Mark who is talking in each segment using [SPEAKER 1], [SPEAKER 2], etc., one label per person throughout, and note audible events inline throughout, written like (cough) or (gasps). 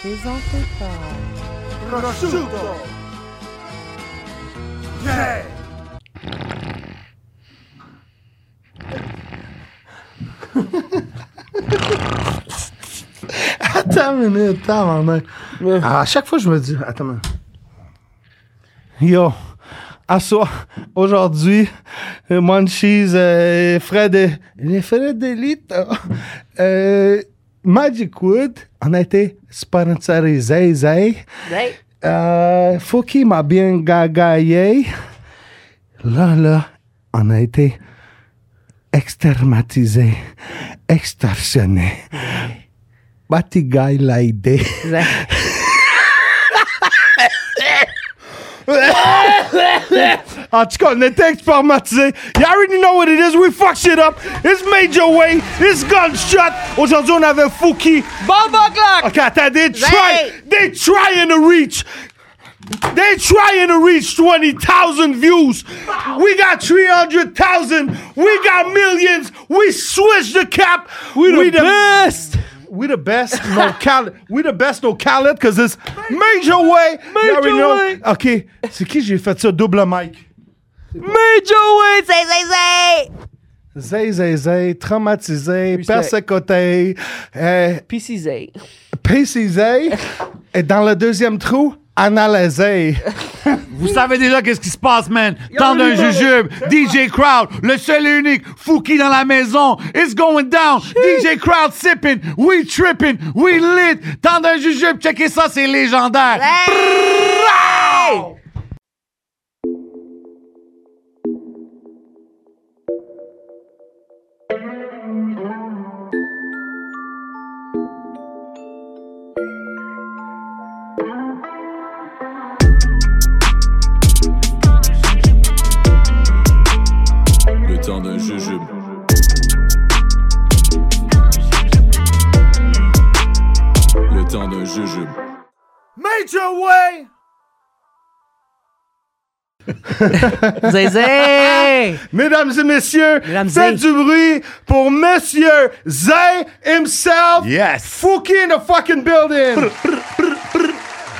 [SPEAKER 1] présenté par
[SPEAKER 2] Prosciutto! Yeah!
[SPEAKER 3] (laughs) Attends une minute, attends, maman. À chaque fois, je me dis, attends, une minute. Yo, à soi, aujourd'hui, euh, Munchies, euh, Fred, et- les Fred d'élite, euh, Magic Wood, on a été sponsorisé, zay.
[SPEAKER 4] Hey,
[SPEAKER 3] Euh, Fouki m'a bien gagaillé. Là, là, on a été extermatisé, extorsionné. Batigaille l'a aidé.
[SPEAKER 4] Zach.
[SPEAKER 3] En tout cas, on était extermatisé. You already know what it is. We fuck shit up. It's Major Way. It's Gunshot. Aujourd'hui, on avait Fouki.
[SPEAKER 4] Boba Clock!
[SPEAKER 3] Okay, attends, they try, they trying to reach, they trying to reach 20,000 views. We got 300,000. We got millions. We switch the cap. We the, best. We the best. (laughs) No Khaled. We the best. No Khaled because it's major way. You already know. Okay, c'est qui j'ai fait ça double mic?
[SPEAKER 4] Major Way! Zay, zay, zay!
[SPEAKER 3] Zay, zay, zay, traumatisé, persécoté, euh,
[SPEAKER 4] PC Zay.
[SPEAKER 3] PCZ et dans le deuxième trou, analysé.
[SPEAKER 5] Vous savez déjà qu'est-ce qui se passe, man. Tant d'un jujube, DJ Crowd, le seul et unique, Fouki dans la maison, it's going down, DJ Crowd sipping, we tripping, we lit. Tant d'un jujube, checkez ça, c'est légendaire.
[SPEAKER 6] Le temps d'un jujube. Le temps d'un jujube.
[SPEAKER 2] Major Way!
[SPEAKER 4] Zay, zay!
[SPEAKER 3] Mesdames et messieurs,
[SPEAKER 4] Mesdames
[SPEAKER 3] faites
[SPEAKER 4] Zay.
[SPEAKER 3] du bruit pour Monsieur Zay himself,
[SPEAKER 5] Yes.
[SPEAKER 3] Fouki in the fucking building.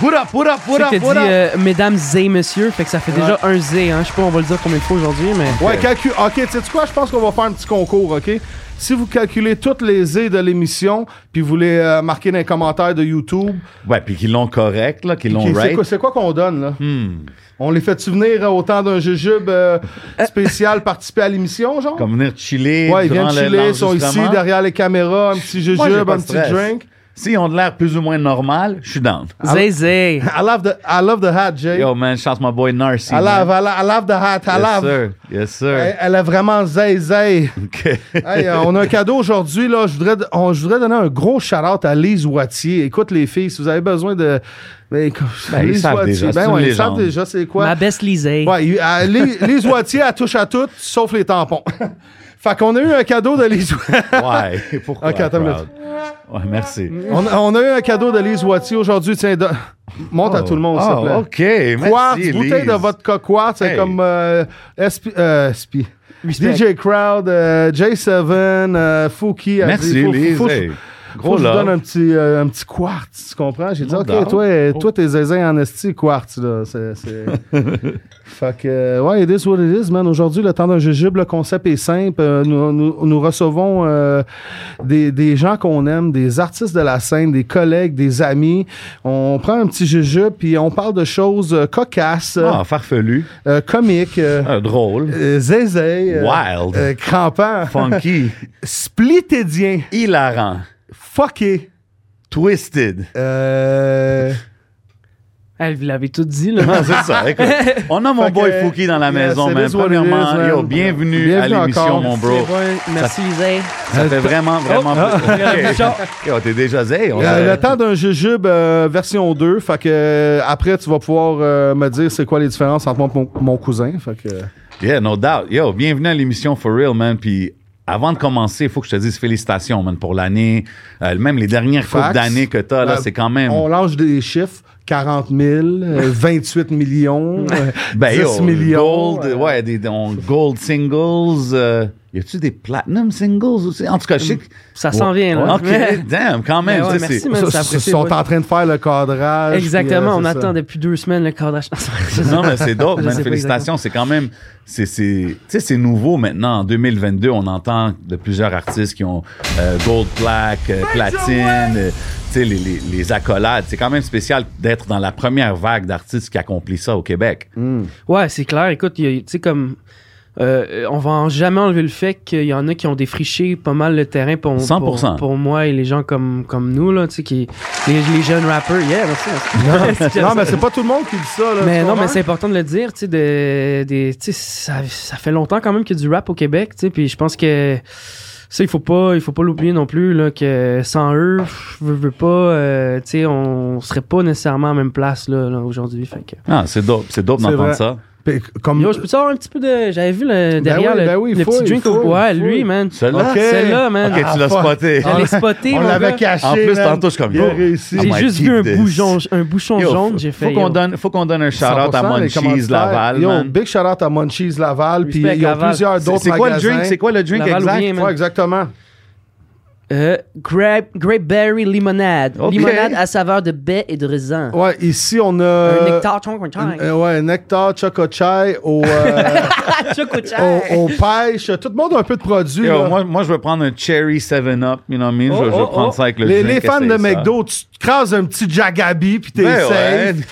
[SPEAKER 5] What up, what up, what
[SPEAKER 4] Tu
[SPEAKER 5] up,
[SPEAKER 4] t'es dit
[SPEAKER 5] what up?
[SPEAKER 4] euh, mesdames et messieurs, fait que ça fait déjà un Z, hein. Je sais pas, on va le dire combien de fois aujourd'hui, mais.
[SPEAKER 3] Ouais, calcul. Ok, tu sais quoi? Je pense qu'on va faire un petit concours, ok? Si vous calculez toutes les Z de l'émission, puis vous les euh, marquez dans les commentaires de YouTube,
[SPEAKER 5] Ouais, puis qu'ils l'ont correct, là, qu'ils l'ont
[SPEAKER 3] ok, c'est
[SPEAKER 5] right.
[SPEAKER 3] quoi- c'est quoi qu'on donne, là?
[SPEAKER 5] Hmm.
[SPEAKER 3] On les fait souvenir au temps d'un jujube euh, spécial participer à l'émission, genre?
[SPEAKER 5] Comme venir chiller.
[SPEAKER 3] Ouais, ils
[SPEAKER 5] durant
[SPEAKER 3] viennent
[SPEAKER 5] le-
[SPEAKER 3] chiller, ils sont ici
[SPEAKER 5] l'enregistrement.
[SPEAKER 3] derrière les caméras, un petit jujube,
[SPEAKER 5] Moi, j'ai pas
[SPEAKER 3] un
[SPEAKER 5] de
[SPEAKER 3] petit
[SPEAKER 5] stress.
[SPEAKER 3] drink. Ah,
[SPEAKER 5] S'ils ont de l'air plus ou moins normal, je suis down.
[SPEAKER 4] Zay, zay!
[SPEAKER 3] I love the I love the hat, Jay.
[SPEAKER 5] Yo, man, je chante my boy Narcy.
[SPEAKER 3] I
[SPEAKER 5] man.
[SPEAKER 3] love, I, love, I love the hat, I
[SPEAKER 5] Yes,
[SPEAKER 3] love.
[SPEAKER 5] sir. Yes, sir.
[SPEAKER 3] Elle, elle est vraiment zay zay.
[SPEAKER 5] (laughs) OK.
[SPEAKER 3] Hey, euh, on a un cadeau aujourd'hui là. Je voudrais, on- je voudrais donner un gros shout-out à Lise Wattier. Écoute les filles, si vous avez besoin de, ben, écoute,
[SPEAKER 5] Ben, ils savent déjà, c'est
[SPEAKER 3] ben
[SPEAKER 5] une
[SPEAKER 3] ouais, ils
[SPEAKER 5] légende.
[SPEAKER 3] savent déjà c'est quoi.
[SPEAKER 4] Ma best Lisey.
[SPEAKER 3] Ouais, il- à- Lise Lise Wattier, elle touche à tout, sauf les tampons. (laughs) fait qu'on a eu un cadeau de Lise.
[SPEAKER 5] Ouais. Pourquoi?
[SPEAKER 3] Ok, attends une
[SPEAKER 5] crowd? Ouais, merci.
[SPEAKER 3] (laughs) on, on a eu un cadeau de Lise Wattier aujourd'hui. Tiens, don- montre à tout le monde s'il te plaît.
[SPEAKER 5] Oh, OK. Merci,
[SPEAKER 3] Quartz, bouteille
[SPEAKER 5] Elise.
[SPEAKER 3] de vodka quartz, c'est
[SPEAKER 5] Hey.
[SPEAKER 3] comme euh, SP, euh, SP.
[SPEAKER 4] Respect.
[SPEAKER 3] DJ Crowd, euh, J7, euh, Fouki. a dit,
[SPEAKER 5] Merci,
[SPEAKER 3] faut-
[SPEAKER 5] Elise.
[SPEAKER 3] faut-
[SPEAKER 5] Hey,
[SPEAKER 3] faut- faut
[SPEAKER 5] Gros
[SPEAKER 3] que je vous donne
[SPEAKER 5] love.
[SPEAKER 3] un petit, euh, un petit quartz, tu comprends? J'ai dit,
[SPEAKER 5] No
[SPEAKER 3] OK,
[SPEAKER 5] doubt.
[SPEAKER 3] toi, euh, toi, t'es zézin en esti, quartz, là. C'est,
[SPEAKER 5] (laughs)
[SPEAKER 3] c'est- fait que, euh, ouais, it is what it is, man. Aujourd'hui, le temps d'un jujube, le concept est simple. Euh, nous, nous- nous recevons euh, des, des gens qu'on aime, des artistes de la scène, des collègues, des amis. On prend un petit jujube, puis on parle de choses euh, cocasses,
[SPEAKER 5] Ah, farfelu.
[SPEAKER 3] euh, comiques, euh,
[SPEAKER 5] Ah, drôle.
[SPEAKER 3] euh, zézé, euh,
[SPEAKER 5] Wild.
[SPEAKER 3] euh, crampant, (laughs)
[SPEAKER 5] Funky.
[SPEAKER 3] splitédien,
[SPEAKER 5] hilarant.
[SPEAKER 3] fucké.
[SPEAKER 5] Twisted.
[SPEAKER 3] Euh...
[SPEAKER 4] Elle, vous l'avez tout dit,
[SPEAKER 5] (laughs)
[SPEAKER 4] là.
[SPEAKER 5] Ah, c'est ça, écoute. On a mon
[SPEAKER 3] Fait
[SPEAKER 5] boy
[SPEAKER 3] que-
[SPEAKER 5] Fouki dans la
[SPEAKER 3] Yes,
[SPEAKER 5] maison,
[SPEAKER 3] it
[SPEAKER 5] man.
[SPEAKER 3] is what it is,
[SPEAKER 5] Premièrement,
[SPEAKER 3] man.
[SPEAKER 5] yo, bienvenue, à
[SPEAKER 3] Bienvenue
[SPEAKER 5] l'émission,
[SPEAKER 3] encore.
[SPEAKER 5] mon bro.
[SPEAKER 4] Merci, Lisey.
[SPEAKER 5] Ça fait vraiment, vraiment... plaisir. Ok. Oh, ah, Yo, t'es déjà zé. on
[SPEAKER 3] Euh,
[SPEAKER 5] a-
[SPEAKER 3] le temps d'un jujube euh, version 2. Fait que euh, après, tu vas pouvoir euh, me dire c'est quoi les différences entre moi et mon, mon cousin. Fait que.
[SPEAKER 5] Yeah, no doubt. Yo, bienvenue à l'émission For Real, man. Puis avant de commencer, il faut que je te dise félicitations, man, pour l'année. Euh, même les dernières coupes
[SPEAKER 3] Fax.
[SPEAKER 5] d'années que t'as, là,
[SPEAKER 3] Euh,
[SPEAKER 5] c'est quand même...
[SPEAKER 3] On lance des chiffres 40 000, euh, 28 millions, euh,
[SPEAKER 5] (laughs) Ben,
[SPEAKER 3] 10
[SPEAKER 5] yo,
[SPEAKER 3] millions.
[SPEAKER 5] Gold,
[SPEAKER 3] euh,
[SPEAKER 5] ouais, des, des- on- gold singles, euh, Y a-tu des platinum singles aussi? En tout cas, je sais que.
[SPEAKER 7] Ça s'en vient, là.
[SPEAKER 5] OK,
[SPEAKER 7] Mais- (laughs)
[SPEAKER 5] damn, quand même.
[SPEAKER 7] Mais ouais,
[SPEAKER 5] tu sais,
[SPEAKER 7] merci,
[SPEAKER 5] c'est-
[SPEAKER 7] man.
[SPEAKER 3] Ils
[SPEAKER 7] ça apprécie,
[SPEAKER 3] sont
[SPEAKER 7] ouais.
[SPEAKER 3] en train de faire le cadrage. euh,
[SPEAKER 7] Exactement, on attend
[SPEAKER 3] des
[SPEAKER 7] depuis deux semaines le (laughs) cadrage. Je sais
[SPEAKER 5] Non,
[SPEAKER 7] pas.
[SPEAKER 3] (laughs)
[SPEAKER 5] mais c'est dope,
[SPEAKER 7] Je
[SPEAKER 5] man.
[SPEAKER 7] sais pas
[SPEAKER 5] Félicitations. C'est quand même. c'est- c'est- Tu sais, c'est nouveau maintenant. En 2022, on entend de plusieurs artistes qui ont euh, Gold Plaque, euh, Platine, euh, tu sais, les, les- les accolades. C'est quand même spécial d'être dans la première vague d'artistes qui accomplit ça au Québec.
[SPEAKER 3] Mm.
[SPEAKER 7] Ouais, c'est clair. Écoute, il y a- tu sais, comme. euh, on va en- jamais enlever le fait qu'il y en a qui ont défriché pas mal le terrain pour,
[SPEAKER 5] 100%.
[SPEAKER 7] pour, pour moi et les gens comme, comme nous, là, tu sais, qui, les, les jeunes rappers. Yeah, merci.
[SPEAKER 5] (laughs)
[SPEAKER 7] merci. (laughs) J'aime
[SPEAKER 3] Non,
[SPEAKER 7] ça.
[SPEAKER 3] mais c'est pas tout le monde qui dit ça. Là,
[SPEAKER 7] Mais
[SPEAKER 3] Euh, tu
[SPEAKER 7] non, mais
[SPEAKER 3] comprends?
[SPEAKER 7] c'est important de le dire, tu sais, de, des- tu sais, ça, ça fait longtemps quand même qu'il y a du rap au Québec, tu sais, puis je pense que ça, il faut pas, il faut pas l'oublier non plus, là, que sans eux, je veux, veux pas, euh, tu sais, on serait pas nécessairement à la même place, là, là, aujourd'hui, fait que...
[SPEAKER 5] Ah, c'est dope. C'est dope
[SPEAKER 3] C'est
[SPEAKER 5] d'entendre
[SPEAKER 3] vrai.
[SPEAKER 5] ça.
[SPEAKER 3] Puis, Comme...
[SPEAKER 7] Yo, je peux te avoir un petit peu de. J'avais vu le, derrière
[SPEAKER 3] oui,
[SPEAKER 7] le,
[SPEAKER 3] Mm. ben oui,
[SPEAKER 7] le
[SPEAKER 3] fouille,
[SPEAKER 7] petit drink. au
[SPEAKER 3] fouille,
[SPEAKER 7] ouais,
[SPEAKER 3] fouille.
[SPEAKER 7] lui, man. Ah,
[SPEAKER 5] Celle-là.
[SPEAKER 3] Ok. Ah,
[SPEAKER 7] Celle-là, man.
[SPEAKER 5] Ok, tu l'as Ah.
[SPEAKER 3] fuck.
[SPEAKER 5] spoté.
[SPEAKER 7] Je l'ai spoté,
[SPEAKER 3] on
[SPEAKER 7] mon
[SPEAKER 3] l'avait
[SPEAKER 7] gars.
[SPEAKER 3] caché.
[SPEAKER 5] (laughs) En plus,
[SPEAKER 3] man.
[SPEAKER 5] tantôt, je suis comme,
[SPEAKER 3] Il a
[SPEAKER 5] yo,
[SPEAKER 3] réussi.
[SPEAKER 5] I
[SPEAKER 7] J'ai
[SPEAKER 5] might
[SPEAKER 7] juste
[SPEAKER 5] keep
[SPEAKER 7] vu un
[SPEAKER 5] this.
[SPEAKER 7] bouchon, un bouchon
[SPEAKER 5] Oh Yo,
[SPEAKER 7] jaune,
[SPEAKER 5] faut-
[SPEAKER 7] j'ai fait.
[SPEAKER 5] Faut qu'on
[SPEAKER 7] yo.
[SPEAKER 5] donne, faut qu'on donne un shout-out à
[SPEAKER 3] 100% les
[SPEAKER 5] Munchies
[SPEAKER 3] commanditaires.
[SPEAKER 5] Laval,
[SPEAKER 3] Yo,
[SPEAKER 5] man.
[SPEAKER 3] big shout-out à Munchies Laval. Puis
[SPEAKER 7] Respect,
[SPEAKER 3] ils ont
[SPEAKER 7] Laval.
[SPEAKER 3] plusieurs
[SPEAKER 5] C'est-
[SPEAKER 3] d'autres
[SPEAKER 5] C'est quoi le
[SPEAKER 3] magasins.
[SPEAKER 5] drink? C'est quoi le drink
[SPEAKER 7] Laval ou
[SPEAKER 5] exact?
[SPEAKER 7] bien, man.
[SPEAKER 3] Ouais, exactement.
[SPEAKER 7] Euh, grape, grapeberry limonade.
[SPEAKER 5] Ok.
[SPEAKER 7] Limonade à saveur de baie et de raisin.
[SPEAKER 3] Ouais, ici, on a...
[SPEAKER 7] Un nectar chonk
[SPEAKER 5] hein.
[SPEAKER 3] Euh, ouais, nectar, choco chai, au,
[SPEAKER 5] (laughs)
[SPEAKER 3] euh, au, au pêche. Tout le monde a un peu de produit.
[SPEAKER 5] Yo,
[SPEAKER 3] là.
[SPEAKER 5] moi, moi, je veux prendre un Cherry 7-Up, you know what I mean? je, je veux
[SPEAKER 7] oh,
[SPEAKER 5] prendre
[SPEAKER 7] oh.
[SPEAKER 5] ça avec le
[SPEAKER 3] les,
[SPEAKER 5] drink,
[SPEAKER 3] les fans de
[SPEAKER 5] essaye ça.
[SPEAKER 3] McDo, tu te crases un petit Jagabi puis t'es
[SPEAKER 5] Ben
[SPEAKER 3] safe.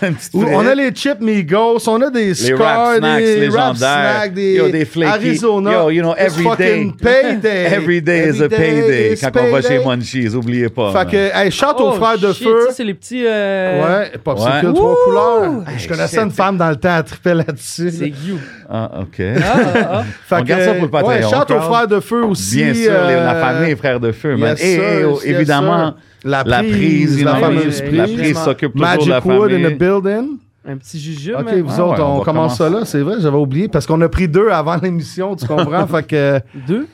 [SPEAKER 5] ouais, (laughs) une petite
[SPEAKER 3] Ou- on a
[SPEAKER 5] frite.
[SPEAKER 3] les chips Migos, on a des
[SPEAKER 5] Les
[SPEAKER 3] Scars,
[SPEAKER 5] Rap Snacks
[SPEAKER 3] des Rap
[SPEAKER 5] légendaires.
[SPEAKER 3] Snacks, des,
[SPEAKER 5] Yo, des Flaky.
[SPEAKER 3] Arizona.
[SPEAKER 5] Yo, you know,
[SPEAKER 3] It's
[SPEAKER 5] every
[SPEAKER 3] fucking
[SPEAKER 5] day.
[SPEAKER 3] payday.
[SPEAKER 5] (laughs) Every day is a
[SPEAKER 3] Every
[SPEAKER 5] payday
[SPEAKER 3] is
[SPEAKER 5] quand on
[SPEAKER 3] payday.
[SPEAKER 5] va chez Munchies, oubliez pas.
[SPEAKER 3] Fait
[SPEAKER 5] man.
[SPEAKER 3] que, hey, chante aux frères de
[SPEAKER 7] Oh, shit,
[SPEAKER 3] feu.
[SPEAKER 7] ça, c'est les petits. euh,
[SPEAKER 3] Ouais, popsicle,
[SPEAKER 5] Ouais.
[SPEAKER 3] trois
[SPEAKER 7] Ouh!
[SPEAKER 3] couleurs. je
[SPEAKER 5] Hey,
[SPEAKER 3] connaissais
[SPEAKER 5] shit.
[SPEAKER 3] une femme dans le temps à triper là-dessus.
[SPEAKER 7] C'est
[SPEAKER 3] (laughs)
[SPEAKER 7] you.
[SPEAKER 5] Ah, OK.
[SPEAKER 7] Ah, ah,
[SPEAKER 3] Fait
[SPEAKER 5] On garde ça pour le Patreon.
[SPEAKER 3] Ouais, chante aux
[SPEAKER 5] Crowd.
[SPEAKER 3] frères de feu aussi.
[SPEAKER 5] Bien sûr, les- la
[SPEAKER 3] euh,
[SPEAKER 5] famille, frères de feu, man.
[SPEAKER 3] yes,
[SPEAKER 5] Et, et,
[SPEAKER 3] sir,
[SPEAKER 5] oh,
[SPEAKER 3] yes,
[SPEAKER 5] évidemment,
[SPEAKER 3] sir. La
[SPEAKER 5] la
[SPEAKER 3] prise,
[SPEAKER 5] prise, you
[SPEAKER 3] la
[SPEAKER 5] know what I mean?
[SPEAKER 7] fameuse
[SPEAKER 5] la
[SPEAKER 7] prise.
[SPEAKER 5] prise s'occupe toujours de la
[SPEAKER 3] Magic Wood in the
[SPEAKER 5] famille.
[SPEAKER 3] building.
[SPEAKER 7] ah. Un petit jujube.
[SPEAKER 3] OK,
[SPEAKER 7] man.
[SPEAKER 3] vous
[SPEAKER 5] Ah ouais,
[SPEAKER 3] autres,
[SPEAKER 5] on
[SPEAKER 3] on,
[SPEAKER 5] va
[SPEAKER 3] commence ça
[SPEAKER 5] commencer.
[SPEAKER 3] là, c'est vrai, j'avais oublié, parce qu'on a pris deux avant l'émission, tu
[SPEAKER 5] (laughs)
[SPEAKER 3] comprends? fait que
[SPEAKER 7] Deux.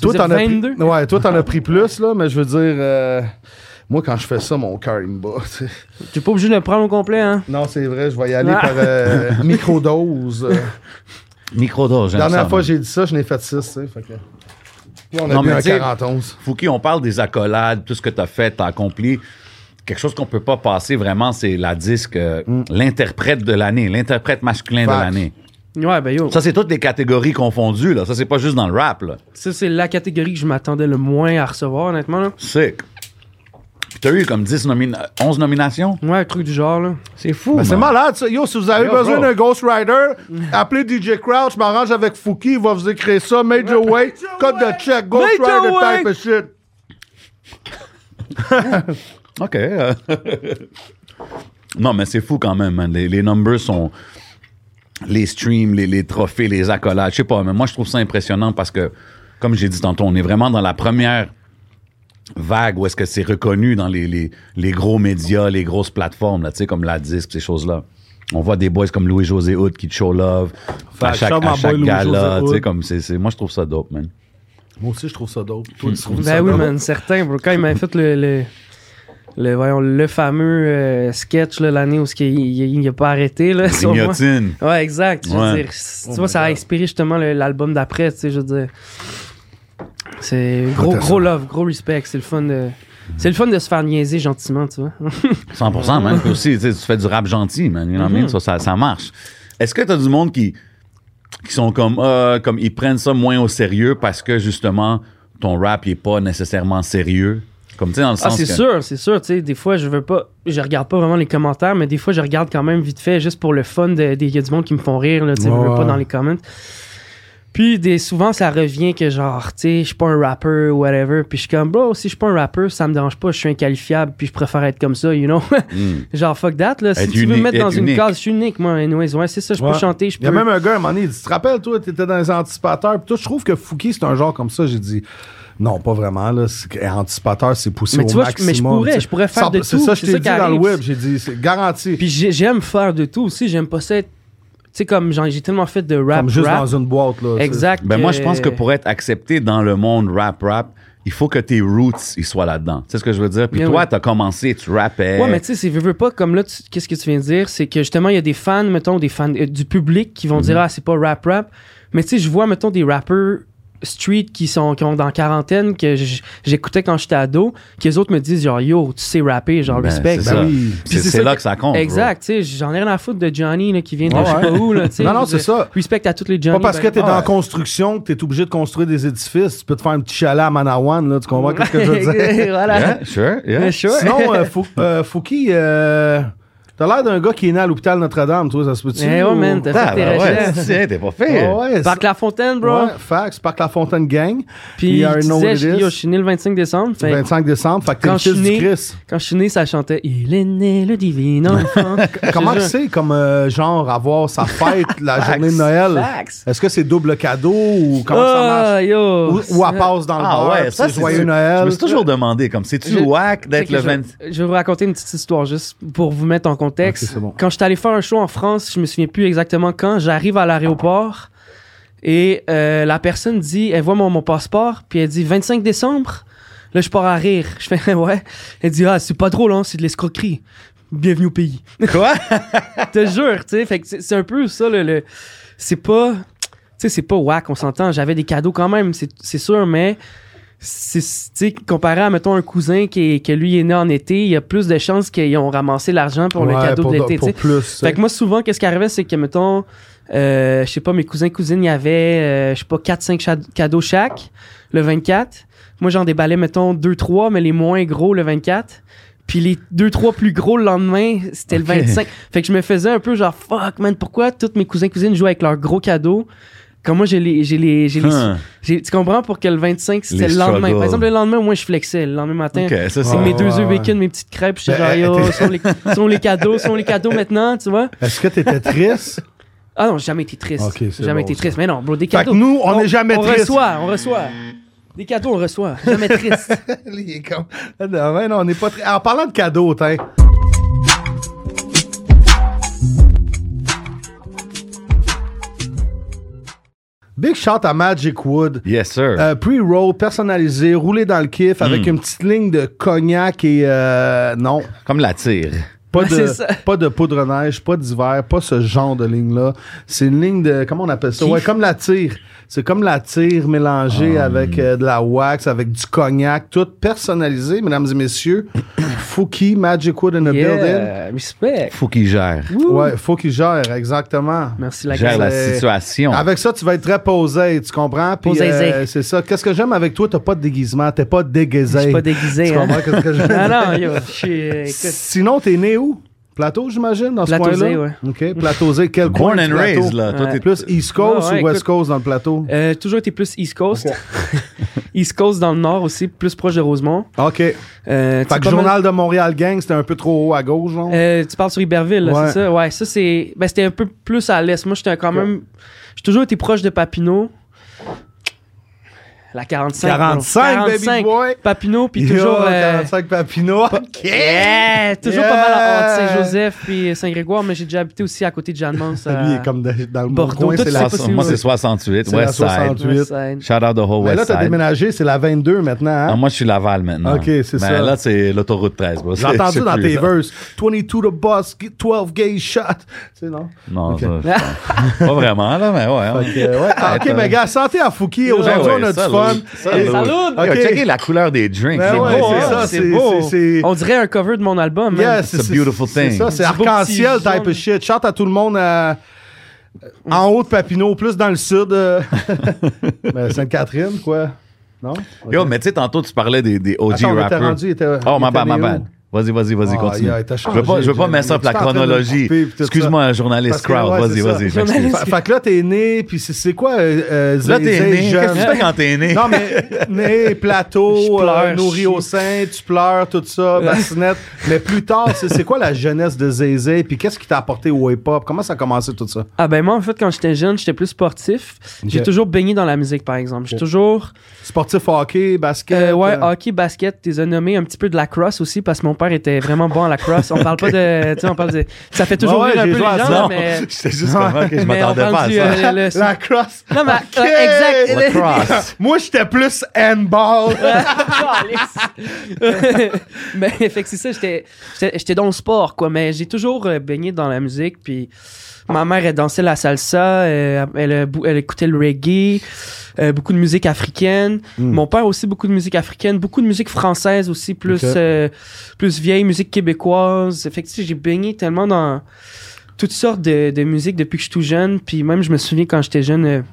[SPEAKER 3] toi,
[SPEAKER 7] veux
[SPEAKER 3] t'en
[SPEAKER 7] dire
[SPEAKER 3] as pris,
[SPEAKER 7] 22?
[SPEAKER 3] ouais, toi, t'en as pris plus, là, mais je veux dire, euh, moi, quand je fais ça, mon cœur, il me bat. tu sais.
[SPEAKER 7] T'es pas obligé de le prendre au complet, hein.
[SPEAKER 3] Non, c'est vrai, je vais y aller
[SPEAKER 7] Ah.
[SPEAKER 3] par (laughs) euh, microdose. euh.
[SPEAKER 5] Microdose, j'aime
[SPEAKER 3] La dernière
[SPEAKER 5] ça,
[SPEAKER 3] fois,
[SPEAKER 5] man.
[SPEAKER 3] j'ai dit ça, je n'ai fait 6, tu sais, fait que... Puis on a
[SPEAKER 5] Non,
[SPEAKER 3] bu
[SPEAKER 5] mais
[SPEAKER 3] un
[SPEAKER 5] tu sais-
[SPEAKER 3] 41.
[SPEAKER 5] Fouki, on parle des accolades, tout ce que tu as fait, tu as accompli. Quelque chose qu'on peut pas passer vraiment, c'est la disque, euh, l'interprète de l'année, l'interprète masculin de
[SPEAKER 3] Mm. Facts.
[SPEAKER 5] l'année.
[SPEAKER 7] Ouais, ben yo.
[SPEAKER 5] Ça, c'est toutes les catégories confondues, là. Ça, c'est pas juste dans le rap, là.
[SPEAKER 7] Ça, c'est la catégorie que je m'attendais le moins à recevoir, honnêtement, là.
[SPEAKER 5] Sick. Puis t'as eu comme 10 nomina- 11 nominations?
[SPEAKER 7] Ouais, un truc du genre, là.
[SPEAKER 5] C'est fou.
[SPEAKER 3] Ben, c'est malade, ça. Yo, si vous avez
[SPEAKER 5] Yo,
[SPEAKER 3] besoin
[SPEAKER 5] bro.
[SPEAKER 3] d'un Ghost Rider, appelez DJ Crouch, je m'arrange avec Fouki, il va vous écrire ça. Major Way, code de check, Ghost
[SPEAKER 7] Major
[SPEAKER 3] Rider
[SPEAKER 7] Way.
[SPEAKER 3] type of shit.
[SPEAKER 5] OK. (laughs) euh. non, mais c'est fou quand même, man. Les, les numbers sont. Les streams, les, les trophées, les accolades. Je sais pas, mais moi, je trouve ça impressionnant parce que, comme j'ai dit tantôt, on est vraiment dans la première vague où est-ce que c'est reconnu dans les, les, les gros médias, les grosses plateformes, là, tu sais, comme la disque, ces choses-là. On voit des boys comme Louis-José Hood qui te show love à
[SPEAKER 3] Fact,
[SPEAKER 5] chaque,
[SPEAKER 3] shout
[SPEAKER 5] à
[SPEAKER 3] my
[SPEAKER 5] chaque
[SPEAKER 3] boy
[SPEAKER 5] gala,
[SPEAKER 3] Louis-José
[SPEAKER 5] tu sais,
[SPEAKER 3] Hood.
[SPEAKER 5] comme c'est, c'est- moi je trouve ça dope, man.
[SPEAKER 3] Moi aussi, je trouve ça dope. Toi, tu trouves
[SPEAKER 7] Ben oui, man, certain, bro. Quand il m'a fait le, le, le, voyons, le fameux euh, sketch, là, l'année où ce qu'il- il il- il a pas arrêté, là, (laughs) sur moi.
[SPEAKER 5] Grignotine.
[SPEAKER 7] Ouais, exact. Je veux
[SPEAKER 5] Ouais.
[SPEAKER 7] dire, c- tu vois, ça a inspiré justement le- l'album d'après, tu sais, je veux dire. C'est gros, gros love, gros respect. C'est le fun de... C'est le fun de se faire niaiser gentiment, tu vois.
[SPEAKER 5] 100 man. Puis aussi, tu sais, tu fais du rap gentil, man. You know what I mean?
[SPEAKER 7] Mm-hmm.
[SPEAKER 5] ça, ça, ça marche. Est-ce que t'as du monde qui, qui sont comme, euh, comme, ils prennent ça moins au sérieux parce que justement, ton rap, il est pas nécessairement sérieux? Comme tu sais, dans le
[SPEAKER 7] Ah,
[SPEAKER 5] sens.
[SPEAKER 7] c'est
[SPEAKER 5] que-
[SPEAKER 7] sûr, c'est sûr. Tu sais, des fois, je veux pas, je regarde pas vraiment les commentaires, mais des fois, je regarde quand même vite fait, juste pour le fun. de- des- Il y a du monde qui me font rire, là, tu sais, je veux
[SPEAKER 3] Ouais.
[SPEAKER 7] pas dans les comments. Puis des, souvent, ça revient que genre, tu sais, je suis pas un rapper ou whatever. Puis je suis comme, bro, si je suis pas un rapper, ça me dérange pas, je suis inqualifiable, puis je préfère être comme ça, you know. (laughs)
[SPEAKER 3] Hmm.
[SPEAKER 7] genre, fuck that, là. Si
[SPEAKER 5] Être
[SPEAKER 7] tu veux me
[SPEAKER 5] unique,
[SPEAKER 7] mettre dans
[SPEAKER 5] être
[SPEAKER 7] une
[SPEAKER 5] unique.
[SPEAKER 7] case, je suis unique, moi, anyways. Ouais, c'est ça, je peux
[SPEAKER 3] Ouais.
[SPEAKER 7] chanter, je
[SPEAKER 3] Il y a
[SPEAKER 7] peux.
[SPEAKER 3] même un gars, à un moment donné, il dit Tu te rappelles, toi, t'étais dans les anticipateurs. Puis toi, je trouve que Fouki, c'est un genre comme ça. J'ai dit Non, pas vraiment. Là. C'est que- Anticipateur, c'est poussé
[SPEAKER 7] Mais
[SPEAKER 3] au
[SPEAKER 7] tu vois, je-
[SPEAKER 3] maximum.
[SPEAKER 7] mais je pourrais,
[SPEAKER 3] tu sais.
[SPEAKER 7] je pourrais faire
[SPEAKER 3] Ça-
[SPEAKER 7] de
[SPEAKER 3] C'est
[SPEAKER 7] tout,
[SPEAKER 3] ça, que je
[SPEAKER 7] c'est
[SPEAKER 3] t'ai
[SPEAKER 7] ça
[SPEAKER 3] dit
[SPEAKER 7] qui
[SPEAKER 3] dans le
[SPEAKER 7] arrive.
[SPEAKER 3] web. J'ai dit C'est garanti.
[SPEAKER 7] Puis j'ai- j'aime faire de tout aussi, j'aime pas ça être. Tu sais, comme, genre, j'ai tellement fait de rap.
[SPEAKER 3] comme juste
[SPEAKER 7] rap.
[SPEAKER 3] dans une boîte. Là, tu sais.
[SPEAKER 7] Exact.
[SPEAKER 5] Ben, moi, je pense que
[SPEAKER 7] euh,
[SPEAKER 5] pour être accepté dans le monde rap-rap, il faut que tes roots, ils soient là-dedans. Tu sais ce que je veux dire? Puis
[SPEAKER 7] Bien
[SPEAKER 5] toi,
[SPEAKER 7] oui.
[SPEAKER 5] t'as commencé, tu rappais.
[SPEAKER 3] Euh,
[SPEAKER 7] Ouais, mais tu sais, c'est veux, veux pas, comme là, tu- qu'est-ce que tu viens de dire? C'est que justement, il y a des fans,
[SPEAKER 3] Mhm.
[SPEAKER 7] mettons, des fans euh, du public qui vont dire, ah, c'est pas rap-rap. Mais tu sais, je vois, mettons, des rappeurs street qui sont qui ont dans quarantaine que j- j'écoutais quand j'étais ado, que les autres me disent genre yo, tu sais rapper, genre
[SPEAKER 5] Ben,
[SPEAKER 7] respect.
[SPEAKER 5] c'est ça.
[SPEAKER 3] oui.
[SPEAKER 5] C'est-
[SPEAKER 7] Puis c'est
[SPEAKER 5] C'est
[SPEAKER 7] ça
[SPEAKER 5] là
[SPEAKER 7] que-
[SPEAKER 5] que ça compte. bro.
[SPEAKER 7] Exact, tu sais, j'en ai rien à foutre de Johnny là, qui vient de
[SPEAKER 3] Ouais,
[SPEAKER 7] je sais pas
[SPEAKER 3] ouais.
[SPEAKER 7] où là, tu sais.
[SPEAKER 3] Non, non,
[SPEAKER 7] Je veux
[SPEAKER 3] c'est
[SPEAKER 7] dire,
[SPEAKER 3] ça.
[SPEAKER 7] Respect à tous les Johnny.
[SPEAKER 3] Pas parce que
[SPEAKER 7] ben,
[SPEAKER 3] t'es
[SPEAKER 7] ah,
[SPEAKER 3] dans la construction que t'es obligé de construire des édifices. Tu peux te faire un petit chalet à Manawan, là. Tu comprends ce que je
[SPEAKER 7] (laughs)
[SPEAKER 3] veux dire? Hein?
[SPEAKER 7] voilà.
[SPEAKER 5] Yeah, sure, yeah.
[SPEAKER 7] Mais sure.
[SPEAKER 3] Sinon, euh, Fou- euh, Fouki, euh, t'as l'air d'un gars qui est né à l'hôpital Notre-Dame, toi, ça se peut-tu?
[SPEAKER 7] Eh ouais, man, t'as
[SPEAKER 5] Ah,
[SPEAKER 7] fait tes
[SPEAKER 5] ben ouais,
[SPEAKER 7] recherches.
[SPEAKER 5] tiens, t'es pas fait.
[SPEAKER 3] Ah ouais,
[SPEAKER 7] Parc
[SPEAKER 3] c'est-
[SPEAKER 7] La Fontaine, bro.
[SPEAKER 3] Ouais, fax, Parc La Fontaine Gang.
[SPEAKER 7] Puis
[SPEAKER 3] You
[SPEAKER 7] je
[SPEAKER 3] know
[SPEAKER 7] disais,
[SPEAKER 3] what it
[SPEAKER 7] je,
[SPEAKER 3] is. Ben
[SPEAKER 7] yo, je suis né le 25 décembre. fait-
[SPEAKER 3] 25 décembre, fait que t'es
[SPEAKER 7] Quand
[SPEAKER 3] le
[SPEAKER 7] je
[SPEAKER 3] fils
[SPEAKER 7] suis
[SPEAKER 3] du
[SPEAKER 7] né- (laughs)
[SPEAKER 3] Christ.
[SPEAKER 7] Quand je suis né, ça chantait Il est né le divin enfant.
[SPEAKER 3] (laughs) Comment
[SPEAKER 7] Je-
[SPEAKER 3] c'est comme euh, genre avoir sa fête la journée de Noël?
[SPEAKER 7] Fax.
[SPEAKER 3] Est-ce que c'est double cadeau ou comment ça
[SPEAKER 7] Ah,
[SPEAKER 3] marche?
[SPEAKER 7] yo.
[SPEAKER 3] Ou, ou à
[SPEAKER 7] Ça-
[SPEAKER 3] passe dans le
[SPEAKER 5] Ah
[SPEAKER 3] bar,
[SPEAKER 5] ouais,
[SPEAKER 3] puis
[SPEAKER 5] ça
[SPEAKER 3] c'est
[SPEAKER 5] c'est
[SPEAKER 3] joyeux
[SPEAKER 5] sûr.
[SPEAKER 3] Noël.
[SPEAKER 5] Je me suis toujours demandé comme c'est tu
[SPEAKER 7] Je-
[SPEAKER 5] whack d'être
[SPEAKER 7] Check,
[SPEAKER 5] le
[SPEAKER 7] je-
[SPEAKER 5] 20
[SPEAKER 7] Je vais vous raconter une petite histoire juste pour vous mettre en contexte.
[SPEAKER 3] Ok, c'est bon.
[SPEAKER 7] Quand je suis allé faire un show en France, je me souviens plus exactement quand, j'arrive à l'aéroport et euh, la personne dit, elle voit mon, mon passeport, puis elle dit 25 décembre. Là, je pars à rire. Je fais, (laughs) ouais. Elle dit, ah, c'est pas drôle, hein, c'est de l'escroquerie. Bienvenue au pays.
[SPEAKER 5] Quoi
[SPEAKER 7] (laughs) te jure, tu sais. Fait que c'est c'est un peu ça, le. le- c'est pas. Tu sais, c'est pas whack, on s'entend. J'avais des cadeaux quand même, c'est c'est sûr, mais. c'est- Tu sais, comparé à, mettons, un cousin qui, est- que lui est né en été, il y a plus de chances qu'ils ont ramassé l'argent pour le
[SPEAKER 3] Ouais,
[SPEAKER 7] cadeau
[SPEAKER 3] pour
[SPEAKER 7] de
[SPEAKER 3] do-
[SPEAKER 7] l'été, tu
[SPEAKER 3] Pour
[SPEAKER 7] sais.
[SPEAKER 3] plus.
[SPEAKER 7] Fait que moi, souvent, qu'est-ce qui arrivait, c'est que, mettons, euh, je sais pas, mes cousins, cousines, il y avait, euh, je sais pas, 4-5 cadeaux chaque, le 24. Moi, j'en déballais, mettons, 2-3, mais les moins gros, le 24. Puis les 2-3 plus gros le lendemain, c'était
[SPEAKER 5] Ok.
[SPEAKER 7] le 25. Fait que je me faisais un peu genre, fuck, man, pourquoi toutes mes cousins, cousines jouent avec leurs gros cadeaux? Quand moi, j'ai les, j'ai les, j'ai les,
[SPEAKER 5] Hein.
[SPEAKER 7] j'ai- tu comprends pour que le 25, c'était
[SPEAKER 5] Les
[SPEAKER 7] le lendemain.
[SPEAKER 5] struggles.
[SPEAKER 7] Par exemple, le lendemain, moi, je flexais. Le lendemain matin,
[SPEAKER 5] OK, ça c'est
[SPEAKER 7] c'est mes
[SPEAKER 3] ouais,
[SPEAKER 7] deux œufs
[SPEAKER 3] ouais.
[SPEAKER 7] bacon, mes petites crêpes. J'étais genre,
[SPEAKER 3] Ben,
[SPEAKER 7] yo, sont les, sont les cadeaux, sont les cadeaux maintenant, tu vois.
[SPEAKER 3] Est-ce que t'étais triste?
[SPEAKER 7] Ah non, j'ai jamais été triste.
[SPEAKER 3] Ok, c'est
[SPEAKER 7] jamais
[SPEAKER 3] bon,
[SPEAKER 7] été
[SPEAKER 3] ça.
[SPEAKER 7] triste. Mais non, bro, des
[SPEAKER 3] fait
[SPEAKER 7] cadeaux.
[SPEAKER 3] que nous, on n'est jamais
[SPEAKER 7] on
[SPEAKER 3] triste.
[SPEAKER 7] reçoit, on reçoit. Des cadeaux,
[SPEAKER 3] (laughs)
[SPEAKER 7] on reçoit. Jamais triste.
[SPEAKER 3] Il est comme- Ah Non, ouais, non, on n'est pas tri- En parlant de cadeaux, t'in. Big shout à Magic Wood.
[SPEAKER 5] Yes sir.
[SPEAKER 3] Euh, Pre-roll personnalisé, roulé dans le kiff avec une petite ligne de cognac et euh, non,
[SPEAKER 5] Comme la tire.
[SPEAKER 3] pas
[SPEAKER 7] Ouais,
[SPEAKER 3] de,
[SPEAKER 7] c'est ça.
[SPEAKER 3] pas de poudre neige, pas d'hiver, pas ce genre de ligne-là. C'est une ligne de, comment on appelle ça? Ouais, comme la tire. C'est comme la tire mélangée
[SPEAKER 7] Ah.
[SPEAKER 3] avec euh, de la wax, avec du cognac, tout personnalisé, mesdames et
[SPEAKER 7] (coughs)
[SPEAKER 3] messieurs. Fouki, Magic Wood in the building.
[SPEAKER 7] yeah, respect.
[SPEAKER 5] Faut qu'il gère.
[SPEAKER 7] Wouh.
[SPEAKER 3] Ouais, faut qu'il gère, exactement.
[SPEAKER 7] Merci, la
[SPEAKER 5] Gère la
[SPEAKER 7] gueule.
[SPEAKER 3] c'est-
[SPEAKER 5] situation.
[SPEAKER 3] euh, Avec ça, tu vas être très posé, tu comprends? Puis, euh,
[SPEAKER 7] Posé, zé.
[SPEAKER 3] c'est ça. Qu'est-ce que j'aime avec toi? T'as pas de déguisement, t'es pas déguisé.
[SPEAKER 7] Je suis pas déguisé.
[SPEAKER 3] Tu
[SPEAKER 7] hein.
[SPEAKER 3] comprends qu'est-ce que je veux dire?
[SPEAKER 7] Ah (laughs) non, yo, je suis. écoute,
[SPEAKER 3] Sinon, t'es né où? Plateau, j'imagine, dans ce
[SPEAKER 7] Plateau
[SPEAKER 3] coin-là?
[SPEAKER 7] Zé, ouais.
[SPEAKER 3] OK. Plateau Zé, quel coin
[SPEAKER 5] Born
[SPEAKER 3] du
[SPEAKER 5] and
[SPEAKER 3] plateau?
[SPEAKER 5] raised là. Toi
[SPEAKER 7] Ouais.
[SPEAKER 5] t'es plus.
[SPEAKER 3] Plus East Coast
[SPEAKER 7] Ouais, ouais,
[SPEAKER 3] ou West
[SPEAKER 7] écoute.
[SPEAKER 3] Coast dans le plateau?
[SPEAKER 7] euh, toujours été plus East Coast. (laughs) East Coast dans le nord aussi, plus proche de Rosemont.
[SPEAKER 3] OK. Fait
[SPEAKER 7] Euh, tu sais,
[SPEAKER 3] que
[SPEAKER 7] pas mal-
[SPEAKER 3] Journal de Montréal Gang, c'était un peu trop haut à gauche, genre?
[SPEAKER 7] Euh, tu parles sur Iberville, là,
[SPEAKER 3] Ouais.
[SPEAKER 7] c'est ça? Ouais, ça c'est. Ben, c'était un peu plus à l'est. Moi, j'étais quand même. J'ai toujours été proche de Papineau. La 45. bro.
[SPEAKER 3] 45, baby boy!
[SPEAKER 7] Papineau, puis
[SPEAKER 3] Yo,
[SPEAKER 7] toujours. euh,
[SPEAKER 3] 45 Papineau. OK!
[SPEAKER 7] yeah, toujours
[SPEAKER 3] Yeah!
[SPEAKER 7] pas mal à Horde Saint-Joseph puis Saint-Grégoire, mais j'ai déjà habité aussi à côté de euh, Jeanne-Mans.
[SPEAKER 3] (laughs) Lui, il est comme de- dans le
[SPEAKER 7] Bordeaux,
[SPEAKER 3] coin,
[SPEAKER 7] tout
[SPEAKER 3] c'est
[SPEAKER 7] ça,
[SPEAKER 3] la...
[SPEAKER 7] c'est pas si-
[SPEAKER 5] Moi c'est 68
[SPEAKER 3] C'est la
[SPEAKER 5] West Side.
[SPEAKER 3] 68.
[SPEAKER 5] Shout out the whole
[SPEAKER 3] Mais là,
[SPEAKER 5] West
[SPEAKER 3] t'as
[SPEAKER 5] Side.
[SPEAKER 3] déménagé, c'est la 22 maintenant, hein?
[SPEAKER 5] Ah, moi je suis Laval maintenant.
[SPEAKER 3] Ok, c'est
[SPEAKER 5] Mais
[SPEAKER 3] ça.
[SPEAKER 5] là c'est l'autoroute 13. bro.
[SPEAKER 3] J'ai
[SPEAKER 5] C'est-
[SPEAKER 3] entendu
[SPEAKER 5] c'est
[SPEAKER 3] dans
[SPEAKER 5] plus,
[SPEAKER 3] tes
[SPEAKER 5] là.
[SPEAKER 3] verses 22 the boss, 12 gay shot. (laughs) Tu sais, non?
[SPEAKER 5] Non,
[SPEAKER 3] Ok.
[SPEAKER 5] ça, je- pas vraiment là, mais ouais.
[SPEAKER 3] Fait que, ouais. Ah, OK,
[SPEAKER 5] (laughs) Attends.
[SPEAKER 3] mais gars, santé à Fouki.
[SPEAKER 5] Ben
[SPEAKER 3] Aujourd'hui,
[SPEAKER 5] ouais,
[SPEAKER 3] on a du
[SPEAKER 5] salut.
[SPEAKER 3] fun. Et-
[SPEAKER 5] Salut.
[SPEAKER 7] Salut.
[SPEAKER 5] Yo,
[SPEAKER 3] Ok.
[SPEAKER 5] Checkez la couleur des drinks.
[SPEAKER 3] Ben
[SPEAKER 5] c'est
[SPEAKER 3] ouais,
[SPEAKER 5] beau,
[SPEAKER 3] c'est ça,
[SPEAKER 5] hein.
[SPEAKER 7] ça,
[SPEAKER 3] c'est-
[SPEAKER 7] c'est beau.
[SPEAKER 3] c'est- c'est-
[SPEAKER 7] On dirait un cover de mon album, man.
[SPEAKER 3] Yes,
[SPEAKER 5] It's a beautiful
[SPEAKER 3] c'est
[SPEAKER 5] thing.
[SPEAKER 3] ça, c'est
[SPEAKER 7] Un petit beau
[SPEAKER 3] arc-en-ciel
[SPEAKER 7] petit
[SPEAKER 3] type
[SPEAKER 7] jaune.
[SPEAKER 3] of shit. Chante à tout le monde euh, en haut de Papineau, plus dans le sud.
[SPEAKER 5] (laughs)
[SPEAKER 3] euh, ben, Sainte-Catherine, quoi. Non? Ok.
[SPEAKER 5] Yo, mais tu sais, tantôt, tu parlais des, des OG
[SPEAKER 3] Attends, on était
[SPEAKER 5] rappers.
[SPEAKER 3] rendu, il était-
[SPEAKER 5] oh,
[SPEAKER 3] il
[SPEAKER 5] ma
[SPEAKER 3] était
[SPEAKER 5] bad, ma
[SPEAKER 3] né
[SPEAKER 5] bad.
[SPEAKER 3] où?
[SPEAKER 5] Vas-y, vas-y, vas-y,
[SPEAKER 3] Ah,
[SPEAKER 5] continue.
[SPEAKER 3] il a- il t'a
[SPEAKER 5] je veux pas, je veux
[SPEAKER 3] changé,
[SPEAKER 5] pas mettre
[SPEAKER 3] Jeremy.
[SPEAKER 5] up la
[SPEAKER 3] Tu t'es en train de me
[SPEAKER 5] chronologie.
[SPEAKER 3] couper, puis tout ça.
[SPEAKER 5] Excuse-moi,
[SPEAKER 3] Parce
[SPEAKER 5] journaliste
[SPEAKER 3] que, ouais,
[SPEAKER 5] crowd.
[SPEAKER 3] c'est
[SPEAKER 5] Vas-y,
[SPEAKER 3] ça.
[SPEAKER 5] vas-y. je
[SPEAKER 7] Journaliste.
[SPEAKER 5] m'excuse.
[SPEAKER 3] Fait, fait que là, t'es né, puis c'est- c'est quoi? Euh, euh,
[SPEAKER 5] Là,
[SPEAKER 3] Zé-
[SPEAKER 5] t'es
[SPEAKER 3] Zé
[SPEAKER 5] né. Qu'est-ce que
[SPEAKER 3] jeune?
[SPEAKER 5] tu fais quand t'es né?
[SPEAKER 3] Non,
[SPEAKER 5] (laughs)
[SPEAKER 3] mais né,
[SPEAKER 7] Je
[SPEAKER 3] plateau,
[SPEAKER 7] pleure,
[SPEAKER 3] euh, nourri
[SPEAKER 7] je
[SPEAKER 3] au sein, tu pleures, tout
[SPEAKER 5] (laughs)
[SPEAKER 3] ça, bassinette. mais plus tard, c'est c'est quoi la jeunesse de Zézé? Puis qu'est-ce qui t'a apporté au hip-hop? Comment ça a commencé tout ça?
[SPEAKER 7] Ah, ben moi, en fait, quand j'étais jeune, j'étais plus sportif. J'ai
[SPEAKER 3] Ok.
[SPEAKER 7] toujours baigné dans la musique, par exemple. J'ai toujours.
[SPEAKER 3] Sportif, hockey, basket?
[SPEAKER 7] Euh, ouais,
[SPEAKER 3] euh, (laughs)
[SPEAKER 7] hockey, basket, t'es as nommé un petit peu de la crosse aussi parce que mon père était vraiment bon à la crosse.
[SPEAKER 3] (laughs)
[SPEAKER 7] On parle pas de, tu sais, on parle de, ça fait toujours
[SPEAKER 3] Ouais, ouais,
[SPEAKER 7] rire un
[SPEAKER 3] j'ai
[SPEAKER 7] peu les
[SPEAKER 3] joué à
[SPEAKER 7] gens,
[SPEAKER 3] ça.
[SPEAKER 7] là,
[SPEAKER 5] Non,
[SPEAKER 7] mais.
[SPEAKER 5] j'étais juste comme, ok, (laughs) je
[SPEAKER 7] mais on
[SPEAKER 5] m'attendais
[SPEAKER 7] parle
[SPEAKER 5] pas à
[SPEAKER 7] du,
[SPEAKER 5] ça.
[SPEAKER 7] euh, le-
[SPEAKER 3] La crosse.
[SPEAKER 7] Non, mais
[SPEAKER 3] Ok.
[SPEAKER 7] euh, exact.
[SPEAKER 5] Lacrosse.
[SPEAKER 3] Moi, j'étais plus handball.
[SPEAKER 7] (laughs) Calice. mais fait que c'est ça, j'étais, j'étais, j'étais dans le sport, quoi. Mais j'ai toujours euh, baigné dans la musique, puis Ma mère, elle dansait la salsa, euh, elle, elle, elle écoutait le reggae, euh, beaucoup de musique africaine. Mon père aussi, beaucoup de musique africaine, beaucoup de musique française aussi, plus,
[SPEAKER 3] Ok.
[SPEAKER 7] euh, plus vieille, musique québécoise. Fait que, tu sais, j'ai baigné tellement dans toutes sortes de, de musique depuis que je suis tout jeune. Puis même, je me souviens quand j'étais jeune, euh,
[SPEAKER 5] (laughs)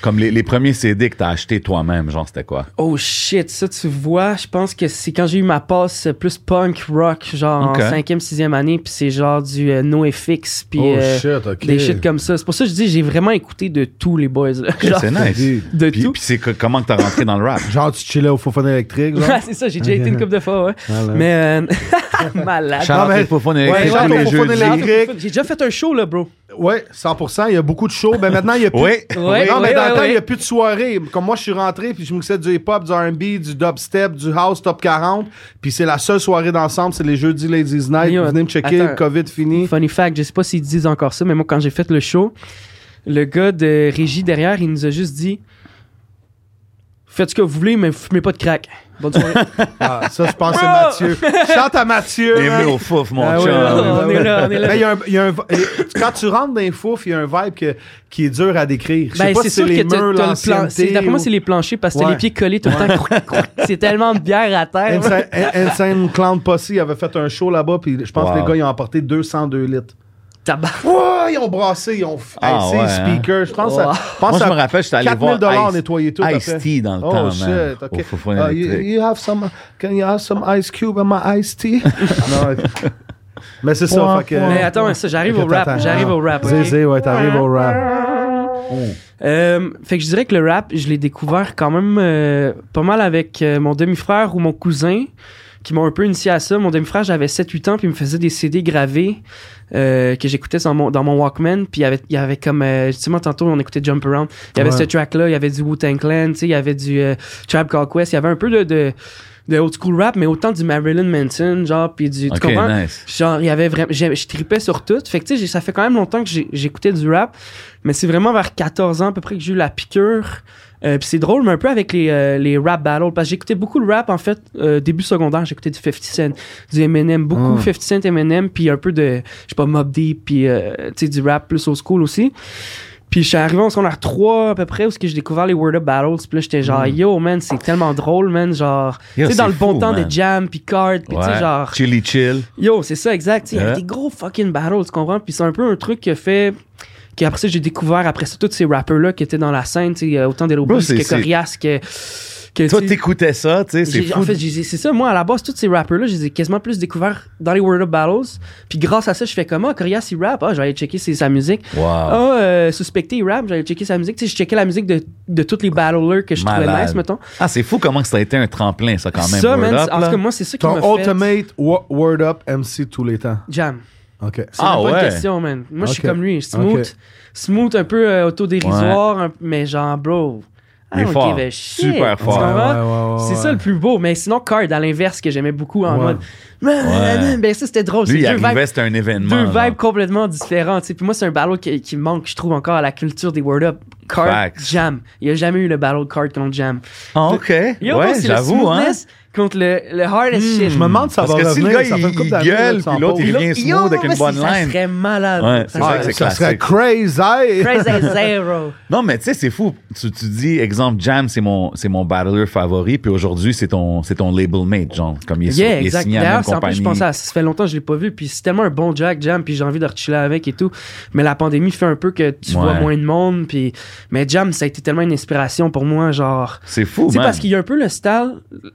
[SPEAKER 5] Comme les, les premiers CD que t'as acheté toi-même, genre, c'était quoi?
[SPEAKER 7] oh shit, ça tu vois, je pense que c'est quand j'ai eu ma passe euh, plus punk rock, genre
[SPEAKER 5] Ok.
[SPEAKER 7] en cinquième, sixième année, puis c'est genre du euh, NoFX, (laughs) puis
[SPEAKER 3] Oh
[SPEAKER 7] euh,
[SPEAKER 3] shit, ok.
[SPEAKER 7] des shit comme ça. C'est pour ça que je dis, j'ai vraiment écouté de tous les boys. là. Genre,
[SPEAKER 5] C'est
[SPEAKER 3] dis-
[SPEAKER 5] nice.
[SPEAKER 7] de
[SPEAKER 5] Puis,
[SPEAKER 7] tout.
[SPEAKER 5] puis c'est que- comment que t'as rentré dans le (laughs) rap?
[SPEAKER 3] Genre, tu chillais au faux électrique, genre. Ah,
[SPEAKER 7] Ouais, c'est ça, j'ai déjà été une couple de fois, ouais.
[SPEAKER 3] Voilà.
[SPEAKER 7] Mais euh, (laughs) malade.
[SPEAKER 5] Shout out
[SPEAKER 3] mais-
[SPEAKER 5] les Fofons
[SPEAKER 7] Ouais,
[SPEAKER 5] électriques
[SPEAKER 7] ouais,
[SPEAKER 5] tous
[SPEAKER 7] ouais,
[SPEAKER 5] les
[SPEAKER 3] Fofons
[SPEAKER 5] jeudis.
[SPEAKER 3] électriques. Eric.
[SPEAKER 7] J'ai déjà fait un show là, bro.
[SPEAKER 3] Ouais, 100%. Il y a beaucoup de shows. Ben maintenant, il y a plus.
[SPEAKER 5] Oui.
[SPEAKER 7] Ouais,
[SPEAKER 3] non, mais
[SPEAKER 7] ouais,
[SPEAKER 3] dans le
[SPEAKER 7] ouais,
[SPEAKER 3] temps, il n'y
[SPEAKER 7] ouais.
[SPEAKER 3] a plus de soirées. Comme moi, je suis rentré, puis je mixais du hip-hop, du R&B, du dubstep, du house top 40. Puis c'est la seule soirée d'ensemble, c'est les jeudis Ladies Night.
[SPEAKER 7] Yo,
[SPEAKER 3] Venez me checker,
[SPEAKER 7] attends.
[SPEAKER 3] le COVID fini.
[SPEAKER 7] Funny fact, je sais pas s'ils disent encore ça, mais moi, quand j'ai fait le show, le gars de Régie derrière, il nous a juste dit Faites ce que vous voulez, mais fumez pas de crack. Bonne soirée.
[SPEAKER 3] Ah, ça, je pense que c'est
[SPEAKER 7] Bro! (laughs)
[SPEAKER 3] Mathieu. Chante à Mathieu.
[SPEAKER 5] Les
[SPEAKER 3] hein.
[SPEAKER 5] murs au fouf, mon
[SPEAKER 3] Ah oui,
[SPEAKER 5] chum.
[SPEAKER 3] ah
[SPEAKER 7] on
[SPEAKER 3] oui,
[SPEAKER 7] est
[SPEAKER 3] ah
[SPEAKER 7] là, on
[SPEAKER 3] oui.
[SPEAKER 7] est là.
[SPEAKER 3] Mais il y a un- il y a un- Quand tu rentres dans les fouf, il y a un vibe que- qui est dur à décrire. Je sais
[SPEAKER 7] Ben,
[SPEAKER 3] pas si
[SPEAKER 7] c'est
[SPEAKER 3] c'est
[SPEAKER 7] sûr que
[SPEAKER 3] les
[SPEAKER 7] t'as- t'as
[SPEAKER 3] murs,
[SPEAKER 7] le plan- c'est-
[SPEAKER 3] l'ancienneté.
[SPEAKER 7] D'après moi,
[SPEAKER 3] ou-
[SPEAKER 7] c'est les planchers parce que t'as
[SPEAKER 3] Ouais.
[SPEAKER 7] les pieds collés tout le temps. Croc, croc. c'est tellement de bière à terre.
[SPEAKER 3] Insane, Insane Clown Posse avait fait un show là-bas, puis je pense
[SPEAKER 5] Wow.
[SPEAKER 3] que les gars, ils ont emporté 202 litres.
[SPEAKER 7] Tabac.
[SPEAKER 3] Ouais, ils ont brassé, ils ont fait
[SPEAKER 5] Ah, ouais,
[SPEAKER 3] les speakers. Je pense,
[SPEAKER 7] Wow.
[SPEAKER 3] à, pense
[SPEAKER 5] Moi, je
[SPEAKER 3] à
[SPEAKER 5] me rappelle, j'étais allé
[SPEAKER 3] 4
[SPEAKER 5] voir
[SPEAKER 3] 000 dollars
[SPEAKER 5] Ice-
[SPEAKER 3] nettoyer tout.
[SPEAKER 5] Ice-T dans le
[SPEAKER 3] oh,
[SPEAKER 5] temps, man,
[SPEAKER 3] shit, OK.
[SPEAKER 5] au Fofone
[SPEAKER 3] Ah, you,
[SPEAKER 5] électrique.
[SPEAKER 3] you have some, can you have some ice cube in my ice tea? Non, ok. Mais c'est ça,
[SPEAKER 8] Point,
[SPEAKER 3] fait que...
[SPEAKER 8] point.
[SPEAKER 7] Mais attends, ça, j'arrive au
[SPEAKER 3] Ok,
[SPEAKER 7] rap.
[SPEAKER 3] t'attends.
[SPEAKER 7] J'arrive au rap. ok?
[SPEAKER 3] Zézé, ouais, t'arrives au rap.
[SPEAKER 7] Euh, fait que je dirais que le rap, je l'ai découvert quand même euh, pas mal avec euh, mon demi-frère ou mon cousin qui m'ont un peu initié à ça. Mon demi-frère, j'avais 7-8 ans, puis il me faisait des CD gravés euh, que j'écoutais dans mon, dans mon Walkman. Puis il y avait, il y avait comme, euh, justement, tantôt, on écoutait Jump Around. Il y avait
[SPEAKER 3] Ouais.
[SPEAKER 7] ce track-là, il y avait du Wu-Tang Clan, tu sais, il y avait du euh, Tribe Called Quest. Il y avait un peu de, de, de old school rap, mais autant du Marilyn Manson, genre, puis du...
[SPEAKER 5] Ok,
[SPEAKER 7] tu comprends?
[SPEAKER 5] nice.
[SPEAKER 7] Genre, il y avait vraiment. j'ai- Je tripais sur tout. Fait que, tu sais, j'ai- ça fait quand même longtemps que j'ai- j'écoutais du rap. Mais c'est vraiment vers 14 ans à peu près que j'ai eu la piqûre. Euh, Puis c'est drôle, mais un peu avec les, euh, les rap battles. Parce que j'écoutais beaucoup le rap, en fait, euh, début secondaire. J'écoutais du 50 Cent, du Eminem, beaucoup
[SPEAKER 5] Ah.
[SPEAKER 7] 50 Cent, Eminem, puis un peu de, je sais pas, Mob Deep, puis, euh, tu sais, du rap plus au school aussi. Puis je suis arrivé en secondaire 3 à peu près, où ce que j'ai découvert les Word Up Battles. Puis là, j'étais genre, yo, man, c'est tellement drôle, man. Genre, tu
[SPEAKER 5] Hmm. Yo,
[SPEAKER 7] sais, dans
[SPEAKER 5] c'est
[SPEAKER 7] le bon
[SPEAKER 5] fou,
[SPEAKER 7] temps
[SPEAKER 5] man.
[SPEAKER 7] des jams, puis card, puis tu sais,
[SPEAKER 5] Ouais.
[SPEAKER 7] genre.
[SPEAKER 5] Chili chill.
[SPEAKER 7] Yo, c'est ça, exact. tu sais, Il y avait
[SPEAKER 5] Ouais.
[SPEAKER 7] des gros fucking battles, tu comprends? Puis c'est un peu un truc qui a fait. Qui après ça, j'ai découvert, après ça, tous ces rappers-là qui étaient dans la scène, tu sais, euh, autant des
[SPEAKER 5] Bro,
[SPEAKER 7] Lobos
[SPEAKER 5] c'est-
[SPEAKER 7] que
[SPEAKER 5] c'est-
[SPEAKER 7] Corias, que. que,
[SPEAKER 5] Toi,
[SPEAKER 7] tu sais,
[SPEAKER 5] t'écoutais ça, tu sais, c'est
[SPEAKER 7] j'ai-
[SPEAKER 5] fou.
[SPEAKER 7] En fait, j'ai- c'est ça, moi, à la base, tous ces rappers-là, je les ai quasiment plus découverts dans les Word Up Battles. Puis grâce à ça, je fais comment? Ah, Corias, il rap. Ah, j'allais checker ses- sa musique.
[SPEAKER 5] Wow.
[SPEAKER 7] Ah, euh, Suspecté, il rap. J'allais checker sa musique. Tu sais, je checkais la musique de, de tous les battlers que je trouvais
[SPEAKER 5] Malade.
[SPEAKER 7] nice, mettons.
[SPEAKER 5] Ah, c'est fou comment ça a été un tremplin, ça, quand même.
[SPEAKER 7] ça,
[SPEAKER 5] Word
[SPEAKER 7] man,
[SPEAKER 5] Up,
[SPEAKER 7] en
[SPEAKER 5] là.
[SPEAKER 7] tout cas, moi, c'est ça qui m'a
[SPEAKER 3] Ton
[SPEAKER 7] fait.
[SPEAKER 3] ultimate wo- word up MC tous les temps.
[SPEAKER 7] Jam.
[SPEAKER 3] OK.
[SPEAKER 7] C'est
[SPEAKER 5] Ah
[SPEAKER 7] même pas
[SPEAKER 5] ouais.
[SPEAKER 7] une question, man. Moi, je suis
[SPEAKER 3] Ok.
[SPEAKER 7] comme lui. Smooth.
[SPEAKER 3] Ok.
[SPEAKER 7] Smooth, un peu euh, autodérisoire, un- mais genre, bro. I
[SPEAKER 5] Il est
[SPEAKER 7] don't
[SPEAKER 5] fort.
[SPEAKER 7] give a shit.
[SPEAKER 5] Super
[SPEAKER 7] Tu
[SPEAKER 5] fort.
[SPEAKER 7] comprends?
[SPEAKER 3] Ouais, ouais, ouais, ouais,
[SPEAKER 7] C'est ça
[SPEAKER 3] ouais.
[SPEAKER 7] le plus beau. Mais sinon, Card, à l'inverse, que j'aimais beaucoup en
[SPEAKER 3] Ouais.
[SPEAKER 7] mode. Man,
[SPEAKER 5] Ouais.
[SPEAKER 7] man, ben ça, c'était drôle.
[SPEAKER 5] Lui, il
[SPEAKER 7] c'est deux
[SPEAKER 5] arrivait,
[SPEAKER 7] vibes,
[SPEAKER 5] c'était un événement.
[SPEAKER 7] deux
[SPEAKER 5] là.
[SPEAKER 7] vibes complètement différentes. tu sais. Puis moi, c'est un battle qui, qui manque, je trouve, encore à la culture des Word Up. Card,
[SPEAKER 5] Facts.
[SPEAKER 7] Jam. Il n'y a jamais eu le battle de Card contre Jam.
[SPEAKER 5] Ah, OK.
[SPEAKER 7] Yo, bro,
[SPEAKER 5] ouais,
[SPEAKER 7] c'est le
[SPEAKER 5] j'avoue, hein.
[SPEAKER 7] smoothness contre le, le hardest shit.
[SPEAKER 3] Hmm. Je me demande si ça
[SPEAKER 5] Parce
[SPEAKER 3] va
[SPEAKER 5] que si le
[SPEAKER 3] revenir.
[SPEAKER 5] gars,
[SPEAKER 3] ça fait une couple
[SPEAKER 5] il
[SPEAKER 3] d'années, là, que
[SPEAKER 5] gueule,
[SPEAKER 3] ça
[SPEAKER 5] puis
[SPEAKER 3] en
[SPEAKER 5] l'autre, il
[SPEAKER 3] parle.
[SPEAKER 5] vient
[SPEAKER 7] Yo,
[SPEAKER 5] smooth avec une
[SPEAKER 7] mais
[SPEAKER 5] bonne
[SPEAKER 7] ça
[SPEAKER 5] line.
[SPEAKER 7] serait malade.
[SPEAKER 5] Ouais,
[SPEAKER 7] Ça
[SPEAKER 5] c'est
[SPEAKER 7] serait
[SPEAKER 5] vrai
[SPEAKER 3] Ah,
[SPEAKER 5] que c'est
[SPEAKER 3] ça serait crazy.
[SPEAKER 5] classique.
[SPEAKER 7] Crazy
[SPEAKER 5] (laughs)
[SPEAKER 7] Zero.
[SPEAKER 5] Non, mais tu sais, c'est fou. Tu, tu dis, exemple, Jam, c'est mon, c'est mon battler favori, puis aujourd'hui, c'est ton, c'est ton label mate, genre. Comme il est, sur-
[SPEAKER 7] Yeah,
[SPEAKER 5] il est
[SPEAKER 7] exact.
[SPEAKER 5] signé à la même
[SPEAKER 7] D'ailleurs, c'est en plus,
[SPEAKER 5] compagnie.
[SPEAKER 7] je pensais à ça fait longtemps que je l'ai pas vu, puis c'est tellement un bon Jack Jam, puis j'ai envie de rechiller avec et tout. Mais la pandémie fait un peu que tu vois
[SPEAKER 5] Ouais.
[SPEAKER 7] moins de monde, puis mais Jam, ça a été tellement une inspiration pour moi, genre.
[SPEAKER 5] C'est fou,
[SPEAKER 7] Tu sais,
[SPEAKER 5] Oh, man.
[SPEAKER 7] parce qu'il y a un peu le style,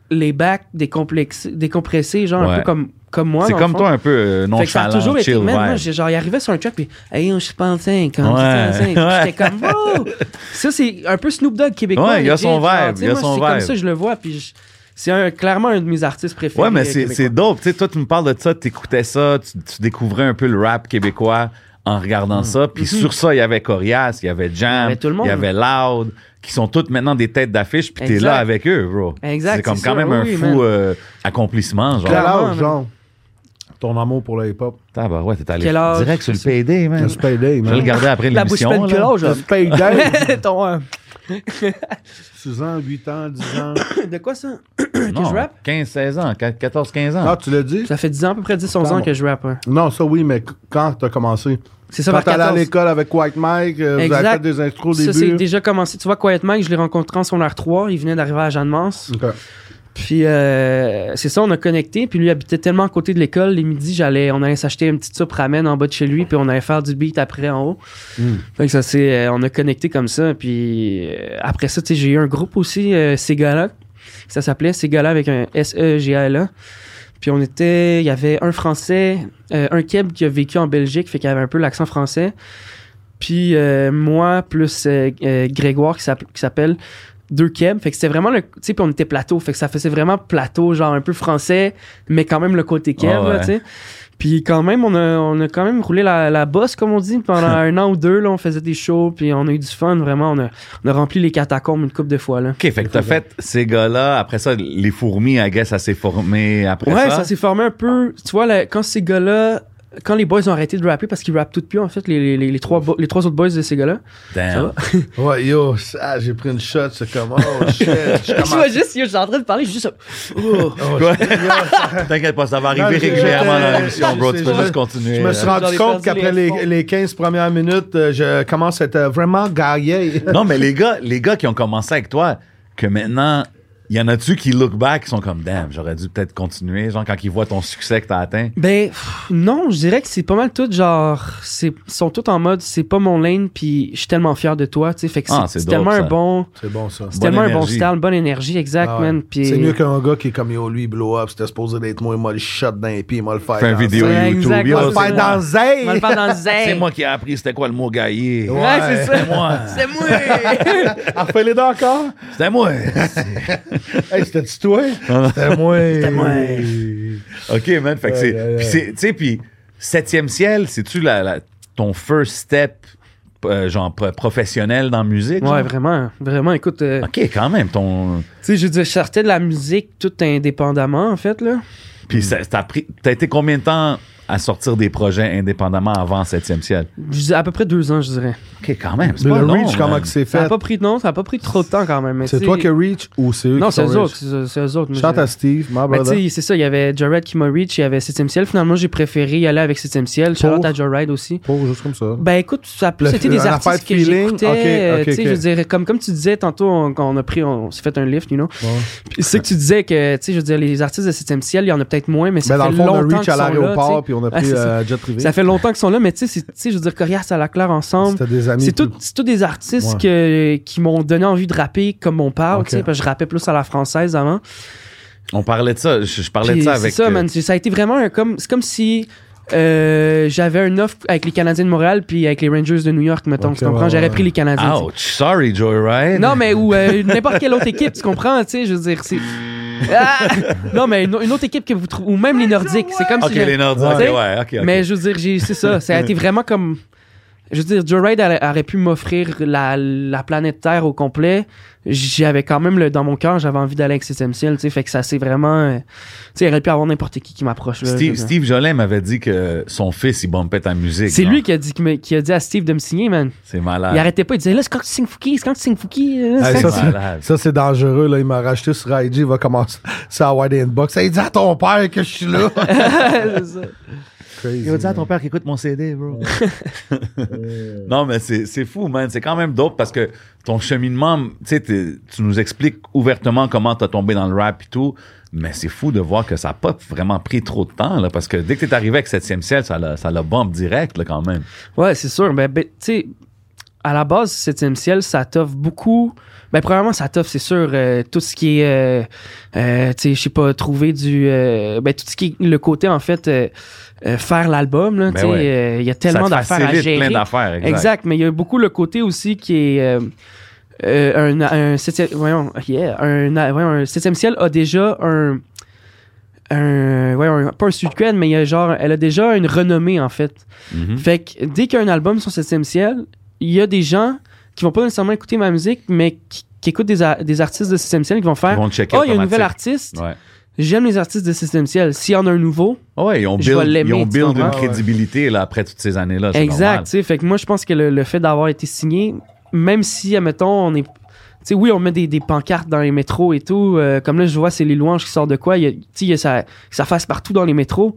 [SPEAKER 7] les bacs décomplexés, décompressés, genre un
[SPEAKER 5] Ouais.
[SPEAKER 7] peu comme, comme moi.
[SPEAKER 5] C'est
[SPEAKER 7] dans
[SPEAKER 5] comme
[SPEAKER 7] le fond.
[SPEAKER 5] toi, un peu euh,
[SPEAKER 7] Fait que ça a
[SPEAKER 5] nonchalant,
[SPEAKER 7] toujours été,
[SPEAKER 5] chill
[SPEAKER 7] man, moi,
[SPEAKER 5] vibe.
[SPEAKER 7] j'ai- genre, il arrivait sur un track, puis, hey, on se pensait, comme,
[SPEAKER 5] Ouais.
[SPEAKER 7] je pensais. Puis
[SPEAKER 5] Ouais.
[SPEAKER 7] j'étais comme, wow!
[SPEAKER 5] (laughs)
[SPEAKER 7] Ça, c'est un peu Snoop Dogg québécois.
[SPEAKER 5] Ouais, il y a
[SPEAKER 7] legit,
[SPEAKER 5] son
[SPEAKER 7] genre,
[SPEAKER 5] vibe,
[SPEAKER 7] tu sais,
[SPEAKER 5] il y a
[SPEAKER 7] moi,
[SPEAKER 5] son
[SPEAKER 7] C'est comme
[SPEAKER 5] vibe.
[SPEAKER 7] ça, je le vois, puis je- c'est un- clairement un de mes artistes préférés.
[SPEAKER 5] Ouais, mais
[SPEAKER 7] euh,
[SPEAKER 5] c'est
[SPEAKER 7] québécois.
[SPEAKER 5] c'est dope. Tu sais, toi, tu me parles de ça, t'écoutais ça, tu, tu découvrais un peu le rap québécois en regardant ça. Puis sur ça, il y avait Corias, il y avait
[SPEAKER 7] Hmm. Mm-hmm. Il y
[SPEAKER 5] Jam,
[SPEAKER 7] avait tout le monde.
[SPEAKER 5] il y avait Loud, qui sont toutes maintenant des têtes d'affiche, puis t'es
[SPEAKER 7] Exact.
[SPEAKER 5] là avec eux, bro.
[SPEAKER 7] Exact,
[SPEAKER 5] C'est comme
[SPEAKER 7] c'est
[SPEAKER 5] quand
[SPEAKER 7] ça.
[SPEAKER 5] même
[SPEAKER 7] Oui,
[SPEAKER 5] un
[SPEAKER 7] man.
[SPEAKER 5] fou euh, accomplissement, genre.
[SPEAKER 3] Quel
[SPEAKER 7] Clairement, man.
[SPEAKER 3] âge, genre? Ton amour pour le hip-hop.
[SPEAKER 5] Ah, bah ouais, t'es allé
[SPEAKER 7] Quel âge,
[SPEAKER 5] direct sur le
[SPEAKER 7] c'est ça.
[SPEAKER 5] PD, man.
[SPEAKER 3] C'est payday,
[SPEAKER 5] Je vais le
[SPEAKER 3] man.
[SPEAKER 5] garder après
[SPEAKER 7] La bouche
[SPEAKER 5] l'émission.
[SPEAKER 7] pleine que
[SPEAKER 5] là. (laughs)
[SPEAKER 7] l'âge, là.
[SPEAKER 3] C'est
[SPEAKER 7] (laughs)
[SPEAKER 3] payday.
[SPEAKER 7] Ton, euh,
[SPEAKER 3] 6 ans, 8 ans, 10 ans.
[SPEAKER 7] de quoi ça? que je rappe?
[SPEAKER 5] 15-16 ans, 14-15 ans.
[SPEAKER 3] Ah, tu l'as dit?
[SPEAKER 7] Ça fait 10 ans, à peu près 10-11 ans que je rappe. ouais.
[SPEAKER 3] Non, ça oui, mais qu- quand t'as commencé?
[SPEAKER 7] C'est ça,
[SPEAKER 3] Quand
[SPEAKER 7] vers
[SPEAKER 3] t'allais à
[SPEAKER 7] 14.
[SPEAKER 3] l'école avec White Mike, euh, vous avez
[SPEAKER 7] Exact.
[SPEAKER 3] fait des intros au
[SPEAKER 7] Ça, c'est
[SPEAKER 3] début.
[SPEAKER 7] déjà commencé. Tu vois, Quiet Mike, je l'ai rencontré en son r 3. Il venait d'arriver à Jeanne-Mance. (laughs)
[SPEAKER 3] Ok.
[SPEAKER 7] Puis euh, c'est ça, on a connecté. Puis lui habitait tellement à côté de l'école. Les midis, j'allais, on allait s'acheter une petite soupe ramen en bas de chez lui. Puis on allait faire du beat après en haut. Fait que ça, c'est, euh, on a connecté comme ça. Puis euh, après ça, tu sais, j'ai eu un groupe aussi, euh, Ségala. Ça s'appelait Ségala avec un E S-E-G-A-L-A. Puis on était, il y avait un Français, euh, un Keb qui a vécu en Belgique, fait qu'il avait un peu l'accent français. Puis euh, moi, plus euh, euh, Grégoire qui s'appelle- qui s'appelle, deux Keb. Fait que c'était vraiment le. Tu sais, puis on était plateau. Fait que ça faisait vraiment plateau, genre un peu français, mais quand même le côté Keb,
[SPEAKER 5] Ah ouais.
[SPEAKER 7] là, tu sais. Puis quand même, on a, on a quand même roulé la, la bosse, comme on dit,
[SPEAKER 5] (laughs)
[SPEAKER 7] pendant un an ou deux. Là, on faisait des shows, puis on a eu du fun, vraiment. On a, on a rempli les catacombes une couple de fois. Là.
[SPEAKER 5] OK, fait que t'as fait ces gars-là. Après ça, les fourmis, I guess, ça s'est formé après
[SPEAKER 7] Ouais,
[SPEAKER 5] ça.
[SPEAKER 7] ça, s'est formé un peu. Tu vois, là, quand ces gars-là. Quand les boys ont arrêté de rapper parce qu'ils rappent tout de plus, en fait, les, les- les, les trois, bo- les trois autres boys de ces gars-là.
[SPEAKER 5] Damn.
[SPEAKER 3] Ouais, yo, ça, j'ai pris une shot, c'est comme, oh shit, je
[SPEAKER 7] Tu (laughs) vois juste, yo, j'étais en train de parler, je suis juste. Oh.
[SPEAKER 5] (laughs) Quoi? (laughs) T'inquiète pas, ça va
[SPEAKER 3] Non,
[SPEAKER 5] arriver
[SPEAKER 3] mais j'ai-
[SPEAKER 5] régulièrement dans
[SPEAKER 3] euh,
[SPEAKER 5] l'émission,
[SPEAKER 3] je
[SPEAKER 5] bro.
[SPEAKER 3] sais,
[SPEAKER 5] Tu peux
[SPEAKER 3] je-
[SPEAKER 5] juste continuer. euh.
[SPEAKER 3] Je me suis
[SPEAKER 5] là.
[SPEAKER 7] J'en
[SPEAKER 3] rendu
[SPEAKER 7] ai
[SPEAKER 3] compte
[SPEAKER 7] perdu
[SPEAKER 3] qu'après
[SPEAKER 7] les
[SPEAKER 3] les, les 15 premières minutes, euh, je commence à être vraiment gaillé.
[SPEAKER 5] Non, mais les gars, les gars qui ont commencé avec toi, que maintenant, il y en a-tu qui look back, qui sont comme, damn, j'aurais dû peut-être continuer, genre quand ils voient ton succès que t'as atteint.
[SPEAKER 7] Ben pff, non, je dirais que c'est pas mal tout genre c'est sont tous en mode c'est pas mon lane puis je suis tellement fier de toi, tu sais fait que c'est
[SPEAKER 5] Ah, c'est
[SPEAKER 7] c'est
[SPEAKER 5] dope,
[SPEAKER 7] tellement
[SPEAKER 5] ça.
[SPEAKER 7] un bon
[SPEAKER 3] (laughs) C'est bon, ça.
[SPEAKER 5] Bonne
[SPEAKER 7] c'est tellement un bon
[SPEAKER 5] énergie.
[SPEAKER 7] style, bonne énergie exact
[SPEAKER 3] Ah ouais.
[SPEAKER 7] man puis
[SPEAKER 3] C'est mieux qu'un gars qui est comme yo, lui, il blow up, c'était supposé d'être moi, il m'a le shot dans les pieds, il m'a le fait.
[SPEAKER 5] Fais une
[SPEAKER 3] dans-
[SPEAKER 5] vidéo
[SPEAKER 7] Ouais,
[SPEAKER 5] YouTube.
[SPEAKER 7] exact,
[SPEAKER 3] Il m'a
[SPEAKER 5] yo,
[SPEAKER 3] le
[SPEAKER 7] Ouais,
[SPEAKER 5] c'est
[SPEAKER 3] fait
[SPEAKER 7] c'est
[SPEAKER 3] dans
[SPEAKER 7] moi.
[SPEAKER 3] Zay.
[SPEAKER 7] On va le faire dans le zing.
[SPEAKER 5] c'est moi qui ai appris c'était quoi le mot gaillé.
[SPEAKER 7] Ouais, c'est ça.
[SPEAKER 5] C'était moi.
[SPEAKER 7] (laughs) C'est moi.
[SPEAKER 3] Ah, fais-les dents encore?
[SPEAKER 5] C'était moi.
[SPEAKER 3] Hey, c'était-tu toi?
[SPEAKER 5] Ah.
[SPEAKER 3] C'était
[SPEAKER 7] (laughs)
[SPEAKER 3] moi. C'était moi.
[SPEAKER 5] (laughs) OK, man. Fait que
[SPEAKER 3] Aïe, aïe,
[SPEAKER 5] c'est.
[SPEAKER 3] aïe.
[SPEAKER 5] puis c'est- Tu sais, puis Septième Ciel, c'est-tu la, la- ton first step, euh, genre pro- professionnel dans la musique?
[SPEAKER 7] Ouais,
[SPEAKER 5] genre?
[SPEAKER 7] vraiment, vraiment écoute euh,
[SPEAKER 5] OK, quand même. Ton...
[SPEAKER 7] tu sais je veux dire, je sortais de la musique tout indépendamment en fait là.
[SPEAKER 5] Puis ça- t'as pris- t'as été combien de temps à sortir des projets indépendamment avant Septième Ciel?
[SPEAKER 7] Je dis à peu près deux ans, je dirais.
[SPEAKER 5] OK, quand même. C'est
[SPEAKER 3] Le
[SPEAKER 5] pas long,
[SPEAKER 3] Reach,
[SPEAKER 5] man.
[SPEAKER 3] comment que c'est
[SPEAKER 7] Ça a
[SPEAKER 3] fait?
[SPEAKER 7] pas pris non, ça a pas pris trop de temps quand même. mais
[SPEAKER 3] C'est
[SPEAKER 7] tu
[SPEAKER 3] toi
[SPEAKER 7] sais-
[SPEAKER 3] qui Reach ou c'est eux
[SPEAKER 7] Non,
[SPEAKER 3] qui
[SPEAKER 7] c'est
[SPEAKER 3] sont Reach?
[SPEAKER 7] eux autres, c'est c'est eux autres. mais
[SPEAKER 3] Chante
[SPEAKER 7] je-
[SPEAKER 3] à Steve, my
[SPEAKER 7] Ben,
[SPEAKER 3] brother.
[SPEAKER 7] tu sais, c'est ça, il y avait Jared qui m'a reach, il y avait 7 Ciel. Finalement, j'ai préféré y aller avec 7 Ciel. Shout
[SPEAKER 3] Pour?
[SPEAKER 7] à Jared aussi.
[SPEAKER 3] Pour, juste
[SPEAKER 7] (laughs)
[SPEAKER 3] comme ça.
[SPEAKER 7] Ben écoute, ça a plus
[SPEAKER 3] Le-
[SPEAKER 7] été
[SPEAKER 3] un
[SPEAKER 7] des
[SPEAKER 3] affaire de
[SPEAKER 7] artistes que
[SPEAKER 3] feeling?
[SPEAKER 7] j'écoutais.
[SPEAKER 3] Ok,
[SPEAKER 7] euh,
[SPEAKER 3] ok,
[SPEAKER 7] tu sais,
[SPEAKER 3] ok.
[SPEAKER 7] Je dirais, comme, comme tu disais tantôt, on, quand on a pris, on s'est fait un lift, you know. Puis C'est que tu disais que, tu sais, je veux dire, les artistes de 7 Ciel, il y en a peut-être moins, mais ça
[SPEAKER 3] Ben, dans le
[SPEAKER 7] fait
[SPEAKER 3] fond, on a
[SPEAKER 7] longtemps
[SPEAKER 3] Reach
[SPEAKER 7] qu'ils
[SPEAKER 3] à
[SPEAKER 7] sont là, tu sais.
[SPEAKER 3] l'aéroport, puis on a
[SPEAKER 7] Ah,
[SPEAKER 3] pris
[SPEAKER 7] c'est ça.
[SPEAKER 3] euh, jet privé.
[SPEAKER 7] Ça fait longtemps qu'ils sont là, mais tu sais, c'est- tu sais, je veux dire, Corias à la Claire ensemble.
[SPEAKER 3] C'était des amis.
[SPEAKER 7] C'est
[SPEAKER 3] puis-
[SPEAKER 7] tout- c'est tous des artistes que- qui m'ont donné envie de rapper comme on parle,
[SPEAKER 3] Ok.
[SPEAKER 7] tu sais, parce que je rappais plus à la française avant.
[SPEAKER 5] On parlait de ça. Je, je parlais de
[SPEAKER 7] Puis
[SPEAKER 5] ça
[SPEAKER 7] C'est
[SPEAKER 5] avec.
[SPEAKER 7] ça,
[SPEAKER 5] euh,
[SPEAKER 7] man. C'est- Ça a été vraiment un comme. C'est comme si. euh, j'avais un offre avec les Canadiens de Montréal puis avec les Rangers de New York, mettons.
[SPEAKER 3] Ok,
[SPEAKER 7] tu comprends?
[SPEAKER 3] ouais,
[SPEAKER 7] J'aurais
[SPEAKER 3] ouais.
[SPEAKER 7] pris les Canadiens. tu
[SPEAKER 5] Ouch. Sorry,
[SPEAKER 7] sais.
[SPEAKER 5] Joyride.
[SPEAKER 7] Non, mais ou euh, n'importe quelle autre équipe, tu comprends? Tu sais, je veux
[SPEAKER 5] (laughs)
[SPEAKER 7] dire, c'est. Ah! Non, mais une, une autre équipe que vous trouvez. Ou même les Nordiques. C'est comme
[SPEAKER 5] OK,
[SPEAKER 7] si. j'ai-
[SPEAKER 5] les Nordiques.
[SPEAKER 7] Ouais.
[SPEAKER 5] OK, ouais, OK. ok.
[SPEAKER 7] Mais je veux dire, j'ai- c'est ça. Ça a été vraiment comme. Je veux dire, Joe Ride aurait pu m'offrir la, la planète Terre au complet. J'avais quand même le, dans mon cœur, j'avais envie d'aller avec Septième Ciel, tu sais. Fait que ça, c'est vraiment. euh, Tu sais, il aurait pu avoir n'importe qui qui m'approche. là, je veux
[SPEAKER 5] Steve,
[SPEAKER 7] dire.
[SPEAKER 5] Steve Jolin m'avait dit que son fils, il bumpait ta musique.
[SPEAKER 7] C'est
[SPEAKER 5] genre.
[SPEAKER 7] lui qui a, dit, qui, me- qui a dit à Steve de me signer, man.
[SPEAKER 5] C'est
[SPEAKER 7] Il
[SPEAKER 5] malade.
[SPEAKER 7] arrêtait pas, il disait là, c'est quand tu signes Fouki, c'est quand tu signes Fouki. là,
[SPEAKER 3] Ah,
[SPEAKER 7] c'est
[SPEAKER 5] Ah. C'est
[SPEAKER 3] ça,
[SPEAKER 7] quand-
[SPEAKER 3] c'est-
[SPEAKER 5] malade.
[SPEAKER 3] Ça, c'est dangereux, là. Il m'a racheté sur IG, il va commencer (laughs) ça à Wide Inbox. Hey, dis à ton père que je suis
[SPEAKER 7] (laughs)
[SPEAKER 3] là.
[SPEAKER 7] C'est ça.
[SPEAKER 3] Crazy.
[SPEAKER 5] père qui écoute mon CD, bro. non, mais c'est c'est fou, man. C'est quand même dope parce que ton cheminement, tu sais, t'es- tu nous expliques ouvertement comment t'as tombé dans le rap et tout. Mais c'est fou de voir que ça n'a pas vraiment pris trop de temps, là, parce que dès que t'es arrivé avec 7e ciel, ça l'a ça l'a bump direct, là, quand même.
[SPEAKER 7] Ouais, c'est sûr. Ben, ben, tu sais, à la base, 7 ciel, ça t'offre beaucoup. Ben, premièrement, ça t'offre, c'est sûr, euh, tout ce qui est, euh, euh, tu sais, je sais pas, trouver du. euh, ben, tout ce qui est le côté, en fait, euh, euh, faire l'album, là.
[SPEAKER 5] Ben
[SPEAKER 7] tu sais, euh, il
[SPEAKER 5] ouais.
[SPEAKER 7] y a
[SPEAKER 5] ça
[SPEAKER 7] tellement
[SPEAKER 5] te
[SPEAKER 7] d'affaires à
[SPEAKER 5] facilite
[SPEAKER 7] gérer.
[SPEAKER 5] plein d'affaires,
[SPEAKER 7] Exact.
[SPEAKER 5] exact.
[SPEAKER 7] mais il y a beaucoup le côté aussi qui est. euh, euh, un, un septième, voyons, yeah, un, voyons, un septième ciel a déjà un, un, voyons, un- pas un secret, mais il y a genre, elle a déjà une renommée en fait.
[SPEAKER 5] Mhm.
[SPEAKER 7] Fait que dès qu'il y a un album sur Septième Ciel, il y a des gens qui vont pas nécessairement écouter ma musique, mais qui, qui écoutent des, a- des artistes de Septième Ciel qui vont
[SPEAKER 5] Ils
[SPEAKER 7] faire
[SPEAKER 5] vont te checker
[SPEAKER 7] Oh, il y a un nouvel
[SPEAKER 5] automatique.
[SPEAKER 7] artiste.
[SPEAKER 5] Ouais. Oh,
[SPEAKER 7] J'aime les artistes de Septième Ciel. S'il y en a un nouveau,
[SPEAKER 5] Ouais, ils ont
[SPEAKER 7] Je vais
[SPEAKER 5] build,
[SPEAKER 7] l'aimer,
[SPEAKER 5] ils ont
[SPEAKER 7] tu
[SPEAKER 5] build
[SPEAKER 7] comprends?
[SPEAKER 5] une crédibilité là, après toutes ces années-là. c'est normal.
[SPEAKER 7] exact. tu sais. Fait que moi, je pense que le, le fait d'avoir été signé, même si, admettons, on est sais, oui, on met des, des pancartes dans les métros et tout. euh, comme là, je vois, c'est les louanges qui sortent de quoi. Il y a- Tu sais, il y a ça, ça fasse partout dans les métros.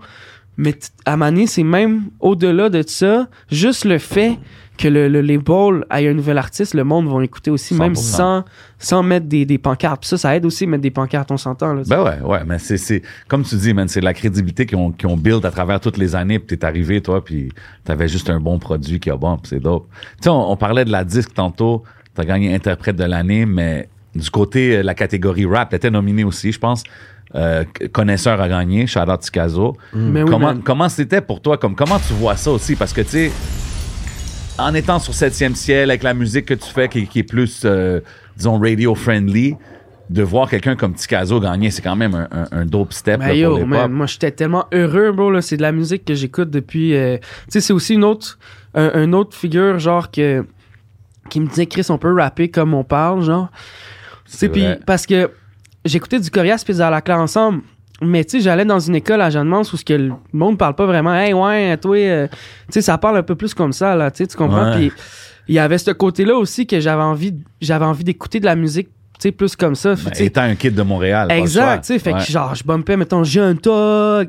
[SPEAKER 7] Mais t- à Mané, c'est même au-delà de ça, juste le fait que le, le label ait un nouvel artiste, le monde va l'écouter aussi, même
[SPEAKER 5] 100%.
[SPEAKER 7] sans, sans mettre des, des pancartes. Puis ça, ça aide aussi, mettre des pancartes, on s'entend. Là, tu
[SPEAKER 5] Ben ouais, ouais, mais c'est, c'est comme tu dis, man, c'est la crédibilité qu'on, qu'on build à travers toutes les années, puis t'es arrivé, toi, puis t'avais juste un bon produit qui a bon, puis c'est dope. Tu sais, on, on parlait de la disque tantôt, t'as gagné interprète de l'année, mais du côté euh, la catégorie rap, t'étais nominé aussi, je pense. Euh, connaisseur a gagné, Charlotte Ticazo.
[SPEAKER 7] Mais Mm. Ben oui,
[SPEAKER 5] comment,
[SPEAKER 7] man.
[SPEAKER 5] comment c'était pour toi? Comme, comment tu vois ça aussi? Parce que, tu sais, en étant sur 7e ciel, avec la musique que tu fais qui, qui est plus, euh, disons, radio-friendly, de voir quelqu'un comme Ticazo gagner, c'est quand même un, un- un dope step là,
[SPEAKER 7] Mais
[SPEAKER 5] pour
[SPEAKER 7] Ben, yo,
[SPEAKER 5] l'époque.
[SPEAKER 7] man, moi j'étais tellement heureux, bro. Là, c'est de la musique que j'écoute depuis. euh, Tu sais, c'est aussi une autre, un, un autre figure, genre, que, qui me disait, Chris, on peut rapper comme on parle, genre. Tu
[SPEAKER 5] C'est
[SPEAKER 7] sais, puis
[SPEAKER 5] vrai.
[SPEAKER 7] parce que j'écoutais du Corias puis de la claire ensemble. Mais tu sais, j'allais dans une école à Jeanne Mans où ce que le monde parle pas vraiment. Hey, ouais, toi, euh, tu sais, ça parle un peu plus comme ça, là. Tu sais, tu comprends?
[SPEAKER 5] Ouais.
[SPEAKER 7] Puis il y avait ce côté-là aussi que j'avais envie, j'avais envie d'écouter de la musique, tu sais, plus comme ça.
[SPEAKER 5] Ben,
[SPEAKER 7] Tu sais,
[SPEAKER 5] étant un kid de Montréal. pas le choix.
[SPEAKER 7] Exact, tu sais, fait
[SPEAKER 5] Ouais.
[SPEAKER 7] que genre, je bumpais, mettons, j'ai un tog,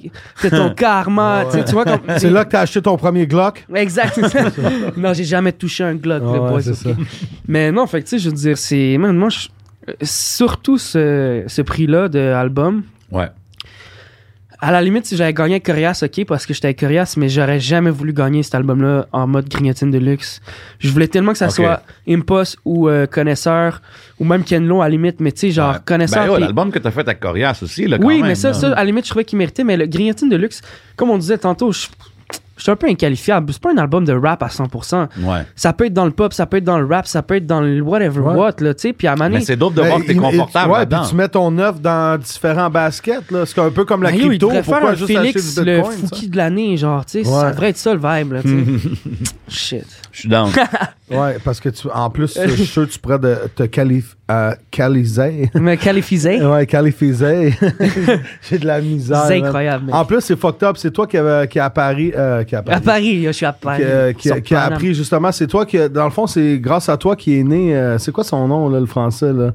[SPEAKER 5] (laughs)
[SPEAKER 7] c'est ton karma, tu sais, tu vois, comme.
[SPEAKER 3] C'est là que t'as acheté ton premier Glock?
[SPEAKER 7] (laughs) Exact, c'est ça. non, j'ai jamais touché un Glock, le boys, ok.
[SPEAKER 5] (laughs)
[SPEAKER 7] Mais non, fait que, tu sais, je veux dire, c'est. Man, moi, je- euh, surtout ce, ce prix-là de album,
[SPEAKER 5] Ouais.
[SPEAKER 7] à la limite, si j'avais gagné avec Corias, ok, parce que j'étais avec Corias, mais j'aurais jamais voulu gagner cet album-là en mode grignotine de luxe. Je voulais tellement que ça
[SPEAKER 5] Ok.
[SPEAKER 7] soit Impost ou euh, Connaisseur, ou même Ken Lo à la limite, mais tu sais, genre,
[SPEAKER 5] Ouais.
[SPEAKER 7] Connaisseur.
[SPEAKER 5] Ben, yo,
[SPEAKER 7] puis-
[SPEAKER 5] L'album que t'as fait à Corias aussi, là, quand
[SPEAKER 7] oui,
[SPEAKER 5] même,
[SPEAKER 7] mais ça,
[SPEAKER 5] là.
[SPEAKER 7] ça, à la limite, je trouvais qu'il méritait. Mais le Grignotine de luxe, comme on disait tantôt, je, je suis un peu inqualifiable. C'est pas un album de rap à 100%.
[SPEAKER 5] Ouais.
[SPEAKER 7] Ça peut être dans le pop, ça peut être dans le rap, ça peut être dans le whatever
[SPEAKER 3] Ouais.
[SPEAKER 7] what, là, tu sais. Puis à Mané,
[SPEAKER 5] Mais c'est dope de voir
[SPEAKER 3] Ben,
[SPEAKER 5] que t'es
[SPEAKER 3] il-
[SPEAKER 5] confortable
[SPEAKER 3] il- Ouais, puis
[SPEAKER 5] là-dedans.
[SPEAKER 3] tu mets ton œuf dans différents baskets, là. C'est un peu comme la
[SPEAKER 7] Mario, il
[SPEAKER 3] crypto.
[SPEAKER 7] devrait faire
[SPEAKER 3] Pourquoi
[SPEAKER 7] un
[SPEAKER 3] juste
[SPEAKER 7] Félix,
[SPEAKER 3] acheter du
[SPEAKER 7] le
[SPEAKER 3] Bitcoin? ça?
[SPEAKER 7] Fouki de l'année, genre, tu sais. Ça
[SPEAKER 3] Ouais.
[SPEAKER 7] devrait être ça le vibe, là, tu sais.
[SPEAKER 3] (laughs)
[SPEAKER 7] Shit.
[SPEAKER 5] Je suis down.
[SPEAKER 3] Ouais, parce que tu, en plus, je suis sûr que tu pourrais de- te qualif- euh,
[SPEAKER 7] (laughs)
[SPEAKER 3] qualiser.
[SPEAKER 7] Mais qualifié,
[SPEAKER 3] (laughs) Ouais, qualifiser.
[SPEAKER 7] (laughs)
[SPEAKER 3] J'ai de la misère.
[SPEAKER 7] c'est
[SPEAKER 3] man.
[SPEAKER 7] incroyable. mec.
[SPEAKER 3] En plus, c'est fucked up. C'est toi qui, euh, qui à Paris. euh, qui à Paris.
[SPEAKER 7] À Paris, là, je suis à Paris.
[SPEAKER 3] Qui, euh, qui-
[SPEAKER 7] Sur
[SPEAKER 3] qui a
[SPEAKER 7] Paname.
[SPEAKER 3] appris justement, c'est toi qui, dans le fond, c'est grâce à toi qui est né. euh, c'est quoi son nom, là, le français, là?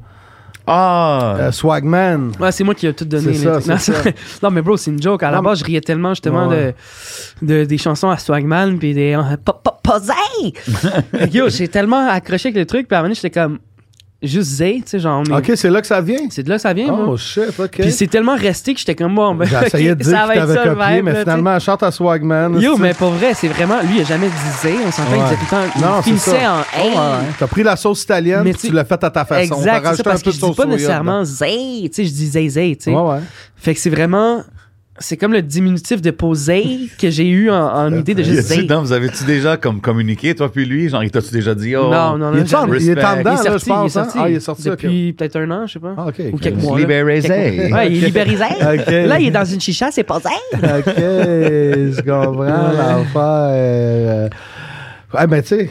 [SPEAKER 5] Ah! (laughs)
[SPEAKER 3] Euh, Swagman.
[SPEAKER 7] Ouais, c'est moi qui ai tout donné.
[SPEAKER 3] C'est
[SPEAKER 7] là.
[SPEAKER 3] ça,
[SPEAKER 7] non,
[SPEAKER 3] c'est ça.
[SPEAKER 7] non, mais bro, c'est une joke. À la
[SPEAKER 3] Non,
[SPEAKER 7] base, je riais tellement justement
[SPEAKER 3] Ouais.
[SPEAKER 7] de, de- des chansons à Swagman puis des euh, po- po- posey.
[SPEAKER 3] (laughs)
[SPEAKER 7] Yo, j'ai tellement accroché avec le truc, puis à un moment donné, j'étais comme juste zay, tu sais, genre. on est-
[SPEAKER 3] Ok, c'est là que ça vient.
[SPEAKER 7] C'est de là que ça vient,
[SPEAKER 3] Oh
[SPEAKER 7] moi.
[SPEAKER 3] shit, ok.
[SPEAKER 7] Puis c'est tellement resté que j'étais comme bon, ben,
[SPEAKER 3] J'ai essayé
[SPEAKER 7] ok,
[SPEAKER 3] de dire
[SPEAKER 7] (laughs) ça
[SPEAKER 3] que
[SPEAKER 7] va être
[SPEAKER 3] t'avais
[SPEAKER 7] ça le
[SPEAKER 3] copié,
[SPEAKER 7] vibe,
[SPEAKER 3] mais
[SPEAKER 7] là, tu sais.
[SPEAKER 3] finalement, elle chante à Swagman.
[SPEAKER 7] Yo,
[SPEAKER 3] c'est-
[SPEAKER 7] mais pour vrai, c'est vraiment. Lui, il a jamais dit zay, on s'entend, il
[SPEAKER 3] Ouais.
[SPEAKER 7] disait tout le temps.
[SPEAKER 3] Non,
[SPEAKER 7] il
[SPEAKER 3] c'est
[SPEAKER 7] finissait
[SPEAKER 3] ça.
[SPEAKER 7] en. hey.
[SPEAKER 3] T'as pris la sauce italienne,
[SPEAKER 7] Mais
[SPEAKER 3] puis
[SPEAKER 7] tu-
[SPEAKER 3] tu l'as faite à ta façon. T'as
[SPEAKER 7] Exact, c'est ça,
[SPEAKER 3] rajouté un
[SPEAKER 7] parce
[SPEAKER 3] peu
[SPEAKER 7] que
[SPEAKER 3] de
[SPEAKER 7] je dis
[SPEAKER 3] sauce
[SPEAKER 7] pas
[SPEAKER 3] soya
[SPEAKER 7] nécessairement zay, tu sais, je dis zay zay, tu sais.
[SPEAKER 3] dedans. Ouais, ouais.
[SPEAKER 7] Fait que c'est vraiment. C'est comme le diminutif de poser que j'ai eu en,
[SPEAKER 3] Euh,
[SPEAKER 7] en idée de
[SPEAKER 5] Y
[SPEAKER 7] juste
[SPEAKER 5] a-tu-
[SPEAKER 7] dire.
[SPEAKER 5] non, vous avez-tu déjà comme communiqué, toi puis lui? Genre, il t'as-tu déjà dit, oh,
[SPEAKER 7] Non, non,
[SPEAKER 3] Il
[SPEAKER 7] non.
[SPEAKER 3] est en
[SPEAKER 7] jamais.
[SPEAKER 3] il est en dedans,
[SPEAKER 5] Respect.
[SPEAKER 7] Il est
[SPEAKER 3] là, je
[SPEAKER 7] sorti, il est
[SPEAKER 3] pense. hein?
[SPEAKER 7] sorti.
[SPEAKER 3] Ah, il est sorti. ok.
[SPEAKER 7] Depuis peut-être un an, je sais pas.
[SPEAKER 3] Ah, ok.
[SPEAKER 7] Ou quelques mois. là.
[SPEAKER 5] libérisé.
[SPEAKER 7] Ouais, il est libérisé.
[SPEAKER 3] (laughs) Ok.
[SPEAKER 7] Là, il est dans une chicha, c'est
[SPEAKER 3] (laughs)
[SPEAKER 7] pas
[SPEAKER 3] Ok, je comprends l'affaire. Eh ben, tu sais,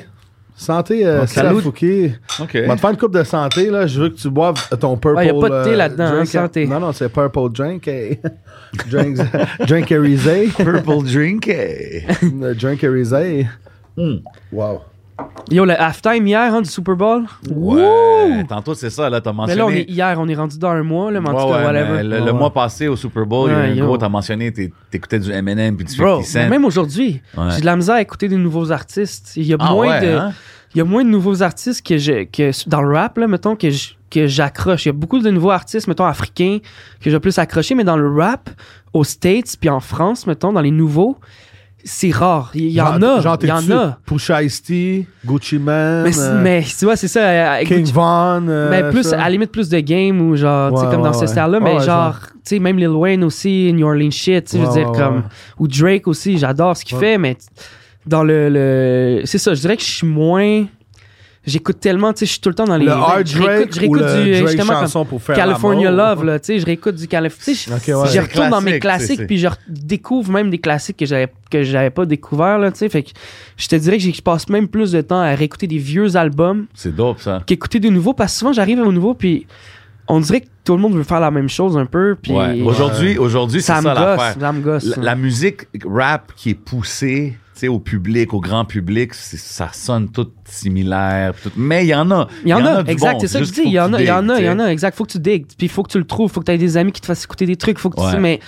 [SPEAKER 3] santé, euh,
[SPEAKER 5] salut.
[SPEAKER 3] Salut Fouki.
[SPEAKER 5] OK.
[SPEAKER 3] On va te faire une coupe de santé, là. Je veux que tu boives ton purple.
[SPEAKER 7] Ouais, y a pas de thé
[SPEAKER 3] euh,
[SPEAKER 7] là-dedans, hein,
[SPEAKER 3] drink.
[SPEAKER 7] santé.
[SPEAKER 3] Non, non, c'est purple drink. eh. (laughs) drink, drink Erisé.
[SPEAKER 7] (laughs)
[SPEAKER 5] Purple drink. eh.
[SPEAKER 3] drink Erisé.
[SPEAKER 7] Hmm.
[SPEAKER 5] Mm.
[SPEAKER 3] Wow.
[SPEAKER 7] Yo, le halftime hier hein, du Super Bowl.
[SPEAKER 5] Ouais. Tantôt, c'est ça, là, t'as
[SPEAKER 7] Mais
[SPEAKER 5] mentionné.
[SPEAKER 7] là, on est hier, on est rendu dans un mois, là, mais en
[SPEAKER 5] Ouais,
[SPEAKER 7] tout cas,
[SPEAKER 5] ouais,
[SPEAKER 7] whatever.
[SPEAKER 5] mais le, le
[SPEAKER 3] Ouais,
[SPEAKER 5] mois
[SPEAKER 3] ouais.
[SPEAKER 5] passé au Super Bowl, il y a
[SPEAKER 7] Ouais,
[SPEAKER 5] eu un
[SPEAKER 7] yo.
[SPEAKER 5] gros, t'as mentionné, t'é- t'écoutais du M&M puis du 50
[SPEAKER 7] Bro,
[SPEAKER 5] Cent.
[SPEAKER 7] même aujourd'hui,
[SPEAKER 5] Ouais.
[SPEAKER 7] j'ai de la misère à écouter des nouveaux artistes. Il y a
[SPEAKER 5] Ah
[SPEAKER 7] moins
[SPEAKER 5] ouais,
[SPEAKER 7] de.
[SPEAKER 5] hein?
[SPEAKER 7] Il y a moins de nouveaux artistes que je, que s- dans le rap, là, mettons, que je- que j'accroche. Il y a beaucoup de nouveaux artistes, mettons, africains, que j'ai plus accroché, mais dans le rap, aux States, puis en France, mettons, dans les nouveaux, c'est rare. Il y en a. Il y en a.
[SPEAKER 3] Pusha T, Gucci Man,
[SPEAKER 7] Mais, c'est-
[SPEAKER 3] euh,
[SPEAKER 7] mais tu vois, c'est ça. euh, avec
[SPEAKER 3] King
[SPEAKER 7] Gucci-
[SPEAKER 3] Von. euh,
[SPEAKER 7] mais Ben, plus,
[SPEAKER 3] ça.
[SPEAKER 7] à la limite, plus de game ou genre, tu sais,
[SPEAKER 3] Ouais,
[SPEAKER 7] comme
[SPEAKER 3] ouais,
[SPEAKER 7] dans ce
[SPEAKER 3] ouais.
[SPEAKER 7] style-là, mais
[SPEAKER 3] Ouais, ouais,
[SPEAKER 7] genre, tu sais, même Lil Wayne aussi, New Orleans shit, tu sais, je veux
[SPEAKER 3] Ouais,
[SPEAKER 7] dire,
[SPEAKER 3] ouais,
[SPEAKER 7] comme.
[SPEAKER 3] ouais.
[SPEAKER 7] Ou Drake aussi, j'adore ce qu'il fait, mais t- dans le. le- c'est ça, je dirais que je suis moins. J'écoute tellement, tu sais, je suis tout le temps dans les.
[SPEAKER 3] Le hard
[SPEAKER 7] je réécoute-
[SPEAKER 3] Drake
[SPEAKER 7] je
[SPEAKER 3] ou
[SPEAKER 7] réécoute du.
[SPEAKER 3] le Drake
[SPEAKER 7] justement, comme
[SPEAKER 3] chanson pour faire
[SPEAKER 7] California
[SPEAKER 3] l'amour.
[SPEAKER 7] Love, là, tu sais, je réécoute du California.
[SPEAKER 3] Ok, ouais.
[SPEAKER 7] Je
[SPEAKER 5] C'est
[SPEAKER 7] retourne dans mes
[SPEAKER 5] classique, c'est-
[SPEAKER 7] classiques,
[SPEAKER 5] c'est-
[SPEAKER 7] puis je découvre même des classiques que j'avais que j'avais pas découvert, là, tu sais. Fait que je te dirais que j'ai- je passe même plus de temps à réécouter des vieux albums
[SPEAKER 5] C'est dope, ça.
[SPEAKER 7] qu'écouter de nouveau parce que souvent j'arrive au nouveau puis on dirait que tout le monde veut faire la même chose un peu. Puis euh,
[SPEAKER 5] Ouais. Aujourd'hui, aujourd'hui, c'est
[SPEAKER 7] ça
[SPEAKER 5] ça,
[SPEAKER 7] me gosse.
[SPEAKER 5] l'affaire.
[SPEAKER 7] Ça me gosse.
[SPEAKER 5] La, la musique rap qui est poussée tu sais, au public, au grand public, c'est- ça sonne tout similaire. tout- Mais il y en a.
[SPEAKER 7] Il y en a,
[SPEAKER 5] du
[SPEAKER 7] exact,
[SPEAKER 5] bon,
[SPEAKER 7] c'est ça que je
[SPEAKER 5] juste
[SPEAKER 7] dis. Il y
[SPEAKER 5] faut
[SPEAKER 7] en
[SPEAKER 5] que
[SPEAKER 7] a,
[SPEAKER 5] tu
[SPEAKER 7] il y en a,
[SPEAKER 5] digues,
[SPEAKER 7] il y en a, exact. Faut que tu digues, puis faut que tu le trouves, faut que tu aies des amis qui te fassent écouter des trucs, faut que tu.
[SPEAKER 5] Ouais.
[SPEAKER 7] Mais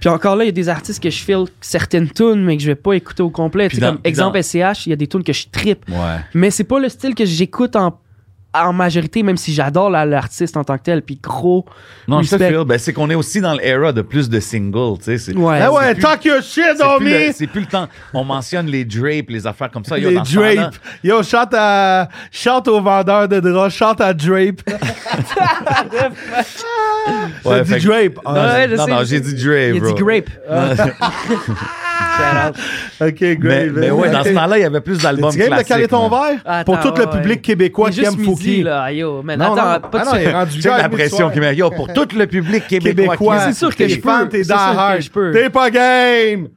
[SPEAKER 7] puis encore là, il y a des artistes que je file certaines tunes, mais que je vais pas écouter au complet.
[SPEAKER 5] Puis
[SPEAKER 7] Tu sais,
[SPEAKER 5] dans-
[SPEAKER 7] comme
[SPEAKER 5] puis
[SPEAKER 7] exemple
[SPEAKER 5] dans-
[SPEAKER 7] SCH, il y a des tunes que je trippe,
[SPEAKER 5] tu sais. Ouais.
[SPEAKER 7] mais c'est pas le style que j'écoute en en majorité, même si j'adore la- l'artiste en tant que tel, puis gros.
[SPEAKER 5] Non, je te
[SPEAKER 7] respect.
[SPEAKER 5] feel. Ben, c'est qu'on est aussi dans l'era de plus de singles, tu sais. c'est- Ben
[SPEAKER 7] Ouais.
[SPEAKER 3] Ah ouais,
[SPEAKER 5] plus-
[SPEAKER 3] talk your shit
[SPEAKER 5] C'est
[SPEAKER 3] on
[SPEAKER 5] plus, le-
[SPEAKER 3] me!
[SPEAKER 5] c'est plus le temps. On mentionne les drapes, les affaires comme ça. Yo,
[SPEAKER 3] Les
[SPEAKER 5] dans ce temps-là-
[SPEAKER 3] Drape. Yo, chante à, chante aux vendeurs de draps, chante à
[SPEAKER 7] (laughs)
[SPEAKER 3] Drape.
[SPEAKER 5] Ouais,
[SPEAKER 3] T'as dit
[SPEAKER 5] fait que-
[SPEAKER 3] Drape.
[SPEAKER 5] Non,
[SPEAKER 3] Ah,
[SPEAKER 7] ouais, je
[SPEAKER 5] non,
[SPEAKER 7] sais,
[SPEAKER 5] non,
[SPEAKER 7] je
[SPEAKER 5] j'ai
[SPEAKER 7] sais.
[SPEAKER 5] dit drape,
[SPEAKER 7] Il a
[SPEAKER 5] bro. Euh.
[SPEAKER 7] dit grape. (laughs) Shout out.
[SPEAKER 3] ok, great.
[SPEAKER 5] Mais, mais ouais, dans ce temps-là, il y avait plus d'albums
[SPEAKER 3] Tu game de
[SPEAKER 5] classiques.
[SPEAKER 3] caler ton
[SPEAKER 5] man.
[SPEAKER 3] verre?
[SPEAKER 7] Attends,
[SPEAKER 3] pour tout le
[SPEAKER 7] ouais.
[SPEAKER 3] public québécois
[SPEAKER 7] Il est
[SPEAKER 3] qui aime
[SPEAKER 7] juste midi,
[SPEAKER 3] Fouki.
[SPEAKER 7] là. Yo, man,
[SPEAKER 3] Non,
[SPEAKER 7] attends,
[SPEAKER 3] non,
[SPEAKER 7] pas
[SPEAKER 3] ah
[SPEAKER 7] de
[SPEAKER 3] non, il est rendu
[SPEAKER 5] Tu sais,
[SPEAKER 3] gars,
[SPEAKER 5] la
[SPEAKER 3] lui,
[SPEAKER 5] pression
[SPEAKER 3] soir.
[SPEAKER 5] qui met. Yo, pour
[SPEAKER 7] (laughs)
[SPEAKER 5] tout le public québécois.
[SPEAKER 3] Québécois.
[SPEAKER 5] qui-
[SPEAKER 7] c'est sûr que
[SPEAKER 3] T'es
[SPEAKER 7] je peux,
[SPEAKER 3] fan, T'es
[SPEAKER 7] c'est sûr que
[SPEAKER 3] die-hard.
[SPEAKER 7] je peux.
[SPEAKER 3] T'es pas game.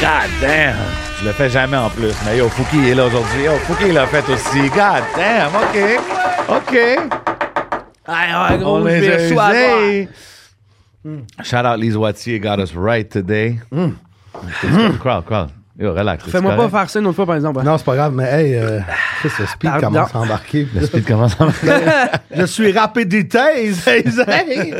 [SPEAKER 5] God damn! hein. Je le fais jamais en plus. Mais yo, Fouki est là aujourd'hui. Yo, Fouki l'a fait aussi. God damn! OK. OK.
[SPEAKER 7] Ah, ouais,
[SPEAKER 5] On
[SPEAKER 7] gros, je
[SPEAKER 5] les a
[SPEAKER 7] vais choisir.
[SPEAKER 5] usés. Shout out Lise Wattier. Got us right today. Crowd, crowd. Yo, relax. C'est
[SPEAKER 7] Mm. Fais-moi pas
[SPEAKER 5] correct?
[SPEAKER 7] faire ça une autre fois, par exemple.
[SPEAKER 3] Non, c'est pas grave, mais hey,
[SPEAKER 7] (sighs)
[SPEAKER 3] euh, Chris, le speed
[SPEAKER 7] Pardon.
[SPEAKER 3] commence à embarquer.
[SPEAKER 5] Le speed commence à
[SPEAKER 7] (laughs)
[SPEAKER 3] Je suis rappé des thèses. (laughs) hey, hey.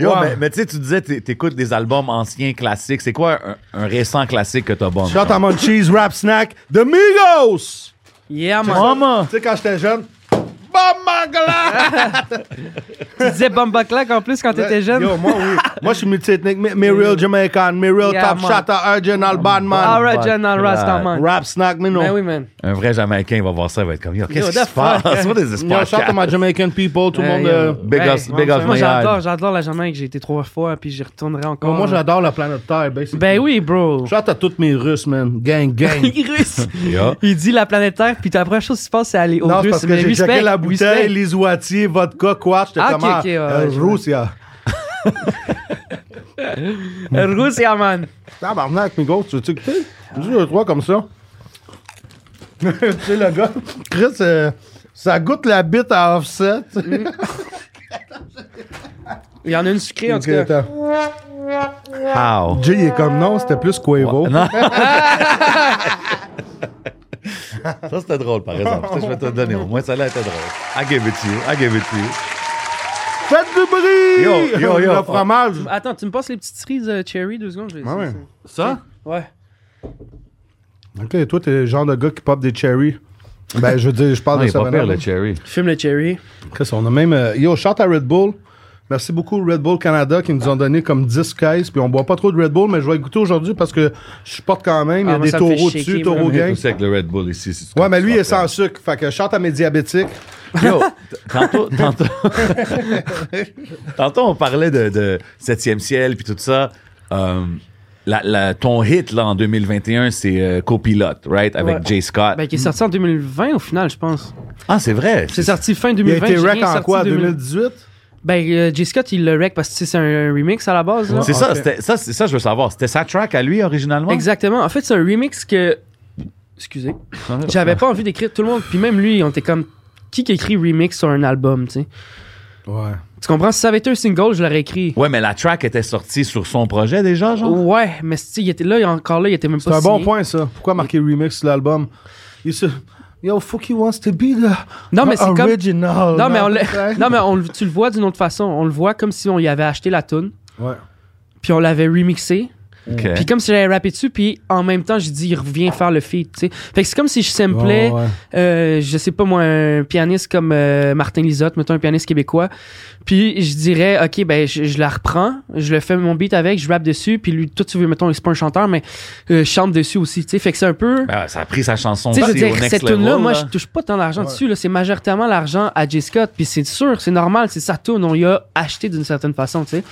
[SPEAKER 5] Yo,
[SPEAKER 3] Wow.
[SPEAKER 5] mais, mais tu sais, tu disais, t'é- t'écoutes des albums anciens classiques. C'est quoi un, un récent classique que t'as bon?
[SPEAKER 3] Chante à mon cheese rap snack de Migos.
[SPEAKER 7] Yeah, man.
[SPEAKER 5] Maman!
[SPEAKER 3] Tu sais, quand j'étais jeune,
[SPEAKER 7] Ah, Tu disais Bomba Clack en plus quand t'étais jeune.
[SPEAKER 3] Yo, moi, oui. moi, je suis multiethnique. Mi- Mi real Jamaican, mi real
[SPEAKER 7] Yeah,
[SPEAKER 3] top
[SPEAKER 7] man.
[SPEAKER 3] shot uh, à Urgent Alban, man.
[SPEAKER 7] Alright, General
[SPEAKER 5] Clack.
[SPEAKER 7] Rastaman.
[SPEAKER 3] Rap snack, mais non.
[SPEAKER 7] Ben oui, man.
[SPEAKER 5] Un vrai Jamaïcain, il va voir ça, il va être comme, yo, qu'est-ce qui
[SPEAKER 7] the
[SPEAKER 5] se passe? (laughs)
[SPEAKER 7] fuck?
[SPEAKER 5] What is this
[SPEAKER 3] Yo, shout
[SPEAKER 5] podcast?
[SPEAKER 3] to my Jamaican people, tout le
[SPEAKER 7] Hey,
[SPEAKER 3] monde.
[SPEAKER 7] yo.
[SPEAKER 3] euh,
[SPEAKER 5] Big
[SPEAKER 7] Hey,
[SPEAKER 5] ups, big ups,
[SPEAKER 7] Moi,
[SPEAKER 5] my
[SPEAKER 7] j'adore,
[SPEAKER 5] yard.
[SPEAKER 7] j'adore la Jamaïque. J'ai été trois fois, puis j'y retournerai encore.
[SPEAKER 3] Moi, j'adore la planète Terre, basically.
[SPEAKER 7] Ben oui, bro.
[SPEAKER 3] Shout à tous mes Russes, man. Gang, gang.
[SPEAKER 7] (laughs) Il russe.
[SPEAKER 5] Yo.
[SPEAKER 7] Il dit la planète Terre, puis ta première chose qui se passe, c'est aller au
[SPEAKER 3] Non, c'est
[SPEAKER 7] russe.
[SPEAKER 3] parce que
[SPEAKER 7] Mais
[SPEAKER 3] j'ai
[SPEAKER 7] respect,
[SPEAKER 3] checké la bouteille,
[SPEAKER 7] respect.
[SPEAKER 3] les ouatiers, vodka, quoi, j'étais
[SPEAKER 7] Ah,
[SPEAKER 3] comme
[SPEAKER 7] ok,
[SPEAKER 3] ah,
[SPEAKER 7] ok, ouais,
[SPEAKER 3] euh,
[SPEAKER 7] ouais, je
[SPEAKER 3] Russia.
[SPEAKER 7] Euh, Russe, yeah, man.
[SPEAKER 3] Tabarnak, mes gars, tu veux-tu écouter? Dis le trois comme ça. (laughs) tu sais, le gars, Chris, euh, ça goûte la bite à offset.
[SPEAKER 7] Il y en a une sucrée, en
[SPEAKER 3] Ok,
[SPEAKER 7] tout cas.
[SPEAKER 3] attends.
[SPEAKER 5] How?
[SPEAKER 3] Jay il est comme non, c'était plus Quavo.
[SPEAKER 5] Non.
[SPEAKER 3] (laughs)
[SPEAKER 5] Ça, c'était drôle, par exemple. Ça, je vais te le donner. Au moins, ça là était drôle. I give it to you. I give it to you.
[SPEAKER 3] Faites du bruit!
[SPEAKER 5] Yo, yo, yo.
[SPEAKER 3] Le fromage.
[SPEAKER 7] Attends, tu me passes les petites cerises euh, cherry deux secondes? je vais
[SPEAKER 3] Ah ouais.
[SPEAKER 7] essayer
[SPEAKER 5] Ça?
[SPEAKER 7] ça. ouais.
[SPEAKER 3] Ok, toi, t'es le genre de gars qui pop des cherries. Ben, je veux dire, je parle
[SPEAKER 5] Non, il
[SPEAKER 3] de
[SPEAKER 5] est
[SPEAKER 3] ça.
[SPEAKER 5] pas pire, le cherry.
[SPEAKER 7] Fume le cherry.
[SPEAKER 3] Chris, on a même. euh, yo, shout à Red Bull. Merci beaucoup Red Bull Canada qui nous ont donné comme 10 caisses. Puis on boit pas trop de Red Bull, mais je vais y goûter aujourd'hui parce que je supporte quand même. Il y
[SPEAKER 7] Ah,
[SPEAKER 3] a
[SPEAKER 7] moi,
[SPEAKER 3] des
[SPEAKER 7] ça me fait
[SPEAKER 3] taureaux
[SPEAKER 7] shaker,
[SPEAKER 3] dessus,
[SPEAKER 7] moi.
[SPEAKER 3] taureaux
[SPEAKER 7] Ok.
[SPEAKER 5] Il est
[SPEAKER 3] gang.
[SPEAKER 5] tout sec, le Red Bull, ici. si tu
[SPEAKER 3] Ouais, mais lui, il est sans
[SPEAKER 5] comprends.
[SPEAKER 3] sucre. Fait que shout à mes diabétiques.
[SPEAKER 5] Yo, t- tantôt, tantôt, (laughs) tantôt, on parlait de, de 7e ciel puis tout ça. Euh, la- la- ton hit là en 2021, c'est euh, Copilote, right? Avec
[SPEAKER 7] Ouais.
[SPEAKER 5] Jay Scott.
[SPEAKER 7] Ben, qui est sorti en 2020 au final, je pense.
[SPEAKER 5] ah, c'est vrai.
[SPEAKER 7] C'est sorti fin
[SPEAKER 3] Il a
[SPEAKER 7] 2020.
[SPEAKER 3] été
[SPEAKER 7] j'ai
[SPEAKER 3] wreck
[SPEAKER 7] rien
[SPEAKER 3] en
[SPEAKER 7] sorti
[SPEAKER 3] quoi,
[SPEAKER 7] 2000.
[SPEAKER 3] 2018?
[SPEAKER 7] Ben, euh, J. Scott, il le rec parce que tu sais, c'est un, un remix à la base. là.
[SPEAKER 5] C'est
[SPEAKER 3] Ah,
[SPEAKER 5] ça,
[SPEAKER 3] ok.
[SPEAKER 5] c'était- ça, c'est ça, je veux savoir. C'était sa track à lui originalement?
[SPEAKER 7] Exactement. En fait, c'est un remix que. Excusez.
[SPEAKER 5] Ah.
[SPEAKER 7] J'avais pas envie d'écrire tout le monde. Puis même lui, on était comme. Qui qui écrit remix sur un album, tu sais?
[SPEAKER 3] Ouais.
[SPEAKER 7] Tu comprends? Si ça avait été un single, je l'aurais écrit.
[SPEAKER 5] Ouais, mais la track était sortie sur son projet déjà, genre?
[SPEAKER 7] Ouais, mais si il était là, il- encore là, il était même pas
[SPEAKER 3] C'est un bon
[SPEAKER 7] signé.
[SPEAKER 3] point, ça. Pourquoi marquer remix sur l'album? Il se- Yo, Fouki wants to be the
[SPEAKER 7] Non, mais c'est comme-
[SPEAKER 3] original.
[SPEAKER 7] Non, mais, on
[SPEAKER 3] Ouais.
[SPEAKER 7] le- (laughs) non, mais on le- tu le vois d'une autre façon. On le voit comme si on y avait acheté la tune,
[SPEAKER 3] Ouais.
[SPEAKER 7] puis on l'avait remixé,
[SPEAKER 5] Ok.
[SPEAKER 7] puis comme si j'avais rappé dessus, puis en même temps, je dis, il revient faire le feat, tu sais. Fait que c'est comme si je samplais,
[SPEAKER 3] Ouais, ouais.
[SPEAKER 7] euh, je sais pas moi, un pianiste comme euh, Martin Lisotte, mettons un pianiste québécois, puis je dirais, OK, ben, je, je la reprends, je le fais mon beat avec, je rappe dessus, puis lui, tout tu veux, mettons, c'est pas un chanteur, mais euh, je chante dessus aussi, tu sais. Fait que c'est un peu...
[SPEAKER 5] Ben, ça a pris sa chanson
[SPEAKER 7] Tu sais, je veux
[SPEAKER 5] aussi au
[SPEAKER 7] dire,
[SPEAKER 5] next
[SPEAKER 7] cette
[SPEAKER 5] level.
[SPEAKER 7] tune-là, moi,
[SPEAKER 5] là.
[SPEAKER 7] je touche pas tant d'argent dessus. là. C'est majoritairement l'argent à J. Scott. Puis c'est sûr, c'est normal, c'est sa tune. On y a acheté d'une certaine façon, tu sais.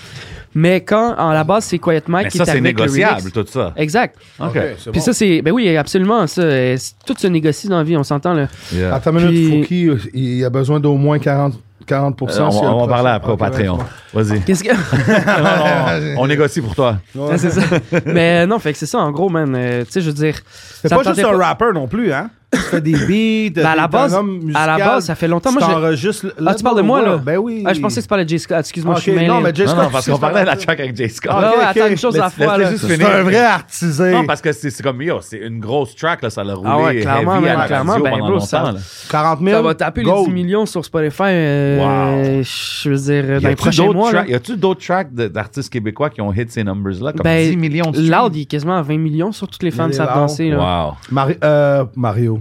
[SPEAKER 7] Mais quand, en la base, c'est Quiet Mike
[SPEAKER 5] Mais
[SPEAKER 7] qui
[SPEAKER 5] ça,
[SPEAKER 7] est
[SPEAKER 5] c'est
[SPEAKER 7] arrivé avec le
[SPEAKER 5] négociable,
[SPEAKER 7] remix.
[SPEAKER 5] tout ça.
[SPEAKER 7] Exact.
[SPEAKER 5] OK.
[SPEAKER 3] Ok, c'est
[SPEAKER 7] Puis
[SPEAKER 3] bon.
[SPEAKER 7] ça, c'est. Ben oui, absolument. Ça, euh, c'est- tout se négocie dans la vie, on s'entend, là.
[SPEAKER 5] Yeah.
[SPEAKER 3] Attends une minute,
[SPEAKER 7] Puis-
[SPEAKER 3] Fouki, euh, il a besoin d'au moins 40, 40
[SPEAKER 5] Euh, on,
[SPEAKER 3] sur le
[SPEAKER 5] on va en
[SPEAKER 3] prochain.
[SPEAKER 5] parler après au
[SPEAKER 3] Ok, ouais,
[SPEAKER 5] Patreon. Vas-y.
[SPEAKER 7] Qu'est-ce que.
[SPEAKER 5] Non, non,
[SPEAKER 7] (laughs)
[SPEAKER 5] on- on négocie pour toi.
[SPEAKER 3] c'est bon. Ouais.
[SPEAKER 7] c'est ça. Mais non, fait que c'est ça, en gros, man. Euh, tu sais, je veux dire.
[SPEAKER 3] C'est
[SPEAKER 7] ça
[SPEAKER 3] pas
[SPEAKER 7] me tentait (laughs)
[SPEAKER 3] juste un rapper non plus, hein? tu fais des beats,
[SPEAKER 7] Ben, à la
[SPEAKER 3] t'es
[SPEAKER 7] base-
[SPEAKER 3] un homme musical,
[SPEAKER 7] à la base, ça fait longtemps. Moi,
[SPEAKER 3] tu
[SPEAKER 7] j'ai-
[SPEAKER 3] t'enregistres
[SPEAKER 7] Ah, tu parles de moi,
[SPEAKER 3] on
[SPEAKER 7] là?
[SPEAKER 3] voit. Ben oui.
[SPEAKER 7] Ah, je pensais que tu parlais de Jay Scott. Excuse-moi,
[SPEAKER 3] Ok,
[SPEAKER 7] je suis mêlé.
[SPEAKER 3] Non, mais Jay
[SPEAKER 5] Ah, Non,
[SPEAKER 3] Scott,
[SPEAKER 5] non, parce
[SPEAKER 3] c'est-
[SPEAKER 5] qu'on parlait de la track avec Jay Scott.
[SPEAKER 3] Ah,
[SPEAKER 7] Ouais,
[SPEAKER 3] ok,
[SPEAKER 7] ouais, attends,
[SPEAKER 3] ok.
[SPEAKER 7] une chose à la
[SPEAKER 5] Laisse-
[SPEAKER 7] fois.
[SPEAKER 5] laisse-les
[SPEAKER 7] là.
[SPEAKER 5] juste
[SPEAKER 3] c'est
[SPEAKER 5] finir.
[SPEAKER 3] un vrai artisé.
[SPEAKER 5] Non, parce que c'est c'est comme, yo, c'est une grosse track, là, ça l'a roulé
[SPEAKER 7] Ah ouais, clairement,
[SPEAKER 5] heavy
[SPEAKER 7] man,
[SPEAKER 5] à la
[SPEAKER 7] clairement,
[SPEAKER 5] radio
[SPEAKER 7] ben,
[SPEAKER 5] pendant
[SPEAKER 7] bro,
[SPEAKER 5] longtemps.
[SPEAKER 7] ça-
[SPEAKER 5] là.
[SPEAKER 3] 40 000.
[SPEAKER 7] Ça va taper les 10 millions sur Spotify. euh, Je veux dire, dans
[SPEAKER 5] Y
[SPEAKER 7] les
[SPEAKER 5] a-tu
[SPEAKER 7] prochains
[SPEAKER 5] d'autres
[SPEAKER 7] mois. là.
[SPEAKER 5] tracks- y a-tu d'autres tracks de- d'artistes québécois qui ont hit ces numbers-là, comme
[SPEAKER 7] Ben,
[SPEAKER 5] 10 millions de
[SPEAKER 7] Loud, il est quasiment à 20 millions sur toutes les femmes
[SPEAKER 3] est
[SPEAKER 7] savent
[SPEAKER 3] loud.
[SPEAKER 7] danser.
[SPEAKER 5] streams?
[SPEAKER 7] Là.
[SPEAKER 5] Wow.
[SPEAKER 3] Mari- euh, Mario.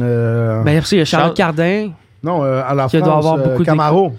[SPEAKER 3] Euh,
[SPEAKER 7] Ben, après, ça, il y a Charlotte Cardin.
[SPEAKER 3] non, euh, à la
[SPEAKER 7] il
[SPEAKER 3] France,
[SPEAKER 7] doit avoir
[SPEAKER 3] euh,
[SPEAKER 7] beaucoup d'écoute.
[SPEAKER 3] Camaro.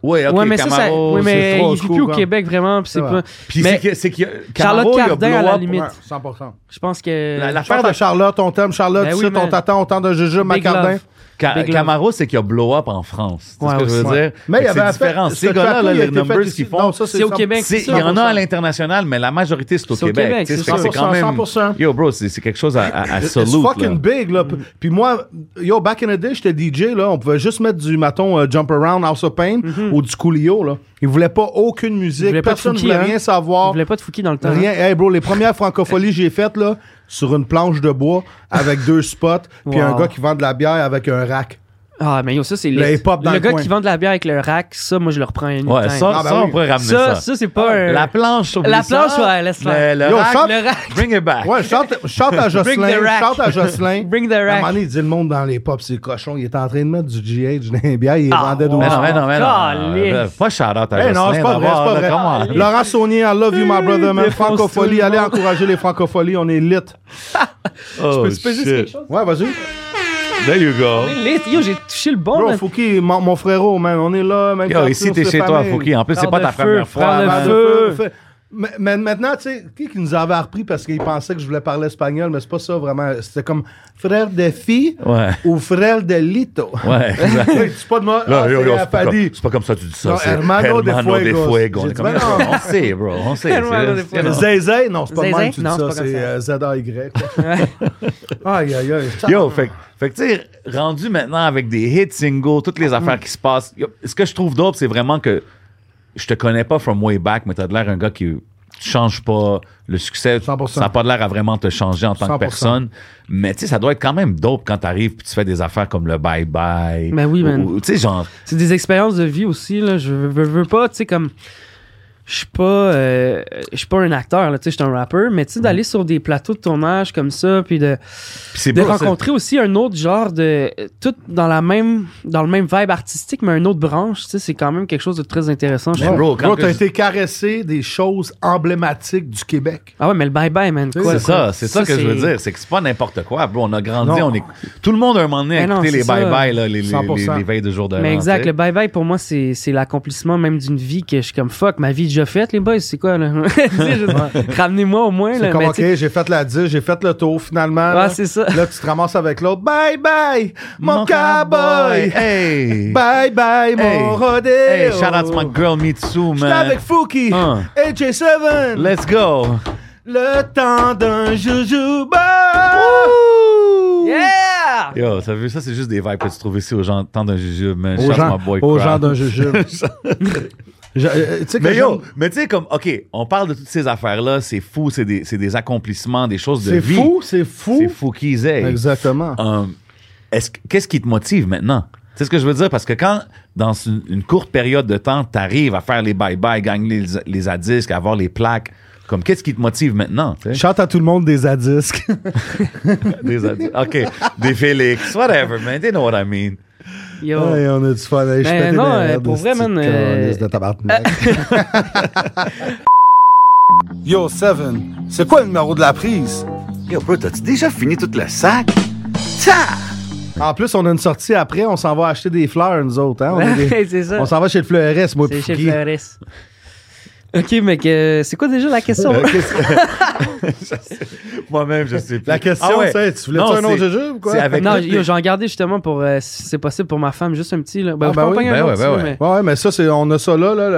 [SPEAKER 5] Ouais, ok,
[SPEAKER 7] ouais, mais ça, ça,
[SPEAKER 5] Camaro,
[SPEAKER 7] ouais, mais
[SPEAKER 3] c'est trop
[SPEAKER 7] il vit
[SPEAKER 3] cool,
[SPEAKER 7] plus au
[SPEAKER 3] quoi.
[SPEAKER 7] Québec vraiment. Puis c'est
[SPEAKER 3] Ouais.
[SPEAKER 7] pas.
[SPEAKER 5] hein. Puis
[SPEAKER 7] Mais-
[SPEAKER 5] c'est que- c'est qu'il y a-
[SPEAKER 7] Charlotte
[SPEAKER 5] Camaro, il a
[SPEAKER 7] Cardin,
[SPEAKER 5] blow
[SPEAKER 7] à la
[SPEAKER 5] up.
[SPEAKER 7] limite.
[SPEAKER 3] Ouais, 100
[SPEAKER 7] Je pense que.
[SPEAKER 5] La- la-
[SPEAKER 3] L'affaire de Charlotte, on t'aime, Charlotte,
[SPEAKER 7] Ben
[SPEAKER 3] tu
[SPEAKER 7] oui,
[SPEAKER 3] sais, on
[SPEAKER 7] man.
[SPEAKER 3] t'attend, on tente un jujube, ma
[SPEAKER 7] Big love.
[SPEAKER 3] Cardin.
[SPEAKER 5] Ca-
[SPEAKER 7] Big love.
[SPEAKER 5] Camaro, c'est qu'il y a blow up en France. C'est
[SPEAKER 7] Ouais,
[SPEAKER 5] ce que je veux
[SPEAKER 7] aussi.
[SPEAKER 5] dire.
[SPEAKER 3] Mais il y
[SPEAKER 5] Fait que
[SPEAKER 3] avait
[SPEAKER 5] c'est différent.
[SPEAKER 3] fait-
[SPEAKER 5] Ces
[SPEAKER 3] ce
[SPEAKER 5] gars-là,
[SPEAKER 3] track-là,
[SPEAKER 5] là,
[SPEAKER 3] il a
[SPEAKER 5] les
[SPEAKER 3] été fait
[SPEAKER 5] numbers
[SPEAKER 3] ici.
[SPEAKER 5] qu'ils font,
[SPEAKER 3] Non, ça,
[SPEAKER 7] C'est au
[SPEAKER 3] cent-
[SPEAKER 7] Québec.
[SPEAKER 5] c'est- il
[SPEAKER 7] ça,
[SPEAKER 5] y en a à
[SPEAKER 7] 100%.
[SPEAKER 5] l'international, mais la majorité, c'est au
[SPEAKER 7] C'est au
[SPEAKER 5] Québec.
[SPEAKER 7] Québec,
[SPEAKER 5] tu sais.
[SPEAKER 7] c'est
[SPEAKER 5] Fait que C'est
[SPEAKER 3] 100%,
[SPEAKER 5] quand même.
[SPEAKER 3] 100%.
[SPEAKER 5] Yo, bro, c'est c'est quelque chose à, à, à
[SPEAKER 3] It's
[SPEAKER 5] salute,
[SPEAKER 3] fucking
[SPEAKER 5] là. Mm.
[SPEAKER 3] big, là. P- Puis moi, yo, back in the day, j'étais DJ, là. On pouvait juste mettre du, maton euh, Jump Around, House of Pain ou du Coolio, là. Ils voulaient pas aucune
[SPEAKER 7] Mm-hmm. Ils
[SPEAKER 3] musique.
[SPEAKER 7] voulaient pas de
[SPEAKER 3] Personne ne
[SPEAKER 7] Fouki,
[SPEAKER 3] voulait
[SPEAKER 7] hein.
[SPEAKER 3] rien
[SPEAKER 7] Je
[SPEAKER 3] savoir.
[SPEAKER 7] voulais pas de Fouki dans le temps.
[SPEAKER 3] Rien. Hey, bro, les premières francopholies que j'ai faites, là, sur une planche de bois avec deux spots, puis
[SPEAKER 7] Wow.
[SPEAKER 3] un gars qui vend de la bière avec un rack.
[SPEAKER 7] Ah, mais yo, ça, c'est
[SPEAKER 3] Le
[SPEAKER 7] lit.
[SPEAKER 3] hip-hop dans le
[SPEAKER 7] gars
[SPEAKER 3] coin.
[SPEAKER 7] qui vend de la bière avec le rack, ça, moi, je le reprends une
[SPEAKER 5] Ouais, ça,
[SPEAKER 3] Ah, ben
[SPEAKER 5] ça, on
[SPEAKER 3] oui. Ah,
[SPEAKER 5] pourrait ramener
[SPEAKER 7] ça,
[SPEAKER 5] ça.
[SPEAKER 7] ça, c'est pas un.
[SPEAKER 5] La planche, oublie
[SPEAKER 7] La planche,
[SPEAKER 5] ça.
[SPEAKER 7] ouais, laisse faire.
[SPEAKER 5] Le, le
[SPEAKER 3] Yo,
[SPEAKER 5] rack,
[SPEAKER 3] chante-
[SPEAKER 7] Le rack.
[SPEAKER 5] bring it back.
[SPEAKER 3] Ouais, je chante, je chante à Jocelyn.
[SPEAKER 7] the rack.
[SPEAKER 3] Je chante à Jocelyn.
[SPEAKER 7] Bring the
[SPEAKER 3] À un
[SPEAKER 7] rack.
[SPEAKER 3] moment donné, il dit le monde dans les pop, c'est cochon. Il était en train de mettre du GH dans les bières, il
[SPEAKER 7] Ah,
[SPEAKER 3] vendait
[SPEAKER 7] wow.
[SPEAKER 5] Mais non,
[SPEAKER 3] douze.
[SPEAKER 5] mais non, mais non.
[SPEAKER 7] Calisse.
[SPEAKER 5] Euh, Pas shout-out à
[SPEAKER 3] Eh non, c'est
[SPEAKER 5] Jocelyn
[SPEAKER 3] pas vrai, Ah,
[SPEAKER 5] d'abord,
[SPEAKER 3] c'est
[SPEAKER 5] là,
[SPEAKER 3] pas
[SPEAKER 5] come
[SPEAKER 3] vrai.
[SPEAKER 5] on.
[SPEAKER 3] Laurent Saunier, I love you, my brother, man.
[SPEAKER 7] Défonce tout
[SPEAKER 3] Francophonie,
[SPEAKER 7] le
[SPEAKER 3] allez
[SPEAKER 7] monde.
[SPEAKER 3] encourager les francopholies, on est lit.
[SPEAKER 5] Oh,
[SPEAKER 7] Peux-tu peser sur quelque
[SPEAKER 5] shit.
[SPEAKER 7] chose?
[SPEAKER 3] Ouais, vas-y.
[SPEAKER 5] There you go.
[SPEAKER 7] Lit. Yo, j'ai touché le bon.
[SPEAKER 3] Bro,
[SPEAKER 7] man.
[SPEAKER 3] Fouki, mon, mon frérot, man, on est là, même
[SPEAKER 5] Yo,
[SPEAKER 3] quand
[SPEAKER 5] ici,
[SPEAKER 3] tu-
[SPEAKER 5] t'es
[SPEAKER 3] c'est
[SPEAKER 5] chez toi,
[SPEAKER 3] famille.
[SPEAKER 5] Fouki. En plus, c'est
[SPEAKER 7] Frère
[SPEAKER 5] pas
[SPEAKER 7] de
[SPEAKER 5] ta
[SPEAKER 7] feu,
[SPEAKER 5] première
[SPEAKER 7] frère
[SPEAKER 5] fois.
[SPEAKER 7] de
[SPEAKER 5] man.
[SPEAKER 3] Parle de feu, feu. Mais, mais maintenant, tu sais, qui, qui nous avait appris parce qu'il pensait que je voulais parler espagnol, mais c'est pas ça vraiment. C'était comme frère de fille
[SPEAKER 5] Ouais.
[SPEAKER 3] ou frère de lito.
[SPEAKER 5] Ouais,
[SPEAKER 3] (laughs)
[SPEAKER 5] exact.
[SPEAKER 3] Hey, c'est pas de moi.
[SPEAKER 5] Là,
[SPEAKER 3] Ah,
[SPEAKER 5] yo,
[SPEAKER 3] c'est
[SPEAKER 5] yo,
[SPEAKER 3] à
[SPEAKER 5] c'est pas,
[SPEAKER 3] Paddy.
[SPEAKER 5] comme- c'est pas comme ça que tu dis ça.
[SPEAKER 3] Non,
[SPEAKER 5] c'est
[SPEAKER 3] Hermano de Fuegos.
[SPEAKER 5] Fuego.
[SPEAKER 3] J'ai
[SPEAKER 5] On, est
[SPEAKER 3] dit,
[SPEAKER 5] comme,
[SPEAKER 3] ben non.
[SPEAKER 5] on sait, bro. On sait.
[SPEAKER 7] Hermano de
[SPEAKER 5] c'est-
[SPEAKER 7] Fuego.
[SPEAKER 3] Zézé, non, c'est pas de
[SPEAKER 7] Zézé?
[SPEAKER 3] même que tu dis
[SPEAKER 7] Non, c'est
[SPEAKER 3] ça,
[SPEAKER 7] pas comme
[SPEAKER 3] c'est
[SPEAKER 7] ça.
[SPEAKER 3] euh, Z-A-Y. Aïe, aïe, aïe.
[SPEAKER 5] Yo, fait, que- fait que tu sais, rendu maintenant avec des hits, singles, toutes les affaires qui se passent, yo, ce que je trouve dope, c'est vraiment que je te connais pas from way back, mais t'as de l'air un gars qui change pas le succès.
[SPEAKER 3] 100%.
[SPEAKER 5] Ça n'a pas de l'air à vraiment te changer en tant
[SPEAKER 3] 100%.
[SPEAKER 5] que personne. Mais tu sais, ça doit être quand même dope quand t'arrives puis tu fais des affaires comme le bye-bye.
[SPEAKER 7] Ben oui, man.
[SPEAKER 5] Ou- ou, Tu sais, genre,
[SPEAKER 7] C'est des expériences de vie aussi, là. Je veux, veux- veux pas, tu sais, comme. Je suis pas, euh, je suis pas un acteur, là, tu sais, je suis un rappeur, mais tu sais, d'aller sur des plateaux de tournage comme ça, puis de,
[SPEAKER 5] pis c'est
[SPEAKER 7] de
[SPEAKER 5] bro, c'est-
[SPEAKER 7] rencontrer aussi un autre genre de. Tout dans la même, dans le même vibe artistique, mais une autre branche, tu sais, c'est quand même quelque chose de très intéressant, je
[SPEAKER 5] Mais
[SPEAKER 7] trouve.
[SPEAKER 5] bro, quand
[SPEAKER 3] Bro,
[SPEAKER 5] que
[SPEAKER 3] t'as
[SPEAKER 5] je-
[SPEAKER 3] été caressé des choses emblématiques du Québec.
[SPEAKER 7] Ah ouais, mais le bye-bye, man,
[SPEAKER 5] C'est
[SPEAKER 7] quoi. quoi.
[SPEAKER 5] ça, c'est ça, que je veux dire. C'est que c'est pas n'importe quoi, bro. On a grandi,
[SPEAKER 3] Non.
[SPEAKER 5] on est... tout le monde a un moment donné à
[SPEAKER 7] Mais Ben non,
[SPEAKER 5] écouter les
[SPEAKER 7] c'est ça.
[SPEAKER 5] bye-bye, là, les, les, les,
[SPEAKER 3] 100%.
[SPEAKER 5] les veilles de jour de l'an,
[SPEAKER 7] Mais exact,
[SPEAKER 5] tu
[SPEAKER 7] le
[SPEAKER 5] sais.
[SPEAKER 7] bye-bye pour moi, c'est c'est l'accomplissement même d'une vie que je suis comme fuck, ma vie est déjà faite, les boys, c'est quoi, là? (laughs) Tu sais, je- Ramenez-moi au moins,
[SPEAKER 3] C'est
[SPEAKER 7] là.
[SPEAKER 3] comme,
[SPEAKER 7] mais
[SPEAKER 3] OK,
[SPEAKER 7] tu sais-
[SPEAKER 3] j'ai fait la 10, j'ai fait le tour, finalement.
[SPEAKER 7] Ah,
[SPEAKER 3] là.
[SPEAKER 7] c'est ça.
[SPEAKER 3] Là, tu te ramasses avec l'autre. Bye bye, mon,
[SPEAKER 5] Mon
[SPEAKER 3] cowboy.
[SPEAKER 5] cowboy, hey.
[SPEAKER 3] Bye bye, mon
[SPEAKER 5] Hey.
[SPEAKER 3] rodeo.
[SPEAKER 5] Hey, shout out to my girl Mitsu,
[SPEAKER 3] J'étais avec
[SPEAKER 5] man.
[SPEAKER 3] Fouki,
[SPEAKER 5] Hein.
[SPEAKER 3] AJ7,
[SPEAKER 5] Let's go.
[SPEAKER 3] le temps d'un joujou. bah.
[SPEAKER 7] Yeah!
[SPEAKER 5] Yo, t'as vu, ça, c'est juste des vibes que tu trouves ici aux gens, tant d'un jujube, man.
[SPEAKER 3] Aux
[SPEAKER 5] Shout
[SPEAKER 3] gens,
[SPEAKER 5] out my boy
[SPEAKER 3] aux
[SPEAKER 5] Crab.
[SPEAKER 3] gens d'un (laughs) joujou. Je- euh, tu sais que
[SPEAKER 5] Mais yo,
[SPEAKER 3] j'aime-
[SPEAKER 5] mais tu sais, comme, OK, on parle de toutes ces affaires-là, c'est fou, c'est des, c'est des accomplissements, des choses de
[SPEAKER 3] c'est
[SPEAKER 5] vie.
[SPEAKER 3] fou, c'est fou. Ah.
[SPEAKER 5] C'est fou qu'ils aient.
[SPEAKER 3] Exactement.
[SPEAKER 5] Um, est-ce que- qu'est-ce qui te motive maintenant? C'est ce que je veux dire parce que quand, dans une, une courte période de temps, tu arrives à faire les bye-bye, gagner les, les à avoir les plaques, comme qu'est-ce qui te motive maintenant? tu sais?
[SPEAKER 3] Chante à tout le monde des adisques.
[SPEAKER 5] Des Adis- OK, des Félix, whatever, man, you know what I mean.
[SPEAKER 7] Yo.
[SPEAKER 3] Hey, on a du fun. Hey, je
[SPEAKER 7] Ben
[SPEAKER 3] pète
[SPEAKER 7] non,
[SPEAKER 3] des
[SPEAKER 7] euh,
[SPEAKER 3] raies
[SPEAKER 7] pour
[SPEAKER 3] de
[SPEAKER 7] vrai,
[SPEAKER 3] ce
[SPEAKER 7] man,
[SPEAKER 3] petit
[SPEAKER 7] euh,
[SPEAKER 3] calice de tabarnak. (laughs) Yo, Seven, c'est quoi le numéro de la prise?
[SPEAKER 9] Yo, bro, t'as-tu déjà fini tout le sac?
[SPEAKER 3] En plus, on a une sortie après, on s'en va acheter des fleurs, nous autres. Hein? On, est
[SPEAKER 7] (laughs)
[SPEAKER 3] des-
[SPEAKER 7] Ouais, c'est ça.
[SPEAKER 3] on s'en va chez le fleuriste, moi,
[SPEAKER 7] C'est
[SPEAKER 3] puis
[SPEAKER 7] chez
[SPEAKER 3] Fouki.
[SPEAKER 7] Flores. Ok, mec, euh, c'est quoi déjà la question?
[SPEAKER 5] Euh, qu'est-ce- Je sais- Moi-même, je sais plus.
[SPEAKER 3] La question,
[SPEAKER 5] Ah ouais.
[SPEAKER 3] c'est, tu voulais
[SPEAKER 5] Non,
[SPEAKER 3] un autre
[SPEAKER 5] c'est-
[SPEAKER 3] jujube ou quoi?
[SPEAKER 5] c'est avec
[SPEAKER 7] non,
[SPEAKER 5] toutes
[SPEAKER 7] yo,
[SPEAKER 5] les-
[SPEAKER 7] j'en gardais justement pour, euh, si c'est possible, pour ma femme, juste un petit. Là.
[SPEAKER 3] Ah,
[SPEAKER 7] je
[SPEAKER 3] ben
[SPEAKER 7] peux en
[SPEAKER 3] oui.
[SPEAKER 7] pogner un
[SPEAKER 5] Ben
[SPEAKER 7] autre,
[SPEAKER 5] ouais,
[SPEAKER 7] si
[SPEAKER 5] ben
[SPEAKER 7] tu veux,
[SPEAKER 5] ouais.
[SPEAKER 7] mais-
[SPEAKER 3] Ouais, ouais, mais ça, c'est, on a ça là, là,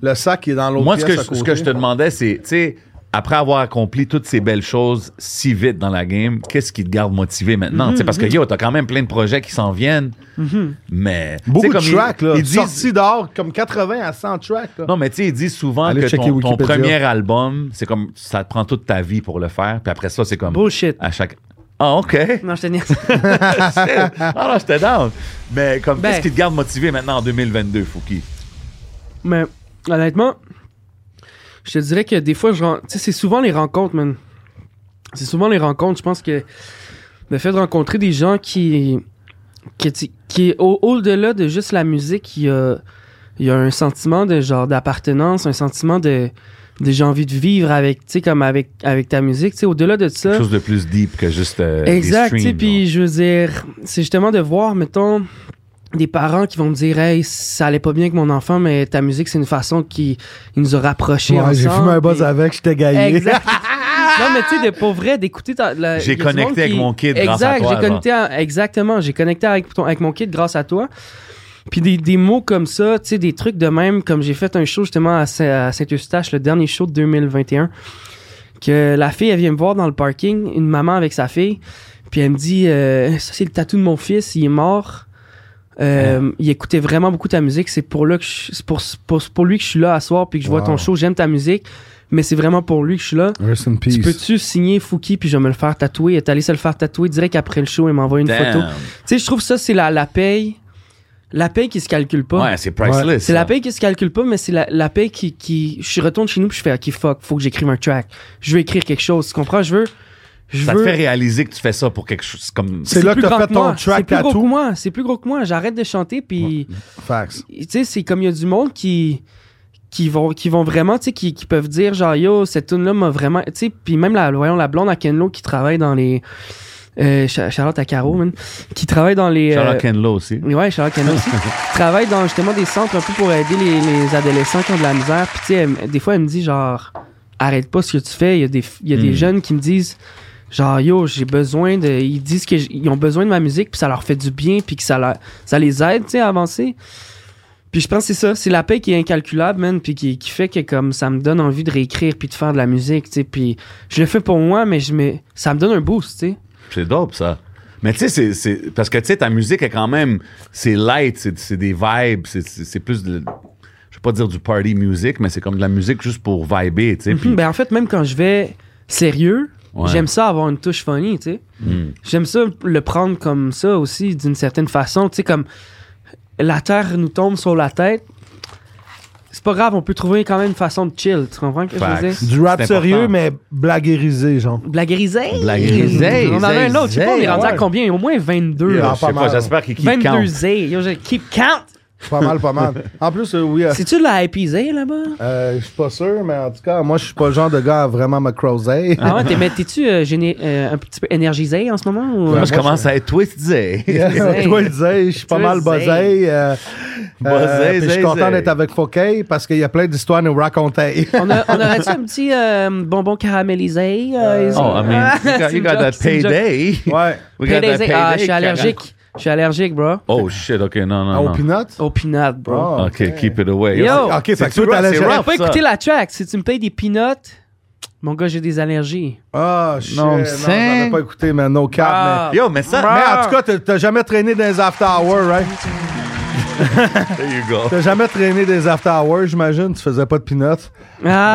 [SPEAKER 3] le, le sac qui est dans l'autre
[SPEAKER 5] Moi, ce que,
[SPEAKER 3] pièce
[SPEAKER 5] je,
[SPEAKER 3] à côté.
[SPEAKER 5] ce que je te demandais, c'est, tu sais, après avoir accompli toutes ces belles choses si vite dans la game, qu'est-ce qui te garde motivé maintenant? Tu sais, parce que, yo, t'as quand même plein de projets qui s'en viennent,
[SPEAKER 7] Mhm.
[SPEAKER 5] mais... tu sais,
[SPEAKER 3] Beaucoup de
[SPEAKER 5] comme ils-
[SPEAKER 3] tracks, là.
[SPEAKER 5] ils
[SPEAKER 3] Ils
[SPEAKER 5] disent-
[SPEAKER 3] sorties d'or, comme 80 à 100 tracks, là.
[SPEAKER 5] Non, mais tu sais, ils disent souvent
[SPEAKER 3] Allez
[SPEAKER 5] que
[SPEAKER 3] checker
[SPEAKER 5] ton, ton
[SPEAKER 3] Wikipédia.
[SPEAKER 5] premier album, c'est comme, ça te prend toute ta vie pour le faire, puis après ça, c'est comme...
[SPEAKER 7] Bullshit.
[SPEAKER 5] À chaque... Ah Ah, OK.
[SPEAKER 7] Non, je te niaise.
[SPEAKER 5] Shit. ah non, j'étais down. Mais comme,
[SPEAKER 7] Ben.
[SPEAKER 5] qu'est-ce qui te garde motivé maintenant en 2022, Fouki?
[SPEAKER 7] Mais honnêtement, je te dirais que des fois, je ren- tu sais, c'est souvent les rencontres, man. C'est souvent les rencontres. Je pense que le fait de rencontrer des gens qui. qui, tu- qui est au- au-delà de juste la musique, il y a, il y a un sentiment de genre d'appartenance, un sentiment de. de j'ai envie de vivre avec, tu sais, comme avec, avec ta musique, tu sais, au-delà de ça.
[SPEAKER 5] Quelque chose de plus deep que juste euh, des
[SPEAKER 7] Exact, tu sais,
[SPEAKER 5] streams,
[SPEAKER 7] puis je veux dire, c'est justement de voir, mettons, des parents qui vont me dire, hey, ça allait pas bien avec mon enfant, mais ta musique, c'est une façon qui il nous a rapprochés
[SPEAKER 3] Ouais,
[SPEAKER 7] ensemble.
[SPEAKER 3] j'ai fumé un buzz
[SPEAKER 7] puis-
[SPEAKER 3] avec, j'étais gaillé.
[SPEAKER 7] Exact. non, mais tu sais, de pour vrai, d'écouter. ta- la-
[SPEAKER 5] J'ai
[SPEAKER 7] y a du monde
[SPEAKER 5] connecté avec mon kid grâce à
[SPEAKER 7] Exact,
[SPEAKER 5] toi,
[SPEAKER 7] j'ai connecté à- exactement, j'ai connecté avec, ton- avec mon kid grâce à toi. Puis des, des mots comme ça, tu sais, des trucs de même, comme j'ai fait un show justement à Saint- à Saint-Eustache, le dernier show de 2021, que la fille, elle vient me voir dans le parking, une maman avec sa fille, puis elle me dit euh, Ça, c'est le tatou de mon fils, il est mort. Euh, Il écoutait vraiment beaucoup ta musique. C'est pour, là que je- c'est pour, pour, pour lui que je suis là à soir puis que je vois
[SPEAKER 3] Wow.
[SPEAKER 7] ton show. J'aime ta musique, mais c'est vraiment pour lui que je suis là.
[SPEAKER 3] Rest in
[SPEAKER 7] Tu
[SPEAKER 3] peace.
[SPEAKER 7] peux-tu signer Fouki puis je vais me le faire tatouer? Elle est allée se le faire tatouer direct après le show et m'envoie une
[SPEAKER 5] Damn.
[SPEAKER 7] photo. Tu sais, je trouve ça, c'est la, la paye. La paye qui se calcule pas.
[SPEAKER 5] Ouais, c'est priceless.
[SPEAKER 3] Ouais.
[SPEAKER 5] ça.
[SPEAKER 7] c'est la paye qui se calcule pas, mais c'est la, la paye qui, qui. Je retourne chez nous puis je fais, OK, fuck, faut que j'écrive un track. Je veux écrire quelque chose. Tu comprends? Je veux. Je
[SPEAKER 5] Ça te
[SPEAKER 7] veux.
[SPEAKER 5] fait réaliser que tu fais ça pour quelque chose comme.
[SPEAKER 3] C'est là
[SPEAKER 7] plus
[SPEAKER 3] que t'as
[SPEAKER 7] grand
[SPEAKER 3] fait ton
[SPEAKER 7] moi.
[SPEAKER 3] track
[SPEAKER 7] C'est plus gros
[SPEAKER 3] tattoo.
[SPEAKER 7] que moi. C'est plus gros que moi. J'arrête de chanter puis
[SPEAKER 3] Facts.
[SPEAKER 7] tu sais, c'est comme il y a du monde qui qui vont qui vont vraiment tu sais qui, qui peuvent dire genre yo cette tune là m'a vraiment tu sais puis même la voyons la blonde à Kenlo qui travaille dans les euh, Cha- Charlotte à Caro man, qui travaille dans les
[SPEAKER 5] Charlotte
[SPEAKER 7] euh,
[SPEAKER 5] Kenlo aussi.
[SPEAKER 7] Ouais, Charles Cano aussi. travaille dans justement des centres un peu pour aider les, les adolescents qui ont de la misère. Puis tu sais, elle m- des fois, elle me dit genre, arrête pas ce que tu fais. Il y a des, f- il y a des
[SPEAKER 5] Mm.
[SPEAKER 7] jeunes qui me disent genre, yo, j'ai besoin de. Ils disent qu'ils ont besoin de ma musique, puis ça leur fait du bien, puis que ça, leur- ça les aide, tu sais, à avancer. Puis je pense que c'est ça, c'est la paix qui est incalculable, man, puis qui, qui fait que comme ça me donne envie de réécrire, puis de faire de la musique, tu sais. Puis je le fais pour moi, mais je mets, ça me donne un boost, tu sais.
[SPEAKER 5] C'est dope, ça. Mais tu sais, c'est- c'est. Parce que tu sais, ta musique est quand même. C'est light, c'est c'est des vibes, c'est- c'est c'est plus de. Je vais pas dire du party music, mais c'est comme de la musique juste pour vibrer, tu sais. puis-
[SPEAKER 7] Mhm, ben en fait, même quand je vais sérieux,
[SPEAKER 5] Hmm. Ouais.
[SPEAKER 7] j'aime ça avoir une touche funny, tu sais.
[SPEAKER 5] Mm.
[SPEAKER 7] J'aime ça le prendre comme ça aussi, d'une certaine façon. Tu sais, comme la terre nous tombe sur la tête, c'est pas grave, on peut trouver quand même une façon de chill, tu comprends ce que je veux
[SPEAKER 5] Facts.
[SPEAKER 7] dire?
[SPEAKER 3] Du rap
[SPEAKER 5] C'est
[SPEAKER 3] sérieux,
[SPEAKER 5] important.
[SPEAKER 3] mais blaguérisé, genre.
[SPEAKER 7] Blaguerisé!
[SPEAKER 5] Blaguerisé,
[SPEAKER 7] On en a un autre, je sais pas, on est
[SPEAKER 3] zé,
[SPEAKER 7] rendu à
[SPEAKER 3] ouais.
[SPEAKER 7] combien? Au moins
[SPEAKER 3] Il en
[SPEAKER 5] Je
[SPEAKER 7] 22. là.
[SPEAKER 3] parle
[SPEAKER 5] sais
[SPEAKER 3] Ah, pas
[SPEAKER 5] pas,
[SPEAKER 3] mal.
[SPEAKER 5] j'espère qu'il qu'il
[SPEAKER 7] 22
[SPEAKER 5] compte.
[SPEAKER 7] Z, yo, je keep count!
[SPEAKER 3] Pas mal, pas
[SPEAKER 5] (laughs)
[SPEAKER 3] mal. En plus, euh, oui, euh,
[SPEAKER 7] C'est-tu de la happy Z là-bas?
[SPEAKER 3] euh, je suis pas sûr, mais en tout cas, moi, je suis pas le genre de gars à vraiment me creuser.
[SPEAKER 7] Ah ouais, t'es- mais t'es-tu euh, géné- euh, un petit peu énergisé en ce moment? Ou... euh,
[SPEAKER 5] Moi, je
[SPEAKER 3] Moi,
[SPEAKER 5] commence à être twisté.
[SPEAKER 7] Zay.
[SPEAKER 3] Toi, le zay, (laughs) je suis pas
[SPEAKER 7] Tu
[SPEAKER 3] mal
[SPEAKER 7] zay.
[SPEAKER 3] buzzé. euh, euh,
[SPEAKER 5] Buzzé,
[SPEAKER 3] puis Je suis
[SPEAKER 5] zay,
[SPEAKER 3] content
[SPEAKER 5] zay.
[SPEAKER 3] d'être avec Fouquet parce qu'il y a plein d'histoires à nous raconter.
[SPEAKER 7] On, a, on aurait-tu un petit euh, bonbon caramélisé? euh,
[SPEAKER 5] Oh,
[SPEAKER 7] (laughs)
[SPEAKER 5] I mean,
[SPEAKER 7] Ah,
[SPEAKER 5] you got,
[SPEAKER 7] c'est
[SPEAKER 5] you
[SPEAKER 7] une
[SPEAKER 5] got
[SPEAKER 7] joke,
[SPEAKER 5] that
[SPEAKER 7] c'est une joke.
[SPEAKER 5] payday.
[SPEAKER 3] (laughs) ouais.
[SPEAKER 5] We got
[SPEAKER 7] Payday,
[SPEAKER 5] that
[SPEAKER 7] ah, je suis
[SPEAKER 5] payday,
[SPEAKER 7] allergique. Je suis allergique, bro.
[SPEAKER 5] Oh shit, ok, non, non,
[SPEAKER 3] Au
[SPEAKER 5] non.
[SPEAKER 3] peanut?
[SPEAKER 7] Au peanut, bro.
[SPEAKER 3] Oh,
[SPEAKER 5] Ok, keep it away.
[SPEAKER 7] Yo!
[SPEAKER 3] Ok, fait
[SPEAKER 5] C'est
[SPEAKER 3] que toi,
[SPEAKER 5] rough,
[SPEAKER 3] t'allais
[SPEAKER 5] c'est
[SPEAKER 3] chercher-
[SPEAKER 5] rough.
[SPEAKER 7] T'as pas
[SPEAKER 5] ça.
[SPEAKER 7] écouté la track. Si tu me payes des peanuts, mon gars, j'ai des allergies.
[SPEAKER 3] Ah, shit.
[SPEAKER 5] Non,
[SPEAKER 3] Non,
[SPEAKER 5] me
[SPEAKER 3] j'en
[SPEAKER 5] sens.
[SPEAKER 3] ai pas écouté, mais no cap.
[SPEAKER 7] Ah.
[SPEAKER 5] Yo, mais ça,
[SPEAKER 3] Mais... mais en tout cas, t'as- t'as jamais traîné dans les after hours, right?
[SPEAKER 5] there you go.
[SPEAKER 3] T'as jamais traîné des after hours, j'imagine? Tu faisais pas de peanuts?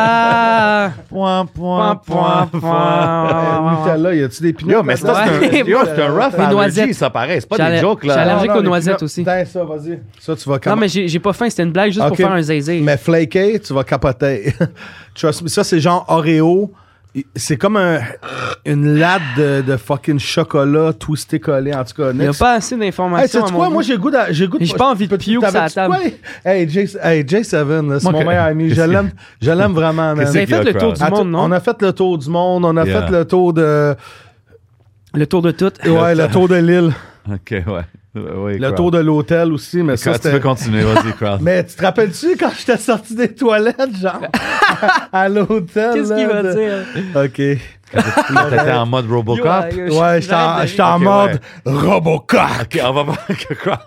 [SPEAKER 7] Ah!
[SPEAKER 5] Point,
[SPEAKER 7] Point,
[SPEAKER 5] point,
[SPEAKER 7] point,
[SPEAKER 3] Euh,
[SPEAKER 7] point.
[SPEAKER 3] Nutella, y a-tu des peanuts?
[SPEAKER 5] Yo, mais ça, c'est un,
[SPEAKER 7] Ouais.
[SPEAKER 5] yo, c'est un rough
[SPEAKER 7] Les noisettes.
[SPEAKER 5] allergy, ça paraît. C'est pas
[SPEAKER 7] J'allais-
[SPEAKER 5] des jokes,
[SPEAKER 7] j'allais-
[SPEAKER 5] là.
[SPEAKER 7] allergique aux noisettes aussi.
[SPEAKER 3] Tiens, Ben, ça, vas-y. Ça, tu vas
[SPEAKER 7] Non,
[SPEAKER 3] capoter.
[SPEAKER 7] mais j'ai j'ai pas faim. C'était une blague juste
[SPEAKER 3] Ok.
[SPEAKER 7] pour faire un zézé.
[SPEAKER 3] Mais flaky, tu vas capoter. (laughs) Trust me, ça, c'est genre Oreo. C'est comme un- une latte de, de fucking chocolat twisté collé, en tout cas.
[SPEAKER 7] Il y a
[SPEAKER 3] next.
[SPEAKER 7] pas assez
[SPEAKER 3] Hey,
[SPEAKER 7] d'informations.
[SPEAKER 3] sais-tu
[SPEAKER 7] à mon
[SPEAKER 3] quoi?
[SPEAKER 7] goût.
[SPEAKER 3] Moi, j'ai le goût de. J'ai le goût de-
[SPEAKER 7] J'ai pas envie de
[SPEAKER 3] Peux-
[SPEAKER 7] pioux sur la
[SPEAKER 3] t'avais-tu
[SPEAKER 7] table.
[SPEAKER 3] quoi? Hey, J, hey, J7, là, c'est
[SPEAKER 5] Moi,
[SPEAKER 3] mon
[SPEAKER 5] que-
[SPEAKER 3] meilleur ami. Je
[SPEAKER 5] qu'est-ce
[SPEAKER 3] l'aime,
[SPEAKER 7] (laughs)
[SPEAKER 3] je l'aime vraiment, man.
[SPEAKER 5] Qu'est-ce
[SPEAKER 7] Vous avez
[SPEAKER 5] qu'il y a,
[SPEAKER 7] fait le tour
[SPEAKER 5] crowd?
[SPEAKER 7] du
[SPEAKER 3] Attends,
[SPEAKER 7] monde, non?
[SPEAKER 3] On a fait le tour du monde, on a
[SPEAKER 5] Yeah.
[SPEAKER 3] fait le tour de.
[SPEAKER 7] Le tour de tout.
[SPEAKER 3] Ouais, le tour de l'île.
[SPEAKER 5] Ok, ouais. Oui,
[SPEAKER 3] Le tour de l'hôtel aussi, mais ça,
[SPEAKER 5] Tu peux
[SPEAKER 3] c'était.
[SPEAKER 5] continuer, vas-y, crowd.
[SPEAKER 3] (laughs) Mais tu te rappelles-tu quand j'étais sorti des toilettes,
[SPEAKER 5] (laughs)
[SPEAKER 3] genre, à l'hôtel?
[SPEAKER 7] Qu'est-ce qu'il
[SPEAKER 3] là,
[SPEAKER 7] va
[SPEAKER 3] de-
[SPEAKER 7] dire?
[SPEAKER 3] OK.
[SPEAKER 5] T'étais en mode Robocop.
[SPEAKER 7] Yo, yo,
[SPEAKER 3] Ouais,
[SPEAKER 7] j'arrête
[SPEAKER 3] j'étais en,
[SPEAKER 7] de
[SPEAKER 3] j'étais en
[SPEAKER 5] Ok,
[SPEAKER 3] mode Robocop.
[SPEAKER 5] Ok, on va voir que crowd.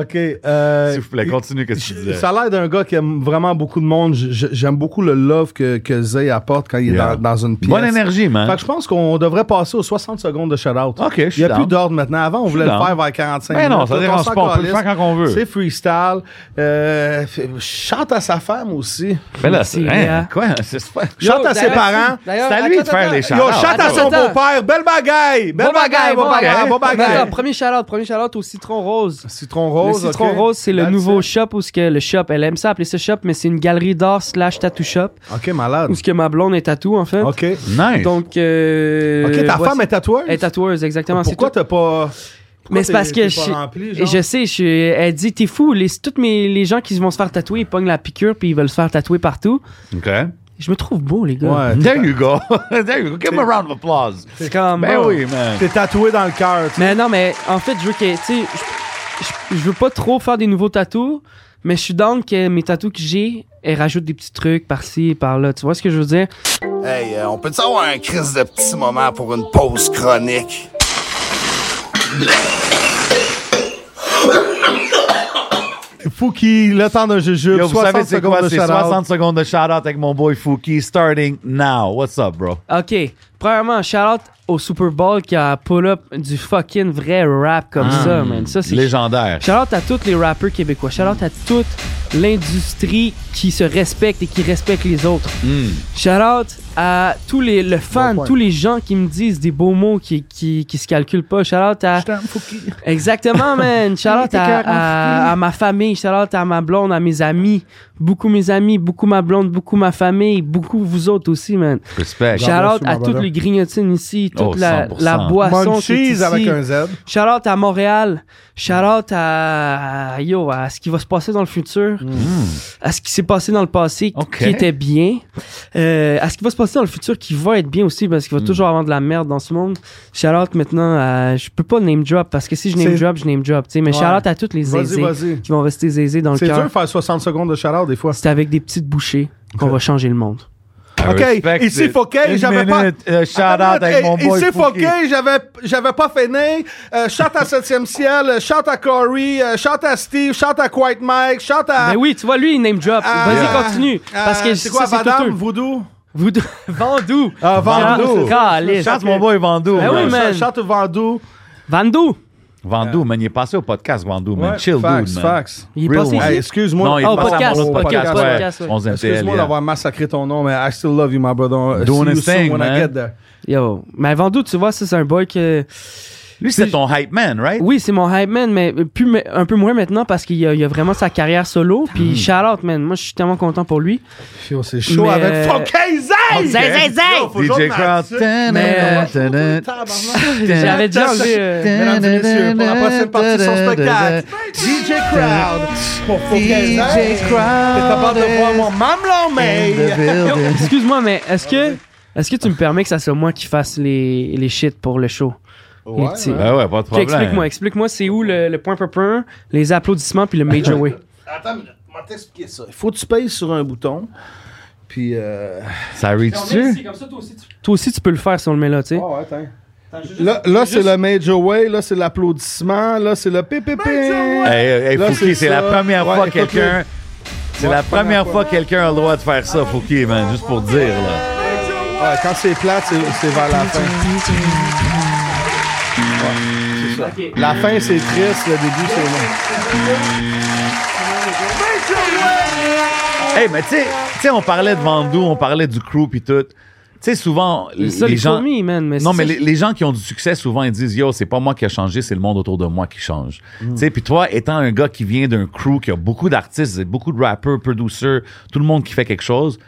[SPEAKER 3] OK. euh,
[SPEAKER 5] S'il vous plaît, continue, qu'est-ce que tu disais.
[SPEAKER 3] ça a l'air d'un gars qui aime vraiment beaucoup de monde. J- j- J'aime beaucoup le love que, que Zay apporte quand il est
[SPEAKER 5] Yeah.
[SPEAKER 3] dans, dans une pièce.
[SPEAKER 5] Bonne énergie,
[SPEAKER 3] Fait
[SPEAKER 5] man.
[SPEAKER 3] que je pense qu'on devrait passer aux 60 secondes de shout-out.
[SPEAKER 5] Hein? Ok, je
[SPEAKER 3] Il
[SPEAKER 5] suis
[SPEAKER 3] n'y a plus
[SPEAKER 5] down.
[SPEAKER 3] d'ordre maintenant. Avant, on voulait le
[SPEAKER 5] down.
[SPEAKER 3] faire vers 45
[SPEAKER 5] Mais
[SPEAKER 3] minutes.
[SPEAKER 5] non, ça
[SPEAKER 3] Là,
[SPEAKER 5] dérange
[SPEAKER 3] s'en
[SPEAKER 5] pas, on peut le
[SPEAKER 3] calisse.
[SPEAKER 5] faire quand on veut.
[SPEAKER 3] C'est freestyle. Euh, f- chante à sa femme aussi.
[SPEAKER 5] Mais là,
[SPEAKER 7] C'est
[SPEAKER 5] c'est- hein,
[SPEAKER 7] vrai, hein?
[SPEAKER 5] quoi? C'est super.
[SPEAKER 10] Chante
[SPEAKER 3] Yo,
[SPEAKER 10] à ses
[SPEAKER 3] d'ailleurs,
[SPEAKER 10] parents.
[SPEAKER 5] C'est à lui de faire les
[SPEAKER 10] Yo,
[SPEAKER 5] shout-outs.
[SPEAKER 10] chante à son
[SPEAKER 7] attends.
[SPEAKER 10] beau-père. Belle bagaille. Belle
[SPEAKER 7] Bon
[SPEAKER 10] bagaille,
[SPEAKER 7] bagaille,
[SPEAKER 10] beau
[SPEAKER 7] bon
[SPEAKER 10] bagaille,
[SPEAKER 7] bagaille.
[SPEAKER 10] beau
[SPEAKER 7] Attends,
[SPEAKER 10] bagaille.
[SPEAKER 7] Premier shout-out, premier shout-out au citron rose.
[SPEAKER 3] Citron
[SPEAKER 7] Le
[SPEAKER 3] rose.
[SPEAKER 7] citron
[SPEAKER 3] ok.
[SPEAKER 7] rose, c'est le
[SPEAKER 3] That's
[SPEAKER 7] nouveau
[SPEAKER 3] it.
[SPEAKER 7] shop où ce que le shop, elle aime ça appeler ça shop, mais c'est une galerie d'art slash tattoo shop
[SPEAKER 3] Ok, malade.
[SPEAKER 7] où ce que ma blonde est tatou en fait.
[SPEAKER 3] Ok.
[SPEAKER 5] Nice.
[SPEAKER 7] Donc, euh,
[SPEAKER 3] Ok, ta
[SPEAKER 7] voici-
[SPEAKER 3] femme est tatoueuse?
[SPEAKER 7] Elle est tatoueuse, exactement. c'est
[SPEAKER 3] Pourquoi
[SPEAKER 7] tout.
[SPEAKER 3] t'as pas. pourquoi
[SPEAKER 7] Mais c'est
[SPEAKER 3] t'es-
[SPEAKER 7] parce que
[SPEAKER 3] t'es
[SPEAKER 7] je
[SPEAKER 3] pas
[SPEAKER 7] suis-
[SPEAKER 3] rempli,
[SPEAKER 7] Et
[SPEAKER 3] genre?
[SPEAKER 7] je sais, je, elle dit, t'es fou, les, tous mes, les gens qui vont se faire tatouer, ils pognent la piqûre puis ils veulent se faire tatouer partout.
[SPEAKER 5] OK.
[SPEAKER 7] Je me trouve beau, les gars.
[SPEAKER 5] (laughs)
[SPEAKER 3] Ouais.
[SPEAKER 5] There you go. There you go. Give him a round of applause.
[SPEAKER 7] C'est comme, oh,
[SPEAKER 5] Ben
[SPEAKER 7] bon.
[SPEAKER 5] oui, man.
[SPEAKER 3] T'es tatoué dans le cœur. tu sais.
[SPEAKER 7] Mais non, mais en fait, je veux que, tu sais, je- je, je veux pas trop faire des nouveaux tatous, mais je suis down que mes tatous que j'ai, elles rajoutent des petits trucs par-ci, par-là. Tu vois ce que je veux dire?
[SPEAKER 11] Hey, euh, on peut-tu avoir un crise de petit moment pour une pause chronique?
[SPEAKER 3] Fouki, le temps d'un jujube.
[SPEAKER 5] Yo, vous
[SPEAKER 3] 60
[SPEAKER 5] savez c'est
[SPEAKER 3] secondes
[SPEAKER 5] quoi?
[SPEAKER 3] de
[SPEAKER 5] C'est
[SPEAKER 3] shout-out.
[SPEAKER 5] 60 secondes de shout-out avec mon boy Fouki, starting now. What's up, bro?
[SPEAKER 7] OK. Premièrement, shout-out au Super Bowl qui a pull-up du fucking vrai rap comme
[SPEAKER 5] Ah. Mm.
[SPEAKER 7] ça, man. Ça, c'est
[SPEAKER 5] Légendaire.
[SPEAKER 7] Shout-out à tous les rappeurs québécois. Shout-out à toute l'industrie qui se respecte et qui respecte les autres. Shout-out à tous les le fan, tous les gens qui me disent des beaux mots qui, qui, qui se calculent pas. Shout-out à... Exactement, man. Shout-out à, à- à ma famille. Shout-out à ma blonde, à mes amis. Beaucoup mes amis, beaucoup ma blonde, beaucoup ma famille, beaucoup vous autres aussi, man.
[SPEAKER 5] Respect.
[SPEAKER 7] Shout-out
[SPEAKER 3] Monsieur
[SPEAKER 7] à
[SPEAKER 3] Marbella.
[SPEAKER 7] toutes les grignotines ici, toute
[SPEAKER 5] Oh,
[SPEAKER 7] la,
[SPEAKER 5] 100%.
[SPEAKER 7] la boisson qui est
[SPEAKER 3] Munchies
[SPEAKER 7] ici.
[SPEAKER 3] avec un Z.
[SPEAKER 7] Shout-out à Montréal. Shout-out à... Yo, à ce qui va se passer dans le futur. À ce qui s'est passé dans le passé
[SPEAKER 5] Mm. Ok.
[SPEAKER 7] qui était bien. Euh, à ce qui va se passer dans le futur qui va être bien aussi parce qu'il
[SPEAKER 5] Mm.
[SPEAKER 7] va toujours avoir de la merde dans ce monde. Shout-out maintenant à... Je peux pas name drop parce que si je name
[SPEAKER 3] C'est-
[SPEAKER 7] drop, je name drop. tu sais, Mais
[SPEAKER 3] Ouais.
[SPEAKER 7] shout-out à toutes les
[SPEAKER 3] Vas-y,
[SPEAKER 7] zézés
[SPEAKER 3] vas-y.
[SPEAKER 7] qui vont rester zézés dans le
[SPEAKER 3] C'est dur
[SPEAKER 7] cœur.
[SPEAKER 3] de faire 60 secondes de shout-out des fois.
[SPEAKER 7] C'est avec des petites bouchées qu'on va changer le monde.
[SPEAKER 3] OK, ici Fouquet, j'avais pas...
[SPEAKER 5] uh, Shout-out
[SPEAKER 3] Attends,
[SPEAKER 5] avec mon
[SPEAKER 3] hey,
[SPEAKER 5] boy
[SPEAKER 3] Ici
[SPEAKER 5] Fouki.
[SPEAKER 3] Fouquet, j'avais, j'avais pas fini. Euh, shout à 7e ciel, euh, shout à Corey, euh, shout à Steve, shout à Quiet Mike, shout à...
[SPEAKER 7] Mais oui, tu vois, lui, il name drop.
[SPEAKER 3] à-
[SPEAKER 7] Vas-y, continue.
[SPEAKER 3] à- euh,
[SPEAKER 7] parce que
[SPEAKER 3] Ah. c'est quoi,
[SPEAKER 7] ça,
[SPEAKER 3] Madame
[SPEAKER 7] tout eux.
[SPEAKER 3] Voodoo?
[SPEAKER 7] Vous deux- (laughs) Vandou.
[SPEAKER 3] Ah, Vandou.
[SPEAKER 7] Calice.
[SPEAKER 5] Shout-out mon boy Vandou.
[SPEAKER 3] Eh
[SPEAKER 7] Ben oui,
[SPEAKER 5] man.
[SPEAKER 7] man.
[SPEAKER 3] Shout- Shout à Vandou.
[SPEAKER 7] Vandou.
[SPEAKER 5] Vandou, man, il est passé au podcast, Vandou, man.
[SPEAKER 3] Ouais,
[SPEAKER 5] Chill,
[SPEAKER 3] facts,
[SPEAKER 5] dude, man.
[SPEAKER 3] facts.
[SPEAKER 7] Il est
[SPEAKER 5] Real
[SPEAKER 7] passé
[SPEAKER 5] one.
[SPEAKER 3] Hey,
[SPEAKER 7] ici.
[SPEAKER 3] excuse-moi. Oh,
[SPEAKER 5] Non, il
[SPEAKER 7] Ah,
[SPEAKER 5] est
[SPEAKER 7] au
[SPEAKER 5] passé à
[SPEAKER 7] podcast,
[SPEAKER 5] mon
[SPEAKER 7] au
[SPEAKER 5] autre
[SPEAKER 7] podcast,
[SPEAKER 5] podcast.
[SPEAKER 7] podcast,
[SPEAKER 5] ouais.
[SPEAKER 7] ouais.
[SPEAKER 5] 11e
[SPEAKER 3] Excuse-moi
[SPEAKER 5] TL.
[SPEAKER 3] d'avoir massacré ton nom, mais I still love you, my brother.
[SPEAKER 5] Doing
[SPEAKER 3] See
[SPEAKER 5] his
[SPEAKER 3] you soon
[SPEAKER 5] thing,
[SPEAKER 3] when
[SPEAKER 5] man.
[SPEAKER 3] I get there.
[SPEAKER 7] Yo, mais Vandou, tu vois, ça, c'est un boy que.
[SPEAKER 5] Lui, c'est ton hype man, right?
[SPEAKER 3] (laughs)
[SPEAKER 7] Oui, c'est mon hype man, mais plus, mais un peu moins maintenant parce qu'il a, il a vraiment sa carrière solo.
[SPEAKER 5] Mm.
[SPEAKER 7] Puis shout out, man. Moi, je suis tellement content pour lui.
[SPEAKER 3] Yo, c'est chaud
[SPEAKER 7] Mais,
[SPEAKER 3] avec
[SPEAKER 7] euh,
[SPEAKER 3] Fouquet, Zay!
[SPEAKER 7] Zay, Zay, Zay!
[SPEAKER 3] Yo, faut
[SPEAKER 5] DJ
[SPEAKER 3] toujours
[SPEAKER 5] Crowd.
[SPEAKER 7] Mais- J'avais déjà enlevé. euh,
[SPEAKER 3] Mesdames et messieurs, pour la prochaine partie de son spectacle, DJ Crowd pour Fouquet. Zay.
[SPEAKER 5] DJ Crowd.
[SPEAKER 3] T'es capable de voir mon mamelon, mais...
[SPEAKER 7] yo, Excuse-moi, mais est-ce que. Est-ce que tu me permets que ça soit moi qui fasse les, les shit pour le show? les petits.
[SPEAKER 5] Ben ouais, pas de
[SPEAKER 7] Puis
[SPEAKER 5] problème.
[SPEAKER 7] Explique-moi, explique-moi, c'est où le, le point point, les applaudissements puis
[SPEAKER 5] (laughs)
[SPEAKER 7] le major way.
[SPEAKER 3] Attends, comment t'expliquer ça? Il faut que tu payes sur un bouton, puis... Euh...
[SPEAKER 5] Ça reach-tu?
[SPEAKER 7] Toi aussi, tu peux le faire si on le met là, tu sais.
[SPEAKER 3] Oh, attends. Là, là, c'est le Major Way, là, c'est l'applaudissement, là, c'est le pépépé.
[SPEAKER 5] Hey, hey,
[SPEAKER 3] Là,
[SPEAKER 5] Fouki,
[SPEAKER 3] c'est
[SPEAKER 5] c'est
[SPEAKER 3] ça.
[SPEAKER 5] la première
[SPEAKER 3] Ouais,
[SPEAKER 5] fois
[SPEAKER 3] écoute-le.
[SPEAKER 5] quelqu'un. C'est la première fois que quelqu'un a le droit de faire ça, Fouki, man, juste pour dire, là.
[SPEAKER 3] Ouais, quand c'est plate, c'est, c'est vers la fin. Ouais, c'est ça. La fin, c'est triste, le début, c'est long.
[SPEAKER 5] Hey, mais tu sais- tu sais, on parlait de Vandou, on parlait du crew pis tout. Tu sais, souvent,
[SPEAKER 7] C'est ça,
[SPEAKER 5] les gens.
[SPEAKER 7] fourmis, man. Mais
[SPEAKER 5] Non,
[SPEAKER 7] c'est
[SPEAKER 5] mais
[SPEAKER 7] ça,
[SPEAKER 5] les, les gens qui ont du succès, souvent, ils disent, yo, c'est pas moi qui a changé, c'est le monde autour de moi qui change.
[SPEAKER 7] Mm.
[SPEAKER 5] Tu sais, puis toi, étant un gars qui vient d'un crew, qui a beaucoup d'artistes, beaucoup de rappeurs, producers, tout le monde qui fait quelque chose,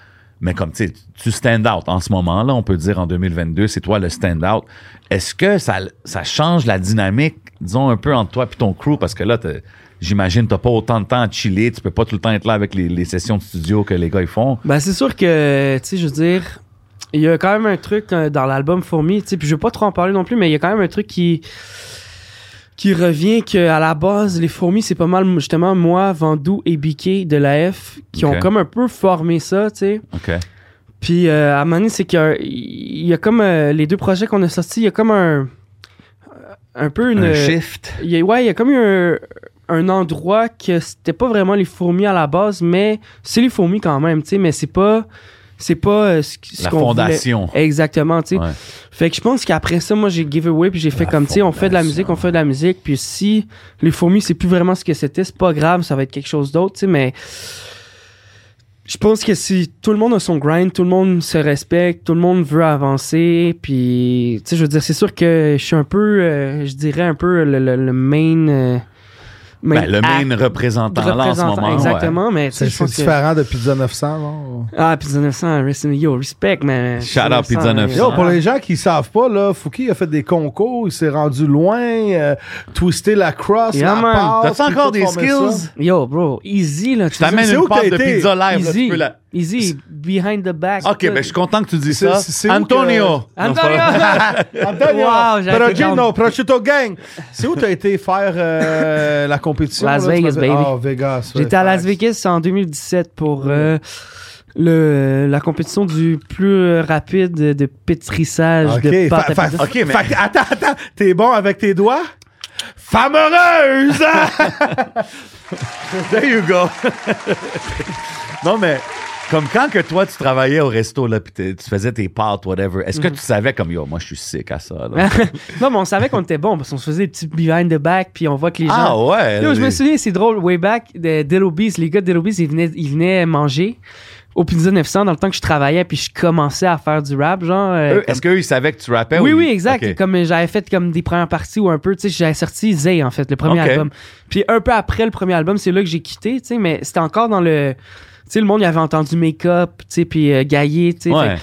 [SPEAKER 5] mais comme, tu sais, tu stand out en ce moment-là, on peut dire en 2022, c'est toi le stand out. Est-ce que ça, ça change la dynamique, disons, un peu entre toi puis ton crew? Parce que là, t'as- j'imagine, t'as pas autant de temps à chiller, tu peux pas tout le temps être là avec les, les sessions de studio que les gars, ils font.
[SPEAKER 7] Ben, c'est sûr que, tu sais, je veux dire, il y a quand même un truc euh, dans l'album Fourmi, tu sais, puis je veux pas trop en parler non plus, mais il y a quand même un truc qui qui revient que à la base les fourmis c'est pas mal justement moi Vandou et Biquet de la F qui
[SPEAKER 5] Ok.
[SPEAKER 7] ont comme un peu formé ça tu sais
[SPEAKER 5] OK.
[SPEAKER 7] puis euh, à un moment donné, c'est qu'il y a- il y a comme euh, les deux projets qu'on a sortis il y a comme un un peu une
[SPEAKER 5] Un shift.
[SPEAKER 7] il y a, ouais, il y a comme eu un, un endroit que c'était pas vraiment les fourmis à la base, mais c'est les fourmis quand même, tu sais, mais c'est pas c'est pas euh, ce, ce
[SPEAKER 5] La
[SPEAKER 7] qu'on voulait.
[SPEAKER 5] fondation.
[SPEAKER 7] Exactement, tu sais.
[SPEAKER 5] Ouais.
[SPEAKER 7] Fait que je pense qu'après ça, moi, j'ai giveaway, puis j'ai fait
[SPEAKER 5] La
[SPEAKER 7] comme, tu sais, on fait de la
[SPEAKER 5] fondation.
[SPEAKER 7] musique, on fait de la musique, puis si les fourmis, c'est plus vraiment ce que c'était, c'est pas grave, ça va être quelque chose d'autre, tu sais, mais... je pense que si tout le monde a son grind, tout le monde se respecte, tout le monde veut avancer, puis tu sais, je veux dire, c'est sûr que je suis un peu, euh, je dirais un peu le, le- le main, euh, main
[SPEAKER 5] Ben, le
[SPEAKER 7] act
[SPEAKER 5] main représentant là en ce
[SPEAKER 7] représentant,
[SPEAKER 5] moment. ouais.
[SPEAKER 7] exactement, mais tu sais,
[SPEAKER 3] C'est
[SPEAKER 7] je
[SPEAKER 3] c'est
[SPEAKER 7] pense que-
[SPEAKER 3] différent de Pizza 900, non?
[SPEAKER 7] Ah, Pizza 900, rest in- yo, respect, man.
[SPEAKER 5] Shout out Pizza 900.
[SPEAKER 3] Yo,
[SPEAKER 5] Ah.
[SPEAKER 3] pour les gens qui savent pas, là, Fouki a fait des concours, il s'est rendu loin, euh, twisté la cross,
[SPEAKER 7] Yeah,
[SPEAKER 3] la
[SPEAKER 7] man.
[SPEAKER 3] passe,
[SPEAKER 5] T'as-tu
[SPEAKER 3] puis
[SPEAKER 5] encore
[SPEAKER 3] tout
[SPEAKER 5] des
[SPEAKER 3] former ça.
[SPEAKER 5] skills?
[SPEAKER 7] Yo, bro, easy, là.
[SPEAKER 5] Je
[SPEAKER 7] tu
[SPEAKER 5] t'amène
[SPEAKER 7] sais,
[SPEAKER 3] C'est
[SPEAKER 5] une
[SPEAKER 3] où
[SPEAKER 5] pâte
[SPEAKER 3] t'as
[SPEAKER 5] de
[SPEAKER 3] été?
[SPEAKER 5] pizza live. là, tu
[SPEAKER 7] Easy,
[SPEAKER 5] peux la-
[SPEAKER 7] easy, behind the back. Euh,
[SPEAKER 5] Ok, ben je suis content que tu dis
[SPEAKER 3] C'est-
[SPEAKER 5] ça.
[SPEAKER 3] c'est- c'est où
[SPEAKER 5] Antonio.
[SPEAKER 7] Antonio! (laughs)
[SPEAKER 3] Antonio,
[SPEAKER 7] Wow, j'ai été
[SPEAKER 3] Perugino,
[SPEAKER 7] down.
[SPEAKER 3] Prosciutto Gang. C'est où t'as été faire euh, la compétition?
[SPEAKER 7] Las
[SPEAKER 3] là, tu
[SPEAKER 7] Vegas,
[SPEAKER 3] m'as fait-
[SPEAKER 7] baby.
[SPEAKER 3] Ah, Vegas. ouais,
[SPEAKER 7] J'étais à Las
[SPEAKER 3] facts.
[SPEAKER 7] Vegas en 2017 pour euh, le, la compétition du plus rapide de pétrissage
[SPEAKER 3] Ok,
[SPEAKER 7] de pâte
[SPEAKER 3] fa-
[SPEAKER 7] à
[SPEAKER 3] fa-
[SPEAKER 7] pizza. (laughs)
[SPEAKER 5] Ok, mais-
[SPEAKER 3] fa- attends, attends, t'es bon avec tes doigts? Femme heureuse!
[SPEAKER 5] (laughs) There you go. (laughs) non, mais comme quand que toi, tu travaillais au resto, là, puis t'es- tu faisais tes pâtes, whatever, est-ce
[SPEAKER 7] Mm-hmm.
[SPEAKER 5] que tu savais comme, yo, moi, je suis sick à ça, là?
[SPEAKER 7] non, mais on savait qu'on était bon parce qu'on se faisait des petits behind the back puis on voit que (laughs) les gens...
[SPEAKER 5] ah ouais.
[SPEAKER 7] Yo, je me
[SPEAKER 5] les-
[SPEAKER 7] souviens, c'est drôle, way back, de Dillo Bees, les gars de Dillo Bees, ils venaient, ils venaient manger au Pizza 900 dans le temps que je travaillais puis je commençais à faire du rap, genre... euh,
[SPEAKER 5] Eux, Est-ce qu'eux, ils savaient que tu rappais?
[SPEAKER 7] oui,
[SPEAKER 5] ou-
[SPEAKER 7] oui, exact.
[SPEAKER 5] Ok.
[SPEAKER 7] Comme euh, j'avais fait comme des premières parties ou un peu, tu sais, j'avais sorti Zay, en fait, le premier
[SPEAKER 5] Ok.
[SPEAKER 7] album. Puis un peu après le premier album, c'est là que j'ai quitté, tu sais, mais c'était encore dans le. Tu sais, le monde, il avait entendu Make-up, tu sais, puis euh, Gaillé, tu sais.
[SPEAKER 5] Ouais.
[SPEAKER 7] Fait-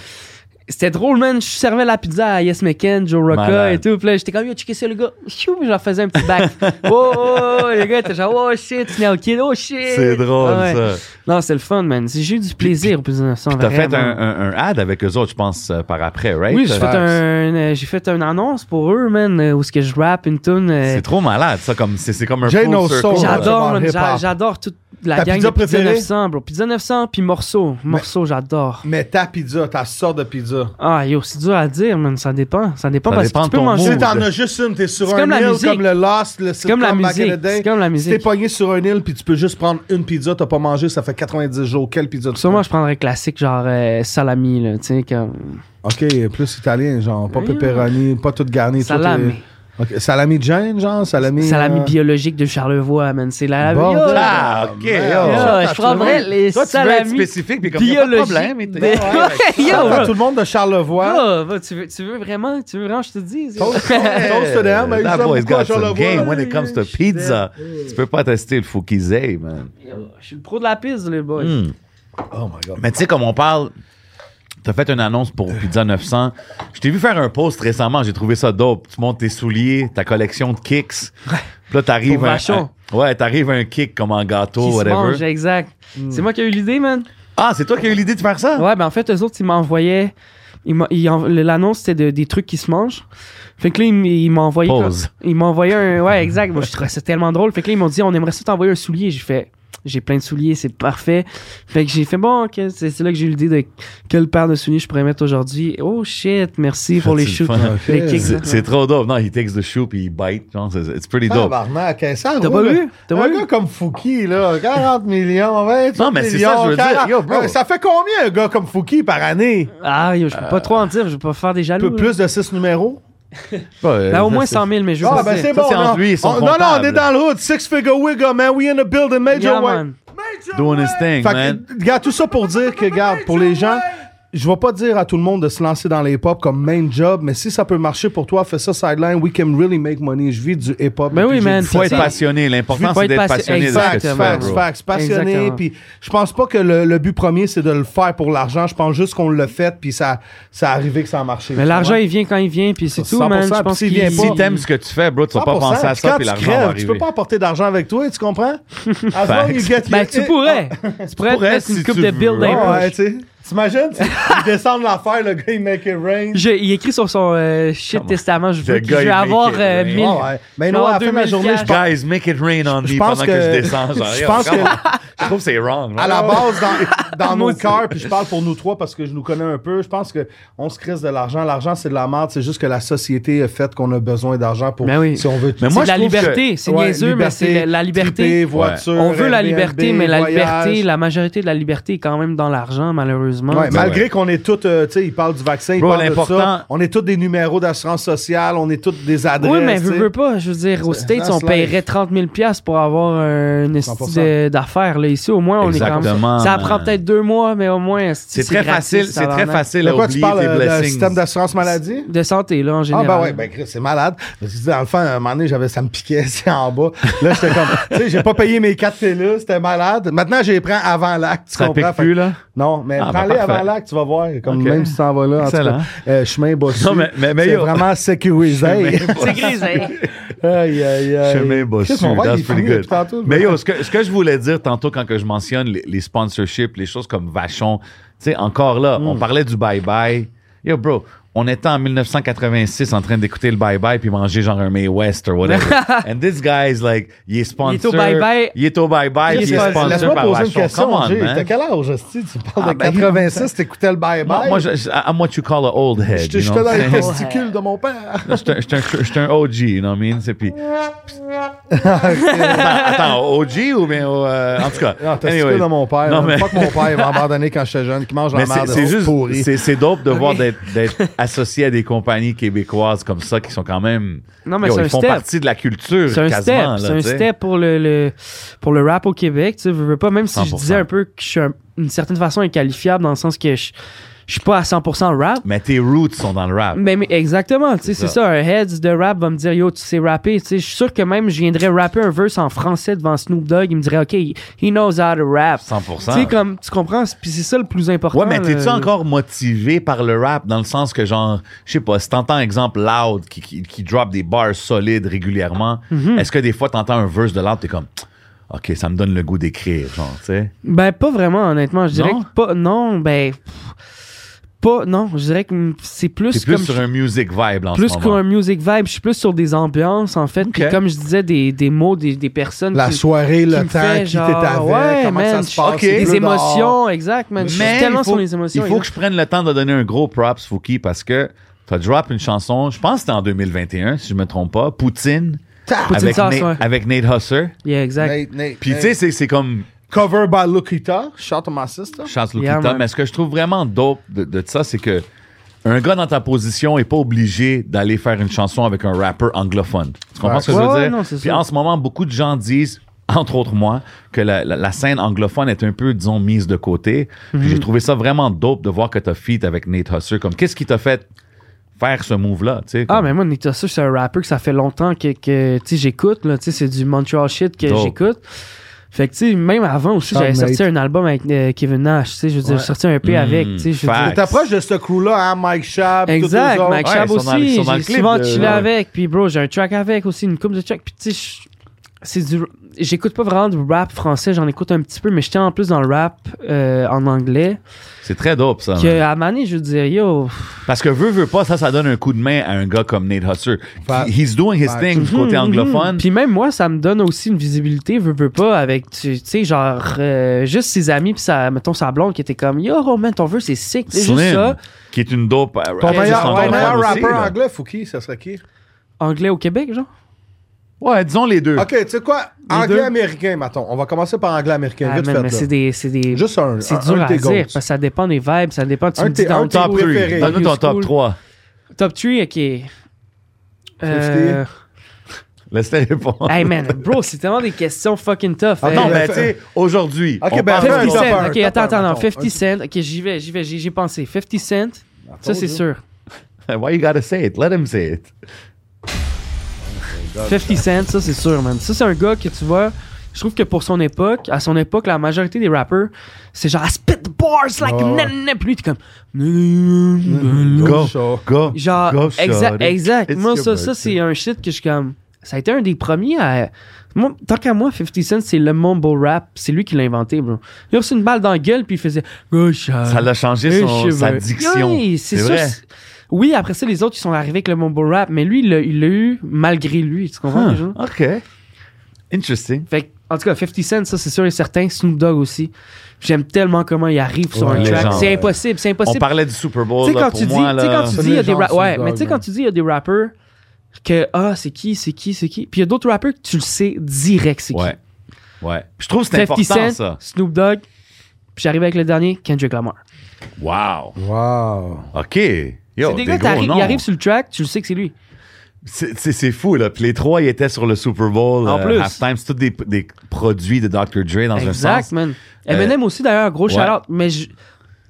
[SPEAKER 7] C'était drôle, man. Je servais la pizza à Yes McKen, Joe Rocca
[SPEAKER 5] Malade.
[SPEAKER 7] et tout. Puis là, j'étais comme, yo, checker ça, le gars. Chou, je leur faisais un petit
[SPEAKER 5] (laughs)
[SPEAKER 7] back. oh, oh, oh, les gars étaient genre, oh shit, Snail Kid, oh shit.
[SPEAKER 5] C'est drôle,
[SPEAKER 7] Ah ouais.
[SPEAKER 5] ça.
[SPEAKER 7] Non, c'est le fun, man. C'est- J'ai eu du plaisir au plus de 900.
[SPEAKER 5] T'as fait
[SPEAKER 7] vraiment.
[SPEAKER 5] un, un- un ad avec eux autres, je pense, euh, par après, right?
[SPEAKER 7] Oui, j'ai fait,
[SPEAKER 5] Euh,
[SPEAKER 7] un, euh, j'ai fait une annonce pour eux, man, euh, où ce que je rappe une tune. euh,
[SPEAKER 5] C'est trop malade, ça, comme c'est c'est comme un
[SPEAKER 3] Jane
[SPEAKER 5] full
[SPEAKER 3] Austen.
[SPEAKER 5] circle, là.
[SPEAKER 7] J'adore,
[SPEAKER 3] Ouais.
[SPEAKER 7] man,
[SPEAKER 3] Hip-hop.
[SPEAKER 7] j'a- j'adore toute la
[SPEAKER 3] Ta
[SPEAKER 7] gang
[SPEAKER 3] pizza
[SPEAKER 7] de Pizza
[SPEAKER 3] préférée?
[SPEAKER 7] 900, bro. Pizza 900 puis morceau, morceau, j'adore.
[SPEAKER 3] Mais ta pizza, ta sorte de pizza.
[SPEAKER 7] Ah yo, c'est dur à dire, man. Ça dépend, ça dépend
[SPEAKER 5] Ça
[SPEAKER 7] parce
[SPEAKER 5] dépend
[SPEAKER 7] que
[SPEAKER 5] de
[SPEAKER 7] tu peux
[SPEAKER 5] ton
[SPEAKER 3] Tu
[SPEAKER 7] manger.
[SPEAKER 3] sais,
[SPEAKER 5] mood.
[SPEAKER 3] t'en as juste une, t'es sur
[SPEAKER 7] C'est
[SPEAKER 3] un
[SPEAKER 7] comme la
[SPEAKER 3] île
[SPEAKER 7] musique.
[SPEAKER 3] comme le Lost, le
[SPEAKER 7] C'est comme la
[SPEAKER 3] sitcom back in
[SPEAKER 7] musique.
[SPEAKER 3] the day.
[SPEAKER 7] C'est comme la
[SPEAKER 3] Si t'es
[SPEAKER 7] musique.
[SPEAKER 3] pogné sur un île puis tu peux juste prendre une pizza, t'as pas mangé, ça fait 90 jours. Quelle pizza tu
[SPEAKER 7] Sûrement, je prendrais classique genre euh, salami, là, tu sais comme
[SPEAKER 3] prends? Ok, plus italien, genre, pas
[SPEAKER 7] Oui,
[SPEAKER 3] pepperoni, pas toute garnie. toi,
[SPEAKER 7] salami,
[SPEAKER 3] t'es- ok, Salami Jane, genre, salami.
[SPEAKER 7] salami
[SPEAKER 3] euh,
[SPEAKER 7] biologique de Charlevoix, man. C'est la.
[SPEAKER 3] Bon,
[SPEAKER 7] Yo,
[SPEAKER 5] Ah, ok, yo.
[SPEAKER 7] yo, je prendrais les
[SPEAKER 5] Toi, tu veux être
[SPEAKER 7] salamis
[SPEAKER 5] spécifique, puis comme, y a pas de
[SPEAKER 7] biologiques.
[SPEAKER 5] problème. et
[SPEAKER 7] de-
[SPEAKER 5] t'es- Ouais,
[SPEAKER 7] (laughs)
[SPEAKER 5] ouais.
[SPEAKER 7] Yo,
[SPEAKER 3] Ah,
[SPEAKER 7] bro.
[SPEAKER 3] Tout le monde de Charlevoix.
[SPEAKER 7] Ah, va, tu, veux, tu veux vraiment, tu veux vraiment que je te dise? yo?
[SPEAKER 3] Toast- toast to them, mais ils
[SPEAKER 5] That
[SPEAKER 3] savent
[SPEAKER 5] boy's
[SPEAKER 3] pourquoi
[SPEAKER 5] got some
[SPEAKER 3] Charlevoix.
[SPEAKER 5] game when it comes to pizza. Tu peux pas tester le Foukizaï, man.
[SPEAKER 7] Yo, Je suis le pro de la piste, les boys.
[SPEAKER 5] Hmm.
[SPEAKER 3] Oh my god.
[SPEAKER 5] Mais tu sais, comme on parle, t'as fait une annonce pour Pizza 900. Je t'ai vu faire un post récemment, j'ai trouvé ça dope. Tu montes tes souliers, ta collection de kicks. Puis là, t'arrives
[SPEAKER 7] Pour
[SPEAKER 5] un,
[SPEAKER 7] Vachon.
[SPEAKER 5] un- Ouais, t'arrives un kick comme en gâteau,
[SPEAKER 7] Qui se
[SPEAKER 5] whatever.
[SPEAKER 7] mange, exact.
[SPEAKER 3] Hmm.
[SPEAKER 7] C'est moi qui ai eu l'idée, man.
[SPEAKER 5] Ah, c'est toi qui as eu l'idée de faire ça?
[SPEAKER 7] Ouais, ben en fait, eux autres, ils m'envoyaient. ils m'en- ils en- L'annonce, c'était de- des trucs qui se mangent. Fait que là, ils m- ils m'envoyaient.
[SPEAKER 5] Pause.
[SPEAKER 7] comme- Ils m'envoyaient un. Ouais, exact. Moi, je trouvais ça tellement drôle. Fait que là, ils m'ont dit, on aimerait ça t'envoyer un soulier. J'ai fait, j'ai plein de souliers, c'est parfait. Fait que j'ai fait, bon, ok, c'est c'est là que j'ai eu l'idée de quelle paire de souliers je pourrais mettre aujourd'hui. Oh shit, merci pour les
[SPEAKER 5] (laughs) C'est le
[SPEAKER 7] shoots.
[SPEAKER 5] fun.
[SPEAKER 7] Les kicks.
[SPEAKER 5] C'est c'est trop dope. Non, he takes the shoe puis il bite. genre, c'est- It's pretty dope.
[SPEAKER 3] Tabarnak, hein, ça
[SPEAKER 7] T'as
[SPEAKER 3] roule.
[SPEAKER 7] pas vu? T'as pas
[SPEAKER 3] Un
[SPEAKER 7] vu?
[SPEAKER 3] gars comme Fouki, là, 40 millions, 20
[SPEAKER 5] Non, mais c'est
[SPEAKER 3] millions,
[SPEAKER 5] ça, je veux dire.
[SPEAKER 3] 40
[SPEAKER 5] Yo, bro.
[SPEAKER 3] Euh, Ça fait combien un gars comme Fouki par année?
[SPEAKER 7] Ah, yo, je peux pas trop en dire, je vais pas faire des
[SPEAKER 5] Ah,
[SPEAKER 7] jaloux.
[SPEAKER 3] Peu plus de 6 numéros?
[SPEAKER 5] Euh,
[SPEAKER 7] Là, Ben, Bah, au moins 100 000, mais je veux
[SPEAKER 3] Ah,
[SPEAKER 7] pas
[SPEAKER 3] ben
[SPEAKER 7] dire.
[SPEAKER 3] c'est
[SPEAKER 5] Ça,
[SPEAKER 3] bon.
[SPEAKER 5] c'est
[SPEAKER 3] non.
[SPEAKER 5] entre lui et son
[SPEAKER 3] On- non, non, on
[SPEAKER 5] comptable.
[SPEAKER 3] est dans le hood. Six figure wigger, man. We in the building. Major
[SPEAKER 7] Yeah,
[SPEAKER 3] way.
[SPEAKER 7] man.
[SPEAKER 5] Doing his thing,
[SPEAKER 3] Fait
[SPEAKER 5] man.
[SPEAKER 3] que, regarde, tout ça pour dire que, regarde, pour les gens, je vais pas dire à tout le monde de se lancer dans les hip-hop comme main job, mais si ça peut marcher pour toi, fais ça sideline. We can really make money. Je vis du hip-hop.
[SPEAKER 7] Ben
[SPEAKER 3] depuis
[SPEAKER 7] oui,
[SPEAKER 3] que j'ai
[SPEAKER 7] man.
[SPEAKER 3] 17
[SPEAKER 5] Faut être
[SPEAKER 7] c'est-
[SPEAKER 5] passionné. L'important,
[SPEAKER 7] Faut
[SPEAKER 5] c'est
[SPEAKER 7] être
[SPEAKER 5] d'être
[SPEAKER 7] passion-
[SPEAKER 5] passionné de ce que
[SPEAKER 3] Facts,
[SPEAKER 5] tu fais,
[SPEAKER 3] facts,
[SPEAKER 5] bro.
[SPEAKER 3] facts, passionné.
[SPEAKER 7] Exactement.
[SPEAKER 3] Puis je pense pas que le, le but premier c'est de le faire pour l'argent. Je pense juste qu'on l'a fait puis ça, ça a arrivé que ça a marché.
[SPEAKER 7] Mais l'argent, il vient quand il vient, puis c'est tout, man.
[SPEAKER 3] 100%,
[SPEAKER 7] Je pense
[SPEAKER 3] puis s'il
[SPEAKER 7] qu'il
[SPEAKER 3] vient
[SPEAKER 5] Si t'aimes ce que tu fais, bro, tu vas pas penser à ça
[SPEAKER 3] Quand
[SPEAKER 5] puis
[SPEAKER 3] tu
[SPEAKER 5] l'argent va
[SPEAKER 3] crèves, tu peux
[SPEAKER 5] arriver.
[SPEAKER 3] pas apporter d'argent avec toi, tu
[SPEAKER 5] (laughs)
[SPEAKER 3] comprends? As long as you get
[SPEAKER 7] Ben,
[SPEAKER 3] your-
[SPEAKER 7] tu
[SPEAKER 3] (laughs)
[SPEAKER 7] pourrais. tu pourrais te
[SPEAKER 5] pourrais Ben,
[SPEAKER 7] mettre
[SPEAKER 5] si
[SPEAKER 7] une coupe
[SPEAKER 5] tu
[SPEAKER 7] de
[SPEAKER 5] veux.
[SPEAKER 7] build dans les
[SPEAKER 3] Ah ouais,
[SPEAKER 7] poches.
[SPEAKER 3] tu sais. T'imagines? tu- Ils descendent l'affaire, le gars, il make it rain.
[SPEAKER 7] Je- il écrit sur son euh, shit testament, je veux,
[SPEAKER 5] gars,
[SPEAKER 7] je veux
[SPEAKER 5] il
[SPEAKER 7] avoir
[SPEAKER 5] make it
[SPEAKER 7] euh,
[SPEAKER 5] rain.
[SPEAKER 7] 1000.
[SPEAKER 3] Ah ouais. Mais non,
[SPEAKER 7] Non,
[SPEAKER 3] à la fin de la
[SPEAKER 7] 2000
[SPEAKER 3] journée, je
[SPEAKER 7] cash.
[SPEAKER 3] pense.
[SPEAKER 5] Guys, make it rain on
[SPEAKER 3] Je
[SPEAKER 5] me
[SPEAKER 3] pense
[SPEAKER 5] pendant que,
[SPEAKER 3] que-
[SPEAKER 5] je descends. Genre,
[SPEAKER 3] je
[SPEAKER 5] yo,
[SPEAKER 3] pense
[SPEAKER 5] come
[SPEAKER 3] que-
[SPEAKER 5] on. je trouve que c'est wrong.
[SPEAKER 3] À la
[SPEAKER 5] là.
[SPEAKER 3] base,
[SPEAKER 7] (laughs)
[SPEAKER 3] dans, dans nos cœurs, puis je parle pour nous trois parce que je nous connais un peu, je pense que on se crise de l'argent. L'argent, c'est de la merde. C'est juste que la société a fait qu'on a besoin d'argent pour
[SPEAKER 7] Ben oui.
[SPEAKER 3] si on veut.
[SPEAKER 5] Mais
[SPEAKER 7] C'est
[SPEAKER 5] moi,
[SPEAKER 7] de
[SPEAKER 5] je
[SPEAKER 7] la
[SPEAKER 5] trouve que-
[SPEAKER 7] liberté, c'est
[SPEAKER 3] Ouais,
[SPEAKER 7] niaiseux, mais c'est la, la liberté.
[SPEAKER 3] triper, voiture,
[SPEAKER 7] On veut la
[SPEAKER 3] Airbnb,
[SPEAKER 7] liberté, mais la
[SPEAKER 3] voyage.
[SPEAKER 7] liberté, la majorité de la liberté est quand même dans l'argent, malheureusement.
[SPEAKER 3] Ouais,
[SPEAKER 7] Tu sais.
[SPEAKER 3] malgré qu'on est tous, euh, tu sais, ils parlent du vaccin, ils
[SPEAKER 5] Bro,
[SPEAKER 3] parlent de
[SPEAKER 5] l'important-
[SPEAKER 3] ça. On est tous des numéros d'assurance sociale, on est tous des adresses.
[SPEAKER 7] Oui, mais
[SPEAKER 3] tu sais.
[SPEAKER 7] veux, veux pas. Je veux dire, aux
[SPEAKER 3] C'est-
[SPEAKER 7] States,
[SPEAKER 3] that's
[SPEAKER 7] on
[SPEAKER 3] life.
[SPEAKER 7] paierait 30 000 pour avoir un- une esti
[SPEAKER 3] 100%.
[SPEAKER 7] de- d'affaires. Là, ici, au moins, on est quand
[SPEAKER 5] Exactement,
[SPEAKER 7] même. Ça
[SPEAKER 5] man.
[SPEAKER 7] prend peut-être deux mois, mais au moins,
[SPEAKER 5] C'est
[SPEAKER 7] esti,
[SPEAKER 5] très
[SPEAKER 7] gratis,
[SPEAKER 5] facile, c'est très
[SPEAKER 7] tabarnak.
[SPEAKER 5] facile
[SPEAKER 3] De
[SPEAKER 5] à
[SPEAKER 3] quoi tu
[SPEAKER 5] oublier
[SPEAKER 3] parles
[SPEAKER 5] tes
[SPEAKER 3] euh, le
[SPEAKER 5] blessings. (laughs)
[SPEAKER 3] système d'assurance maladie?
[SPEAKER 7] De santé, là, en
[SPEAKER 3] Ah,
[SPEAKER 7] général.
[SPEAKER 3] ben ouais, ben Chris, c'est malade. Parce que, dans le fond, à un moment donné, j'avais, ça me piquait, (laughs) c'est en bas. Là, j'étais comme, tu sais, j'ai pas payé mes quatre là, c'était malade. Maintenant, je les prends avant l'acte. Tu
[SPEAKER 5] Ça
[SPEAKER 3] comprends?
[SPEAKER 5] pique
[SPEAKER 3] Fait
[SPEAKER 5] plus,
[SPEAKER 3] que-
[SPEAKER 5] là?
[SPEAKER 3] Non, mais
[SPEAKER 5] Ah, ben,
[SPEAKER 3] prends-les
[SPEAKER 5] parfait.
[SPEAKER 3] avant l'acte, tu vas voir. Comme
[SPEAKER 5] Ok.
[SPEAKER 3] même si tu t'en vas là, en tout
[SPEAKER 5] Excellent.
[SPEAKER 3] cas, euh, chemin bossu.
[SPEAKER 5] Non, mais- mais- mais
[SPEAKER 3] c'est
[SPEAKER 5] yo.
[SPEAKER 3] vraiment sécurisé.
[SPEAKER 7] C'est grisé.
[SPEAKER 3] (laughs) aïe, aïe, aïe.
[SPEAKER 5] Chemin bossu,
[SPEAKER 3] Chris, mon verre,
[SPEAKER 5] that's
[SPEAKER 3] il est
[SPEAKER 5] pretty
[SPEAKER 3] fini
[SPEAKER 5] good.
[SPEAKER 3] depuis tantôt, le
[SPEAKER 5] Mais yo, ce que, ce que je voulais dire tantôt quand que je mentionne les, les sponsorships, les choses comme Vachon, tu sais, encore là,
[SPEAKER 3] Mm.
[SPEAKER 5] on parlait du bye-bye. Yo, bro, on était en 1986 en train d'écouter le bye-bye puis manger genre un May West or
[SPEAKER 3] (laughs)
[SPEAKER 5] whatever. And this guy is like, il est sponsor.
[SPEAKER 7] Il est au bye-bye.
[SPEAKER 5] Il est au bye-bye, puis il est sponsor
[SPEAKER 3] Laisse-moi
[SPEAKER 5] par
[SPEAKER 3] poser une
[SPEAKER 5] Vachon. Come
[SPEAKER 3] question,
[SPEAKER 5] on,
[SPEAKER 3] Jay.
[SPEAKER 5] man.
[SPEAKER 3] T'as quel âge, Asti? Tu parles
[SPEAKER 5] Ah,
[SPEAKER 3] de
[SPEAKER 5] ben,
[SPEAKER 3] 86, t'écoutais le
[SPEAKER 5] Moi,
[SPEAKER 3] bye-bye.
[SPEAKER 5] moi, je, Eh, I'm what you call an old head.
[SPEAKER 3] J'étais
[SPEAKER 5] you know
[SPEAKER 3] j'étais dans
[SPEAKER 5] what I'm
[SPEAKER 3] les
[SPEAKER 5] (laughs) saying?
[SPEAKER 3] testicules de mon père.
[SPEAKER 5] Je suis un- je suis un- je suis un OG, you know what I mean? C'est puis.
[SPEAKER 3] Ah,
[SPEAKER 5] attends, attends, OG ou bien. euh, en tout cas.
[SPEAKER 3] Non, testicules
[SPEAKER 5] anyway.
[SPEAKER 3] de mon père. là.
[SPEAKER 5] Non, (laughs) mais-
[SPEAKER 3] Pas que mon père m'a abandonné quand j'étais jeune, qui mange la
[SPEAKER 5] mais c'est-
[SPEAKER 3] merde
[SPEAKER 5] c'est juste.
[SPEAKER 3] pourrie.
[SPEAKER 5] C'est, c'est dope de voir d'être, d'être associé à des compagnies québécoises comme ça qui sont quand même.
[SPEAKER 7] Non, mais
[SPEAKER 5] Yo,
[SPEAKER 7] c'est
[SPEAKER 5] ils
[SPEAKER 7] un
[SPEAKER 5] font
[SPEAKER 7] step.
[SPEAKER 5] partie de la culture
[SPEAKER 7] C'est un step,
[SPEAKER 5] quasiment. là,
[SPEAKER 7] c'est un
[SPEAKER 5] tu sais.
[SPEAKER 7] step pour le, le- pour le rap au Québec. Tu sais, veux, veux pas, même si je
[SPEAKER 5] 100%.
[SPEAKER 7] disais un peu que je suis un- une certaine façon inqualifiable dans le sens que je, je suis pas à 100% rap.
[SPEAKER 5] Mais tes roots sont dans le rap.
[SPEAKER 7] Mais, mais Ben exactement, tu sais, c'est
[SPEAKER 5] ça.
[SPEAKER 7] ça. Un heads de rap va me dire yo, tu sais rapper. Tu sais, je suis sûr que même je viendrais rapper un verse en français devant Snoop Dogg, il me dirait ok, he knows how to
[SPEAKER 5] 100%.
[SPEAKER 7] rap. Tu sais comme tu comprends, c'est- puis c'est ça Ah, le plus important. euh,
[SPEAKER 5] Ouais, mais t'es-tu
[SPEAKER 7] là.
[SPEAKER 5] encore motivé par le rap dans le sens que, genre, je sais pas, si t'entends, exemple, Loud qui, qui, qui drop des bars solides régulièrement,
[SPEAKER 7] Mhm.
[SPEAKER 5] est-ce que des fois t'entends un verse de Loud, t'es comme, OK, ça me donne le goût d'écrire, genre, tu sais?
[SPEAKER 7] Ben pas vraiment, honnêtement. Je dirais
[SPEAKER 5] Non?
[SPEAKER 7] que pas. Non, ben pff, pas. Non, je dirais que mm, c'est
[SPEAKER 5] T'es
[SPEAKER 7] plus
[SPEAKER 5] plus
[SPEAKER 7] comme
[SPEAKER 5] sur un music vibe en
[SPEAKER 7] plus
[SPEAKER 5] ce
[SPEAKER 7] qu'un
[SPEAKER 5] moment.
[SPEAKER 7] music vibe, je suis plus sur des ambiances en fait. Puis comme je disais, des, des mots, des, des personnes.
[SPEAKER 3] La
[SPEAKER 7] qui-
[SPEAKER 3] soirée,
[SPEAKER 7] qui
[SPEAKER 3] le
[SPEAKER 7] me
[SPEAKER 3] temps,
[SPEAKER 7] fait
[SPEAKER 3] qui t'es
[SPEAKER 7] genre,
[SPEAKER 3] avec,
[SPEAKER 7] ouais,
[SPEAKER 3] comment
[SPEAKER 7] man,
[SPEAKER 3] ça se
[SPEAKER 7] je-
[SPEAKER 3] passe.
[SPEAKER 5] ok,
[SPEAKER 3] il
[SPEAKER 7] Des
[SPEAKER 3] pleut dehors.
[SPEAKER 7] émotions, exact, man. Je suis
[SPEAKER 5] Mais il
[SPEAKER 7] tellement
[SPEAKER 5] faut-
[SPEAKER 7] sur les émotions.
[SPEAKER 5] Il faut
[SPEAKER 7] exact.
[SPEAKER 5] que je prenne le temps de donner un gros props, Fouki, parce que t'as drop une chanson, je pense que c'était en 2021, si je me trompe pas, Poutine,
[SPEAKER 7] Poutine
[SPEAKER 5] avec,
[SPEAKER 7] sauce,
[SPEAKER 5] Nate,
[SPEAKER 7] ouais.
[SPEAKER 5] avec Nate Husser.
[SPEAKER 7] Yeah, exact.
[SPEAKER 3] Nate, Nate,
[SPEAKER 5] Puis,
[SPEAKER 3] Nate.
[SPEAKER 5] tu sais, c'est- c'est comme
[SPEAKER 3] Cover by Lukita, Shout to my sister.
[SPEAKER 5] Chance
[SPEAKER 7] Yeah,
[SPEAKER 5] Lupita.
[SPEAKER 7] man.
[SPEAKER 5] mais ce que je trouve vraiment dope de, de ça, c'est que un gars dans ta position est pas obligé d'aller faire une chanson avec un rapper anglophone. Tu comprends ce que je
[SPEAKER 7] Ouais,
[SPEAKER 5] veux
[SPEAKER 7] ouais,
[SPEAKER 5] dire?
[SPEAKER 7] non, c'est
[SPEAKER 5] Puis
[SPEAKER 7] sûr.
[SPEAKER 5] en ce moment, beaucoup de gens disent, entre autres moi, que la, la- la scène anglophone est un peu, disons, mise de côté.
[SPEAKER 7] Mhm.
[SPEAKER 5] Puis j'ai trouvé ça vraiment dope de voir que t'as feat avec Nate Husser. Comme, qu'est-ce qui t'a fait faire ce move-là? tu sais,
[SPEAKER 7] Ah,
[SPEAKER 5] comme-
[SPEAKER 7] mais moi, Nita Sue, c'est un rappeur que ça fait longtemps que, que tu sais, j'écoute. là. Tu sais, c'est du Montreal shit que
[SPEAKER 5] Dope.
[SPEAKER 7] j'écoute. Fait que, tu sais, même avant aussi,
[SPEAKER 3] Shout
[SPEAKER 7] j'avais sorti
[SPEAKER 3] Nate.
[SPEAKER 7] un album avec euh, Kevin Nash. Tu sais, je veux dire, j'ai sorti un EP avec. Tu sais, je veux
[SPEAKER 5] Hmm, facts.
[SPEAKER 7] dire.
[SPEAKER 3] T'approches de ce crew-là, hein, Mike Schaap, tous
[SPEAKER 7] Exact,
[SPEAKER 3] les autres.
[SPEAKER 7] Mike
[SPEAKER 5] Ouais,
[SPEAKER 7] Chab
[SPEAKER 5] ils sont dans- ils
[SPEAKER 7] aussi.
[SPEAKER 5] sont dans le
[SPEAKER 7] J'ai
[SPEAKER 5] clip
[SPEAKER 7] souvent
[SPEAKER 5] de-
[SPEAKER 7] chillé
[SPEAKER 5] ouais.
[SPEAKER 7] avec. Puis, bro, j'ai un track avec aussi, une coupe de track. Puis, tu sais, je- c'est du. J'écoute pas vraiment du rap français, j'en écoute un petit peu, mais j'étais en plus dans le rap euh, en anglais.
[SPEAKER 5] C'est très dope, ça. man.
[SPEAKER 7] Que à Mané, je veux dire, yo,
[SPEAKER 5] Parce que veut, veut pas, ça, ça donne un coup de main à un gars comme Nate Husser.
[SPEAKER 3] Fact.
[SPEAKER 5] He- He's doing his
[SPEAKER 3] Fact.
[SPEAKER 5] thing du côté
[SPEAKER 7] Mhm,
[SPEAKER 5] anglophone.
[SPEAKER 7] mhm. Puis même moi, ça me donne aussi une visibilité, veux, veux pas, avec, tu tu sais, genre, euh, juste ses amis, puis sa, mettons, sa blonde qui était comme, yo, man, ton vœu, c'est sick, c'est juste
[SPEAKER 5] Slim,
[SPEAKER 7] ça.
[SPEAKER 5] qui est une dope. euh,
[SPEAKER 3] Ton
[SPEAKER 5] artiste
[SPEAKER 3] meilleur, ton
[SPEAKER 5] anglophone
[SPEAKER 3] meilleur
[SPEAKER 5] aussi,
[SPEAKER 3] rappeur
[SPEAKER 5] là.
[SPEAKER 3] anglais, Fouki, ça serait qui?
[SPEAKER 7] Anglais au Québec, genre?
[SPEAKER 5] Ouais, disons les deux.
[SPEAKER 3] Ok, tu sais quoi?
[SPEAKER 7] Les deux.
[SPEAKER 3] Anglais-américain, mettons. On va commencer par anglais-américain.
[SPEAKER 7] Ah,
[SPEAKER 3] vite
[SPEAKER 7] man,
[SPEAKER 3] fait,
[SPEAKER 7] mais
[SPEAKER 3] là.
[SPEAKER 7] c'est des, c'est des,
[SPEAKER 3] Juste un.
[SPEAKER 7] c'est
[SPEAKER 3] un-
[SPEAKER 7] dur
[SPEAKER 3] un de
[SPEAKER 7] à
[SPEAKER 3] tes
[SPEAKER 7] dire,
[SPEAKER 3] goals.
[SPEAKER 7] parce que ça dépend des vibes, ça dépend, tu
[SPEAKER 3] Un
[SPEAKER 7] me
[SPEAKER 3] de tes- un
[SPEAKER 7] dis dans
[SPEAKER 3] de
[SPEAKER 7] le
[SPEAKER 3] tes
[SPEAKER 5] Top
[SPEAKER 7] top,
[SPEAKER 3] goals
[SPEAKER 5] 3.
[SPEAKER 3] préférés.
[SPEAKER 5] Donne-nous ton
[SPEAKER 7] New
[SPEAKER 5] top
[SPEAKER 7] school.
[SPEAKER 5] 3.
[SPEAKER 7] top 3, ok. Euh,
[SPEAKER 5] Laisse-les répondre.
[SPEAKER 7] hey man, bro, c'est tellement des questions fucking tough.
[SPEAKER 3] Ah,
[SPEAKER 7] Euh,
[SPEAKER 5] non, mais
[SPEAKER 3] ben,
[SPEAKER 5] tu sais, aujourd'hui.
[SPEAKER 3] Ok,
[SPEAKER 5] on
[SPEAKER 3] ben,
[SPEAKER 5] parle
[SPEAKER 3] fais un
[SPEAKER 7] 50
[SPEAKER 5] de-
[SPEAKER 3] top
[SPEAKER 7] Cent,
[SPEAKER 3] un,
[SPEAKER 7] ok,
[SPEAKER 3] top
[SPEAKER 7] attends,
[SPEAKER 3] un,
[SPEAKER 7] attends, non,
[SPEAKER 3] mettons.
[SPEAKER 7] 50 Cent, ok, j'y vais, j'y vais, j'y j'ai pensé. 50 Cent, ça c'est sûr.
[SPEAKER 5] Why you gotta say it? Let him say it.
[SPEAKER 7] 50 Cent, ça c'est sûr, man. Ça c'est un gars que tu vois. Je trouve que pour son époque, à son époque, la majorité des rappers, c'est genre I spit the bars like
[SPEAKER 3] Ouais, ouais.
[SPEAKER 7] nan, nan. Puis lui, t'es comme.
[SPEAKER 5] Go,
[SPEAKER 3] show.
[SPEAKER 5] go.
[SPEAKER 7] Genre,
[SPEAKER 5] go,
[SPEAKER 7] exact,
[SPEAKER 5] shorty.
[SPEAKER 7] exact.
[SPEAKER 5] It's
[SPEAKER 7] Moi,
[SPEAKER 5] your
[SPEAKER 7] ça, ça
[SPEAKER 5] birthday.
[SPEAKER 7] c'est un shit que je suis comme. Ça a été un des premiers à. Moi, tant qu'à moi, 50 Cent, c'est le mumble rap. C'est lui qui l'a inventé, bro. Il a reçu une balle dans la gueule, puis il faisait. Go, shot.
[SPEAKER 5] Ça l'a changé
[SPEAKER 7] Hey,
[SPEAKER 5] son,
[SPEAKER 7] je sais
[SPEAKER 5] sa
[SPEAKER 7] pas.
[SPEAKER 5] diction.
[SPEAKER 7] Yeah,
[SPEAKER 5] c'est
[SPEAKER 7] c'est sûr,
[SPEAKER 5] vrai.
[SPEAKER 7] c'est- Oui, après ça, les autres, ils sont arrivés avec le mumble rap, mais lui, il l'a il l'a eu malgré lui. Tu comprends, les
[SPEAKER 5] Huh,
[SPEAKER 7] gens?
[SPEAKER 5] OK. Interesting.
[SPEAKER 7] Fait que, en tout cas, 50 Cent, ça, c'est sûr et certain. Snoop Dogg aussi. J'aime tellement comment il arrive sur
[SPEAKER 3] Ouais,
[SPEAKER 7] un track.
[SPEAKER 5] légende.
[SPEAKER 7] C'est impossible, c'est
[SPEAKER 5] On
[SPEAKER 7] impossible.
[SPEAKER 5] parlait du Super
[SPEAKER 7] Tu
[SPEAKER 5] Bowl.
[SPEAKER 7] sais,
[SPEAKER 5] là,
[SPEAKER 7] quand,
[SPEAKER 5] pour
[SPEAKER 7] tu dis,
[SPEAKER 5] moi,
[SPEAKER 7] tu sais,
[SPEAKER 5] là.
[SPEAKER 7] quand tu
[SPEAKER 3] C'est
[SPEAKER 7] dis, il y a des
[SPEAKER 3] légende,
[SPEAKER 7] rappers.
[SPEAKER 3] Snoop
[SPEAKER 7] Ouais,
[SPEAKER 3] Dogg,
[SPEAKER 7] mais tu sais,
[SPEAKER 3] man.
[SPEAKER 7] quand tu dis, il y a des rappers que, ah, c'est qui, c'est qui, c'est qui. Puis il y a d'autres rappers que tu le sais direct, c'est
[SPEAKER 5] Ouais.
[SPEAKER 7] qui.
[SPEAKER 5] Ouais. Je trouve que c'est
[SPEAKER 7] 50
[SPEAKER 5] important,
[SPEAKER 7] Cent,
[SPEAKER 5] ça.
[SPEAKER 7] Snoop Dogg, Puis j'arrive avec le dernier, Kendrick Lamar.
[SPEAKER 5] Wow.
[SPEAKER 3] Wow.
[SPEAKER 5] OK. Yo,
[SPEAKER 7] C'est des
[SPEAKER 5] des
[SPEAKER 7] gars,
[SPEAKER 5] gros
[SPEAKER 7] t'arrives-
[SPEAKER 5] noms.
[SPEAKER 7] il arrive sur le track, tu le sais que c'est lui.
[SPEAKER 5] C'est- C'est c'est fou, là. Puis les trois, ils étaient sur le Super Bowl.
[SPEAKER 7] En
[SPEAKER 5] euh,
[SPEAKER 7] plus.
[SPEAKER 5] Halftime, c'est tous des, des produits de Dr. Dre dans un
[SPEAKER 7] Exact,
[SPEAKER 5] sens. Euh,
[SPEAKER 7] man. Eminem aussi, d'ailleurs, gros
[SPEAKER 5] ouais.
[SPEAKER 7] shout-out. Mais je-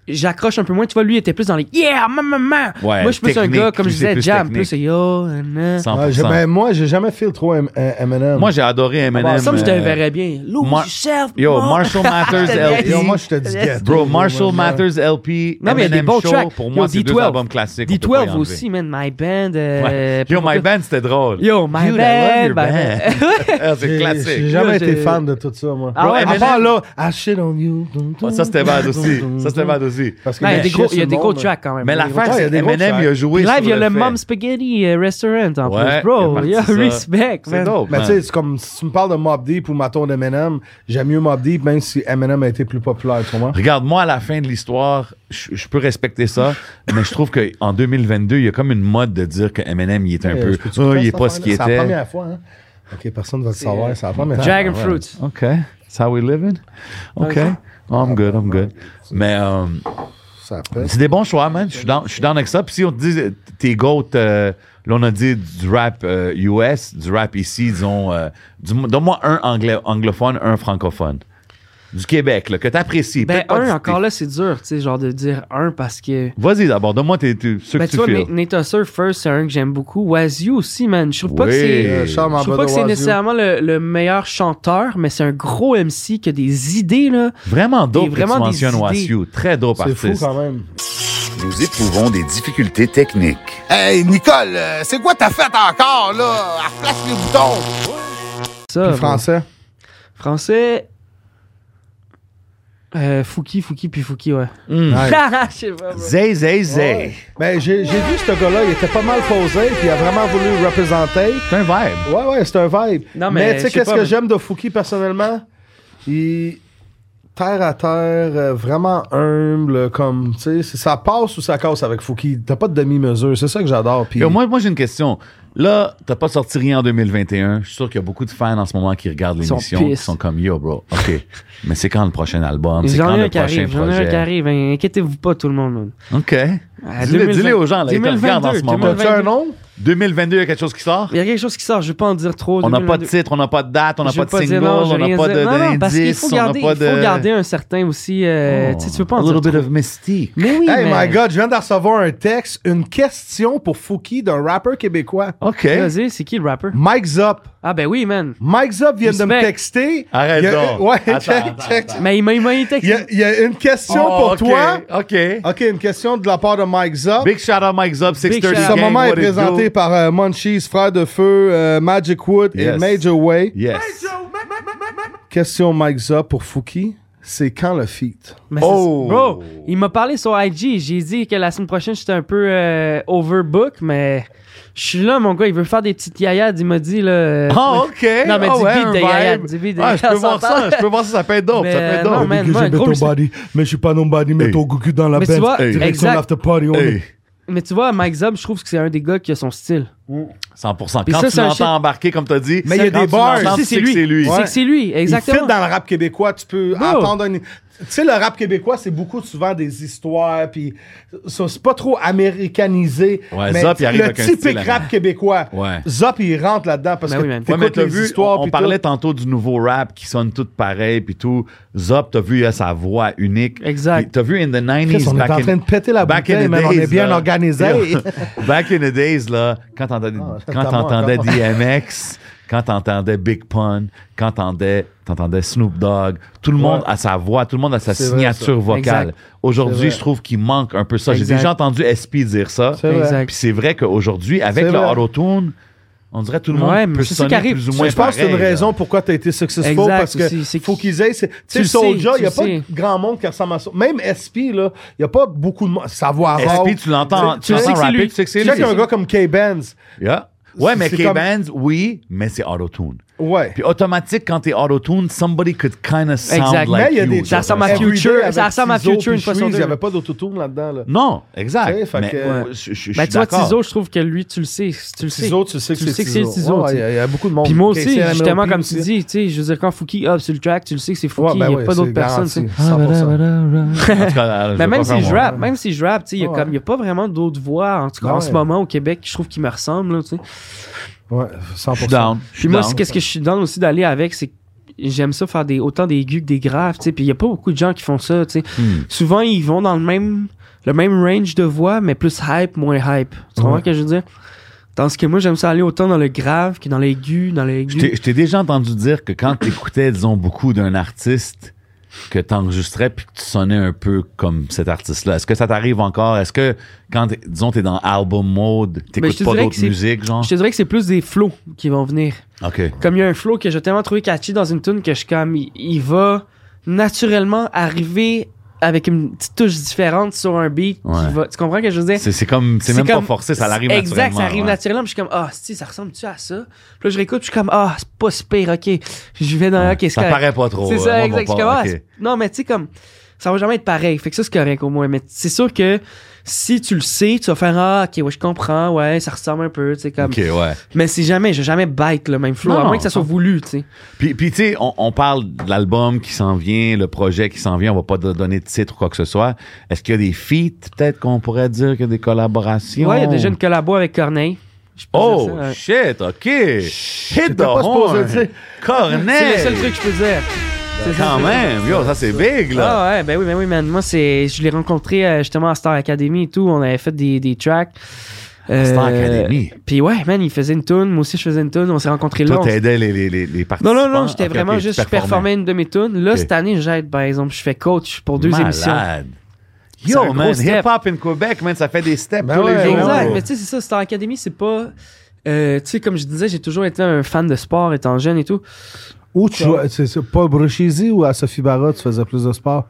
[SPEAKER 7] j'accroche un peu moins. Tu vois, lui, il était plus dans les Yeah, maman, maman.
[SPEAKER 5] Ouais,
[SPEAKER 7] Moi, je suis plus un
[SPEAKER 5] technique,
[SPEAKER 7] gars, comme je
[SPEAKER 5] lui, c'est
[SPEAKER 7] disais,
[SPEAKER 5] plus
[SPEAKER 7] jam,
[SPEAKER 5] technique.
[SPEAKER 7] plus yo, nan.
[SPEAKER 5] 100%.
[SPEAKER 3] Ouais, j'ai- ben, moi, j'ai jamais fait le trop M- euh, Eminem.
[SPEAKER 5] Moi, j'ai adoré Eminem.
[SPEAKER 7] Bon, Ah bah, ça, je te
[SPEAKER 5] euh,
[SPEAKER 7] verrais bien. Lose
[SPEAKER 5] Mar-
[SPEAKER 7] yourself,
[SPEAKER 5] Yo,
[SPEAKER 7] mon- (laughs)
[SPEAKER 5] Marshall Mathers
[SPEAKER 7] C'était
[SPEAKER 5] LP.
[SPEAKER 7] bien.
[SPEAKER 3] Yo, moi, je te dis ghetto,
[SPEAKER 5] Bro,
[SPEAKER 3] moi,
[SPEAKER 5] Marshall
[SPEAKER 3] moi.
[SPEAKER 5] Mathers LP.
[SPEAKER 7] Non, mais il y a des
[SPEAKER 5] Eminem
[SPEAKER 7] bons
[SPEAKER 5] Show,
[SPEAKER 7] tracks.
[SPEAKER 5] Pour moi,
[SPEAKER 7] Yo,
[SPEAKER 5] c'est deux
[SPEAKER 7] D12.
[SPEAKER 5] albums classiques. on peut pas y
[SPEAKER 7] D12
[SPEAKER 5] enlever.
[SPEAKER 7] aussi, man. My band.
[SPEAKER 5] Ouais.
[SPEAKER 7] euh,
[SPEAKER 5] Yo,
[SPEAKER 7] pourquoi-
[SPEAKER 5] My Band, c'était drôle.
[SPEAKER 7] Yo, my
[SPEAKER 5] Dude, I
[SPEAKER 7] band,
[SPEAKER 5] love your
[SPEAKER 7] my
[SPEAKER 5] (laughs) band. Ah,
[SPEAKER 3] J'ai-
[SPEAKER 5] C'est
[SPEAKER 3] J'ai
[SPEAKER 5] classique.
[SPEAKER 3] jamais
[SPEAKER 7] Yo,
[SPEAKER 3] été
[SPEAKER 7] j'ai-
[SPEAKER 3] fan de tout ça, moi.
[SPEAKER 7] Ah
[SPEAKER 3] Bro,
[SPEAKER 7] ouais,
[SPEAKER 3] à
[SPEAKER 7] mais
[SPEAKER 3] part
[SPEAKER 7] j'ai-
[SPEAKER 3] là, I shit on you. Dum, dum,
[SPEAKER 5] Ouais, Ah, Ça, c'était
[SPEAKER 3] dum,
[SPEAKER 5] bad aussi.
[SPEAKER 3] dum,
[SPEAKER 5] Ça, c'était
[SPEAKER 3] dum.
[SPEAKER 5] bad aussi.
[SPEAKER 3] Parce que
[SPEAKER 7] Non, Ben, il y a
[SPEAKER 3] j'ai
[SPEAKER 7] des gros,
[SPEAKER 3] shit
[SPEAKER 7] il y a
[SPEAKER 3] sur
[SPEAKER 7] des
[SPEAKER 3] le
[SPEAKER 7] gros
[SPEAKER 3] monde,
[SPEAKER 7] tracks quand même.
[SPEAKER 5] Mais
[SPEAKER 7] Il y a des gros
[SPEAKER 5] l'affaire,
[SPEAKER 3] il
[SPEAKER 7] tracks.
[SPEAKER 3] y
[SPEAKER 5] c'est
[SPEAKER 3] a des gros
[SPEAKER 5] Eminem,
[SPEAKER 3] tracks.
[SPEAKER 5] il a joué
[SPEAKER 7] Puis
[SPEAKER 5] sur
[SPEAKER 7] live, il y a le
[SPEAKER 5] fait.
[SPEAKER 7] Mom Spaghetti euh, Restaurant en
[SPEAKER 5] Ouais,
[SPEAKER 7] plus, bro.
[SPEAKER 5] il y a
[SPEAKER 7] Yo,
[SPEAKER 5] parti ça.
[SPEAKER 7] respect,
[SPEAKER 5] C'est
[SPEAKER 7] man.
[SPEAKER 5] dope,
[SPEAKER 3] Mais
[SPEAKER 5] man.
[SPEAKER 3] tu sais, c'est comme si tu me parles de Mob Deep ou Maton d'Eminem, j'aime mieux Mob Deep, même si Eminem a été plus populaire, tu moi.
[SPEAKER 5] Regarde, moi, à la fin de l'histoire, je je peux respecter ça, mais je trouve qu'en 2022, il y a comme une mode de dire que Eminem, il est
[SPEAKER 3] Euh,
[SPEAKER 5] un peu. Ah, il est pas ce qu'il
[SPEAKER 3] C'est la
[SPEAKER 5] était.
[SPEAKER 3] première fois, hein. Ok, personne va le savoir, c'est la première fois. Ah,
[SPEAKER 7] Dragon Fruits.
[SPEAKER 5] OK. That's how we living? OK. Oh, I'm good, I'm good. Mais euh,
[SPEAKER 3] Ça pèse.
[SPEAKER 5] c'est des bons choix, man. Je suis down, je suis down avec ça. Puis si on te dit euh, tes goats, euh, là, on a dit du rap euh, US, du rap ici, disons. euh, dis- Donne-moi un anglais, anglophone, un francophone. Du Québec, là, que t'apprécies.
[SPEAKER 7] Ben,
[SPEAKER 5] Peut-être pas
[SPEAKER 7] un,
[SPEAKER 5] du-
[SPEAKER 7] encore là, c'est dur, tu sais, genre de dire un parce que.
[SPEAKER 5] Vas-y d'abord, donne-moi tes, tes- ceux
[SPEAKER 7] Ben,
[SPEAKER 5] que tu
[SPEAKER 7] tu vois,
[SPEAKER 5] files.
[SPEAKER 7] Na- Nate Husser, First, c'est un que j'aime beaucoup. Wazoo aussi, man. Je trouve pas
[SPEAKER 5] Oui.
[SPEAKER 7] que c'est.
[SPEAKER 3] Euh, Charles
[SPEAKER 7] Je trouve
[SPEAKER 3] Mamba
[SPEAKER 7] pas
[SPEAKER 3] de
[SPEAKER 7] que c'est
[SPEAKER 3] Wazoo.
[SPEAKER 7] nécessairement le, le meilleur chanteur, mais c'est un gros MC qui a des idées, là.
[SPEAKER 5] Vraiment dope que
[SPEAKER 7] vraiment
[SPEAKER 5] tu
[SPEAKER 7] des
[SPEAKER 5] mentionnes
[SPEAKER 7] idées.
[SPEAKER 5] Wasu. Très dope
[SPEAKER 3] C'est fou
[SPEAKER 5] artiste.
[SPEAKER 3] quand même.
[SPEAKER 7] Ah,
[SPEAKER 9] Nous éprouvons des difficultés techniques.
[SPEAKER 11] Hey, Nicole, euh, c'est quoi ta fête encore, là? Elle flash les boutons.
[SPEAKER 7] Ça,
[SPEAKER 3] Puis
[SPEAKER 7] bon.
[SPEAKER 3] français.
[SPEAKER 7] Français. Euh, Fouki, Fouki, puis Fouki, ouais. (laughs) Ah,
[SPEAKER 5] Mm.
[SPEAKER 3] Ouais.
[SPEAKER 7] Je sais pas, bro.
[SPEAKER 5] Zay, zay, zay.
[SPEAKER 3] Ben, j'ai j'ai vu ce gars-là, il était pas mal posé, puis il a vraiment voulu représenter.
[SPEAKER 5] C'est un vibe.
[SPEAKER 3] Ouais, ouais, c'est un vibe.
[SPEAKER 7] Non, mais
[SPEAKER 3] mais tu
[SPEAKER 7] je
[SPEAKER 3] sais,
[SPEAKER 7] sais
[SPEAKER 3] qu'est-ce
[SPEAKER 7] pas,
[SPEAKER 3] que
[SPEAKER 7] mais-
[SPEAKER 3] j'aime de Fouki personnellement? Il. Terre à terre, euh, vraiment humble, comme, tu sais, c'est- ça passe ou ça casse avec Fouki. T'as pas de demi-mesure, c'est ça que j'adore. Puis
[SPEAKER 5] Yo, moi, moi j'ai une question. Là, t'as pas sorti rien en 2021. Je suis sûr qu'il y a beaucoup de fans en ce moment qui regardent
[SPEAKER 7] Ils sont
[SPEAKER 5] l'émission qui
[SPEAKER 7] pisses.
[SPEAKER 5] sont comme Yo, bro.
[SPEAKER 7] (laughs)
[SPEAKER 5] OK. Mais c'est quand le prochain album? C'est
[SPEAKER 7] J'en
[SPEAKER 5] quand
[SPEAKER 7] ai
[SPEAKER 5] le
[SPEAKER 7] un qui
[SPEAKER 5] prochain
[SPEAKER 7] arrive, j'en ai un qui
[SPEAKER 5] projet?
[SPEAKER 7] arrive. hein. Inquiétez-vous pas, tout le monde, man.
[SPEAKER 5] OK.
[SPEAKER 7] Ah,
[SPEAKER 5] Dis-le
[SPEAKER 7] 2020
[SPEAKER 5] dis-le aux gens, là, ils te regardent en ce
[SPEAKER 7] 2022,
[SPEAKER 5] moment.
[SPEAKER 7] 2022.
[SPEAKER 3] t'as-tu un nom?
[SPEAKER 5] 2022, il y a quelque chose qui sort?
[SPEAKER 7] Il y a quelque chose qui sort, je vais pas en dire trop.
[SPEAKER 5] On n'a pas de
[SPEAKER 7] 2022.
[SPEAKER 5] titre, on n'a pas de date, on n'a
[SPEAKER 7] Je
[SPEAKER 5] pas
[SPEAKER 7] veux
[SPEAKER 5] de single,
[SPEAKER 7] dire non, je
[SPEAKER 5] on
[SPEAKER 7] veux rien
[SPEAKER 5] n'a pas
[SPEAKER 7] dire. Non, non,
[SPEAKER 5] de-
[SPEAKER 7] parce qu'il
[SPEAKER 5] d'indice,
[SPEAKER 7] faut
[SPEAKER 5] on n'a
[SPEAKER 7] garder,
[SPEAKER 5] pas
[SPEAKER 7] il faut garder
[SPEAKER 5] de. Oh.
[SPEAKER 7] un certain aussi. euh, tu sais, tu veux pas en
[SPEAKER 5] A little
[SPEAKER 7] dire
[SPEAKER 5] bit
[SPEAKER 7] trop.
[SPEAKER 5] of mystique.
[SPEAKER 7] Mais oui,
[SPEAKER 3] Hey,
[SPEAKER 7] mais-
[SPEAKER 3] my God, je viens de recevoir un texte, une question pour Fouki d'un rappeur québécois.
[SPEAKER 5] OK.
[SPEAKER 7] Vas-y, c'est qui le rapper?
[SPEAKER 3] Mike Zop.
[SPEAKER 7] Ah ben oui, man.
[SPEAKER 3] Mike Zop vient de me
[SPEAKER 7] Respect.
[SPEAKER 3] texter.
[SPEAKER 5] Arrête
[SPEAKER 3] Il y a-
[SPEAKER 5] donc.
[SPEAKER 3] Ouais,
[SPEAKER 5] Attends,
[SPEAKER 3] check,
[SPEAKER 5] attends,
[SPEAKER 3] check.
[SPEAKER 7] Mais il m'a il m'a un texte.
[SPEAKER 3] Il y a- il y a une question
[SPEAKER 5] Oh,
[SPEAKER 3] pour
[SPEAKER 5] OK,
[SPEAKER 3] toi.
[SPEAKER 5] OK.
[SPEAKER 3] OK, une question de la part de Mike Zop.
[SPEAKER 5] Big shout out Mike Zub, 630
[SPEAKER 7] Big shout
[SPEAKER 3] Ce
[SPEAKER 7] out.
[SPEAKER 5] gang,
[SPEAKER 3] moment est
[SPEAKER 5] what it
[SPEAKER 3] présenté
[SPEAKER 5] do.
[SPEAKER 3] par euh, Munchies, Frère de Feu, euh, Magic Wood et
[SPEAKER 5] Yes.
[SPEAKER 3] Major Way.
[SPEAKER 5] Yes.
[SPEAKER 3] Question Mike Zop pour Fouki. C'est quand le feat?
[SPEAKER 7] Mais c'est-
[SPEAKER 5] Oh.
[SPEAKER 7] Bro, il m'a parlé sur IG. J'ai dit que la semaine prochaine, j'étais un peu euh, overbook, mais je suis là, mon gars. Il veut faire des petites yayades. Il m'a dit, là...
[SPEAKER 5] Ah, OK.
[SPEAKER 7] Non, mais
[SPEAKER 5] Ah
[SPEAKER 7] du
[SPEAKER 5] ouais,
[SPEAKER 7] beat
[SPEAKER 5] un
[SPEAKER 7] de
[SPEAKER 5] vibe.
[SPEAKER 7] Yayad, du beat de
[SPEAKER 5] Ah, je peux
[SPEAKER 7] Yayad,
[SPEAKER 5] voir
[SPEAKER 7] on s'entend.
[SPEAKER 5] ça. Je peux voir ça. Ça peut être dope. Ça
[SPEAKER 7] Mais euh,
[SPEAKER 5] peut être
[SPEAKER 7] non,
[SPEAKER 5] dope.
[SPEAKER 7] mais- Man, moi, gros, mais c'est-
[SPEAKER 3] mais je suis pas nobody, mais
[SPEAKER 5] Hey.
[SPEAKER 3] ton gugu dans la
[SPEAKER 7] Mais tu vois, euh,
[SPEAKER 5] Hey.
[SPEAKER 3] Direction
[SPEAKER 7] exact.
[SPEAKER 3] l'after party, on
[SPEAKER 5] Hey,
[SPEAKER 7] Mais tu vois, Mike Zub, je trouve que c'est un des gars qui a son style.
[SPEAKER 5] 100%.
[SPEAKER 7] Puis
[SPEAKER 5] Quand
[SPEAKER 7] ça,
[SPEAKER 5] tu
[SPEAKER 7] c'est un shit-
[SPEAKER 5] l'entends embarquer, comme t'as dit,
[SPEAKER 3] Mais il y a
[SPEAKER 5] quand
[SPEAKER 3] des
[SPEAKER 5] tu
[SPEAKER 3] bars.
[SPEAKER 5] l'entends,
[SPEAKER 7] Tu
[SPEAKER 5] tu
[SPEAKER 7] sais, c'est
[SPEAKER 5] sais que
[SPEAKER 7] lui.
[SPEAKER 5] c'est lui.
[SPEAKER 7] C'est que c'est lui,
[SPEAKER 3] Il fit
[SPEAKER 7] exactement.
[SPEAKER 3] dans le rap québécois, tu peux entendre un... Tu sais, le rap québécois, c'est beaucoup souvent des histoires, puis ça, c'est pas trop américanisé.
[SPEAKER 5] Ouais,
[SPEAKER 3] mais
[SPEAKER 5] Zop, il arrive
[SPEAKER 3] le
[SPEAKER 5] avec un
[SPEAKER 3] typique
[SPEAKER 5] style à-
[SPEAKER 3] rap québécois,
[SPEAKER 5] Ouais.
[SPEAKER 3] Zop, il rentre là-dedans parce
[SPEAKER 7] Ben
[SPEAKER 3] que
[SPEAKER 7] oui, man.
[SPEAKER 5] Ouais, mais
[SPEAKER 3] t'écoutes
[SPEAKER 5] t'as
[SPEAKER 3] les
[SPEAKER 5] vu,
[SPEAKER 3] histoires,
[SPEAKER 5] on, on
[SPEAKER 3] puis
[SPEAKER 5] parlait
[SPEAKER 3] tout.
[SPEAKER 5] tantôt du nouveau rap qui sonne tout pareil, puis tout. Zop, t'as vu, il a sa voix unique.
[SPEAKER 7] Exact.
[SPEAKER 5] Puis T'as vu, in the
[SPEAKER 3] Chris,
[SPEAKER 5] 90s,
[SPEAKER 3] on est
[SPEAKER 5] back
[SPEAKER 3] en
[SPEAKER 5] in-
[SPEAKER 3] train de péter la
[SPEAKER 5] back in
[SPEAKER 3] bouteille,
[SPEAKER 5] the
[SPEAKER 3] man, on
[SPEAKER 5] days, euh,
[SPEAKER 3] est bien
[SPEAKER 5] là.
[SPEAKER 3] organisé.
[SPEAKER 5] (laughs) Back in the days, là, quand t'entendais,
[SPEAKER 3] Ah,
[SPEAKER 5] quand
[SPEAKER 3] t'as moi
[SPEAKER 5] t'entendais
[SPEAKER 3] encore.
[SPEAKER 5] DMX, quand t'entendais Big Pun, quand t'entendais, t'entendais Snoop Dogg, tout le monde a sa voix, tout le monde a sa
[SPEAKER 3] C'est vrai,
[SPEAKER 5] signature vocale.
[SPEAKER 7] Exact.
[SPEAKER 5] Aujourd'hui,
[SPEAKER 3] vrai.
[SPEAKER 5] je trouve qu'il manque un peu ça. J'ai
[SPEAKER 7] Exact.
[SPEAKER 5] déjà entendu SP dire ça.
[SPEAKER 3] C'est vrai.
[SPEAKER 5] Puis c'est vrai qu'aujourd'hui, avec
[SPEAKER 3] C'est
[SPEAKER 5] le
[SPEAKER 3] vrai.
[SPEAKER 5] autotune, on dirait tout le monde
[SPEAKER 7] Ouais, mais
[SPEAKER 5] peut
[SPEAKER 7] c'est ça qui
[SPEAKER 5] sonner
[SPEAKER 7] arrive.
[SPEAKER 5] plus ou
[SPEAKER 7] Je
[SPEAKER 5] moins
[SPEAKER 3] je pense que c'est une
[SPEAKER 5] pareil, là.
[SPEAKER 3] raison pourquoi tu as été successful
[SPEAKER 7] Exact,
[SPEAKER 3] parce que
[SPEAKER 7] aussi, c'est
[SPEAKER 3] faut
[SPEAKER 7] qu'ils-
[SPEAKER 3] qu'ils aient. c'est-
[SPEAKER 7] Tu
[SPEAKER 3] Tu sais,
[SPEAKER 7] le sais,
[SPEAKER 3] Soulja,
[SPEAKER 7] tu
[SPEAKER 3] il n'y a
[SPEAKER 7] le
[SPEAKER 3] pas
[SPEAKER 7] sais.
[SPEAKER 3] de grand monde qui ressemble à ça. Même SP, là, il n'y a pas beaucoup de monde. Savoir
[SPEAKER 5] SP, tu l'entends,
[SPEAKER 7] Tu
[SPEAKER 5] tu
[SPEAKER 7] sais que
[SPEAKER 5] l'entends
[SPEAKER 7] c'est
[SPEAKER 5] rapper,
[SPEAKER 7] lui.
[SPEAKER 5] tu sais que c'est
[SPEAKER 3] Check
[SPEAKER 5] lui.
[SPEAKER 3] un gars comme K-Benz.
[SPEAKER 5] Yeah. Ouais, mais
[SPEAKER 3] C'est comme-
[SPEAKER 5] K-Bands, oui, mais c'est autotune.
[SPEAKER 3] Ouais.
[SPEAKER 5] Puis automatique, quand t'es auto-tune, somebody could kinda sound
[SPEAKER 7] Exact.
[SPEAKER 5] like
[SPEAKER 3] Mais il y a
[SPEAKER 5] you,
[SPEAKER 3] des
[SPEAKER 5] genre.
[SPEAKER 7] Ça ressemble à
[SPEAKER 3] Everyday
[SPEAKER 7] Future,
[SPEAKER 3] avec
[SPEAKER 7] ça ressemble à
[SPEAKER 3] Tizo
[SPEAKER 7] Future,
[SPEAKER 3] puis
[SPEAKER 7] une fois sur
[SPEAKER 3] Shreeze,
[SPEAKER 7] deux.
[SPEAKER 3] Il n'y avait pas d'autotune là-dedans. Là.
[SPEAKER 5] Non,
[SPEAKER 3] Tu sais,
[SPEAKER 5] exact.
[SPEAKER 3] fait
[SPEAKER 5] Mais
[SPEAKER 3] que-
[SPEAKER 5] ouais, je, je- je
[SPEAKER 7] Ben,
[SPEAKER 5] suis
[SPEAKER 7] tu vois,
[SPEAKER 5] d'accord.
[SPEAKER 7] Tizo, je trouve que lui, tu le sais. Tu le sais.
[SPEAKER 3] Tizo, tu sais que
[SPEAKER 7] Tu le
[SPEAKER 3] c'est
[SPEAKER 7] sais que c'est
[SPEAKER 3] Tizo.
[SPEAKER 7] Tizo,
[SPEAKER 3] Ouais, Il
[SPEAKER 7] tu sais.
[SPEAKER 3] y a- il y a beaucoup de monde.
[SPEAKER 7] Puis moi aussi,
[SPEAKER 3] KCMLP,
[SPEAKER 7] justement, comme
[SPEAKER 3] tu
[SPEAKER 7] tu
[SPEAKER 3] sais.
[SPEAKER 7] dis, tu sais, je veux dire, quand Fouki up sur le track, tu le sais que c'est
[SPEAKER 3] Ouais,
[SPEAKER 7] Fouki,
[SPEAKER 3] ben
[SPEAKER 7] il n'y a
[SPEAKER 3] ouais,
[SPEAKER 7] pas d'autres
[SPEAKER 3] c'est
[SPEAKER 7] personnes.
[SPEAKER 3] garanti,
[SPEAKER 7] tu sais.
[SPEAKER 3] 100%.
[SPEAKER 5] En tout cas, euh, je
[SPEAKER 7] Mais
[SPEAKER 5] veux
[SPEAKER 7] même
[SPEAKER 5] pas
[SPEAKER 7] si
[SPEAKER 5] faire
[SPEAKER 7] je
[SPEAKER 5] mon-
[SPEAKER 7] rappe, même si je rappe, tu sais, il n'y a,
[SPEAKER 3] Ouais.
[SPEAKER 7] comme- il y a pas vraiment d'autres voix, en tout cas,
[SPEAKER 3] Ouais.
[SPEAKER 7] en ce moment, au Québec, je trouve qui me ressemblent, là, tu sais.
[SPEAKER 3] Ouais,
[SPEAKER 5] Je suis
[SPEAKER 3] 100%.
[SPEAKER 5] down. je suis
[SPEAKER 7] Puis moi,
[SPEAKER 5] down.
[SPEAKER 7] c'est qu'est-ce que je suis dans aussi d'aller avec, c'est que j'aime ça faire des, autant des aigus que des graves, tu sais. Puis il n'y a pas beaucoup de gens qui font ça, tu sais.
[SPEAKER 5] Hmm.
[SPEAKER 7] Souvent, ils vont dans le même, le même range de voix, mais plus hype, moins hype. Tu comprends
[SPEAKER 3] Ouais.
[SPEAKER 7] ce que je veux dire? Tandis que moi, j'aime ça aller autant dans le grave que dans l'aigu, dans
[SPEAKER 5] Je t'ai-
[SPEAKER 7] l'aigu.
[SPEAKER 5] je t'ai déjà entendu dire que quand t'écoutais, disons, beaucoup d'un artiste que t'enregistrais puis que tu sonnais un peu comme cet artiste-là, est-ce que ça t'arrive encore? Est-ce que quand, t'es- disons, t'es dans album mode,
[SPEAKER 7] Ben, je
[SPEAKER 5] t'écoutes
[SPEAKER 7] te
[SPEAKER 5] pas
[SPEAKER 7] dirais que
[SPEAKER 5] d'autres
[SPEAKER 7] c'est-
[SPEAKER 5] musiques, genre?
[SPEAKER 7] Je te dirais que c'est plus des flots qui vont venir.
[SPEAKER 5] OK.
[SPEAKER 7] Comme il y a un flow que j'ai tellement trouvé catchy dans une tune que je suis comme, il, il va naturellement arriver avec une petite touche différente sur un beat. qui
[SPEAKER 5] Ouais.
[SPEAKER 7] va- tu comprends ce que je veux dire?
[SPEAKER 5] C'est c'est comme, c'est même pas forcé, ça arrive
[SPEAKER 7] Exact,
[SPEAKER 5] naturellement.
[SPEAKER 7] ça arrive
[SPEAKER 5] ouais.
[SPEAKER 7] naturellement. Puis je suis comme, ah, si, ça ressemble-tu à ça? Puis là, je réécoute, puis je suis comme, ah, c'est pas si pire, ok. Je vais dans, ok, c'est
[SPEAKER 5] Ça
[SPEAKER 7] correct.
[SPEAKER 5] paraît pas trop.
[SPEAKER 7] C'est
[SPEAKER 5] euh,
[SPEAKER 7] ça,
[SPEAKER 5] moi,
[SPEAKER 7] exact.
[SPEAKER 5] mon
[SPEAKER 7] Je suis comme,
[SPEAKER 5] père,
[SPEAKER 7] ah,
[SPEAKER 5] OK.
[SPEAKER 7] c'est- Non, mais tu sais, comme, ça va jamais être pareil. Fait que ça, c'est correct au moins. Mais c'est sûr que si tu le sais, tu vas faire, ah, ok, ouais, je comprends, ouais, ça ressemble un peu, tu sais, comme.
[SPEAKER 5] OK, ouais.
[SPEAKER 7] Mais c'est jamais, j'ai jamais bite le même flow,
[SPEAKER 5] Non,
[SPEAKER 7] à
[SPEAKER 5] non,
[SPEAKER 7] moins que ça soit
[SPEAKER 5] ça-
[SPEAKER 7] voulu, tu sais.
[SPEAKER 5] Puis, puis tu sais, on, on parle de l'album qui s'en vient, le projet qui s'en vient, on va pas do- donner de titre ou quoi que ce soit. Est-ce qu'il y a des feats, peut-être qu'on pourrait dire qu'il y a des collaborations?
[SPEAKER 7] Ouais, il y a déjà une collabo avec Corneille. Je peux
[SPEAKER 5] Oh,
[SPEAKER 7] dire ça, ouais.
[SPEAKER 5] shit, OK. Hit the
[SPEAKER 3] T'étais pas supposé
[SPEAKER 5] horn.
[SPEAKER 3] le dire.
[SPEAKER 7] C'est le seul
[SPEAKER 5] Corneille.
[SPEAKER 7] truc que je peux dire. C'est ça.
[SPEAKER 5] Quand même, yo, ça c'est big, là.
[SPEAKER 7] Ah ouais, ben oui, ben oui, man. Moi, c'est, je l'ai rencontré euh, justement à Star Academy et tout. On avait fait des, des tracks. Euh,
[SPEAKER 5] Star Academy.
[SPEAKER 7] Puis ouais, man, il faisait une tune. Moi aussi, je faisais une tune. On s'est rencontrés là.
[SPEAKER 5] Toi,
[SPEAKER 7] on s-
[SPEAKER 5] t'aidais les, les, les, les participants.
[SPEAKER 7] Non, non, non, j'étais
[SPEAKER 5] Ok,
[SPEAKER 7] vraiment
[SPEAKER 5] ok, tu
[SPEAKER 7] juste, je
[SPEAKER 5] performais.
[SPEAKER 7] performais une de mes tunes. Là,
[SPEAKER 5] Ok.
[SPEAKER 7] cette année, j'aide, par exemple. Je fais coach pour deux
[SPEAKER 5] Malade.
[SPEAKER 7] émissions. C'est un
[SPEAKER 5] Yo,
[SPEAKER 7] gros
[SPEAKER 5] man,
[SPEAKER 7] step.
[SPEAKER 5] hip-hop in Québec, man, ça fait des steps
[SPEAKER 3] Ben
[SPEAKER 5] tous les
[SPEAKER 3] ouais,
[SPEAKER 5] jours.
[SPEAKER 7] Exact, mais tu sais, c'est ça, Star Academy, c'est pas. euh, tu sais, comme je disais, j'ai toujours été un fan de sport étant jeune et tout.
[SPEAKER 3] Où tu jouais, c'est c'est Paul Brochesi ou à Sophie Barra, tu faisais plus de sport?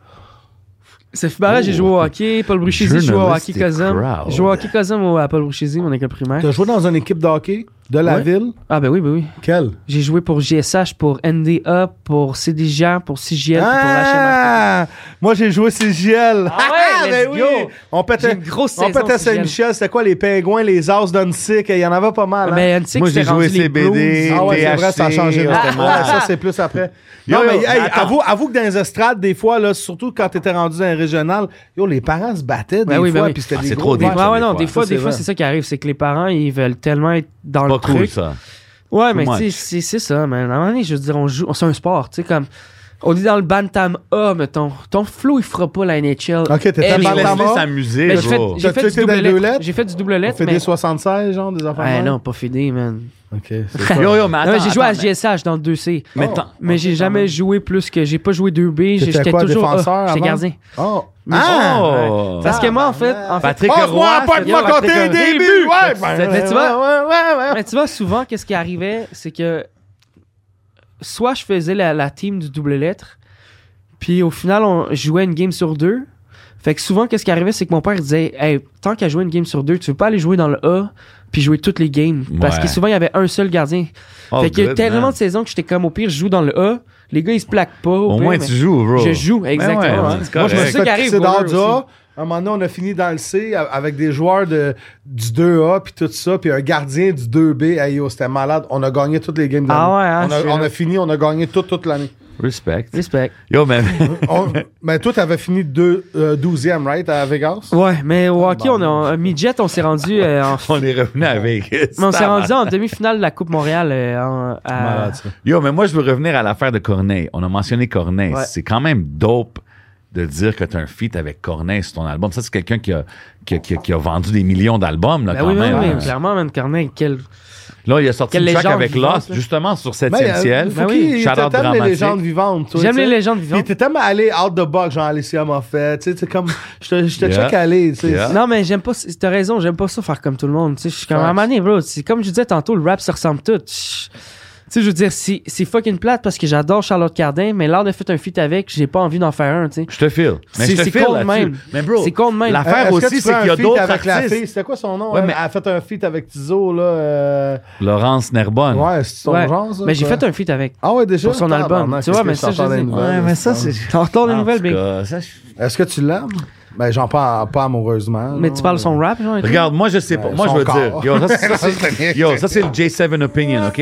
[SPEAKER 7] Sophie Barra, j'ai joué
[SPEAKER 5] Oh.
[SPEAKER 7] au hockey. Paul Bruchesi, je jouais au hockey
[SPEAKER 5] Journalistic
[SPEAKER 7] Cosum.
[SPEAKER 5] crowd.
[SPEAKER 7] Je jouais au hockey Cosum au- à Paul Bruchesi, mon école primaire.
[SPEAKER 3] Tu as joué dans une équipe de hockey de la
[SPEAKER 7] Ouais.
[SPEAKER 3] ville?
[SPEAKER 7] Ah, ben oui, ben oui.
[SPEAKER 3] Quelle?
[SPEAKER 7] J'ai joué pour GSH, pour NDA, pour CDJ, pour CGL, puis
[SPEAKER 3] Ah! Moi, j'ai joué CGL. (laughs)
[SPEAKER 7] Ah ouais,
[SPEAKER 3] ben
[SPEAKER 7] let's go.
[SPEAKER 3] On
[SPEAKER 7] pour HMRC. J'ai
[SPEAKER 3] pétait,
[SPEAKER 7] une grosse
[SPEAKER 3] on
[SPEAKER 7] saison
[SPEAKER 3] pétait
[SPEAKER 7] CGL.
[SPEAKER 3] Saint-Michel. C'était quoi les pingouins, les as d'Unsick? Il y en avait pas mal. hein?
[SPEAKER 7] Mais Antique,
[SPEAKER 5] Moi, j'ai
[SPEAKER 7] c'était
[SPEAKER 5] joué
[SPEAKER 7] rendu les
[SPEAKER 5] CBD,
[SPEAKER 7] Blues.
[SPEAKER 3] Ah ouais, c'est vrai, ça a
[SPEAKER 5] THC,
[SPEAKER 3] changé. là,
[SPEAKER 5] ah,
[SPEAKER 3] c'était
[SPEAKER 5] ah,
[SPEAKER 3] mal.
[SPEAKER 5] ah.
[SPEAKER 3] ça, c'est plus après.
[SPEAKER 5] Yo,
[SPEAKER 3] non,
[SPEAKER 5] yo,
[SPEAKER 3] mais hey,
[SPEAKER 5] attends.
[SPEAKER 3] avoue, avoue que dans les estrades, des fois, là, surtout quand t'étais rendu dans les régionales, yo, les parents se battaient des
[SPEAKER 7] Ben oui, ben
[SPEAKER 3] fois,
[SPEAKER 7] oui.
[SPEAKER 3] puis c'était
[SPEAKER 5] Ah,
[SPEAKER 3] des
[SPEAKER 5] c'est
[SPEAKER 3] gros
[SPEAKER 5] trop des-
[SPEAKER 3] matchs.
[SPEAKER 7] Ouais, ouais, non,
[SPEAKER 5] fois.
[SPEAKER 7] des fois,
[SPEAKER 3] Ça,
[SPEAKER 7] des
[SPEAKER 3] c'est
[SPEAKER 7] fois,
[SPEAKER 3] vrai.
[SPEAKER 7] c'est ça qui arrive, c'est que les parents, ils veulent tellement être dans le
[SPEAKER 5] Pas
[SPEAKER 7] truc.
[SPEAKER 5] cool, ça.
[SPEAKER 7] Ouais, mais
[SPEAKER 5] much.
[SPEAKER 7] tu sais, c'est- c'est ça, man. À un moment donné, je veux dire, on joue, c'est un sport, tu sais, comme, on est dans le Bantam A, mettons. Ton flow, il fera pas la NHL.
[SPEAKER 3] Ah, Ok, t'étais
[SPEAKER 5] Il
[SPEAKER 3] Bantam
[SPEAKER 7] Anyway.
[SPEAKER 3] A.
[SPEAKER 5] laisse s'amuser,
[SPEAKER 7] Mais j'ai fait,
[SPEAKER 5] bro.
[SPEAKER 7] j'ai
[SPEAKER 3] T'as-tu
[SPEAKER 7] fait du
[SPEAKER 3] été
[SPEAKER 7] double
[SPEAKER 3] dans deux
[SPEAKER 7] lettre.
[SPEAKER 3] lettres?
[SPEAKER 7] J'ai fait du double
[SPEAKER 3] On
[SPEAKER 7] lettre,
[SPEAKER 3] fait
[SPEAKER 7] mais.
[SPEAKER 3] des 76, genre, des enfants.
[SPEAKER 7] Ouais, non, pas fidé, man.
[SPEAKER 3] OK,
[SPEAKER 5] Yo, yo, mais
[SPEAKER 7] non, mais
[SPEAKER 5] attends,
[SPEAKER 7] j'ai joué à
[SPEAKER 5] attends, mais-
[SPEAKER 7] GSH dans le 2C.
[SPEAKER 5] Mais attends.
[SPEAKER 7] Mais j'ai jamais joué plus que. J'ai pas joué 2B, j'ai-
[SPEAKER 3] T'étais
[SPEAKER 7] j'étais
[SPEAKER 3] quoi,
[SPEAKER 7] toujours.
[SPEAKER 3] défenseur
[SPEAKER 7] A. j'étais
[SPEAKER 3] avant?
[SPEAKER 7] gardien.
[SPEAKER 5] Ah,
[SPEAKER 3] Oh!
[SPEAKER 7] Mais-
[SPEAKER 5] Oh!
[SPEAKER 7] Ah! Ouais. Parce que moi, en fait. En fait
[SPEAKER 5] Patrick Roy,
[SPEAKER 7] pas de
[SPEAKER 5] c'était-
[SPEAKER 7] moi quand t'es
[SPEAKER 5] Patrick-
[SPEAKER 3] début! Ouais, ben,
[SPEAKER 7] Mais tu vois-
[SPEAKER 3] ouais, ouais, ouais.
[SPEAKER 7] mais tu vois, souvent, qu'est-ce qui arrivait, c'est que soit je faisais la, la team du double lettre, puis au final, on jouait une game sur deux. Fait que souvent, qu'est-ce qui arrivait, c'est que mon père disait Hey, tant qu'à jouer une game sur deux, tu veux pas aller jouer dans le A puis jouer toutes les games. Parce
[SPEAKER 5] Ouais.
[SPEAKER 7] que souvent, il y avait un seul gardien.
[SPEAKER 5] Oh,
[SPEAKER 7] fait qu'il y a
[SPEAKER 5] good,
[SPEAKER 7] tellement
[SPEAKER 5] man.
[SPEAKER 7] de saisons que j'étais comme au pire, je joue dans le A. Les gars, ils se plaquent pas. Au,
[SPEAKER 5] Au
[SPEAKER 7] pire,
[SPEAKER 5] moins,
[SPEAKER 7] mais
[SPEAKER 5] tu joues, bro.
[SPEAKER 7] Je joue, exactement.
[SPEAKER 5] ouais,
[SPEAKER 7] hein.
[SPEAKER 5] c'est
[SPEAKER 7] Moi,
[SPEAKER 5] correct.
[SPEAKER 7] je me suis fait
[SPEAKER 3] Fait que
[SPEAKER 7] arriver
[SPEAKER 3] c'est dans le
[SPEAKER 7] aussi.
[SPEAKER 3] A. À un moment donné, on a fini dans le C a- avec des joueurs de, du 2A puis tout ça, puis un gardien du 2B. Hey, yo, c'était malade. On a gagné toutes les games de
[SPEAKER 7] Ah
[SPEAKER 3] l'année.
[SPEAKER 7] ouais, hein, c'est
[SPEAKER 3] on, a, on
[SPEAKER 7] vrai.
[SPEAKER 3] a fini, on a gagné tout, toute l'année.
[SPEAKER 5] Respect.
[SPEAKER 7] Respect.
[SPEAKER 5] Yo, mais.
[SPEAKER 3] On- (laughs) Mais toi, t'avais fini deux, euh, 12e, right, à Vegas?
[SPEAKER 7] Ouais, mais au hockey, on a, en midget, on s'est rendu euh, en
[SPEAKER 5] on est revenu à Vegas.
[SPEAKER 7] Mais on s'est rendu en demi-finale de la Coupe Montréal. euh, en- à-
[SPEAKER 5] Ah,
[SPEAKER 3] Malade, ça.
[SPEAKER 5] Yo, mais moi, je veux revenir à l'affaire de Corneille. On a mentionné Corneille.
[SPEAKER 7] Ouais.
[SPEAKER 5] C'est quand même dope de dire que tu as un feat avec Corneille sur ton album. Ça, c'est quelqu'un qui a, qui, a, qui a- qui a vendu des millions d'albums, là,
[SPEAKER 7] Ben
[SPEAKER 5] quand
[SPEAKER 7] oui, oui,
[SPEAKER 5] même.
[SPEAKER 7] oui,
[SPEAKER 5] hein.
[SPEAKER 7] clairement, Man Corneille, quel.
[SPEAKER 5] Là, il a sorti
[SPEAKER 7] Quelle
[SPEAKER 5] le track
[SPEAKER 7] légende
[SPEAKER 5] avec
[SPEAKER 7] vivante,
[SPEAKER 5] Lost,
[SPEAKER 7] là.
[SPEAKER 5] justement, sur 7
[SPEAKER 3] Mais,
[SPEAKER 5] e
[SPEAKER 3] euh,
[SPEAKER 5] ciel.
[SPEAKER 3] Fouki,
[SPEAKER 7] Ben oui.
[SPEAKER 3] il-
[SPEAKER 5] Shout-out
[SPEAKER 3] t'aimes les
[SPEAKER 5] dramatique.
[SPEAKER 3] légendes vivantes. toi,
[SPEAKER 7] J'aime
[SPEAKER 3] tu sais.
[SPEAKER 7] les légendes
[SPEAKER 3] Puis
[SPEAKER 7] vivantes.
[SPEAKER 3] t'es tellement allé out the box, genre Alicia Moffett, tu sais, t'es comme, je te, je te
[SPEAKER 5] Yeah.
[SPEAKER 3] check aller, tu sais. Euh,
[SPEAKER 5] Yeah.
[SPEAKER 7] Non, mais j'aime pas. c- T'as raison, j'aime pas ça faire comme tout le monde. Tu sais, je suis comme à un moment donné, bro. C'est comme je disais tantôt, le rap se ressemble tout. Je- sais, je veux dire, c'est c'est fucking plate parce que j'adore Charlotte Cardin, mais là, de fait un feat avec, j'ai pas envie d'en faire un, tu sais.
[SPEAKER 5] Je te file. Mais
[SPEAKER 7] C'est-
[SPEAKER 5] je te
[SPEAKER 7] c'est
[SPEAKER 5] file
[SPEAKER 7] con de
[SPEAKER 5] là-dessus.
[SPEAKER 7] même.
[SPEAKER 5] Mais bro,
[SPEAKER 7] C'est con de même.
[SPEAKER 5] L'affaire
[SPEAKER 3] Euh, Est-ce que tu
[SPEAKER 5] aussi, c'est
[SPEAKER 3] fais
[SPEAKER 5] qu'il y
[SPEAKER 3] un
[SPEAKER 5] a
[SPEAKER 3] feat
[SPEAKER 5] d'autres
[SPEAKER 3] avec la
[SPEAKER 5] artistes.
[SPEAKER 3] fille, c'était quoi son nom?
[SPEAKER 5] Ouais,
[SPEAKER 3] elle,
[SPEAKER 5] mais-
[SPEAKER 3] elle a fait un feat avec Tizo, là. euh,
[SPEAKER 5] Laurence Nerbonne.
[SPEAKER 3] Ouais, c'est son
[SPEAKER 7] Ouais.
[SPEAKER 3] genre, ça,
[SPEAKER 7] mais j'ai
[SPEAKER 3] quoi?
[SPEAKER 7] fait un feat avec.
[SPEAKER 3] Ah ouais, déjà?
[SPEAKER 7] pour son
[SPEAKER 3] Tabarnak,
[SPEAKER 7] album. Tu
[SPEAKER 3] qu'est-ce
[SPEAKER 7] vois,
[SPEAKER 3] que
[SPEAKER 7] mais
[SPEAKER 3] je
[SPEAKER 7] ça,
[SPEAKER 3] t'entends
[SPEAKER 7] je
[SPEAKER 3] des
[SPEAKER 7] dis-
[SPEAKER 3] nouvelles, hein?
[SPEAKER 5] Ouais, mais ça, c'est.
[SPEAKER 7] T'en retournes une
[SPEAKER 5] En
[SPEAKER 7] nouvelle,
[SPEAKER 5] tout
[SPEAKER 7] Big.
[SPEAKER 5] cas, ça, je-
[SPEAKER 3] Est-ce que tu l'aimes? Ben, j'en parle pas amoureusement.
[SPEAKER 7] Mais
[SPEAKER 3] là.
[SPEAKER 7] tu parles son rap, genre? et tout?
[SPEAKER 5] Regarde, moi, je sais pas.
[SPEAKER 3] Ouais,
[SPEAKER 5] Moi, je veux
[SPEAKER 3] son
[SPEAKER 5] dire.
[SPEAKER 3] corps.
[SPEAKER 5] Yo, ça, (laughs) c'est- ça, c'est- yo, ça, c'est le J7 Opinion, OK?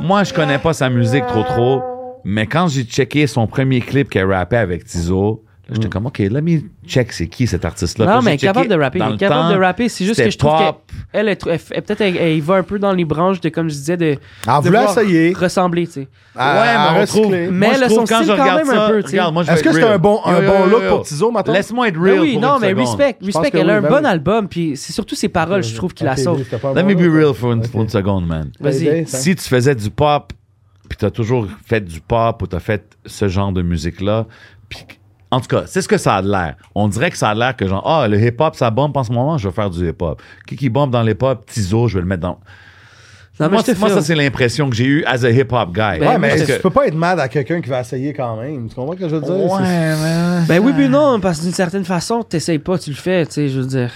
[SPEAKER 5] Moi, je connais pas sa musique trop, trop. Mais quand j'ai checké son premier clip qu'elle rappait avec Tizo, là, j'étais comme, OK, let me check c'est qui cet artiste-là.
[SPEAKER 7] Non,
[SPEAKER 5] Puis là,
[SPEAKER 7] mais
[SPEAKER 5] j'ai
[SPEAKER 7] capable
[SPEAKER 5] checké
[SPEAKER 7] de rapper.
[SPEAKER 5] dans
[SPEAKER 7] elle est
[SPEAKER 5] le
[SPEAKER 7] Capable
[SPEAKER 5] temps,
[SPEAKER 7] de rapper. C'est juste
[SPEAKER 5] c'était
[SPEAKER 7] que je trouve
[SPEAKER 5] pop.
[SPEAKER 7] qu'elle est, tr- elle fait- peut-être elle, elle va un peu dans les branches de, comme je disais, de,
[SPEAKER 3] Elle
[SPEAKER 7] de
[SPEAKER 3] voulait
[SPEAKER 7] voir
[SPEAKER 3] essayer.
[SPEAKER 7] ressembler, tu sais.
[SPEAKER 5] Ouais,
[SPEAKER 3] à-
[SPEAKER 5] mais
[SPEAKER 3] à
[SPEAKER 5] on trouve.
[SPEAKER 3] recycler.
[SPEAKER 7] Mais
[SPEAKER 5] Ah, moi, je
[SPEAKER 7] le
[SPEAKER 5] trouve
[SPEAKER 7] son
[SPEAKER 5] quand je
[SPEAKER 7] style quand
[SPEAKER 5] regarde
[SPEAKER 7] même
[SPEAKER 5] ça,
[SPEAKER 7] un peu, tu sais.
[SPEAKER 5] regarde, moi, je vais
[SPEAKER 3] Est-ce
[SPEAKER 5] être
[SPEAKER 3] que c'est
[SPEAKER 5] real.
[SPEAKER 3] un bon- un
[SPEAKER 5] Yo, yo,
[SPEAKER 3] bon
[SPEAKER 5] yo,
[SPEAKER 3] look
[SPEAKER 5] yo.
[SPEAKER 3] pour Tizo, mettons?
[SPEAKER 5] Laisse-moi être
[SPEAKER 7] Mais
[SPEAKER 5] real.
[SPEAKER 7] Ben oui,
[SPEAKER 5] pour
[SPEAKER 7] non,
[SPEAKER 5] une
[SPEAKER 7] mais
[SPEAKER 5] seconde.
[SPEAKER 7] respect, respect,
[SPEAKER 3] que
[SPEAKER 7] elle
[SPEAKER 3] oui,
[SPEAKER 7] a un
[SPEAKER 3] ben
[SPEAKER 7] bon
[SPEAKER 3] oui.
[SPEAKER 7] album, puis c'est surtout ses paroles, je trouve, qui la
[SPEAKER 3] Ok,
[SPEAKER 7] sauve.
[SPEAKER 3] t'as pas
[SPEAKER 5] Let me
[SPEAKER 3] bon,
[SPEAKER 5] be
[SPEAKER 3] là.
[SPEAKER 5] real for, hein. une-
[SPEAKER 3] Ok.
[SPEAKER 5] for une seconde, man.
[SPEAKER 7] Vas-y.
[SPEAKER 3] Hey, Dave,
[SPEAKER 5] Si tu faisais du pop, puis t'as toujours fait du pop ou t'as fait ce genre de musique-là, puis en tout cas, c'est ce que ça a l'air. On dirait que ça a l'air que genre, ah, le hip-hop, ça bombe en ce moment, je vais faire du hip-hop. Qui qui bombe dans l'hip-hop? Tizo, je vais le mettre dans...
[SPEAKER 7] Non, mais
[SPEAKER 5] moi,
[SPEAKER 7] je te
[SPEAKER 5] moi, ça,
[SPEAKER 7] file.
[SPEAKER 5] c'est l'impression que j'ai eue as a hip-hop guy.
[SPEAKER 7] Ben,
[SPEAKER 3] Ouais, mais
[SPEAKER 5] Parce
[SPEAKER 3] tu
[SPEAKER 5] que-
[SPEAKER 3] peux pas être mad à quelqu'un qui va essayer quand même. Tu comprends ce que je veux dire?
[SPEAKER 5] Ouais,
[SPEAKER 3] C'est-
[SPEAKER 5] mais...
[SPEAKER 7] Ben oui, puis non,
[SPEAKER 5] (laughs)
[SPEAKER 7] parce que d'une certaine façon, t'essayes pas, tu le fais, tu sais, je veux dire.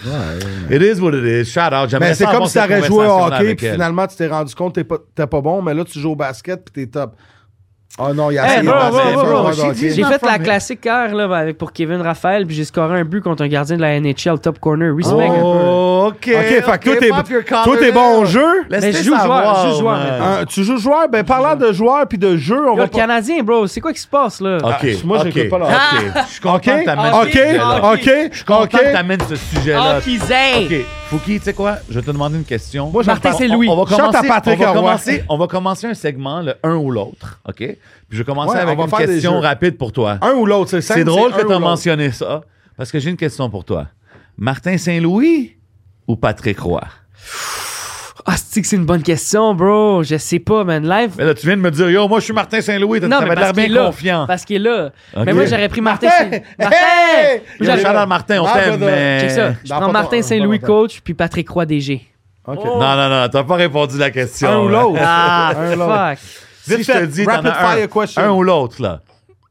[SPEAKER 5] It is what it is. Shout out.
[SPEAKER 3] Mais
[SPEAKER 5] J'aimerais
[SPEAKER 3] Ben, c'est
[SPEAKER 5] ça
[SPEAKER 3] comme
[SPEAKER 5] avoir
[SPEAKER 3] si t'aurais
[SPEAKER 5] cette
[SPEAKER 3] joué au
[SPEAKER 5] conversation-là
[SPEAKER 3] hockey,
[SPEAKER 5] avec
[SPEAKER 3] puis
[SPEAKER 5] elle.
[SPEAKER 3] finalement, tu t'es rendu compte que t'es pas, t'es pas bon, mais là, tu joues au basket, puis t'es top. Ah non, il y a
[SPEAKER 7] Hey,
[SPEAKER 3] essayé
[SPEAKER 7] bro,
[SPEAKER 3] de
[SPEAKER 7] bro,
[SPEAKER 3] basket,
[SPEAKER 7] bro,
[SPEAKER 3] bro,
[SPEAKER 7] bro,
[SPEAKER 3] bro,
[SPEAKER 5] j'ai
[SPEAKER 3] hockey.
[SPEAKER 7] J'ai fait la
[SPEAKER 5] mais-
[SPEAKER 7] classique hier, là, ben, avec, pour Kevin Raphaël, puis j'ai scoré un but contre un gardien de la NHL top corner. Respect.
[SPEAKER 5] Oh, OK.
[SPEAKER 3] OK, fait que toi, t'es-
[SPEAKER 5] pop your
[SPEAKER 3] toi, t'es bon au
[SPEAKER 5] collar.
[SPEAKER 3] jeu.
[SPEAKER 5] Laisse-les
[SPEAKER 7] Mais je joue
[SPEAKER 5] savoir,
[SPEAKER 7] joueur, je joue joueur,
[SPEAKER 5] man.
[SPEAKER 7] mais-
[SPEAKER 3] Hein, tu joues joueur? Ben, parlant de joueur puis de jeu, on
[SPEAKER 7] Yo,
[SPEAKER 3] va
[SPEAKER 7] le
[SPEAKER 3] pas...
[SPEAKER 7] Canadien, bro, c'est quoi qui se passe, là?
[SPEAKER 5] OK.
[SPEAKER 3] Ah, moi, j'écoute
[SPEAKER 5] OK,
[SPEAKER 3] pas le
[SPEAKER 5] OK.
[SPEAKER 3] hockey.
[SPEAKER 5] Je suis content que t'amènes
[SPEAKER 7] Ah,
[SPEAKER 5] ce sujet-là.
[SPEAKER 3] OK, OK,
[SPEAKER 5] Je suis content que
[SPEAKER 3] OK.
[SPEAKER 5] t'amènes ce sujet-là.
[SPEAKER 7] Kizé!
[SPEAKER 5] OK. Fouki, tu sais quoi? Je vais te demander une question.
[SPEAKER 3] Moi, j'en
[SPEAKER 7] Martin,
[SPEAKER 3] parle-
[SPEAKER 7] c'est
[SPEAKER 5] On-
[SPEAKER 7] Louis.
[SPEAKER 5] On, va
[SPEAKER 3] Chante
[SPEAKER 5] commencer,
[SPEAKER 3] à Patrick
[SPEAKER 5] on, va
[SPEAKER 3] Roy.
[SPEAKER 5] commencer, on va commencer un segment, le un ou l'autre. OK? Puis je vais commencer
[SPEAKER 3] Ouais,
[SPEAKER 5] avec
[SPEAKER 3] on va
[SPEAKER 5] une
[SPEAKER 3] faire des
[SPEAKER 5] question
[SPEAKER 3] jeux.
[SPEAKER 5] rapide pour toi.
[SPEAKER 3] Un ou l'autre, c'est simple,
[SPEAKER 5] C'est drôle
[SPEAKER 3] un
[SPEAKER 5] que
[SPEAKER 3] ou
[SPEAKER 5] tu as
[SPEAKER 3] l'autre.
[SPEAKER 5] mentionné ça parce que j'ai une question pour toi. Martin Saint-Louis ou Patrick Roy?
[SPEAKER 7] Ah, c'est que c'est une bonne question, bro. Je sais pas, man. Live.
[SPEAKER 5] Mais là, tu viens de me dire, yo, moi, je suis Martin Saint-Louis. T'as-
[SPEAKER 7] Non,
[SPEAKER 5] T'avais
[SPEAKER 7] mais
[SPEAKER 5] l'air
[SPEAKER 7] parce qu'il
[SPEAKER 5] bien
[SPEAKER 7] est là.
[SPEAKER 5] confiant.
[SPEAKER 7] Parce qu'il est là.
[SPEAKER 5] OK.
[SPEAKER 7] Mais moi, j'aurais pris Martin.
[SPEAKER 3] Martin!
[SPEAKER 7] Saint- Martin!
[SPEAKER 3] Hey!
[SPEAKER 7] Moi,
[SPEAKER 5] Yo,
[SPEAKER 7] j'aurais-
[SPEAKER 5] shout out Martin, on
[SPEAKER 3] Ah,
[SPEAKER 5] t'aime,
[SPEAKER 3] brother.
[SPEAKER 5] mais...
[SPEAKER 7] Check ça. Je
[SPEAKER 3] Dans
[SPEAKER 7] prends
[SPEAKER 3] pas
[SPEAKER 7] Martin
[SPEAKER 3] ton-
[SPEAKER 7] Saint-Louis
[SPEAKER 3] dans ton-
[SPEAKER 7] coach, puis Patrick Roy DG.
[SPEAKER 3] OK.
[SPEAKER 5] Non, non, non, t'as pas répondu la question.
[SPEAKER 3] Oh.
[SPEAKER 5] hein.
[SPEAKER 3] Un ou
[SPEAKER 5] là.
[SPEAKER 3] l'autre. Ah, Un ou l'autre.
[SPEAKER 7] Fuck.
[SPEAKER 5] Si
[SPEAKER 3] Vite
[SPEAKER 5] je te
[SPEAKER 3] fait,
[SPEAKER 5] le dis, t'en
[SPEAKER 3] rapid
[SPEAKER 5] as
[SPEAKER 3] fire
[SPEAKER 5] un,
[SPEAKER 3] question.
[SPEAKER 5] un ou l'autre, là.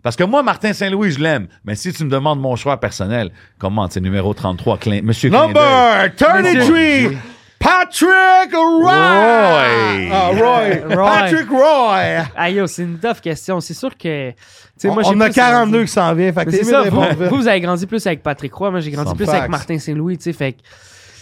[SPEAKER 5] Parce que moi, Martin Saint-Louis, je l'aime. Mais si tu me demandes mon choix personnel, comment, c'est numéro 33, Clin, Monsieur Clin d'œil.
[SPEAKER 3] Number 33, Patrick Roy.
[SPEAKER 5] Roy.
[SPEAKER 3] Ah, Roy.
[SPEAKER 7] Roy.
[SPEAKER 3] Patrick Roy.
[SPEAKER 7] Aïe, yo, c'est une tough question. C'est sûr que. tu sais,
[SPEAKER 3] On,
[SPEAKER 7] moi, j'ai
[SPEAKER 3] on a
[SPEAKER 7] plus
[SPEAKER 3] 42
[SPEAKER 7] grandi-
[SPEAKER 3] qui s'en vient. Fait que
[SPEAKER 7] Mais
[SPEAKER 3] t'es mieux
[SPEAKER 7] C'est ça.
[SPEAKER 3] de
[SPEAKER 7] Vous,
[SPEAKER 3] répondre vite.
[SPEAKER 7] vous, vous avez grandi plus avec Patrick Roy. Moi, j'ai grandi
[SPEAKER 5] Sans
[SPEAKER 7] plus
[SPEAKER 3] fax.
[SPEAKER 7] avec Martin Saint-Louis, tu sais. Fait que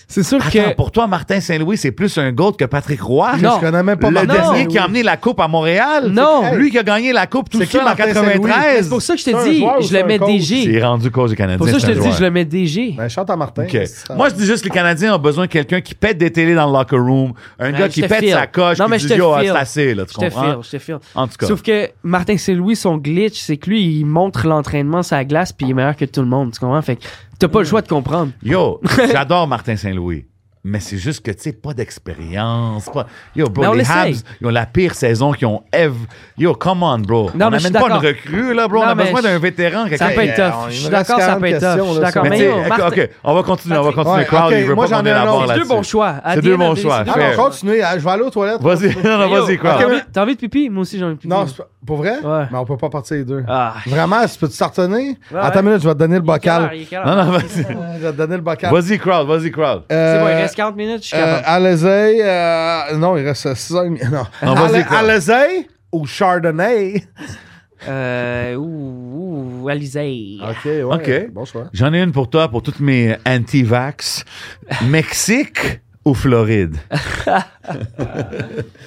[SPEAKER 7] c'est sûr
[SPEAKER 5] Attends,
[SPEAKER 7] que.
[SPEAKER 5] pour toi, Martin Saint-Louis, c'est plus un GOAT que Patrick Roy?
[SPEAKER 7] Non.
[SPEAKER 3] Je connais même pas
[SPEAKER 5] Le
[SPEAKER 3] Martin
[SPEAKER 5] dernier
[SPEAKER 3] Saint-Louis.
[SPEAKER 5] qui a emmené la coupe à Montréal?
[SPEAKER 7] Non.
[SPEAKER 5] C'est Lui qui a gagné la coupe tout
[SPEAKER 3] C'est qui,
[SPEAKER 5] seul en
[SPEAKER 3] Martin Saint-Louis?
[SPEAKER 7] C'est
[SPEAKER 5] 93?
[SPEAKER 7] pour ça que je
[SPEAKER 3] C'est un
[SPEAKER 7] te dis,
[SPEAKER 3] joueur ou
[SPEAKER 7] je
[SPEAKER 3] c'est
[SPEAKER 7] le
[SPEAKER 3] un
[SPEAKER 7] mets
[SPEAKER 3] coach?
[SPEAKER 5] C'est
[SPEAKER 7] DG.
[SPEAKER 5] rendu cause des Canadiens.
[SPEAKER 7] Pour ça, je te
[SPEAKER 5] c'est un
[SPEAKER 7] dis, je
[SPEAKER 5] joueur.
[SPEAKER 7] le mets DG.
[SPEAKER 3] Ben, chante à Martin.
[SPEAKER 5] OK.
[SPEAKER 3] Ça-
[SPEAKER 5] Moi, je dis juste que les Canadiens ont besoin de quelqu'un qui pète des télés dans le locker room, un
[SPEAKER 7] Ouais,
[SPEAKER 5] gars
[SPEAKER 7] Ben, je
[SPEAKER 5] qui
[SPEAKER 7] te
[SPEAKER 5] pète
[SPEAKER 7] file.
[SPEAKER 5] sa coche,
[SPEAKER 7] Non,
[SPEAKER 5] qui
[SPEAKER 7] mais
[SPEAKER 5] dit
[SPEAKER 7] je te
[SPEAKER 5] Yo,
[SPEAKER 7] file.
[SPEAKER 5] c'est assez, là, tu
[SPEAKER 7] Je te
[SPEAKER 5] comprends?
[SPEAKER 7] file, je te file.
[SPEAKER 5] En tout cas.
[SPEAKER 7] Sauf que Martin Saint-Louis, son glitch, c'est que lui, il montre l'entraînement sur la glace puis il est meilleur que tout le monde. Tu comprends? Fait que t'as pas le choix de comprendre.
[SPEAKER 5] Yo,
[SPEAKER 7] (laughs)
[SPEAKER 5] j'adore Martin Saint-Louis. Mais c'est juste que, tu sais, pas d'expérience. Pas... Yo, bro,
[SPEAKER 7] Mais on
[SPEAKER 5] les
[SPEAKER 7] l'essaye.
[SPEAKER 5] Habs, ils ont la pire saison qu'ils ont ever. Yo, come on, bro.
[SPEAKER 7] Non,
[SPEAKER 5] on
[SPEAKER 7] mais je suis
[SPEAKER 5] n'amène pas une
[SPEAKER 7] d'accord.
[SPEAKER 5] recrue, là, bro.
[SPEAKER 7] Non,
[SPEAKER 5] on a
[SPEAKER 7] mais
[SPEAKER 5] besoin
[SPEAKER 7] je-
[SPEAKER 5] d'un vétéran.
[SPEAKER 7] Ça
[SPEAKER 5] quelqu'un-
[SPEAKER 7] peut être
[SPEAKER 3] Hey,
[SPEAKER 7] tough.
[SPEAKER 3] euh, on- il
[SPEAKER 7] Je
[SPEAKER 3] me
[SPEAKER 7] suis
[SPEAKER 3] reste
[SPEAKER 7] d'accord, ça
[SPEAKER 3] 40
[SPEAKER 7] peut être tough.
[SPEAKER 3] questions,
[SPEAKER 7] Je suis
[SPEAKER 3] là,
[SPEAKER 7] d'accord.
[SPEAKER 3] ça.
[SPEAKER 5] Mais
[SPEAKER 7] Mais
[SPEAKER 5] tu
[SPEAKER 7] yo,
[SPEAKER 5] sais,
[SPEAKER 7] Martin-
[SPEAKER 5] OK, on va continuer, on va continuer.
[SPEAKER 3] Ouais,
[SPEAKER 5] Crowd,
[SPEAKER 3] ok,
[SPEAKER 5] il veut
[SPEAKER 3] moi,
[SPEAKER 5] pas
[SPEAKER 3] j'en
[SPEAKER 5] qu'on
[SPEAKER 3] ai
[SPEAKER 5] ait
[SPEAKER 3] un
[SPEAKER 5] la barre
[SPEAKER 3] autre.
[SPEAKER 7] C'est deux
[SPEAKER 5] là-dessus.
[SPEAKER 7] bons choix. À
[SPEAKER 5] C'est
[SPEAKER 7] the
[SPEAKER 5] deux
[SPEAKER 7] end
[SPEAKER 5] bons
[SPEAKER 7] of the-
[SPEAKER 5] choix.
[SPEAKER 7] c'est deux
[SPEAKER 3] Ah
[SPEAKER 5] Fair.
[SPEAKER 7] bons
[SPEAKER 3] non,
[SPEAKER 7] choix.
[SPEAKER 3] continuez. ah, Je vais aller aux toilettes.
[SPEAKER 5] Vas-y, (laughs) non, non,
[SPEAKER 7] Mais yo,
[SPEAKER 5] vas-y, crowd.
[SPEAKER 7] T'as envie- t'as envie de pipi? Moi aussi, j'ai envie de pipi.
[SPEAKER 3] Non, c'est pas- pour vrai?
[SPEAKER 7] Ouais.
[SPEAKER 3] Mais on peut pas partir les deux.
[SPEAKER 7] Ah,
[SPEAKER 3] Vraiment, tu peux-tu t'artonner?
[SPEAKER 7] Ouais,
[SPEAKER 3] Attends
[SPEAKER 7] ouais.
[SPEAKER 3] une minute, je vais te donner le bocal.
[SPEAKER 7] il est quelle heure?
[SPEAKER 5] Non, non, vas-y.
[SPEAKER 3] (laughs) Je vais te donner le bocal.
[SPEAKER 5] Vas-y, crowd, vas-y, crowd.
[SPEAKER 7] C'est bon, il
[SPEAKER 3] Euh,
[SPEAKER 7] reste 40 minutes, je suis
[SPEAKER 3] Euh,
[SPEAKER 7] capable.
[SPEAKER 3] Alizé, euh, non, il reste 6 ans. et demi- (laughs) Non.
[SPEAKER 5] Non, vas-y,
[SPEAKER 3] Ale-
[SPEAKER 5] quoi.
[SPEAKER 3] Alizé ou Chardonnay?
[SPEAKER 7] Euh, ouh, ouh, Alizé.
[SPEAKER 3] OK, ouais.
[SPEAKER 5] OK.
[SPEAKER 3] Bon choix.
[SPEAKER 5] J'en ai une pour toi, pour toutes mes anti-vax. Mexique ou Floride?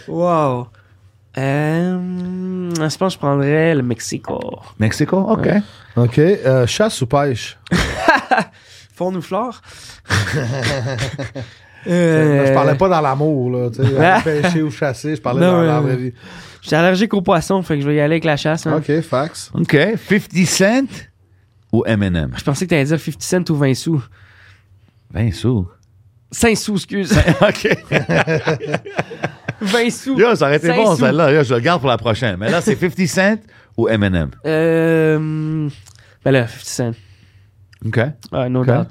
[SPEAKER 7] Wow. Euh, je pense que je prendrais le Mexico.
[SPEAKER 5] Mexico? OK.
[SPEAKER 3] OK. euh, chasse ou pêche?
[SPEAKER 7] Fond
[SPEAKER 5] (laughs)
[SPEAKER 7] ou flore?
[SPEAKER 3] Je
[SPEAKER 7] euh,
[SPEAKER 3] parlais pas dans l'amour, là. Tu sais,
[SPEAKER 7] (laughs)
[SPEAKER 3] aller pêcher ou chasser, je parlais
[SPEAKER 7] Non,
[SPEAKER 3] dans
[SPEAKER 7] ouais,
[SPEAKER 3] la
[SPEAKER 7] ouais.
[SPEAKER 3] vraie vie.
[SPEAKER 7] Je suis allergique aux poissons, fait que je vais y aller avec la chasse. hein.
[SPEAKER 3] OK, fax.
[SPEAKER 5] OK. 50 Cent ou M&M?
[SPEAKER 7] Je pensais que t'allais dire 50 cents ou 20 sous.
[SPEAKER 5] 20 sous.
[SPEAKER 7] 5 sous, excuse.
[SPEAKER 5] (laughs)
[SPEAKER 7] (laughs)
[SPEAKER 5] OK.
[SPEAKER 7] 20 sous.
[SPEAKER 5] Yo, ça aurait été
[SPEAKER 7] Cinq
[SPEAKER 5] bon,
[SPEAKER 7] sous.
[SPEAKER 5] celle-là. Yo, je le garde pour la prochaine. Mais là, c'est 50 Cent ou M&M?
[SPEAKER 7] Euh, ben là, 50 cents.
[SPEAKER 5] OK.
[SPEAKER 7] Ah, no
[SPEAKER 5] Quoi?
[SPEAKER 7] doubt.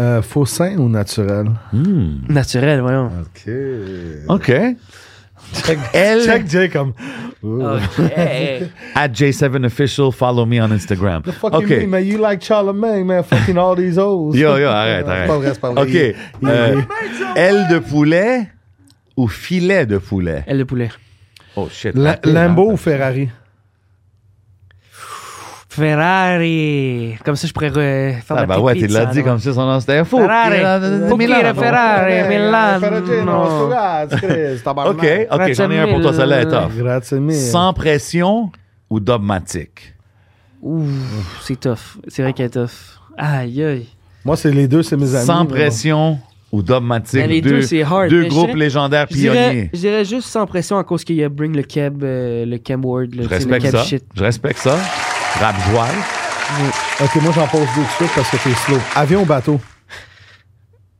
[SPEAKER 3] Euh, faux sein ou naturel?
[SPEAKER 5] Hmm.
[SPEAKER 3] (laughs)
[SPEAKER 7] Naturel, voyons.
[SPEAKER 3] OK.
[SPEAKER 5] OK.
[SPEAKER 10] Check,
[SPEAKER 5] (laughs) Elle-
[SPEAKER 10] check Jay comme.
[SPEAKER 5] (laughs)
[SPEAKER 7] Ok.
[SPEAKER 5] At J7Official, follow me on Instagram.
[SPEAKER 10] Fuck you mean, man. You like Charlemagne, man. Fucking all these hoes.
[SPEAKER 5] Yo, yo, arrête,
[SPEAKER 10] C'est pas vrai,
[SPEAKER 5] arrête.
[SPEAKER 10] c'est pas vrai.
[SPEAKER 5] OK. euh, aile de poulet ou filet de poulet?
[SPEAKER 7] Elle le poulet.
[SPEAKER 5] Oh, shit.
[SPEAKER 3] La- Lambo ou Ferrari?
[SPEAKER 7] Ferrari. Comme ça, je pourrais re- faire
[SPEAKER 5] Ah,
[SPEAKER 7] ma
[SPEAKER 5] bah
[SPEAKER 7] petite
[SPEAKER 5] ouais, tu
[SPEAKER 7] pizza,
[SPEAKER 5] l'as dit
[SPEAKER 7] là.
[SPEAKER 5] comme ça, son nom, c'était fou.
[SPEAKER 7] Ferrari. Fucchire Ferrari. Milano.
[SPEAKER 5] OK,
[SPEAKER 3] OK.
[SPEAKER 5] OK, j'en ai un pour toi, celle-là est tough.
[SPEAKER 3] Grazie mille.
[SPEAKER 5] Oh. Sans pression ou dogmatique?
[SPEAKER 7] Ouh, c'est tough. C'est vrai qu'elle est tough. Aïe, aïe.
[SPEAKER 3] Moi, c'est les deux, c'est mes amis.
[SPEAKER 5] Sans
[SPEAKER 3] là.
[SPEAKER 5] pression ou dogmatique?
[SPEAKER 7] Mais les deux, c'est hard,
[SPEAKER 5] Deux
[SPEAKER 7] mais je
[SPEAKER 5] groupes
[SPEAKER 7] dirais-
[SPEAKER 5] légendaires
[SPEAKER 7] Je dirais,
[SPEAKER 5] pionniers.
[SPEAKER 7] je dirais juste sans pression à cause qu'il y a Bring le Keb, euh, le Keb Word,
[SPEAKER 5] Je
[SPEAKER 7] le, tu sais, le
[SPEAKER 5] respecte
[SPEAKER 7] Keb
[SPEAKER 5] ça.
[SPEAKER 7] shit.
[SPEAKER 5] Je respecte ça. Rap joie.
[SPEAKER 3] OK, moi, j'en pose deux de suite parce que t'es slow. Avion ou bateau?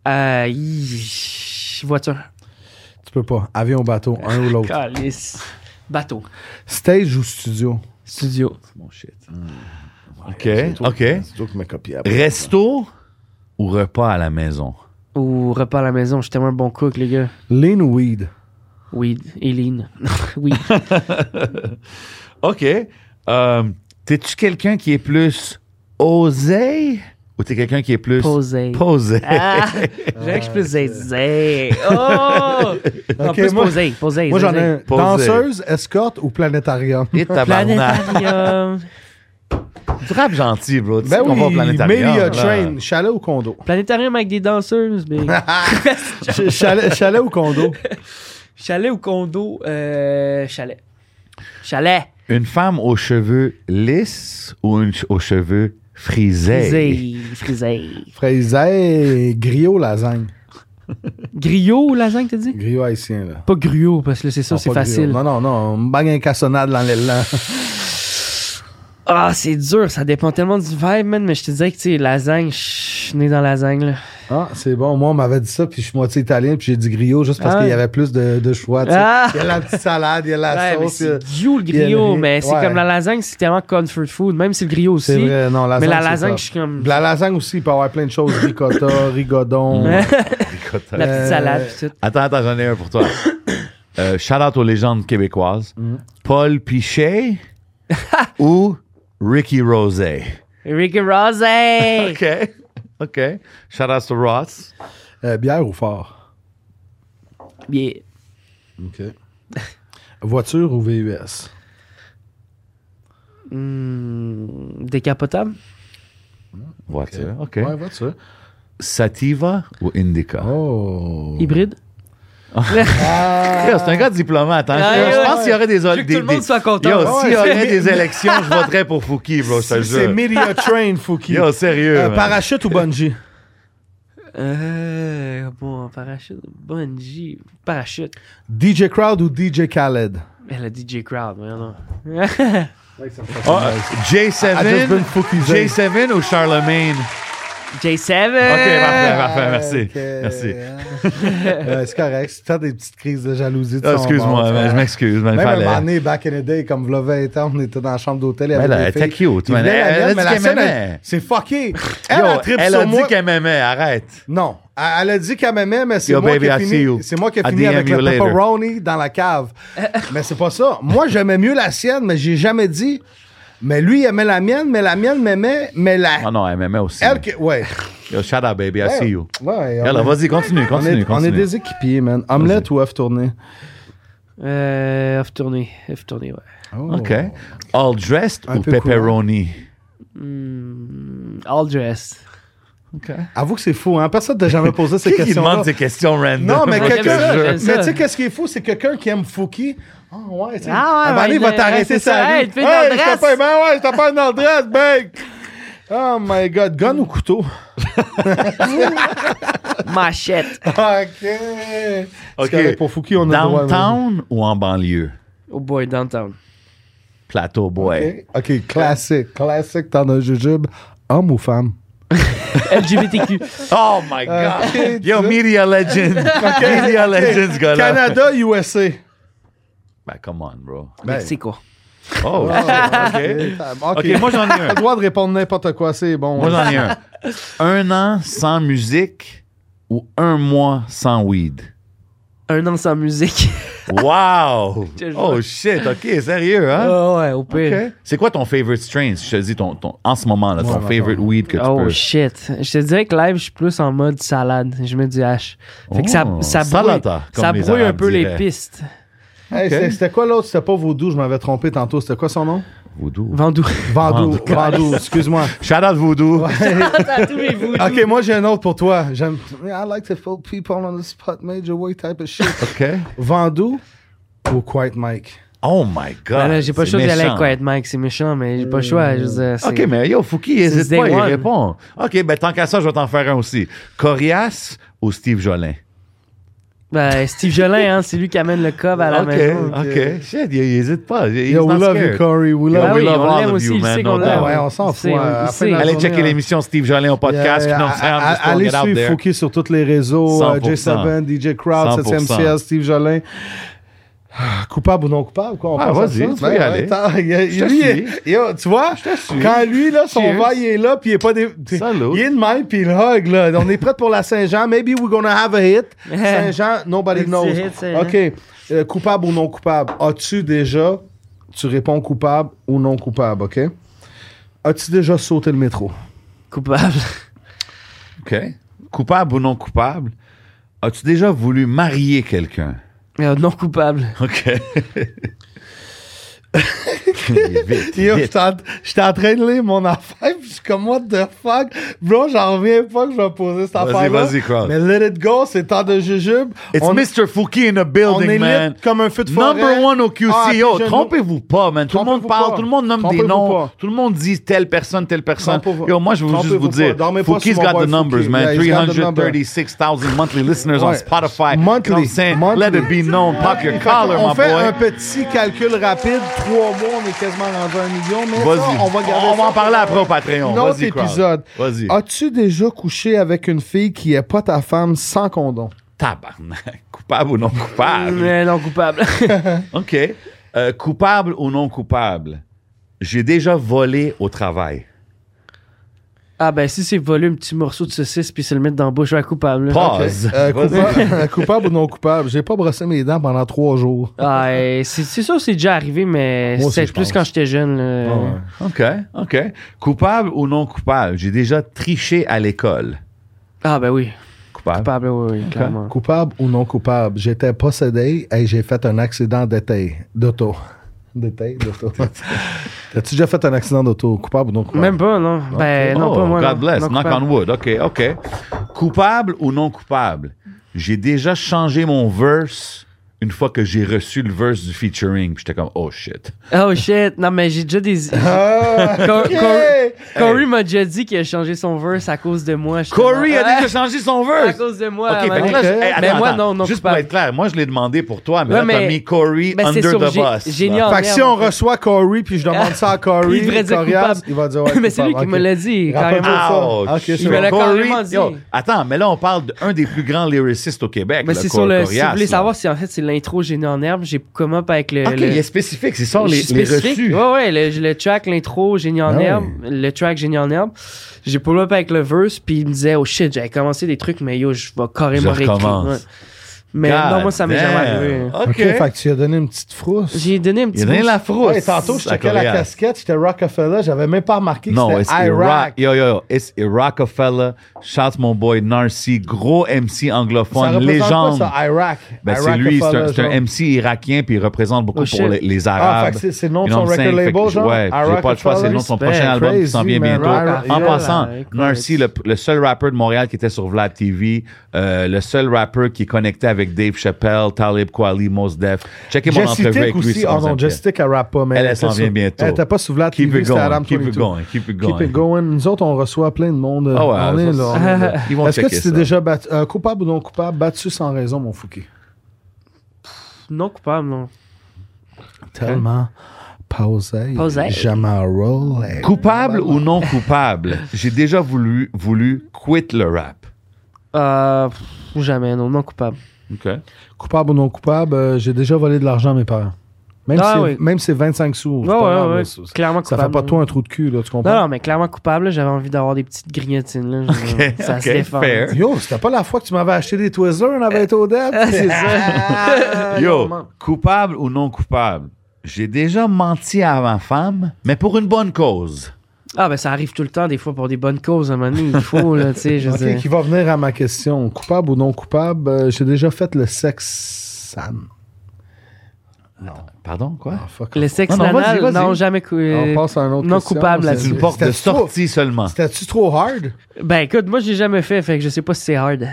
[SPEAKER 7] Aïe. Voiture.
[SPEAKER 3] Tu peux pas. Avion ou bateau, un ou
[SPEAKER 5] (laughs)
[SPEAKER 3] l'autre.
[SPEAKER 7] Calice. Bateau.
[SPEAKER 3] Stage ou studio?
[SPEAKER 7] Studio.
[SPEAKER 5] Mon shit. OK, OK. Resto ou repas à la maison?
[SPEAKER 7] Ou repas à la maison. J'étais tellement un bon cook, les gars.
[SPEAKER 3] Lean ou weed?
[SPEAKER 7] Weed. Eileen. (laughs) Weed.
[SPEAKER 5] OK. Euh, T'es-tu quelqu'un qui est plus osé ou t'es quelqu'un qui est plus
[SPEAKER 7] Posé.
[SPEAKER 5] posé?
[SPEAKER 7] Ah, je dirais que je peux zézé. Oh! En
[SPEAKER 3] Ok,
[SPEAKER 7] plus,
[SPEAKER 3] moi-
[SPEAKER 7] posé, posé.
[SPEAKER 3] Moi, j'en ai un.
[SPEAKER 5] Posé.
[SPEAKER 3] Danseuse, escorte ou planétarium?
[SPEAKER 5] (laughs) Et tabarnak.
[SPEAKER 7] Planétarium.
[SPEAKER 5] Tu rappes gentil, bro. Tu
[SPEAKER 3] Ben
[SPEAKER 5] sais qu'on va au
[SPEAKER 3] oui,
[SPEAKER 5] planétarium,
[SPEAKER 3] Media
[SPEAKER 5] là.
[SPEAKER 3] Train, chalet ou condo?
[SPEAKER 7] (laughs)
[SPEAKER 5] (laughs)
[SPEAKER 7] Planétarium avec des danseuses, (laughs) mais.
[SPEAKER 3] Ch- chalet, chalet ou condo?
[SPEAKER 7] Chalet ou condo? Euh, chalet. Chalet.
[SPEAKER 5] Une femme aux cheveux lisses ou une ch- aux cheveux frisés?
[SPEAKER 7] Frisé. Frisé.
[SPEAKER 3] Fraisais, griot, lasagne.
[SPEAKER 7] Griot, lasagne, t'as dit?
[SPEAKER 3] Griot haïtien, là.
[SPEAKER 7] Pas griot, parce que là, c'est ça,
[SPEAKER 3] Non,
[SPEAKER 7] c'est
[SPEAKER 3] pas
[SPEAKER 7] facile.
[SPEAKER 3] griot. Non, non, non, on me bague un cassonade dans l'élan.
[SPEAKER 7] Ah, c'est dur, ça dépend tellement du vibe, man, mais je te disais que, tu sais, lasagne, je suis né dans lasagne, là.
[SPEAKER 3] (laughs) Ah, c'est bon. Moi, on m'avait dit ça, puis je suis moitié italien, puis j'ai dit griot juste parce
[SPEAKER 7] Ah.
[SPEAKER 3] qu'il y avait plus de, de choix. tu sais.
[SPEAKER 7] Ah!
[SPEAKER 3] Il y a la petite salade, il y a la
[SPEAKER 7] Ouais, mais
[SPEAKER 3] sauce. il y a-
[SPEAKER 7] c'est griot, le
[SPEAKER 3] il y a le
[SPEAKER 7] griot,
[SPEAKER 3] riz.
[SPEAKER 7] mais c'est
[SPEAKER 3] Ouais.
[SPEAKER 7] comme la lasagne, c'est tellement comfort food, même si le griot aussi.
[SPEAKER 3] C'est vrai, non, lasagne.
[SPEAKER 7] mais la
[SPEAKER 3] c'est
[SPEAKER 7] lasagne,
[SPEAKER 3] top.
[SPEAKER 7] je suis comme.
[SPEAKER 3] La lasagne aussi, il peut y avoir plein de choses.
[SPEAKER 7] (laughs)
[SPEAKER 3] Ricotta, rigodon.
[SPEAKER 7] la
[SPEAKER 5] Écoute,
[SPEAKER 7] petite
[SPEAKER 3] Euh,
[SPEAKER 7] salade, pis tout.
[SPEAKER 5] Attends, attends, j'en ai un
[SPEAKER 7] (coughs)
[SPEAKER 5] pour toi. euh, shout out aux légendes québécoises.
[SPEAKER 7] Mm.
[SPEAKER 5] Paul Pichet
[SPEAKER 7] (laughs)
[SPEAKER 5] ou Ricky Rosé.
[SPEAKER 7] Ricky Rosé! (laughs)
[SPEAKER 5] OK. OK. Shout out to Ross.
[SPEAKER 3] Euh, bière ou fort?
[SPEAKER 7] Yeah.
[SPEAKER 3] OK. Voiture ou VUS?
[SPEAKER 7] Hmm, décapotable?
[SPEAKER 5] Voiture. OK.
[SPEAKER 3] Ouais, voiture.
[SPEAKER 5] Sativa ou Indica?
[SPEAKER 3] Oh.
[SPEAKER 7] Hybride?
[SPEAKER 5] Yo, C'est un gars diplomate. Hein?
[SPEAKER 7] Ah,
[SPEAKER 5] je
[SPEAKER 7] ouais,
[SPEAKER 5] pense
[SPEAKER 7] ouais.
[SPEAKER 5] qu'il y aurait des...
[SPEAKER 7] Je veux que
[SPEAKER 5] des-
[SPEAKER 7] tout le monde
[SPEAKER 5] des-
[SPEAKER 7] soit content.
[SPEAKER 5] Yo,
[SPEAKER 7] Ouais,
[SPEAKER 5] s'il y
[SPEAKER 3] ouais,
[SPEAKER 5] aurait
[SPEAKER 3] c'est-
[SPEAKER 5] des élections, je voterais pour Fouki, bro, je te
[SPEAKER 3] C'est c'est
[SPEAKER 5] jure.
[SPEAKER 3] Media Train, Fouki.
[SPEAKER 5] (laughs) Yo, sérieux.
[SPEAKER 3] Euh,
[SPEAKER 5] man.
[SPEAKER 3] parachute ou
[SPEAKER 7] (laughs)
[SPEAKER 3] bungee?
[SPEAKER 7] Euh, bon, parachute, bungee, parachute.
[SPEAKER 3] DJ Crowd ou DJ Khaled?
[SPEAKER 7] Elle a DJ Crowd, mais non. (laughs)
[SPEAKER 5] Oh,
[SPEAKER 3] Ah, I just
[SPEAKER 5] J7,
[SPEAKER 3] been Fouki Zay.
[SPEAKER 5] J7 ou Charlemagne?
[SPEAKER 7] J7!
[SPEAKER 5] OK, parfait, parfait, Ah, merci.
[SPEAKER 3] Euh, Ok.
[SPEAKER 5] Merci. Ah,
[SPEAKER 3] (laughs) Euh, c'est correct. Si t'as des petites crises de jalousie, de
[SPEAKER 5] Ah,
[SPEAKER 3] son
[SPEAKER 5] Excuse-moi,
[SPEAKER 3] bord,
[SPEAKER 5] man,
[SPEAKER 3] ça.
[SPEAKER 5] je m'excuse. man,
[SPEAKER 3] Même
[SPEAKER 5] fallait-
[SPEAKER 3] un moment donné, back in the day, comme v'là 20 ans, on était dans la chambre d'hôtel. il y avait
[SPEAKER 5] Elle,
[SPEAKER 3] des
[SPEAKER 5] elle était
[SPEAKER 3] filles.
[SPEAKER 5] cute,
[SPEAKER 3] Ils
[SPEAKER 5] man.
[SPEAKER 3] venaient la
[SPEAKER 5] Elle- elle
[SPEAKER 3] mienne,
[SPEAKER 5] a
[SPEAKER 3] mais
[SPEAKER 5] dit
[SPEAKER 3] la
[SPEAKER 5] qu'elle
[SPEAKER 3] sienne,
[SPEAKER 5] m'aimait.
[SPEAKER 3] elle- C'est fucké.
[SPEAKER 5] Yo,
[SPEAKER 3] Elle a trippé
[SPEAKER 5] elle a
[SPEAKER 3] sur
[SPEAKER 5] dit
[SPEAKER 3] moi.
[SPEAKER 5] qu'elle m'aimait, arrête.
[SPEAKER 3] Non, elle elle a dit qu'elle m'aimait, mais c'est
[SPEAKER 5] Yo,
[SPEAKER 3] moi,
[SPEAKER 5] baby,
[SPEAKER 3] qui ai
[SPEAKER 5] I see you.
[SPEAKER 3] fini- c'est moi qui ai
[SPEAKER 5] I
[SPEAKER 3] fini
[SPEAKER 5] DM
[SPEAKER 3] avec
[SPEAKER 5] you
[SPEAKER 3] le
[SPEAKER 5] later.
[SPEAKER 3] pepperoni dans la cave. mais c'est pas ça. Moi, j'aimais mieux la sienne, mais j'ai jamais dit. Mais lui, il aimait la mienne, mais la mienne m'aimait, mais la...
[SPEAKER 5] Ah non, elle m'aimait aussi.
[SPEAKER 3] elle qui... Ouais.
[SPEAKER 5] Yo, shut up, baby, I
[SPEAKER 3] Ouais.
[SPEAKER 5] see you.
[SPEAKER 3] Ouais, on
[SPEAKER 5] Yalla,
[SPEAKER 3] est-
[SPEAKER 5] vas-y, continue,
[SPEAKER 3] on
[SPEAKER 5] continue,
[SPEAKER 3] est, on est
[SPEAKER 5] continue.
[SPEAKER 3] des équipiers, man. Omelette ou œuf tourné?
[SPEAKER 7] Euh, off tourné, off tourné, ouais.
[SPEAKER 5] OK. All dressed
[SPEAKER 3] Un
[SPEAKER 5] ou
[SPEAKER 3] peu courant.
[SPEAKER 5] pepperoni?
[SPEAKER 7] Hmm, all dressed.
[SPEAKER 5] OK.
[SPEAKER 3] Avoue que c'est fou, hein? Personne t'a jamais posé ces
[SPEAKER 5] Qui qui
[SPEAKER 3] questions
[SPEAKER 5] demande ces questions random?
[SPEAKER 3] Non, mais
[SPEAKER 7] Moi,
[SPEAKER 3] quelqu'un.
[SPEAKER 7] j'aime ça, j'aime
[SPEAKER 3] Mais tu
[SPEAKER 7] ça.
[SPEAKER 3] sais, qu'est-ce qui est fou, c'est quelqu'un qui aime Fouki. Ah, ouais, tu sais.
[SPEAKER 7] Ah, ouais,
[SPEAKER 3] un moment donné,
[SPEAKER 7] ouais,
[SPEAKER 3] il va
[SPEAKER 7] il-
[SPEAKER 3] t'arrêter
[SPEAKER 7] c'est
[SPEAKER 3] ça.
[SPEAKER 7] ça. Hey,
[SPEAKER 3] Hey,
[SPEAKER 7] tu fais une
[SPEAKER 3] je
[SPEAKER 7] adresse.
[SPEAKER 3] t'appelle, ben ouais, je t'appelle une adresse, mec. Oh my god, gun ou
[SPEAKER 7] (laughs)
[SPEAKER 3] couteau?
[SPEAKER 7] Machette.
[SPEAKER 3] Ok.
[SPEAKER 5] OK.
[SPEAKER 3] correct, pour Fouki, on a le droit,
[SPEAKER 5] Downtown ou en banlieue?
[SPEAKER 7] Oh boy, (laughs) downtown.
[SPEAKER 5] Plateau, boy.
[SPEAKER 3] Ok, Ok, classique. Classique, t'en as un jujube. Homme ou femme?
[SPEAKER 7] LGBTQ.
[SPEAKER 5] Oh my God.
[SPEAKER 3] Euh, Ok,
[SPEAKER 5] Yo,
[SPEAKER 3] tu-
[SPEAKER 5] media legend.
[SPEAKER 3] (laughs)
[SPEAKER 5] Media legend, ce gars-là.
[SPEAKER 3] Canada,
[SPEAKER 5] (laughs)
[SPEAKER 3] USA.
[SPEAKER 5] Ben, come on, bro.
[SPEAKER 7] Mexico.
[SPEAKER 5] (laughs) Oh, OK.
[SPEAKER 3] Ok,
[SPEAKER 5] OK, moi, j'en ai
[SPEAKER 3] T'as
[SPEAKER 5] un.
[SPEAKER 3] le droit de répondre n'importe quoi, c'est bon.
[SPEAKER 5] Moi, j'en ai un. (laughs) Un an sans musique ou un mois sans weed?
[SPEAKER 7] Un an sans musique.
[SPEAKER 5] Wow! (laughs)
[SPEAKER 7] te jure.
[SPEAKER 5] Oh shit, ok, sérieux,
[SPEAKER 7] (laughs)
[SPEAKER 5] hein?
[SPEAKER 7] Ah ouais, au pire.
[SPEAKER 5] Ok. C'est quoi ton favorite strain? Si je te dis ton, ton- en ce moment, là, ton favorite weed que tu
[SPEAKER 7] Oh
[SPEAKER 5] peux.
[SPEAKER 7] shit. Je te dirais que live, je suis plus en mode salade. Je mets du hash. Fait que ça,
[SPEAKER 5] Oh,
[SPEAKER 7] ça brouille,
[SPEAKER 5] salata, comme
[SPEAKER 7] ça
[SPEAKER 5] les
[SPEAKER 7] brouille un
[SPEAKER 5] Arabes
[SPEAKER 7] peu les
[SPEAKER 5] diraient.
[SPEAKER 7] pistes.
[SPEAKER 3] Hey, c'était- C'était quoi l'autre? C'était pas Vaudou, je m'avais trompé tantôt. C'était quoi son
[SPEAKER 5] (laughs)
[SPEAKER 3] nom?
[SPEAKER 5] Voodoo.
[SPEAKER 7] Vendou.
[SPEAKER 3] Vandou.
[SPEAKER 5] Vandou.
[SPEAKER 3] Vandou,
[SPEAKER 5] (laughs)
[SPEAKER 3] excuse-moi.
[SPEAKER 5] Shout out Voodoo.
[SPEAKER 3] OK, moi, j'ai un autre pour toi. J'aime... I like to fuck people on the spot, major way type of shit.
[SPEAKER 5] (laughs) Ok.
[SPEAKER 3] Vandou ou Quiet Mike?
[SPEAKER 5] Oh my god.
[SPEAKER 7] (laughs) Ben là, j'ai pas le
[SPEAKER 5] c'est
[SPEAKER 7] choix d'aller
[SPEAKER 5] méchant.
[SPEAKER 7] avec Quiet Mike. C'est méchant, mais j'ai pas le choix. Je veux dire, c'est-
[SPEAKER 5] Ok, mais yo, Fouki, il hésite
[SPEAKER 7] day
[SPEAKER 5] pas, il
[SPEAKER 7] one.
[SPEAKER 5] répond. Ok, ben tant qu'à ça, je vais t'en faire un aussi. Corias ou Steve Jolin?
[SPEAKER 7] Ben, Steve Jolin, hein, c'est lui qui amène le cob à la
[SPEAKER 5] ok, Ben
[SPEAKER 7] maison.
[SPEAKER 5] ok. Shit, il, il hésite pas. Il-
[SPEAKER 3] Yo,
[SPEAKER 5] he's
[SPEAKER 3] we
[SPEAKER 5] not
[SPEAKER 3] love
[SPEAKER 5] scared.
[SPEAKER 3] you, Corey. We
[SPEAKER 5] Yo,
[SPEAKER 3] love
[SPEAKER 7] Ben
[SPEAKER 5] we
[SPEAKER 7] oui,
[SPEAKER 5] love
[SPEAKER 7] on
[SPEAKER 5] all
[SPEAKER 7] l'aime
[SPEAKER 5] of
[SPEAKER 7] aussi,
[SPEAKER 5] you,
[SPEAKER 7] il
[SPEAKER 5] man,
[SPEAKER 7] sait
[SPEAKER 5] no
[SPEAKER 7] qu'on
[SPEAKER 5] doubt.
[SPEAKER 7] l'aime.
[SPEAKER 3] Ouais, on s'en
[SPEAKER 7] Il
[SPEAKER 3] fout,
[SPEAKER 7] sait,
[SPEAKER 3] euh,
[SPEAKER 7] il
[SPEAKER 3] après
[SPEAKER 7] sait.
[SPEAKER 3] notre-
[SPEAKER 5] Allez checker
[SPEAKER 3] Journée,
[SPEAKER 5] l'émission Steve Jolin au podcast.
[SPEAKER 3] Yeah,
[SPEAKER 5] puis non,
[SPEAKER 3] yeah,
[SPEAKER 5] c'est un-
[SPEAKER 3] a-
[SPEAKER 5] just
[SPEAKER 3] a-
[SPEAKER 5] don't
[SPEAKER 3] Allez
[SPEAKER 5] get out
[SPEAKER 3] suivre
[SPEAKER 5] there.
[SPEAKER 3] Fouki sur tous les réseaux, euh,
[SPEAKER 5] 100%.
[SPEAKER 3] J7, DJ Crowd, 7MCL, Steve Jolin. Ah, Coupable ou non coupable, quoi? On
[SPEAKER 5] Ah,
[SPEAKER 3] passe à
[SPEAKER 5] vas-y,
[SPEAKER 3] ça?
[SPEAKER 5] tu peux y
[SPEAKER 3] Ben,
[SPEAKER 5] aller.
[SPEAKER 3] attends, il y a-
[SPEAKER 5] Je te
[SPEAKER 3] lui,
[SPEAKER 5] suis.
[SPEAKER 3] il- yo, tu vois, quand lui, là, son
[SPEAKER 5] Cheers.
[SPEAKER 3] verre, il est là, puis il est pas des... puis
[SPEAKER 5] Salut.
[SPEAKER 3] Il est de même, puis il hug, là. On est prêt pour la Saint-Jean. Maybe we're gonna have a
[SPEAKER 5] (laughs)
[SPEAKER 3] hit. Saint-Jean, nobody
[SPEAKER 7] Un petit
[SPEAKER 3] knows.
[SPEAKER 7] hit, Saint-Jean.
[SPEAKER 3] OK. Euh, coupable ou non coupable? As-tu déjà... Tu réponds coupable ou non coupable, OK? As-tu déjà sauté le métro?
[SPEAKER 7] Coupable. (laughs)
[SPEAKER 5] OK. Coupable ou non coupable, as-tu déjà voulu marier quelqu'un?
[SPEAKER 7] Euh, non coupable.
[SPEAKER 5] OK. (laughs) Il est vite,
[SPEAKER 3] Yo,
[SPEAKER 5] vite.
[SPEAKER 3] j'étais en- j'étais en train de lire mon affaire, (laughs) puis je suis comme, what the fuck? Bro, j'en reviens pas que je vais poser cette
[SPEAKER 5] Vas-y,
[SPEAKER 3] affaire-là.
[SPEAKER 5] vas-y, Crowd.
[SPEAKER 3] Mais let it go, c'est temps de jujube.
[SPEAKER 5] It's
[SPEAKER 3] on,
[SPEAKER 5] Mr. Fouki in the
[SPEAKER 3] on
[SPEAKER 5] building,
[SPEAKER 3] est
[SPEAKER 5] man.
[SPEAKER 3] lit comme un feu de forêt.
[SPEAKER 5] Number one au QC.
[SPEAKER 3] Ah,
[SPEAKER 5] Yo,
[SPEAKER 3] puis je-
[SPEAKER 5] trompez-vous pas, man. Tout le monde
[SPEAKER 3] Trompez-vous
[SPEAKER 5] parle,
[SPEAKER 3] pas.
[SPEAKER 5] tout le monde nomme des
[SPEAKER 3] Trompez-vous
[SPEAKER 5] noms.
[SPEAKER 3] pas.
[SPEAKER 5] Tout le monde dit telle personne, telle personne.
[SPEAKER 3] Trompez-vous-
[SPEAKER 5] Yo, moi, je veux juste
[SPEAKER 3] trompez-vous
[SPEAKER 5] vous
[SPEAKER 3] pas.
[SPEAKER 5] dire,
[SPEAKER 3] Dormez pas
[SPEAKER 5] Fouki's
[SPEAKER 3] sur mon
[SPEAKER 5] got
[SPEAKER 3] boy
[SPEAKER 5] the numbers,
[SPEAKER 3] Fouki.
[SPEAKER 5] man.
[SPEAKER 3] Yeah, he's got the number.
[SPEAKER 5] 336,000 monthly listeners on
[SPEAKER 3] Ouais. Monthly.
[SPEAKER 5] Spotify. You know what I'm saying? Let it be known. Pop your collar,
[SPEAKER 3] on
[SPEAKER 5] my
[SPEAKER 3] fait un
[SPEAKER 5] boy.
[SPEAKER 3] petit calcul rapide. Trois mois, on est quasiment rendu à un million, mais ça,
[SPEAKER 5] Vas-y.
[SPEAKER 3] on va garder
[SPEAKER 5] On
[SPEAKER 3] ça
[SPEAKER 5] va en
[SPEAKER 3] pour
[SPEAKER 5] parler après au Patreon.
[SPEAKER 3] Un autre
[SPEAKER 5] Vas-y, Crowd.
[SPEAKER 3] épisode. Ah.
[SPEAKER 5] Vas-y.
[SPEAKER 3] As-tu déjà couché avec une fille qui est pas ta femme sans condom?
[SPEAKER 5] Tabarnak. Coupable ou non coupable?
[SPEAKER 7] Euh, non coupable.
[SPEAKER 5] OK. Euh, coupable ou non coupable? J'ai déjà volé au travail.
[SPEAKER 7] ah ben, si c'est voler un petit morceau de saucisse puis se le mettre dans la bouche, ouais, coupable. là.
[SPEAKER 5] Pause.
[SPEAKER 3] Euh,
[SPEAKER 5] Vas-y.
[SPEAKER 3] coupa- (laughs) coupable ou non coupable? J'ai pas brossé mes dents pendant trois jours.
[SPEAKER 7] Ah, et c'est c'est sûr, c'est déjà arrivé, mais
[SPEAKER 3] Moi aussi,
[SPEAKER 7] c'était
[SPEAKER 3] je
[SPEAKER 7] plus
[SPEAKER 3] pense.
[SPEAKER 7] quand j'étais jeune. là.
[SPEAKER 5] OK, OK. Coupable ou non coupable? J'ai déjà triché à l'école.
[SPEAKER 7] Ah ben oui,
[SPEAKER 5] Coupable.
[SPEAKER 7] coupable, oui, oui, clairement.
[SPEAKER 3] Coupable ou non coupable, j'étais possédé et j'ai fait un accident d'été, d'auto. D'été,
[SPEAKER 7] (laughs)
[SPEAKER 3] d'auto. As-tu déjà fait un accident d'auto, coupable ou non coupable?
[SPEAKER 7] Même pas, non. Ben non,
[SPEAKER 5] Oh,
[SPEAKER 7] pas moi.
[SPEAKER 5] God
[SPEAKER 7] non.
[SPEAKER 5] bless.
[SPEAKER 7] Non
[SPEAKER 5] Knock
[SPEAKER 7] coupable.
[SPEAKER 5] on wood. OK, OK. Coupable ou non coupable? J'ai déjà changé mon verse une fois que j'ai reçu le verse du featuring. Puis j'étais comme, oh shit.
[SPEAKER 7] Oh shit, non mais j'ai
[SPEAKER 5] (laughs)
[SPEAKER 7] déjà des...
[SPEAKER 5] Ah,
[SPEAKER 7] Cor- Cor- Corey m'a déjà dit qu'il a changé son verse à cause de moi. justement.
[SPEAKER 5] Corey a
[SPEAKER 7] Ouais,
[SPEAKER 5] déjà changé son
[SPEAKER 7] à
[SPEAKER 5] verse.
[SPEAKER 7] cause de moi.
[SPEAKER 5] OK, fait
[SPEAKER 7] ouais.
[SPEAKER 5] que là, je- hey,
[SPEAKER 7] Ah, mais
[SPEAKER 5] attends,
[SPEAKER 7] moi,
[SPEAKER 5] attends.
[SPEAKER 7] non, non,
[SPEAKER 5] Juste pour
[SPEAKER 7] coupable.
[SPEAKER 5] être clair, moi, je l'ai demandé pour toi, mais
[SPEAKER 7] Ouais,
[SPEAKER 5] là, t'as
[SPEAKER 7] mais-
[SPEAKER 5] mis Corey
[SPEAKER 7] Ben, c'est
[SPEAKER 5] under
[SPEAKER 7] sur
[SPEAKER 5] the
[SPEAKER 7] Gé-
[SPEAKER 5] bus.
[SPEAKER 7] Génial.
[SPEAKER 3] Fait que si on
[SPEAKER 7] Merde.
[SPEAKER 3] reçoit Corey (laughs) puis je demande ça à Corey,
[SPEAKER 7] Il devrait dire
[SPEAKER 3] Corias,
[SPEAKER 7] coupable.
[SPEAKER 3] il va dire ouais,
[SPEAKER 7] (laughs) mais c'est lui qui
[SPEAKER 3] coupable,
[SPEAKER 7] me
[SPEAKER 3] ok.
[SPEAKER 7] l'a dit,
[SPEAKER 3] Rappelle-toi
[SPEAKER 7] carrément.
[SPEAKER 3] ça.
[SPEAKER 5] Ouch. Ah,
[SPEAKER 3] Ok,
[SPEAKER 7] Il me l'a
[SPEAKER 5] Corey-
[SPEAKER 7] carrément dit.
[SPEAKER 5] Yo, attends, mais là, on parle d'un des plus grands lyricistes au Québec.
[SPEAKER 7] Mais
[SPEAKER 5] là,
[SPEAKER 7] c'est
[SPEAKER 5] Cor-
[SPEAKER 7] sur le. Si
[SPEAKER 5] Corias,
[SPEAKER 7] vous voulez
[SPEAKER 5] là. Ah,
[SPEAKER 7] savoir, c'est en fait c'est l'intro gêné en herbe. J'ai come up avec le.
[SPEAKER 5] OK,
[SPEAKER 7] le-
[SPEAKER 5] il est spécifique. C'est ça, les,
[SPEAKER 7] je suis
[SPEAKER 5] les
[SPEAKER 7] spécifique.
[SPEAKER 5] reçus.
[SPEAKER 7] Ouais, ouais, le, le track, l'intro, génie en
[SPEAKER 3] Ah ouais.
[SPEAKER 7] herbe, le track, génie en herbe. J'ai pull up avec le verse, puis il me disait, oh shit, j'avais commencé des trucs, mais yo, je vais carrément
[SPEAKER 5] Je
[SPEAKER 7] réécrire.
[SPEAKER 5] recommence.
[SPEAKER 7] ouais. Mais
[SPEAKER 5] God
[SPEAKER 7] non, moi, ça m'est
[SPEAKER 5] damn.
[SPEAKER 7] jamais arrivé.
[SPEAKER 5] OK.
[SPEAKER 3] Ok, fait que tu lui as donné une petite frousse.
[SPEAKER 7] J'ai donné un
[SPEAKER 5] Il y
[SPEAKER 7] petit.
[SPEAKER 5] a rien
[SPEAKER 7] boost.
[SPEAKER 5] la frousse.
[SPEAKER 3] Ouais, tantôt, je
[SPEAKER 5] à
[SPEAKER 3] checkais la
[SPEAKER 5] Corias.
[SPEAKER 3] casquette, j'étais Rockefeller, j'avais même pas remarqué que
[SPEAKER 5] Non, it's
[SPEAKER 3] c'était Iraq.
[SPEAKER 5] Iraq. Yo, yo, yo, it's Iraqafella. Shout mon boy Narcy, gros MC
[SPEAKER 3] Ça
[SPEAKER 5] anglophone,
[SPEAKER 3] représente quoi,
[SPEAKER 5] légende.
[SPEAKER 3] ça, Iraq?
[SPEAKER 5] Ben, c'est
[SPEAKER 3] Iraq
[SPEAKER 5] lui, c'est un,
[SPEAKER 3] Rockefeller,
[SPEAKER 5] c'est un
[SPEAKER 3] genre.
[SPEAKER 5] MC irakien, puis il représente beaucoup
[SPEAKER 7] Oh,
[SPEAKER 5] pour
[SPEAKER 7] shit.
[SPEAKER 5] les, les
[SPEAKER 3] Ah, fait
[SPEAKER 5] Arabes.
[SPEAKER 3] que c'est- c'est le nom de
[SPEAKER 5] You know
[SPEAKER 3] son
[SPEAKER 5] what
[SPEAKER 3] record
[SPEAKER 5] I'm saying? Fait que
[SPEAKER 3] label,
[SPEAKER 5] je-
[SPEAKER 3] genre? Ben,
[SPEAKER 5] Ouais, j'ai pas le choix, c'est le nom de son
[SPEAKER 7] Respect,
[SPEAKER 5] prochain album qui
[SPEAKER 3] crazy,
[SPEAKER 5] s'en vient
[SPEAKER 3] man.
[SPEAKER 5] bientôt.
[SPEAKER 3] Rock-
[SPEAKER 5] En
[SPEAKER 3] yeah,
[SPEAKER 5] passant,
[SPEAKER 7] yeah, écoute.
[SPEAKER 5] Narcy, le, le seul rappeur de Montréal qui était sur Vlad TV, euh, le seul rappeur qui est connecté avec Dave Chappelle, Talib Kweli, Mos Def. Checkez mon entrevue
[SPEAKER 3] Jessica
[SPEAKER 5] avec lui.
[SPEAKER 3] aussi.
[SPEAKER 5] si
[SPEAKER 3] Oh
[SPEAKER 5] vous
[SPEAKER 3] non,
[SPEAKER 5] aimez bien.
[SPEAKER 3] Jessica rappe pas, mais
[SPEAKER 5] Elle, elle
[SPEAKER 3] était
[SPEAKER 5] s'en vient
[SPEAKER 3] sur-
[SPEAKER 5] bientôt.
[SPEAKER 3] Elle était pas sous Vlad
[SPEAKER 5] Keep
[SPEAKER 3] TV,
[SPEAKER 5] it
[SPEAKER 3] c'était Adam
[SPEAKER 5] going, keep it
[SPEAKER 3] 22.
[SPEAKER 5] going, keep it
[SPEAKER 3] Keep
[SPEAKER 5] going.
[SPEAKER 3] it going. Nous autres, on reçoit plein de
[SPEAKER 8] euh,
[SPEAKER 3] monde.
[SPEAKER 5] Ah ouais,
[SPEAKER 3] on est là.
[SPEAKER 5] ça, c'est-
[SPEAKER 3] on est là.
[SPEAKER 5] Ils vont
[SPEAKER 3] Est-ce que
[SPEAKER 5] checker
[SPEAKER 3] tu t'es
[SPEAKER 5] ça.
[SPEAKER 3] déjà battu, euh, coupable ou non coupable, battu sans raison, mon Fouquet?
[SPEAKER 7] (laughs) Non coupable, non.
[SPEAKER 3] Tellement posé.
[SPEAKER 7] Posé.
[SPEAKER 3] Jamais roll.
[SPEAKER 5] Coupable ou non coupable, j'ai déjà voulu, voulu quitter le rap.
[SPEAKER 7] Euh, pff, jamais, non, non coupable.
[SPEAKER 5] OK. (laughs)
[SPEAKER 3] Coupable ou non coupable, euh, j'ai déjà volé de l'argent à mes parents.
[SPEAKER 8] Même,
[SPEAKER 7] Ah
[SPEAKER 8] si,
[SPEAKER 7] oui.
[SPEAKER 8] même si c'est 25 sous. c'est
[SPEAKER 7] Ouais,
[SPEAKER 8] pas
[SPEAKER 7] ouais,
[SPEAKER 8] grave,
[SPEAKER 7] ouais.
[SPEAKER 8] là, ça, ça-
[SPEAKER 7] Clairement
[SPEAKER 8] ça
[SPEAKER 7] coupable.
[SPEAKER 8] fait pas de toi un trou de cul, là, tu
[SPEAKER 7] Non,
[SPEAKER 8] comprends?
[SPEAKER 7] non, mais clairement coupable, là, j'avais envie d'avoir des petites grignotines. Là, Je- ça se
[SPEAKER 5] (laughs) ok,
[SPEAKER 7] défend.
[SPEAKER 5] fair.
[SPEAKER 8] Yo, c'était pas la fois que tu m'avais acheté des Twizzlers, on avait été au dep.
[SPEAKER 7] Ah,
[SPEAKER 8] C'est (laughs) ça.
[SPEAKER 5] Yo, coupable ou non coupable? J'ai déjà menti à ma femme, mais pour une bonne cause.
[SPEAKER 7] Ah, ben ça arrive tout le temps, des fois, pour des bonnes causes. À un moment donné, il faut, là, tu sais, je veux
[SPEAKER 8] Ok,
[SPEAKER 7] dire.
[SPEAKER 8] qui va venir à ma question. Coupable ou non coupable, euh, j'ai déjà fait le sexe sale.
[SPEAKER 5] Pardon, quoi?
[SPEAKER 8] Ah, fuck.
[SPEAKER 7] Le sexe
[SPEAKER 5] Non, non, vas-y,
[SPEAKER 7] anal,
[SPEAKER 5] vas-y.
[SPEAKER 7] non, jamais. cou-
[SPEAKER 8] On passe à une autre
[SPEAKER 7] non
[SPEAKER 8] question.
[SPEAKER 7] coupable
[SPEAKER 8] C'est-
[SPEAKER 5] C'est
[SPEAKER 7] là-dessus.
[SPEAKER 5] une porte de
[SPEAKER 8] c'était trop-
[SPEAKER 5] sortie seulement.
[SPEAKER 8] C'était-tu trop hard?
[SPEAKER 7] Ben écoute, moi, j'ai jamais fait, fait que je sais pas si c'est hard.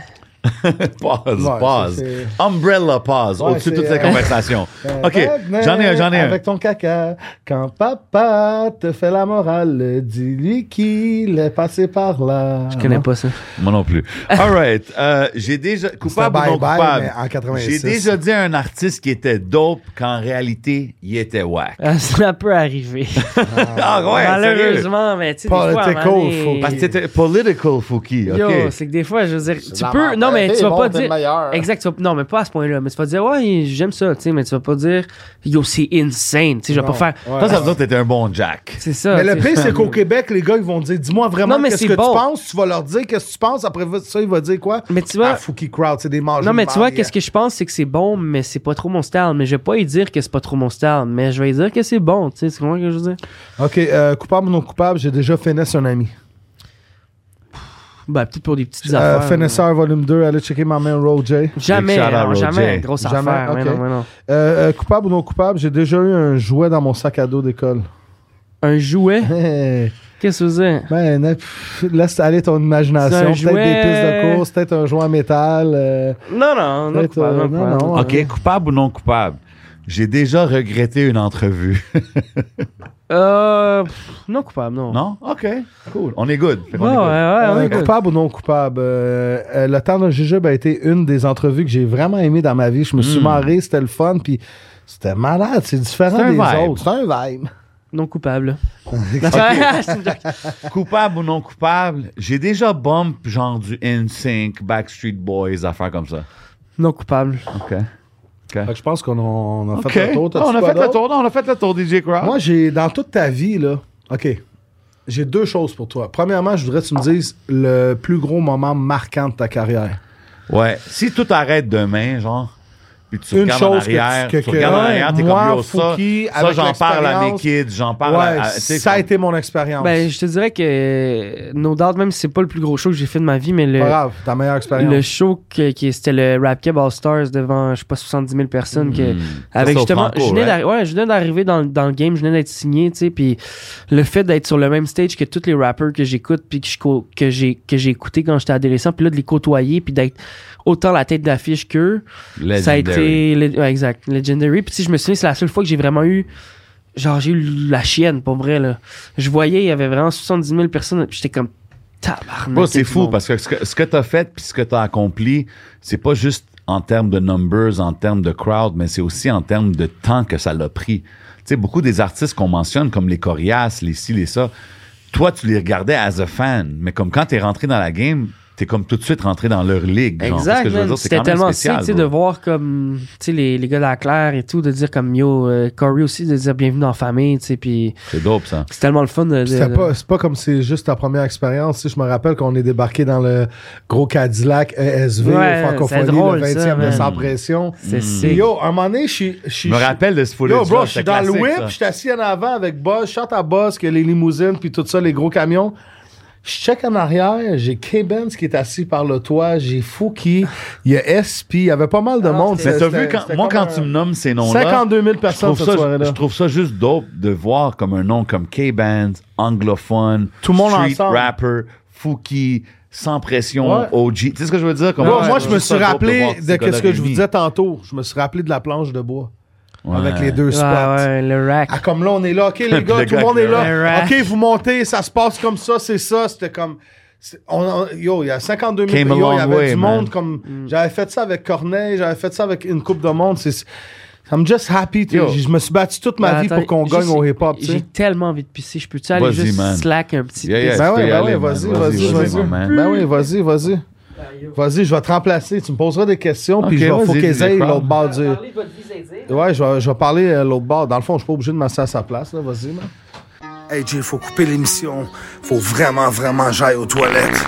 [SPEAKER 5] (laughs) Pause,
[SPEAKER 8] Ouais,
[SPEAKER 5] pause.
[SPEAKER 8] c'est-
[SPEAKER 5] Umbrella pause
[SPEAKER 8] Ouais,
[SPEAKER 5] au-dessus de
[SPEAKER 8] c'est,
[SPEAKER 5] toute cette
[SPEAKER 8] euh, (laughs)
[SPEAKER 5] conversation. OK,
[SPEAKER 8] Revenez
[SPEAKER 5] j'en ai un, j'en ai un.
[SPEAKER 8] Avec ton caca, quand papa te fait la morale, dis-lui qu'il est passé par là.
[SPEAKER 7] Je connais pas ça. (laughs)
[SPEAKER 5] Moi non plus. All right. euh, j'ai déjà. Coupable ou
[SPEAKER 8] C'était
[SPEAKER 5] non
[SPEAKER 8] bye-bye,
[SPEAKER 5] coupable?
[SPEAKER 8] mais en 86.
[SPEAKER 5] J'ai déjà dit à un artiste qui était dope qu'en réalité, il était whack.
[SPEAKER 7] Ah, Ça peut arriver.
[SPEAKER 5] (laughs) Ah, ouais, sérieux.
[SPEAKER 7] Malheureusement, mais tu sais, des fois, à un
[SPEAKER 8] Political,
[SPEAKER 7] moment donné-
[SPEAKER 8] faut-
[SPEAKER 5] Parce que c'était political, Fouki. OK.
[SPEAKER 7] Yo, c'est que des fois, je veux dire, tu
[SPEAKER 12] la
[SPEAKER 7] peux.
[SPEAKER 12] merde.
[SPEAKER 7] Non, mais
[SPEAKER 12] T'es
[SPEAKER 7] tu vas
[SPEAKER 12] bon,
[SPEAKER 7] pas
[SPEAKER 12] t'es le
[SPEAKER 7] dire.
[SPEAKER 12] meilleur.
[SPEAKER 7] Exact, tu vas- non, mais pas à ce point-là. Mais tu vas dire, ouais, j'aime ça, tu sais, mais tu vas pas dire, yo, c'est insane. Tu sais, je vais pas faire.
[SPEAKER 5] Ça, ça veut dire que t'étais un bon Jack.
[SPEAKER 7] Ah, C'est ça.
[SPEAKER 8] Mais le
[SPEAKER 7] tu sais.
[SPEAKER 8] pire, c'est qu'au Québec, les gars, ils vont dire Dis-moi vraiment
[SPEAKER 7] Non, mais
[SPEAKER 8] qu'est-ce
[SPEAKER 7] c'est
[SPEAKER 8] que
[SPEAKER 7] bon.
[SPEAKER 8] tu penses. Tu vas leur dire qu'est-ce que tu penses. Après ça, il va dire quoi
[SPEAKER 7] (laughs) Mais tu vois-
[SPEAKER 8] Ah, Fouki Crowd, c'est des mangeurs.
[SPEAKER 7] Non, mais tu vois, qu'est-ce que je pense, c'est que c'est bon, mais c'est pas trop mon style. Mais je vais pas y dire que c'est pas trop mon style, mais je vais y dire que c'est bon, tu sais, c'est comment que je veux dire?
[SPEAKER 8] Ok, euh, coupable ou non coupable, j'ai déjà finesse un ami.
[SPEAKER 7] Ben, peut-être pour des petites
[SPEAKER 8] Euh,
[SPEAKER 7] affaires.
[SPEAKER 8] Finesseur volume 2, allez checker ma main Roll J. Euh,
[SPEAKER 7] mais- Jamais,
[SPEAKER 5] Big shout out,
[SPEAKER 7] non,
[SPEAKER 5] Roger.
[SPEAKER 7] jamais, grosse
[SPEAKER 8] Jamais,
[SPEAKER 7] affaire. mais
[SPEAKER 8] ok.
[SPEAKER 7] non, mais non.
[SPEAKER 8] Euh, euh, coupable ou non coupable, j'ai déjà eu un jouet dans mon sac à dos d'école.
[SPEAKER 7] Un jouet?
[SPEAKER 8] Hey,
[SPEAKER 7] Qu'est-ce que c'est?
[SPEAKER 8] (laughs) ben, ne- pff, laisse aller ton imagination.
[SPEAKER 7] C'est un
[SPEAKER 8] Peut-être des
[SPEAKER 7] jouet.
[SPEAKER 8] pistes de course, peut-être un jouet en métal. euh,
[SPEAKER 7] Non, non, non,
[SPEAKER 8] Peut-être,
[SPEAKER 7] coupable,
[SPEAKER 8] euh,
[SPEAKER 7] non,
[SPEAKER 8] non,
[SPEAKER 7] coupable.
[SPEAKER 8] non.
[SPEAKER 5] OK, coupable ou non coupable? J'ai déjà regretté une entrevue.
[SPEAKER 7] Euh, pff, non coupable, non.
[SPEAKER 5] (laughs) Non? OK, cool. On est good. Fait
[SPEAKER 7] Ouais,
[SPEAKER 5] qu'on
[SPEAKER 7] ouais,
[SPEAKER 5] est Ah, good.
[SPEAKER 7] ouais,
[SPEAKER 8] euh,
[SPEAKER 7] ouais, good.
[SPEAKER 8] coupable ou non coupable, euh, euh, le temps d'un jujube a été une des entrevues que j'ai vraiment aimé dans ma vie. Je me suis marré, c'était le fun, puis c'était malade, c'est différent
[SPEAKER 5] Hmm. C'est un
[SPEAKER 8] des
[SPEAKER 5] vibe.
[SPEAKER 8] autres. C'est un vibe.
[SPEAKER 7] Non (laughs) coupable. Non, c'est- c'est une joke.
[SPEAKER 5] Coupable ou non coupable? J'ai déjà bump genre du NSYNC, Backstreet Boys, affaires comme ça.
[SPEAKER 7] non coupable.
[SPEAKER 5] OK.
[SPEAKER 8] Fait que je pense qu'on a, on a
[SPEAKER 5] OK. Ah,
[SPEAKER 8] fait le tour. T'as-tu
[SPEAKER 5] on a
[SPEAKER 8] quoi
[SPEAKER 5] fait le
[SPEAKER 8] d'autre?
[SPEAKER 5] tour. non, on a fait le tour, DJ Crowd.
[SPEAKER 8] Moi, j'ai dans toute ta vie, là, OK, j'ai deux choses pour toi. Premièrement, je voudrais que tu me dises le plus gros moment marquant de ta carrière.
[SPEAKER 5] Ouais. Si tout arrête demain, genre, puis tu
[SPEAKER 8] Une
[SPEAKER 5] regardes en
[SPEAKER 8] chose que tu-
[SPEAKER 5] arrière,
[SPEAKER 8] que-
[SPEAKER 5] tu,
[SPEAKER 8] que-
[SPEAKER 5] regardes en
[SPEAKER 8] ouais,
[SPEAKER 5] arrière, t'es
[SPEAKER 8] moi,
[SPEAKER 5] comme yo, ça,
[SPEAKER 8] Fouki,
[SPEAKER 5] ça
[SPEAKER 8] avec
[SPEAKER 5] j'en parle à mes
[SPEAKER 8] l'expérience,
[SPEAKER 5] kids, j'en parle
[SPEAKER 8] ouais,
[SPEAKER 5] à, à- tu sais,
[SPEAKER 8] ça a
[SPEAKER 5] comme-
[SPEAKER 8] été mon expérience.
[SPEAKER 7] Ben, je te dirais que No Doubt, même si c'est pas le plus gros show que j'ai fait de ma vie, mais le,
[SPEAKER 8] Pas grave, ta meilleure expérience.
[SPEAKER 7] le show que, qui c'était le Rap Cab All Stars devant, je sais pas, 70 000 personnes. Que,
[SPEAKER 5] Hmm. Ça,
[SPEAKER 7] avec
[SPEAKER 5] c'est au
[SPEAKER 7] justement,
[SPEAKER 5] Franco,
[SPEAKER 7] je venais
[SPEAKER 5] right?
[SPEAKER 7] d'arri- ouais, je venais d'arriver dans, le- dans le game, je venais d'être signé, tu sais, puis le fait d'être sur le même stage que tous les rappers que j'écoute, puis que je co- que j'ai que j'ai écouté quand j'étais adolescent, puis là de les côtoyer, puis d'être autant la tête d'affiche qu'eux, ça a
[SPEAKER 5] Legendary.
[SPEAKER 7] été le- ouais, exact legendary puis si je me souviens c'est la seule fois que j'ai vraiment eu genre j'ai eu la chienne pour vrai là je voyais il y avait vraiment 70 000 personnes puis j'étais comme tabarnak
[SPEAKER 5] Bro, c'est
[SPEAKER 7] tout le
[SPEAKER 5] fou
[SPEAKER 7] monde.
[SPEAKER 5] parce que ce que, ce que t'as fait puis ce que t'as accompli, c'est pas juste en termes de numbers, en termes de crowd, mais c'est aussi en termes de temps que ça l'a pris. Tu sais, beaucoup des artistes qu'on mentionne, comme les Corias, les ci, les ça, toi, tu les regardais as a fan, mais comme quand t'es rentré dans la game, t'es comme tout de suite rentré dans leur ligue. genre. Ce que
[SPEAKER 7] Exact,
[SPEAKER 5] je veux
[SPEAKER 7] man.
[SPEAKER 5] dire, c'est
[SPEAKER 7] c'était
[SPEAKER 5] quand même
[SPEAKER 7] tellement sick
[SPEAKER 5] spécial,
[SPEAKER 7] tu sais,
[SPEAKER 5] bro.
[SPEAKER 7] de voir comme tu sais, les, les gars de la Claire et tout, de dire comme yo, euh, Corey aussi, de dire bienvenue dans la famille, tu sais, puis
[SPEAKER 5] C'est dope, ça.
[SPEAKER 7] c'est tellement le fun de. de-
[SPEAKER 8] C'était pas, c'est pas comme c'est juste ta première expérience. Tu sais, Je me rappelle qu'on est débarqué dans le gros Cadillac ESV au
[SPEAKER 7] Ouais,
[SPEAKER 8] francophonie
[SPEAKER 7] c'est drôle,
[SPEAKER 8] le 20e
[SPEAKER 7] ça,
[SPEAKER 8] de
[SPEAKER 7] man.
[SPEAKER 8] sans pression.
[SPEAKER 5] Mm.
[SPEAKER 7] C'est sick.
[SPEAKER 8] Yo, à un moment donné, je suis- je suis.
[SPEAKER 5] Je me rappelle de ce footage.
[SPEAKER 8] Yo, bro, je suis dans le whip, je suis assis en avant avec Buzz, chante à Buzz, que les limousines, puis tout ça, les gros camions. Je check en arrière, j'ai K-Benz qui est assis par le toit, j'ai Fouki, il y a SP, il y avait pas mal
[SPEAKER 7] Ah
[SPEAKER 8] de monde.
[SPEAKER 5] Mais t'as
[SPEAKER 8] C'était-
[SPEAKER 5] vu, quand,
[SPEAKER 8] c'était
[SPEAKER 5] moi,
[SPEAKER 8] comme
[SPEAKER 5] quand
[SPEAKER 8] un-
[SPEAKER 5] tu me nommes ces noms-là.
[SPEAKER 8] 52 000
[SPEAKER 5] je
[SPEAKER 8] personnes
[SPEAKER 5] trouve
[SPEAKER 8] cette
[SPEAKER 5] ça-
[SPEAKER 8] soirée-là.
[SPEAKER 5] Je trouve ça juste dope de voir comme un nom comme K-Band, anglophone,
[SPEAKER 8] Tout le monde
[SPEAKER 5] street
[SPEAKER 8] ensemble.
[SPEAKER 5] rapper, Fouki, sans pression,
[SPEAKER 8] Ouais.
[SPEAKER 5] OG. Tu sais ce que Ah, je veux dire? Comme
[SPEAKER 8] Moi,
[SPEAKER 5] ouais,
[SPEAKER 8] moi,
[SPEAKER 5] c'est
[SPEAKER 8] je me
[SPEAKER 5] juste ça
[SPEAKER 8] suis
[SPEAKER 5] dope de
[SPEAKER 8] rappelé
[SPEAKER 5] voir
[SPEAKER 8] de,
[SPEAKER 5] ces
[SPEAKER 8] ce que
[SPEAKER 5] gars-là
[SPEAKER 8] je vous
[SPEAKER 5] réunis.
[SPEAKER 8] disais tantôt. Je me suis rappelé de la planche de bois
[SPEAKER 5] Ouais.
[SPEAKER 8] avec les deux
[SPEAKER 7] Ouais,
[SPEAKER 8] spots.
[SPEAKER 7] ouais, le rack.
[SPEAKER 8] Ah, comme là, on est là. OK, les gars,
[SPEAKER 5] (laughs) Le
[SPEAKER 8] tout le
[SPEAKER 5] gars
[SPEAKER 8] monde
[SPEAKER 5] qui
[SPEAKER 8] est là.
[SPEAKER 7] le-
[SPEAKER 8] OK, vous montez, ça se passe comme ça, c'est ça. C'était comme. c'est- on- on- yo, il y a 52 000
[SPEAKER 5] Came a
[SPEAKER 8] yo, il y
[SPEAKER 5] long
[SPEAKER 8] avait
[SPEAKER 5] way,
[SPEAKER 8] du
[SPEAKER 5] man.
[SPEAKER 8] monde. comme
[SPEAKER 7] Mm.
[SPEAKER 8] J'avais fait ça avec Corneille, j'avais fait ça avec une coupe de monde. C'est, I'm just happy. tu sais,
[SPEAKER 5] Yo.
[SPEAKER 8] Je me suis battu toute ma
[SPEAKER 7] Ah,
[SPEAKER 8] vie
[SPEAKER 7] attends,
[SPEAKER 8] pour qu'on
[SPEAKER 7] juste-
[SPEAKER 8] gagne au hip-hop. tu sais.
[SPEAKER 7] J'ai tellement envie de pisser. Je peux-tu aller
[SPEAKER 5] Vas-y,
[SPEAKER 7] juste
[SPEAKER 5] man.
[SPEAKER 7] slack un petit
[SPEAKER 5] Yeah, yeah,
[SPEAKER 7] pisse?
[SPEAKER 5] tu
[SPEAKER 8] Ben
[SPEAKER 5] peux
[SPEAKER 8] oui,
[SPEAKER 5] y
[SPEAKER 8] ben
[SPEAKER 5] aller,
[SPEAKER 8] oui,
[SPEAKER 5] man.
[SPEAKER 8] vas-y, vas-y,
[SPEAKER 5] mon
[SPEAKER 8] vas-y.
[SPEAKER 5] man.
[SPEAKER 8] Ben oui, vas-y, vas-y. Vas-y, je vais te remplacer. Tu me poseras des questions, puis
[SPEAKER 5] Ok,
[SPEAKER 8] je vais
[SPEAKER 5] vas-y,
[SPEAKER 8] faut qu'ils
[SPEAKER 5] dis-les,
[SPEAKER 8] aillent
[SPEAKER 5] Carl.
[SPEAKER 8] l'autre bord du. Ouais, je vais, je vais parler euh, l'autre bord. Dans le fond, je suis pas obligé de masser à sa place, là. Vas-y, man.
[SPEAKER 11] Hey Jay, faut couper l'émission. Faut vraiment, vraiment j'aille aux toilettes.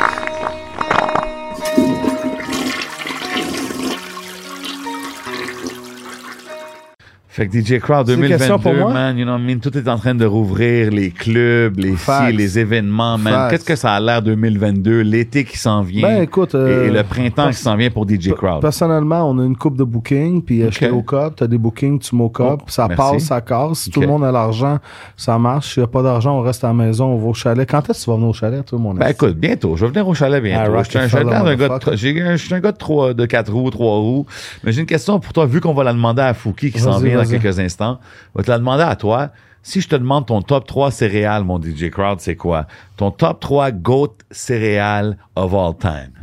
[SPEAKER 5] Fait que DJ Crowd
[SPEAKER 8] une question pour
[SPEAKER 5] 2022,
[SPEAKER 8] moi?
[SPEAKER 5] man, you know what I mean, tout est en train de rouvrir, les clubs, les
[SPEAKER 8] Facts.
[SPEAKER 5] filles, les événements, man.
[SPEAKER 8] Facts.
[SPEAKER 5] Qu'est-ce que ça a l'air 2022, l'été qui s'en vient
[SPEAKER 8] Ben, écoute, euh,
[SPEAKER 5] et, et le printemps qui s'en vient pour DJ Crowd.
[SPEAKER 8] Personnellement, on a une coupe de booking, puis euh,
[SPEAKER 5] Ah. Ok.
[SPEAKER 8] j'étais au cop, t'as des bookings, tu m'au cop,
[SPEAKER 5] Oh,
[SPEAKER 8] ça
[SPEAKER 5] merci.
[SPEAKER 8] passe, ça casse. Si tout le
[SPEAKER 5] Ok.
[SPEAKER 8] monde a l'argent, ça marche. S'il n'y a pas d'argent, on reste à la maison, on va au chalet. Quand est-ce que tu vas venir au chalet, toi, mon
[SPEAKER 5] Ben
[SPEAKER 8] esti?
[SPEAKER 5] écoute, bientôt. Je vais venir au chalet bientôt.
[SPEAKER 8] Ah,
[SPEAKER 5] je suis un, je suis
[SPEAKER 8] Rockefeller,
[SPEAKER 5] un gars de,
[SPEAKER 8] motherfucker.
[SPEAKER 5] j'ai un- je suis un gars de trois, de quatre roues, trois roues. Mais j'ai une question pour toi, vu qu'on va la demander à Fouki qui s'en
[SPEAKER 8] Vas-y,
[SPEAKER 5] vient dans
[SPEAKER 8] vas-y.
[SPEAKER 5] quelques instants. Je vais te la demander à toi. Si je te demande ton top 3 céréales, mon DJ Crowd, c'est quoi? Ton top 3 goat céréales of all time.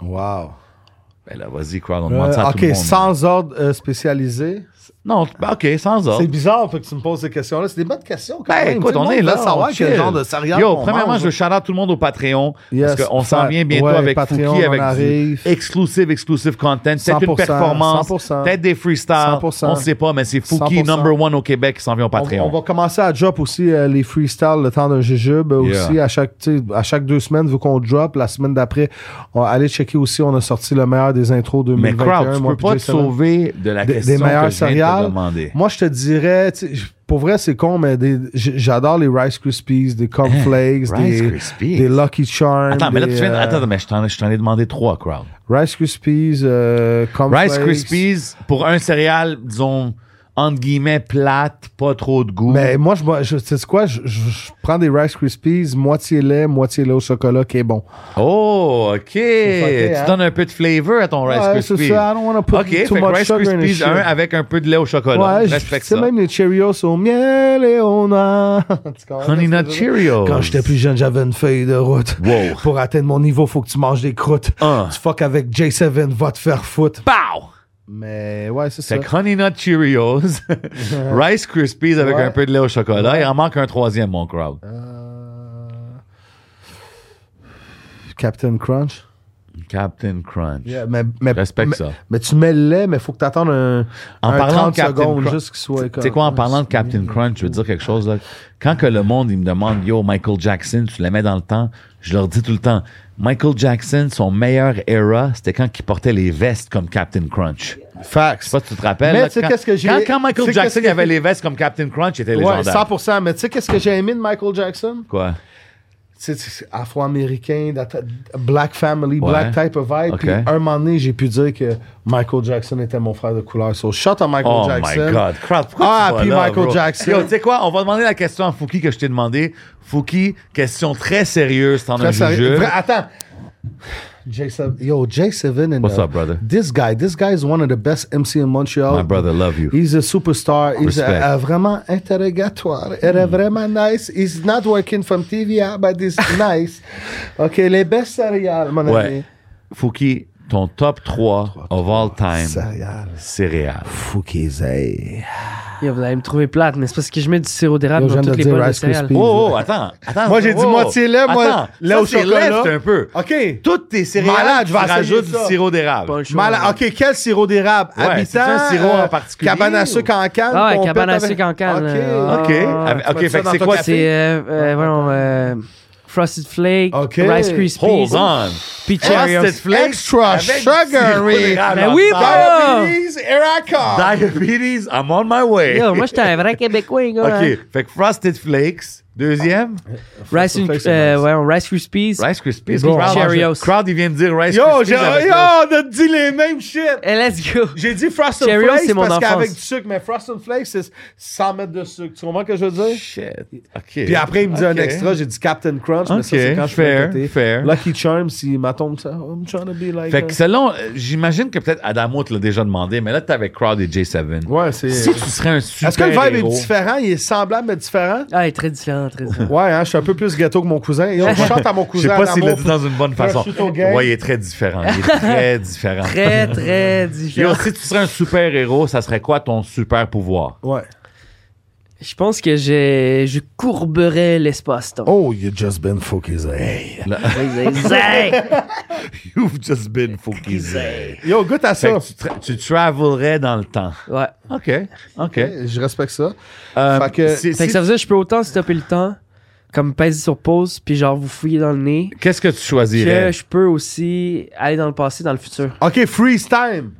[SPEAKER 8] Wow.
[SPEAKER 5] Ben là, vas-y, Crowd, on
[SPEAKER 8] Euh,
[SPEAKER 5] demande ça à tout le
[SPEAKER 8] ok,
[SPEAKER 5] monde.
[SPEAKER 8] sans ordre euh, spécialisé.
[SPEAKER 5] Non, ben, ok, sans
[SPEAKER 8] C'est
[SPEAKER 5] ordre.
[SPEAKER 8] bizarre fait que tu me poses ces questions-là. C'est des bonnes questions quand
[SPEAKER 5] Ben,
[SPEAKER 8] même.
[SPEAKER 5] écoute,
[SPEAKER 8] Tout le
[SPEAKER 5] on
[SPEAKER 8] monde
[SPEAKER 5] est là,
[SPEAKER 8] veut savoir
[SPEAKER 5] on
[SPEAKER 8] quel
[SPEAKER 5] chill.
[SPEAKER 8] genre de céréales
[SPEAKER 5] Yo,
[SPEAKER 8] qu'on
[SPEAKER 5] premièrement,
[SPEAKER 8] mange.
[SPEAKER 5] je shout out tout le monde au Patreon.
[SPEAKER 8] Yes,
[SPEAKER 5] parce qu'on s'en
[SPEAKER 8] fa-
[SPEAKER 5] vient bientôt
[SPEAKER 8] ouais,
[SPEAKER 5] avec
[SPEAKER 8] Patreon,
[SPEAKER 5] Fouki,
[SPEAKER 8] on
[SPEAKER 5] avec
[SPEAKER 8] arrive.
[SPEAKER 5] Fou- exclusive, exclusive content. C'est
[SPEAKER 8] 100%,
[SPEAKER 5] une performance,
[SPEAKER 8] 100%,
[SPEAKER 5] peut-être des freestyles,
[SPEAKER 8] 100%,
[SPEAKER 5] on sait pas, mais c'est Fouki
[SPEAKER 8] 100%.
[SPEAKER 5] number one au Québec qui s'en vient au
[SPEAKER 8] On,
[SPEAKER 5] Patreon.
[SPEAKER 8] on va commencer à drop aussi euh, les freestyles le temps d'un jujube euh,
[SPEAKER 5] Yeah.
[SPEAKER 8] aussi à chaque tu sais, à chaque deux semaines vu qu'on drop la semaine d'après on allez checker aussi on a sorti le meilleur des intros
[SPEAKER 5] mais
[SPEAKER 8] 2021
[SPEAKER 5] Crowd, tu
[SPEAKER 8] moi,
[SPEAKER 5] peux
[SPEAKER 8] puis
[SPEAKER 5] pas te
[SPEAKER 8] Jason.
[SPEAKER 5] sauver de la
[SPEAKER 8] des,
[SPEAKER 5] question
[SPEAKER 8] des meilleurs
[SPEAKER 5] que je viens de te
[SPEAKER 8] céréales
[SPEAKER 5] demander.
[SPEAKER 8] moi je te dirais tu sais, j- pour vrai c'est con mais des- j- j'adore les Rice Krispies des cornflakes
[SPEAKER 5] Eh, Rice
[SPEAKER 8] des,
[SPEAKER 5] Krispies.
[SPEAKER 8] des Lucky Charms
[SPEAKER 5] Attends, mais là, tu
[SPEAKER 8] des,
[SPEAKER 5] viens de-
[SPEAKER 8] euh,
[SPEAKER 5] Attends, mais je t'en je t'en ai demandé trois, Crowd.
[SPEAKER 8] Rice Krispies euh, cornflakes
[SPEAKER 5] Rice Krispies, pour un céréale, disons, entre guillemets, plate, pas trop de goût.
[SPEAKER 8] Mais moi, je, bois- je tu sais quoi, je, je- je prends des Rice Krispies, moitié lait, moitié lait au chocolat, qui est bon.
[SPEAKER 5] Oh, OK.
[SPEAKER 8] fucké,
[SPEAKER 5] tu
[SPEAKER 8] hein?
[SPEAKER 5] donnes un peu de flavor à ton Rice
[SPEAKER 8] Ouais, c'est
[SPEAKER 5] Krispies.
[SPEAKER 8] ça. I don't wanna put
[SPEAKER 5] OK, fait
[SPEAKER 8] too
[SPEAKER 5] que
[SPEAKER 8] much
[SPEAKER 5] Rice
[SPEAKER 8] sugar in
[SPEAKER 5] Krispies,
[SPEAKER 8] this
[SPEAKER 5] un
[SPEAKER 8] shit.
[SPEAKER 5] avec un peu de lait au chocolat.
[SPEAKER 8] Ouais, je-
[SPEAKER 5] Respecte
[SPEAKER 8] c'est
[SPEAKER 5] ça.
[SPEAKER 8] même les Cheerios au miel et on a. (laughs) Tu comprends
[SPEAKER 5] Honey Nut
[SPEAKER 8] ce que je veux dire?
[SPEAKER 5] Cheerios.
[SPEAKER 8] Quand j'étais plus jeune, j'avais une feuille de route.
[SPEAKER 5] Wow.
[SPEAKER 8] Pour atteindre mon niveau, faut que tu manges des croûtes.
[SPEAKER 5] Ah.
[SPEAKER 8] Tu fuck avec J7, va te faire foutre.
[SPEAKER 5] Pow!
[SPEAKER 8] Mais ouais, c'est ça.
[SPEAKER 5] Fait que Honey Nut Cheerios,
[SPEAKER 8] (laughs)
[SPEAKER 5] (laughs) Rice Krispies avec
[SPEAKER 8] Ouais.
[SPEAKER 5] un peu de lait au chocolat. Il en manque un troisième, mon crowd.
[SPEAKER 8] Euh, Captain Crunch.
[SPEAKER 5] Captain Crunch.
[SPEAKER 8] Yeah, mais, mais,
[SPEAKER 5] Respecte
[SPEAKER 8] mais-
[SPEAKER 5] ça.
[SPEAKER 8] Mais tu mets le lait, mais faut que t'attendes un,
[SPEAKER 5] En
[SPEAKER 8] un
[SPEAKER 5] parlant
[SPEAKER 8] 30
[SPEAKER 5] de Captain
[SPEAKER 8] secondes
[SPEAKER 5] Crunch-
[SPEAKER 8] juste qu'il soit
[SPEAKER 5] Tu sais quoi, en parlant de Captain Crunch, je veux dire quelque chose. Là. Quand que le monde il me demande, yo, Michael Jackson, tu le mets dans le temps, je leur dis tout le temps, Michael Jackson, son meilleur era, c'était quand il portait les vestes comme Captain Crunch. Je sais
[SPEAKER 8] Facts.
[SPEAKER 5] pas si tu te rappelles.
[SPEAKER 8] Mais
[SPEAKER 5] là,
[SPEAKER 8] tu sais
[SPEAKER 5] quand,
[SPEAKER 8] qu'est-ce que j'ai-
[SPEAKER 5] quand, quand Michael
[SPEAKER 8] tu sais
[SPEAKER 5] Jackson
[SPEAKER 8] qu'est-ce
[SPEAKER 5] il avait
[SPEAKER 8] que-
[SPEAKER 5] les vestes comme Captain Crunch, il était
[SPEAKER 8] Ouais,
[SPEAKER 5] légendaire.
[SPEAKER 8] 100%. Mais tu sais qu'est-ce que j'ai aimé de Michael Jackson?
[SPEAKER 5] Quoi?
[SPEAKER 8] tu sais, c'est afro-américain, d'ata- black family,
[SPEAKER 5] Ouais.
[SPEAKER 8] black type of vibe.
[SPEAKER 5] Ok.
[SPEAKER 8] Puis un moment donné, j'ai pu dire que Michael Jackson était mon frère de couleur. So, shot à Michael
[SPEAKER 5] Oh
[SPEAKER 8] Jackson.
[SPEAKER 5] my God. Crowd, pourquoi
[SPEAKER 8] Ah,
[SPEAKER 5] tu vas
[SPEAKER 8] puis
[SPEAKER 5] là,
[SPEAKER 8] Michael
[SPEAKER 5] bro?
[SPEAKER 8] Jackson.
[SPEAKER 5] Yo, tu sais quoi? On va demander la question à Fouki que je t'ai demandé. Fouki, question très sérieuse, t'en as
[SPEAKER 8] Très sérieux.
[SPEAKER 5] jugé.
[SPEAKER 8] Vrai- attends. J7, yo, J7 and
[SPEAKER 5] What's
[SPEAKER 8] uh,
[SPEAKER 5] up, brother?
[SPEAKER 8] This guy, this guy is one of the best MC in Montreal.
[SPEAKER 5] My brother, love you.
[SPEAKER 8] He's a superstar. He's
[SPEAKER 5] Respect.
[SPEAKER 8] a, a vraiment interrogatoire. Il est vraiment nice. He's not working from TVA, but he's nice. OK, les best céréales, mon ami.
[SPEAKER 5] Ouais. Fouki, ton top 3 of all time
[SPEAKER 8] Céréales.
[SPEAKER 5] céréales.
[SPEAKER 8] Faut qu'ils aient.
[SPEAKER 7] Yo, Vous allez me trouver plate, mais c'est parce que je mets du sirop d'érable
[SPEAKER 8] Yo, je
[SPEAKER 7] dans
[SPEAKER 8] viens
[SPEAKER 7] toutes les
[SPEAKER 8] de dire
[SPEAKER 7] poches de
[SPEAKER 8] Rice
[SPEAKER 7] céréales.
[SPEAKER 8] Krispies.
[SPEAKER 5] Oh, oh, attends, attends.
[SPEAKER 8] Moi, j'ai dit
[SPEAKER 5] Oh,
[SPEAKER 8] moitié lait, moi,
[SPEAKER 5] attends.
[SPEAKER 8] lait
[SPEAKER 5] Ça,
[SPEAKER 8] au
[SPEAKER 5] c'est
[SPEAKER 8] chocolat.
[SPEAKER 5] left un peu.
[SPEAKER 8] OK.
[SPEAKER 5] Toutes tes céréales,
[SPEAKER 8] Malade, je vais
[SPEAKER 5] tu
[SPEAKER 8] essayer
[SPEAKER 5] rajoutes du
[SPEAKER 8] ça.
[SPEAKER 5] sirop d'érable.
[SPEAKER 7] Pas le choix,
[SPEAKER 8] Malade.
[SPEAKER 7] là.
[SPEAKER 8] OK, quel sirop d'érable?
[SPEAKER 5] Ouais,
[SPEAKER 8] Habitant, euh,
[SPEAKER 5] c'est un sirop en particulier
[SPEAKER 8] Cabane
[SPEAKER 5] ou-
[SPEAKER 8] à sucre en canne?
[SPEAKER 7] Ah ouais,
[SPEAKER 8] qu'on
[SPEAKER 7] cabane
[SPEAKER 8] pète
[SPEAKER 7] à
[SPEAKER 8] avec-
[SPEAKER 7] sucre en canne,
[SPEAKER 8] OK. Ah.
[SPEAKER 7] euh,
[SPEAKER 5] OK. Avec-
[SPEAKER 8] tu
[SPEAKER 5] OK,
[SPEAKER 8] mets
[SPEAKER 5] fait
[SPEAKER 8] ça
[SPEAKER 5] que
[SPEAKER 8] dans
[SPEAKER 5] c'est
[SPEAKER 8] ton
[SPEAKER 5] quoi?
[SPEAKER 8] café?
[SPEAKER 7] C'est euh, euh, voyons, euh, Frosted Flake,
[SPEAKER 8] Ok.
[SPEAKER 7] Rice Krispies,
[SPEAKER 5] Hold on.
[SPEAKER 7] puis Cheerios.
[SPEAKER 5] Frosted Flakes
[SPEAKER 8] Extra
[SPEAKER 5] avec du sirop
[SPEAKER 8] sugary.
[SPEAKER 5] d'érable Ben
[SPEAKER 7] Mais
[SPEAKER 5] en
[SPEAKER 7] Ben oui, ben
[SPEAKER 5] dedans.
[SPEAKER 8] Diabetes, here I come.
[SPEAKER 5] Diabetes, I'm on my way. (laughs)
[SPEAKER 7] Yo, moi, j'étais un vrai Québécois, gars. hein.
[SPEAKER 5] OK, fait que Frosted Flakes, deuxième,
[SPEAKER 7] Rice,
[SPEAKER 8] Flakes, c'est
[SPEAKER 7] euh,
[SPEAKER 8] nice.
[SPEAKER 7] voyons, Rice Krispies.
[SPEAKER 5] Rice Krispies.
[SPEAKER 7] Bon.
[SPEAKER 5] Crowd,
[SPEAKER 7] Cheerios.
[SPEAKER 5] Crowd, il vient de dire Rice
[SPEAKER 8] Yo,
[SPEAKER 5] Krispies.
[SPEAKER 8] Oh, j'ai-
[SPEAKER 5] avec
[SPEAKER 8] yo,
[SPEAKER 5] le-
[SPEAKER 8] on a dit les mêmes shit.
[SPEAKER 7] Eh, let's go.
[SPEAKER 8] J'ai dit Frosted
[SPEAKER 7] Cheerios, c'est
[SPEAKER 8] Flakes
[SPEAKER 7] mon
[SPEAKER 8] parce
[SPEAKER 7] enfance.
[SPEAKER 8] qu'avec du sucre, mais Frosted Flakes, c'est sans mettre de sucre. Tu comprends ce que je veux dire?
[SPEAKER 5] Shit. OK.
[SPEAKER 8] Puis après, il me dit
[SPEAKER 5] Ok.
[SPEAKER 8] un extra, j'ai dit Captain Crunch, mais ça, c'est
[SPEAKER 5] Ok,
[SPEAKER 8] quand je fais
[SPEAKER 5] fair,
[SPEAKER 8] un côté.
[SPEAKER 5] fair.
[SPEAKER 8] Lucky Charms, il m'attend ça. I'm trying to be like.
[SPEAKER 5] Fait que
[SPEAKER 8] a-
[SPEAKER 5] selon, euh, j'imagine que peut-être Adamo te l'a déjà demandé, mais là, t'es avec Crowd et J7.
[SPEAKER 8] Ouais, c'est.
[SPEAKER 5] Si tu serais un super
[SPEAKER 8] Euh, Est-ce que le vibe
[SPEAKER 5] héros,
[SPEAKER 8] est différent? Il est semblable, mais différent?
[SPEAKER 7] Ah, il est très différent,
[SPEAKER 5] (laughs)
[SPEAKER 7] très différent.
[SPEAKER 8] Ouais, hein, je suis un peu plus gâteau que mon cousin. Yo, je chante à mon
[SPEAKER 5] Je
[SPEAKER 8] cousin.
[SPEAKER 5] sais pas
[SPEAKER 8] à
[SPEAKER 5] s'il
[SPEAKER 8] l'amour.
[SPEAKER 5] l'a dit dans une bonne façon.
[SPEAKER 8] Prosciutto gang.
[SPEAKER 5] Ouais, il est très différent. Il est très différent.
[SPEAKER 7] Très, très
[SPEAKER 5] Yo,
[SPEAKER 7] différent.
[SPEAKER 5] si tu serais un super héros, ça serait quoi ton super pouvoir?
[SPEAKER 8] Ouais.
[SPEAKER 7] Je pense que j'ai, je courberais l'espace-temps.
[SPEAKER 8] Oh, you just been fucking hey.
[SPEAKER 5] You've just been focused.
[SPEAKER 8] Yo, goûte à
[SPEAKER 5] Fait
[SPEAKER 8] ça.
[SPEAKER 5] que tu, tra- tu travelerais dans le temps. (laughs)
[SPEAKER 7] Ouais.
[SPEAKER 5] OK. OK.
[SPEAKER 8] Ok, Je respecte ça.
[SPEAKER 5] Euh,
[SPEAKER 8] Fait que-
[SPEAKER 5] c'est-
[SPEAKER 7] Fait que
[SPEAKER 5] c'est-
[SPEAKER 7] ça faisait, je peux autant stopper le temps, comme peser sur pause, puis genre vous fouiller dans le nez,
[SPEAKER 5] Qu'est-ce que tu
[SPEAKER 7] que
[SPEAKER 5] choisirais?
[SPEAKER 7] je peux aussi aller dans le passé, dans le futur.
[SPEAKER 8] OK, freeze time.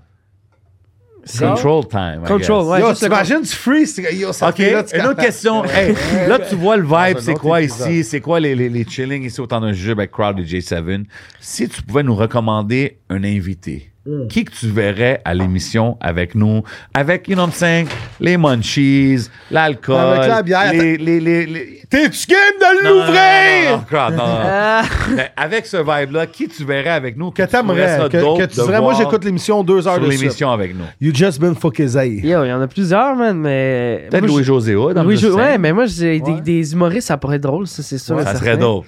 [SPEAKER 7] C'est-
[SPEAKER 5] Ah, Control time. I
[SPEAKER 7] Control,
[SPEAKER 5] guess.
[SPEAKER 7] ouais.
[SPEAKER 8] Yo,
[SPEAKER 7] juste le
[SPEAKER 8] t'imagines, tu freeze. t'es- Yo, ça
[SPEAKER 5] OK,
[SPEAKER 8] fait là, tu
[SPEAKER 5] une autre
[SPEAKER 8] capable.
[SPEAKER 5] question. Hey,
[SPEAKER 8] (laughs)
[SPEAKER 5] là, tu vois le vibe,
[SPEAKER 8] un
[SPEAKER 5] c'est
[SPEAKER 8] autre
[SPEAKER 5] quoi
[SPEAKER 8] épisode.
[SPEAKER 5] ici? C'est quoi les, les, les chillings ici au temps d'un jeu avec Crowd et J7? Si tu pouvais nous recommander un invité,
[SPEAKER 8] Hmm.
[SPEAKER 5] qui que tu verrais à l'émission avec nous? Avec, you know what I'm saying, les munchies, l'alcool,
[SPEAKER 8] Avec la bière.
[SPEAKER 5] les, les, les, les-
[SPEAKER 8] T'es-tu game de
[SPEAKER 5] Non, non, non, non, non, Crowd, non, non.
[SPEAKER 7] Ah.
[SPEAKER 5] Mais avec ce vibe-là, qui tu verrais avec nous?
[SPEAKER 8] Que t'aimerais. Que, que tu dirais, moi, j'écoute l'émission deux heures
[SPEAKER 5] sur
[SPEAKER 8] de suite.
[SPEAKER 5] l'émission avec nous.
[SPEAKER 8] You just been fucking hey.
[SPEAKER 7] Yo, il y en a plusieurs, man, mais.
[SPEAKER 5] Peut-être
[SPEAKER 7] Moi,
[SPEAKER 5] Louis-José Hood.
[SPEAKER 7] je-
[SPEAKER 5] en
[SPEAKER 7] Louis
[SPEAKER 5] plus,
[SPEAKER 7] Jo-
[SPEAKER 5] c'est-
[SPEAKER 7] Ouais, mais moi, j'ai des, des humoristes, ça pourrait être drôle, ça, c'est sûr. et
[SPEAKER 5] Ça serait
[SPEAKER 7] certain.
[SPEAKER 5] dope.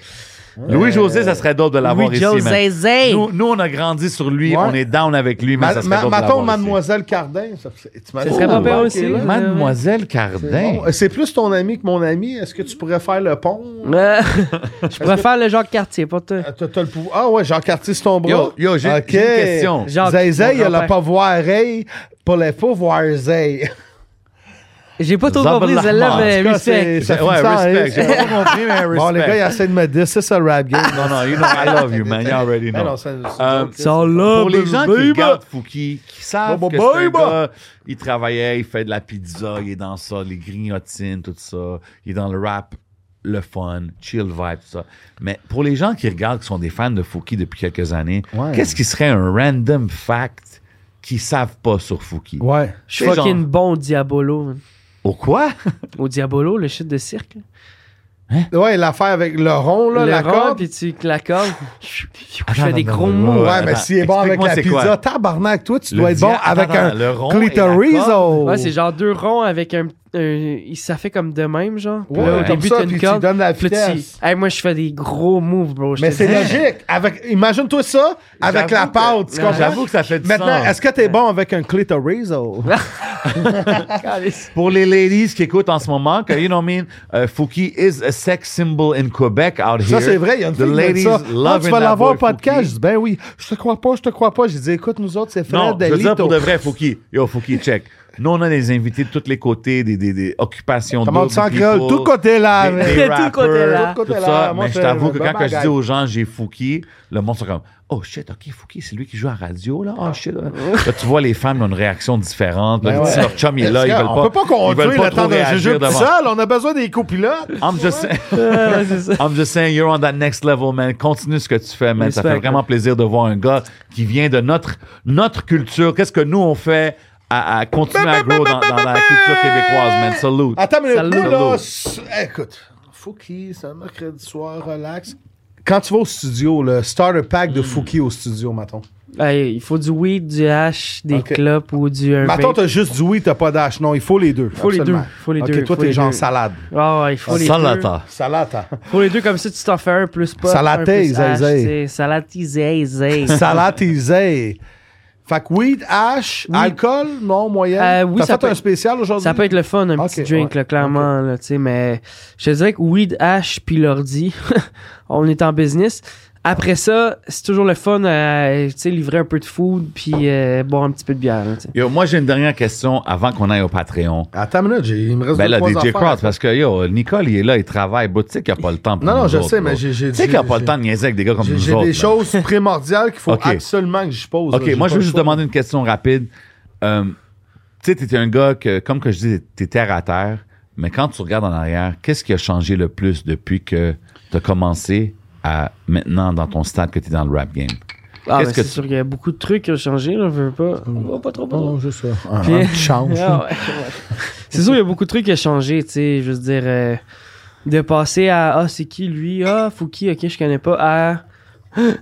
[SPEAKER 5] Louis-José, ça serait dope de l'avoir ici. man.
[SPEAKER 7] Louis-José.
[SPEAKER 5] Nous, nous, on a grandi sur lui,
[SPEAKER 8] Ouais.
[SPEAKER 5] on est down avec lui, mais
[SPEAKER 8] Ma-
[SPEAKER 5] ça serait
[SPEAKER 8] ma-
[SPEAKER 5] dope de
[SPEAKER 8] Mettons
[SPEAKER 5] l'avoir ici.
[SPEAKER 8] Mademoiselle Cardin. Ça, ça- tu m'as-
[SPEAKER 7] Ce serait pas
[SPEAKER 8] Oh,
[SPEAKER 7] pire
[SPEAKER 8] ouais,
[SPEAKER 7] aussi.
[SPEAKER 8] ok, là.
[SPEAKER 5] Mademoiselle Cardin.
[SPEAKER 8] Bon, C'est plus ton ami que mon ami. Est-ce que tu pourrais faire le pont?
[SPEAKER 7] Euh, (laughs) je préfère le genre quartier, pas toi.
[SPEAKER 8] Ah, t'as- t'as le pouvoir. Ah ouais, Jean Cartier, c'est ton bras.
[SPEAKER 5] Yo, yo, j'ai-
[SPEAKER 8] Ok.
[SPEAKER 5] j'ai une question.
[SPEAKER 7] Jacques,
[SPEAKER 8] Zay, il
[SPEAKER 7] mon
[SPEAKER 8] a le
[SPEAKER 7] grand-père.
[SPEAKER 8] pouvoir hey, pour les pouvoirs Zay.
[SPEAKER 7] J'ai pas trop compris
[SPEAKER 5] Zabala.
[SPEAKER 7] celle-là, mais
[SPEAKER 8] Ah, En tout cas,
[SPEAKER 7] respect.
[SPEAKER 8] c'est- ça
[SPEAKER 5] Ouais,
[SPEAKER 8] finit ça en
[SPEAKER 5] respect.
[SPEAKER 8] hey.
[SPEAKER 5] J'ai pas compris, mais respect.
[SPEAKER 8] Bon, les gars, ils essaient de me dire, c'est ça le rap game.
[SPEAKER 5] Non, non, you know, I love you, man. You already know. Euh,
[SPEAKER 7] Ça là,
[SPEAKER 5] Pour les gens qui
[SPEAKER 7] baby.
[SPEAKER 5] regardent Fouki, qui savent
[SPEAKER 8] Bon,
[SPEAKER 5] que
[SPEAKER 8] bon,
[SPEAKER 5] c'est un
[SPEAKER 8] baby.
[SPEAKER 5] gars, il travaillait, il fait de la pizza, il est dans ça, les grignotines, tout ça. Il est dans le rap, le fun, chill vibe, tout ça. Mais pour les gens qui regardent, qui sont des fans de Fouki depuis quelques années,
[SPEAKER 8] Ouais.
[SPEAKER 5] qu'est-ce qui serait un random fact qu'ils savent pas sur Fouki?
[SPEAKER 8] Ouais.
[SPEAKER 7] Je suis fucking bon au Diabolo. man.
[SPEAKER 5] Au quoi?
[SPEAKER 7] Au Diabolo, le shit de cirque. là.
[SPEAKER 8] Ouais, l'affaire avec le rond, là,
[SPEAKER 7] le
[SPEAKER 8] la
[SPEAKER 7] rond,
[SPEAKER 8] corde. Ah,
[SPEAKER 7] puis tu claques corde. Je
[SPEAKER 5] Attends,
[SPEAKER 7] fais des
[SPEAKER 5] attends,
[SPEAKER 7] gros
[SPEAKER 5] attends,
[SPEAKER 7] mots.
[SPEAKER 5] ouais,
[SPEAKER 8] Ouais,
[SPEAKER 5] attends,
[SPEAKER 8] Ah, mais s'il est bon avec
[SPEAKER 5] explique-moi
[SPEAKER 8] la
[SPEAKER 5] c'est
[SPEAKER 8] pizza,
[SPEAKER 5] quoi.
[SPEAKER 8] tabarnak, toi, tu
[SPEAKER 5] Le
[SPEAKER 8] dois être bon
[SPEAKER 5] dia-
[SPEAKER 8] avec
[SPEAKER 5] attends,
[SPEAKER 8] un
[SPEAKER 5] le rond et la
[SPEAKER 8] clitorizo.
[SPEAKER 7] Ouais, c'est genre deux ronds avec un. un- il- ça fait comme de même, genre. Puis
[SPEAKER 8] Ouais,
[SPEAKER 7] là, au
[SPEAKER 8] comme
[SPEAKER 7] début,
[SPEAKER 8] ça,
[SPEAKER 7] t'as une
[SPEAKER 8] puis tu
[SPEAKER 7] corde.
[SPEAKER 8] donnes la
[SPEAKER 7] puis là, tu-
[SPEAKER 8] vitesse.
[SPEAKER 7] Hey, moi, je fais des gros moves, bro. je
[SPEAKER 8] Mais
[SPEAKER 7] te
[SPEAKER 8] c'est
[SPEAKER 7] dis.
[SPEAKER 8] logique. Avec, imagine-toi ça avec
[SPEAKER 5] J'avoue
[SPEAKER 8] la
[SPEAKER 5] que-
[SPEAKER 8] pâte. Tu
[SPEAKER 5] Non,
[SPEAKER 8] comprends?
[SPEAKER 5] J'avoue que ça fait du
[SPEAKER 8] Maintenant,
[SPEAKER 5] sens.
[SPEAKER 8] est-ce que t'es bon avec un
[SPEAKER 5] (laughs)
[SPEAKER 8] clitorizo?
[SPEAKER 7] (laughs)
[SPEAKER 5] Pour les ladies qui écoutent en ce moment, que, you know what I mean, euh, Fouki is a sex symbol in Quebec out here.
[SPEAKER 8] Ça, c'est vrai, il y a une
[SPEAKER 5] The
[SPEAKER 8] fille qui m'a dit
[SPEAKER 5] ladies
[SPEAKER 8] ça. Ah,
[SPEAKER 5] loving
[SPEAKER 8] tu vas
[SPEAKER 5] that
[SPEAKER 8] l'avoir au
[SPEAKER 5] boy,
[SPEAKER 8] podcast?
[SPEAKER 5] Fouki.
[SPEAKER 8] Je dis, ben oui. Je te crois pas, je te crois pas. J'ai dit, écoute, nous autres, c'est frère
[SPEAKER 5] Non, je veux
[SPEAKER 8] d'Elito.
[SPEAKER 5] dire pour de vrai, Fouki. Yo, Fouki, check. Nous, on a des invités de tous les côtés, des, des, des occupations
[SPEAKER 8] Comment
[SPEAKER 5] doubles,
[SPEAKER 8] tu s'en
[SPEAKER 5] people,
[SPEAKER 8] créole? Tout côté là.
[SPEAKER 5] des-
[SPEAKER 8] mais-
[SPEAKER 5] des
[SPEAKER 7] (laughs) Tout
[SPEAKER 5] rappers,
[SPEAKER 7] côté là.
[SPEAKER 5] tout
[SPEAKER 8] Tout côté
[SPEAKER 5] ça.
[SPEAKER 8] là, moi,
[SPEAKER 5] mais je
[SPEAKER 8] c'est
[SPEAKER 5] t'avoue
[SPEAKER 8] le
[SPEAKER 5] que quand
[SPEAKER 8] bon
[SPEAKER 5] que je dis
[SPEAKER 8] bagage.
[SPEAKER 5] aux gens j'ai Fouki, le monde sont comme Oh shit, ok, Fouki, c'est lui qui joue à la radio là. Oh shit. Là, Là, tu vois les femmes ont une réaction différente. Là,
[SPEAKER 8] Ben ouais.
[SPEAKER 5] si leur chum il est là, ils
[SPEAKER 8] Parce
[SPEAKER 5] veulent
[SPEAKER 8] qu'on
[SPEAKER 5] pas.
[SPEAKER 8] peut pas
[SPEAKER 5] ils veulent
[SPEAKER 8] conduire
[SPEAKER 5] pas
[SPEAKER 8] le temps
[SPEAKER 5] trop
[SPEAKER 8] d'un
[SPEAKER 5] réagir
[SPEAKER 8] jeu tout
[SPEAKER 5] devant.
[SPEAKER 8] seul. On a besoin des copilotes.
[SPEAKER 5] I'm just saying-
[SPEAKER 7] Ouais, Ah, c'est ça.
[SPEAKER 5] I'm just saying, you're on that next level, man. Continue ce que tu fais, man. Ça
[SPEAKER 7] Respect,
[SPEAKER 5] fait vraiment plaisir de voir un gars qui vient de notre, notre culture. Qu'est-ce que nous, on fait à, à continuer à grow dans, dans la culture québécoise, man. Salute.
[SPEAKER 8] Attends, mais
[SPEAKER 7] Salut.
[SPEAKER 8] nous, là, s- hey, écoute, Fouki, c'est un mercredi soir, relax. Quand tu vas au studio, le starter pack de Fouki au studio, Maton.
[SPEAKER 7] Hey, il faut du weed, du hash, des
[SPEAKER 8] Ok.
[SPEAKER 7] clopes ou du. un
[SPEAKER 8] Maton,
[SPEAKER 7] vape.
[SPEAKER 8] t'as juste du oui, t'as pas d'âge. Non, il faut les deux.
[SPEAKER 7] Faut les
[SPEAKER 8] absolument.
[SPEAKER 7] deux, faut les deux,
[SPEAKER 8] Ok, toi,
[SPEAKER 7] faut les
[SPEAKER 8] t'es genre
[SPEAKER 7] deux.
[SPEAKER 8] salade.
[SPEAKER 7] Ah ouais, il faut les deux.
[SPEAKER 5] Salata.
[SPEAKER 8] Salade, hein.
[SPEAKER 7] Faut les deux comme ça, tu t'en fais un plus pas.
[SPEAKER 8] Salaté, zay, zay.
[SPEAKER 7] Salatisé, zay.
[SPEAKER 8] (laughs) (laughs) Salade et zay. Fait que weed, hash, alcool, non, moyen.
[SPEAKER 7] Euh, oui,
[SPEAKER 8] T'as
[SPEAKER 7] ça
[SPEAKER 8] fait
[SPEAKER 7] peut-
[SPEAKER 8] un spécial aujourd'hui?
[SPEAKER 7] Ça peut être le fun, un
[SPEAKER 8] Ok,
[SPEAKER 7] petit drink,
[SPEAKER 8] ouais,
[SPEAKER 7] là, clairement, là, tu sais, mais je te dirais que weed, hash, puis l'ordi, (laughs) on est en business. Après ça, c'est toujours le fun, euh, tu sais, livrer un peu de food, puis euh, boire un petit peu de bière, là, tu sais.
[SPEAKER 5] Yo, moi, j'ai une dernière question avant qu'on aille au Patreon.
[SPEAKER 8] Attends une minute, j'ai- il me reste
[SPEAKER 5] Ben
[SPEAKER 8] deux,
[SPEAKER 5] là,
[SPEAKER 8] trois
[SPEAKER 5] DJ
[SPEAKER 8] affaires.
[SPEAKER 5] Cross, parce que yo, Nicole, il est là, il travaille. Bah, Tu sais qu'il n'y a pas le temps pour
[SPEAKER 8] Non, non,
[SPEAKER 5] nous
[SPEAKER 8] je
[SPEAKER 5] autres,
[SPEAKER 8] sais,
[SPEAKER 5] bro.
[SPEAKER 8] mais j'ai... j'ai-
[SPEAKER 5] Tu sais qu'il n'y a pas le
[SPEAKER 8] j'ai-
[SPEAKER 5] temps de niaiser avec des gars comme
[SPEAKER 8] J'ai
[SPEAKER 5] nous
[SPEAKER 8] j'ai
[SPEAKER 5] autres.
[SPEAKER 8] des
[SPEAKER 5] là.
[SPEAKER 8] choses primordiales qu'il faut
[SPEAKER 5] Ok.
[SPEAKER 8] absolument que je pose.
[SPEAKER 5] OK,
[SPEAKER 8] là,
[SPEAKER 5] moi,
[SPEAKER 8] j'ai
[SPEAKER 5] je
[SPEAKER 8] pas
[SPEAKER 5] veux
[SPEAKER 8] le
[SPEAKER 5] juste
[SPEAKER 8] choix.
[SPEAKER 5] demander une question rapide. Euh, tu sais, t'étais un gars que, comme que je dis, t'es terre à terre, mais quand tu regardes en arrière, qu'est-ce qui a changé le plus depuis que t'as commencé à maintenant dans ton stade que t'es dans le rap game?
[SPEAKER 7] Ah,
[SPEAKER 5] Qu'est-ce
[SPEAKER 7] ben,
[SPEAKER 5] que
[SPEAKER 7] c'est
[SPEAKER 5] tu-
[SPEAKER 7] sûr qu'il y a beaucoup de trucs qui ont changé, là, je veux pas. Oh, pas trop, pas trop.
[SPEAKER 8] Non, juste ça. Un,
[SPEAKER 7] Puis-
[SPEAKER 8] un petit change.
[SPEAKER 7] Ah ouais, ouais. (laughs) c'est sûr, il y a beaucoup de trucs qui ont changé, tu sais. Je veux dire, euh, de passer à (gasps) Ah, c'est qui lui Ah, Fouki, ok, je connais pas. À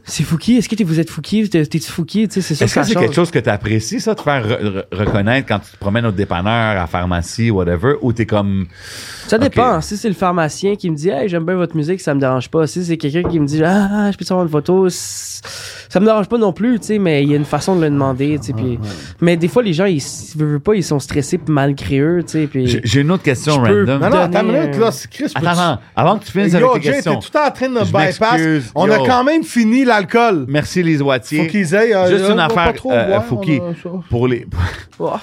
[SPEAKER 7] c'est Fouki. Est-ce que t'es- vous êtes Fouki? T'es- T'es-tu Fouki? Tu sais, C'est sûr
[SPEAKER 5] Est-ce que
[SPEAKER 7] ça
[SPEAKER 5] c'est
[SPEAKER 7] change.
[SPEAKER 5] quelque chose que tu apprécies, ça, de faire re- re- reconnaître quand tu te promènes au dépanneur, à la pharmacie, whatever, ou t'es comme.
[SPEAKER 7] Ça
[SPEAKER 5] Ok.
[SPEAKER 7] dépend. Si c'est le pharmacien qui me dit Hey, j'aime bien votre musique, ça me dérange pas. Si c'est quelqu'un qui me dit Ah, je peux te avoir une photo, c- ça me dérange pas non plus, tu sais, mais il y a une façon de le demander. tu sais, puis-
[SPEAKER 5] Ah,
[SPEAKER 7] Mais des fois, les gens, ils s- veulent pas, ils sont stressés puis malgré eux. tu sais, puis-
[SPEAKER 5] J'ai j'ai une autre question
[SPEAKER 7] Je peux-
[SPEAKER 5] random.
[SPEAKER 8] Non, non, attends une
[SPEAKER 7] Donner,
[SPEAKER 8] minute,
[SPEAKER 7] euh,
[SPEAKER 8] là, c'est Chris.
[SPEAKER 5] Attends, attends, avant que tu finisses
[SPEAKER 8] Yo,
[SPEAKER 5] avec tes
[SPEAKER 8] Jay, t'es
[SPEAKER 5] questions.
[SPEAKER 8] tout le temps en train de
[SPEAKER 5] Je
[SPEAKER 8] bypass.
[SPEAKER 5] m'excuse,
[SPEAKER 8] On
[SPEAKER 5] yo.
[SPEAKER 8] a quand même fini l'alcool.
[SPEAKER 5] Merci les
[SPEAKER 8] Faut
[SPEAKER 5] Oitiers.
[SPEAKER 8] qu'ils aient. euh,
[SPEAKER 5] Juste
[SPEAKER 8] euh,
[SPEAKER 5] une
[SPEAKER 8] pas
[SPEAKER 5] affaire,
[SPEAKER 8] trop
[SPEAKER 5] euh,
[SPEAKER 8] boire,
[SPEAKER 5] faut qu'ils-
[SPEAKER 8] on a ça.
[SPEAKER 5] Pour les. (laughs)
[SPEAKER 7] Oh.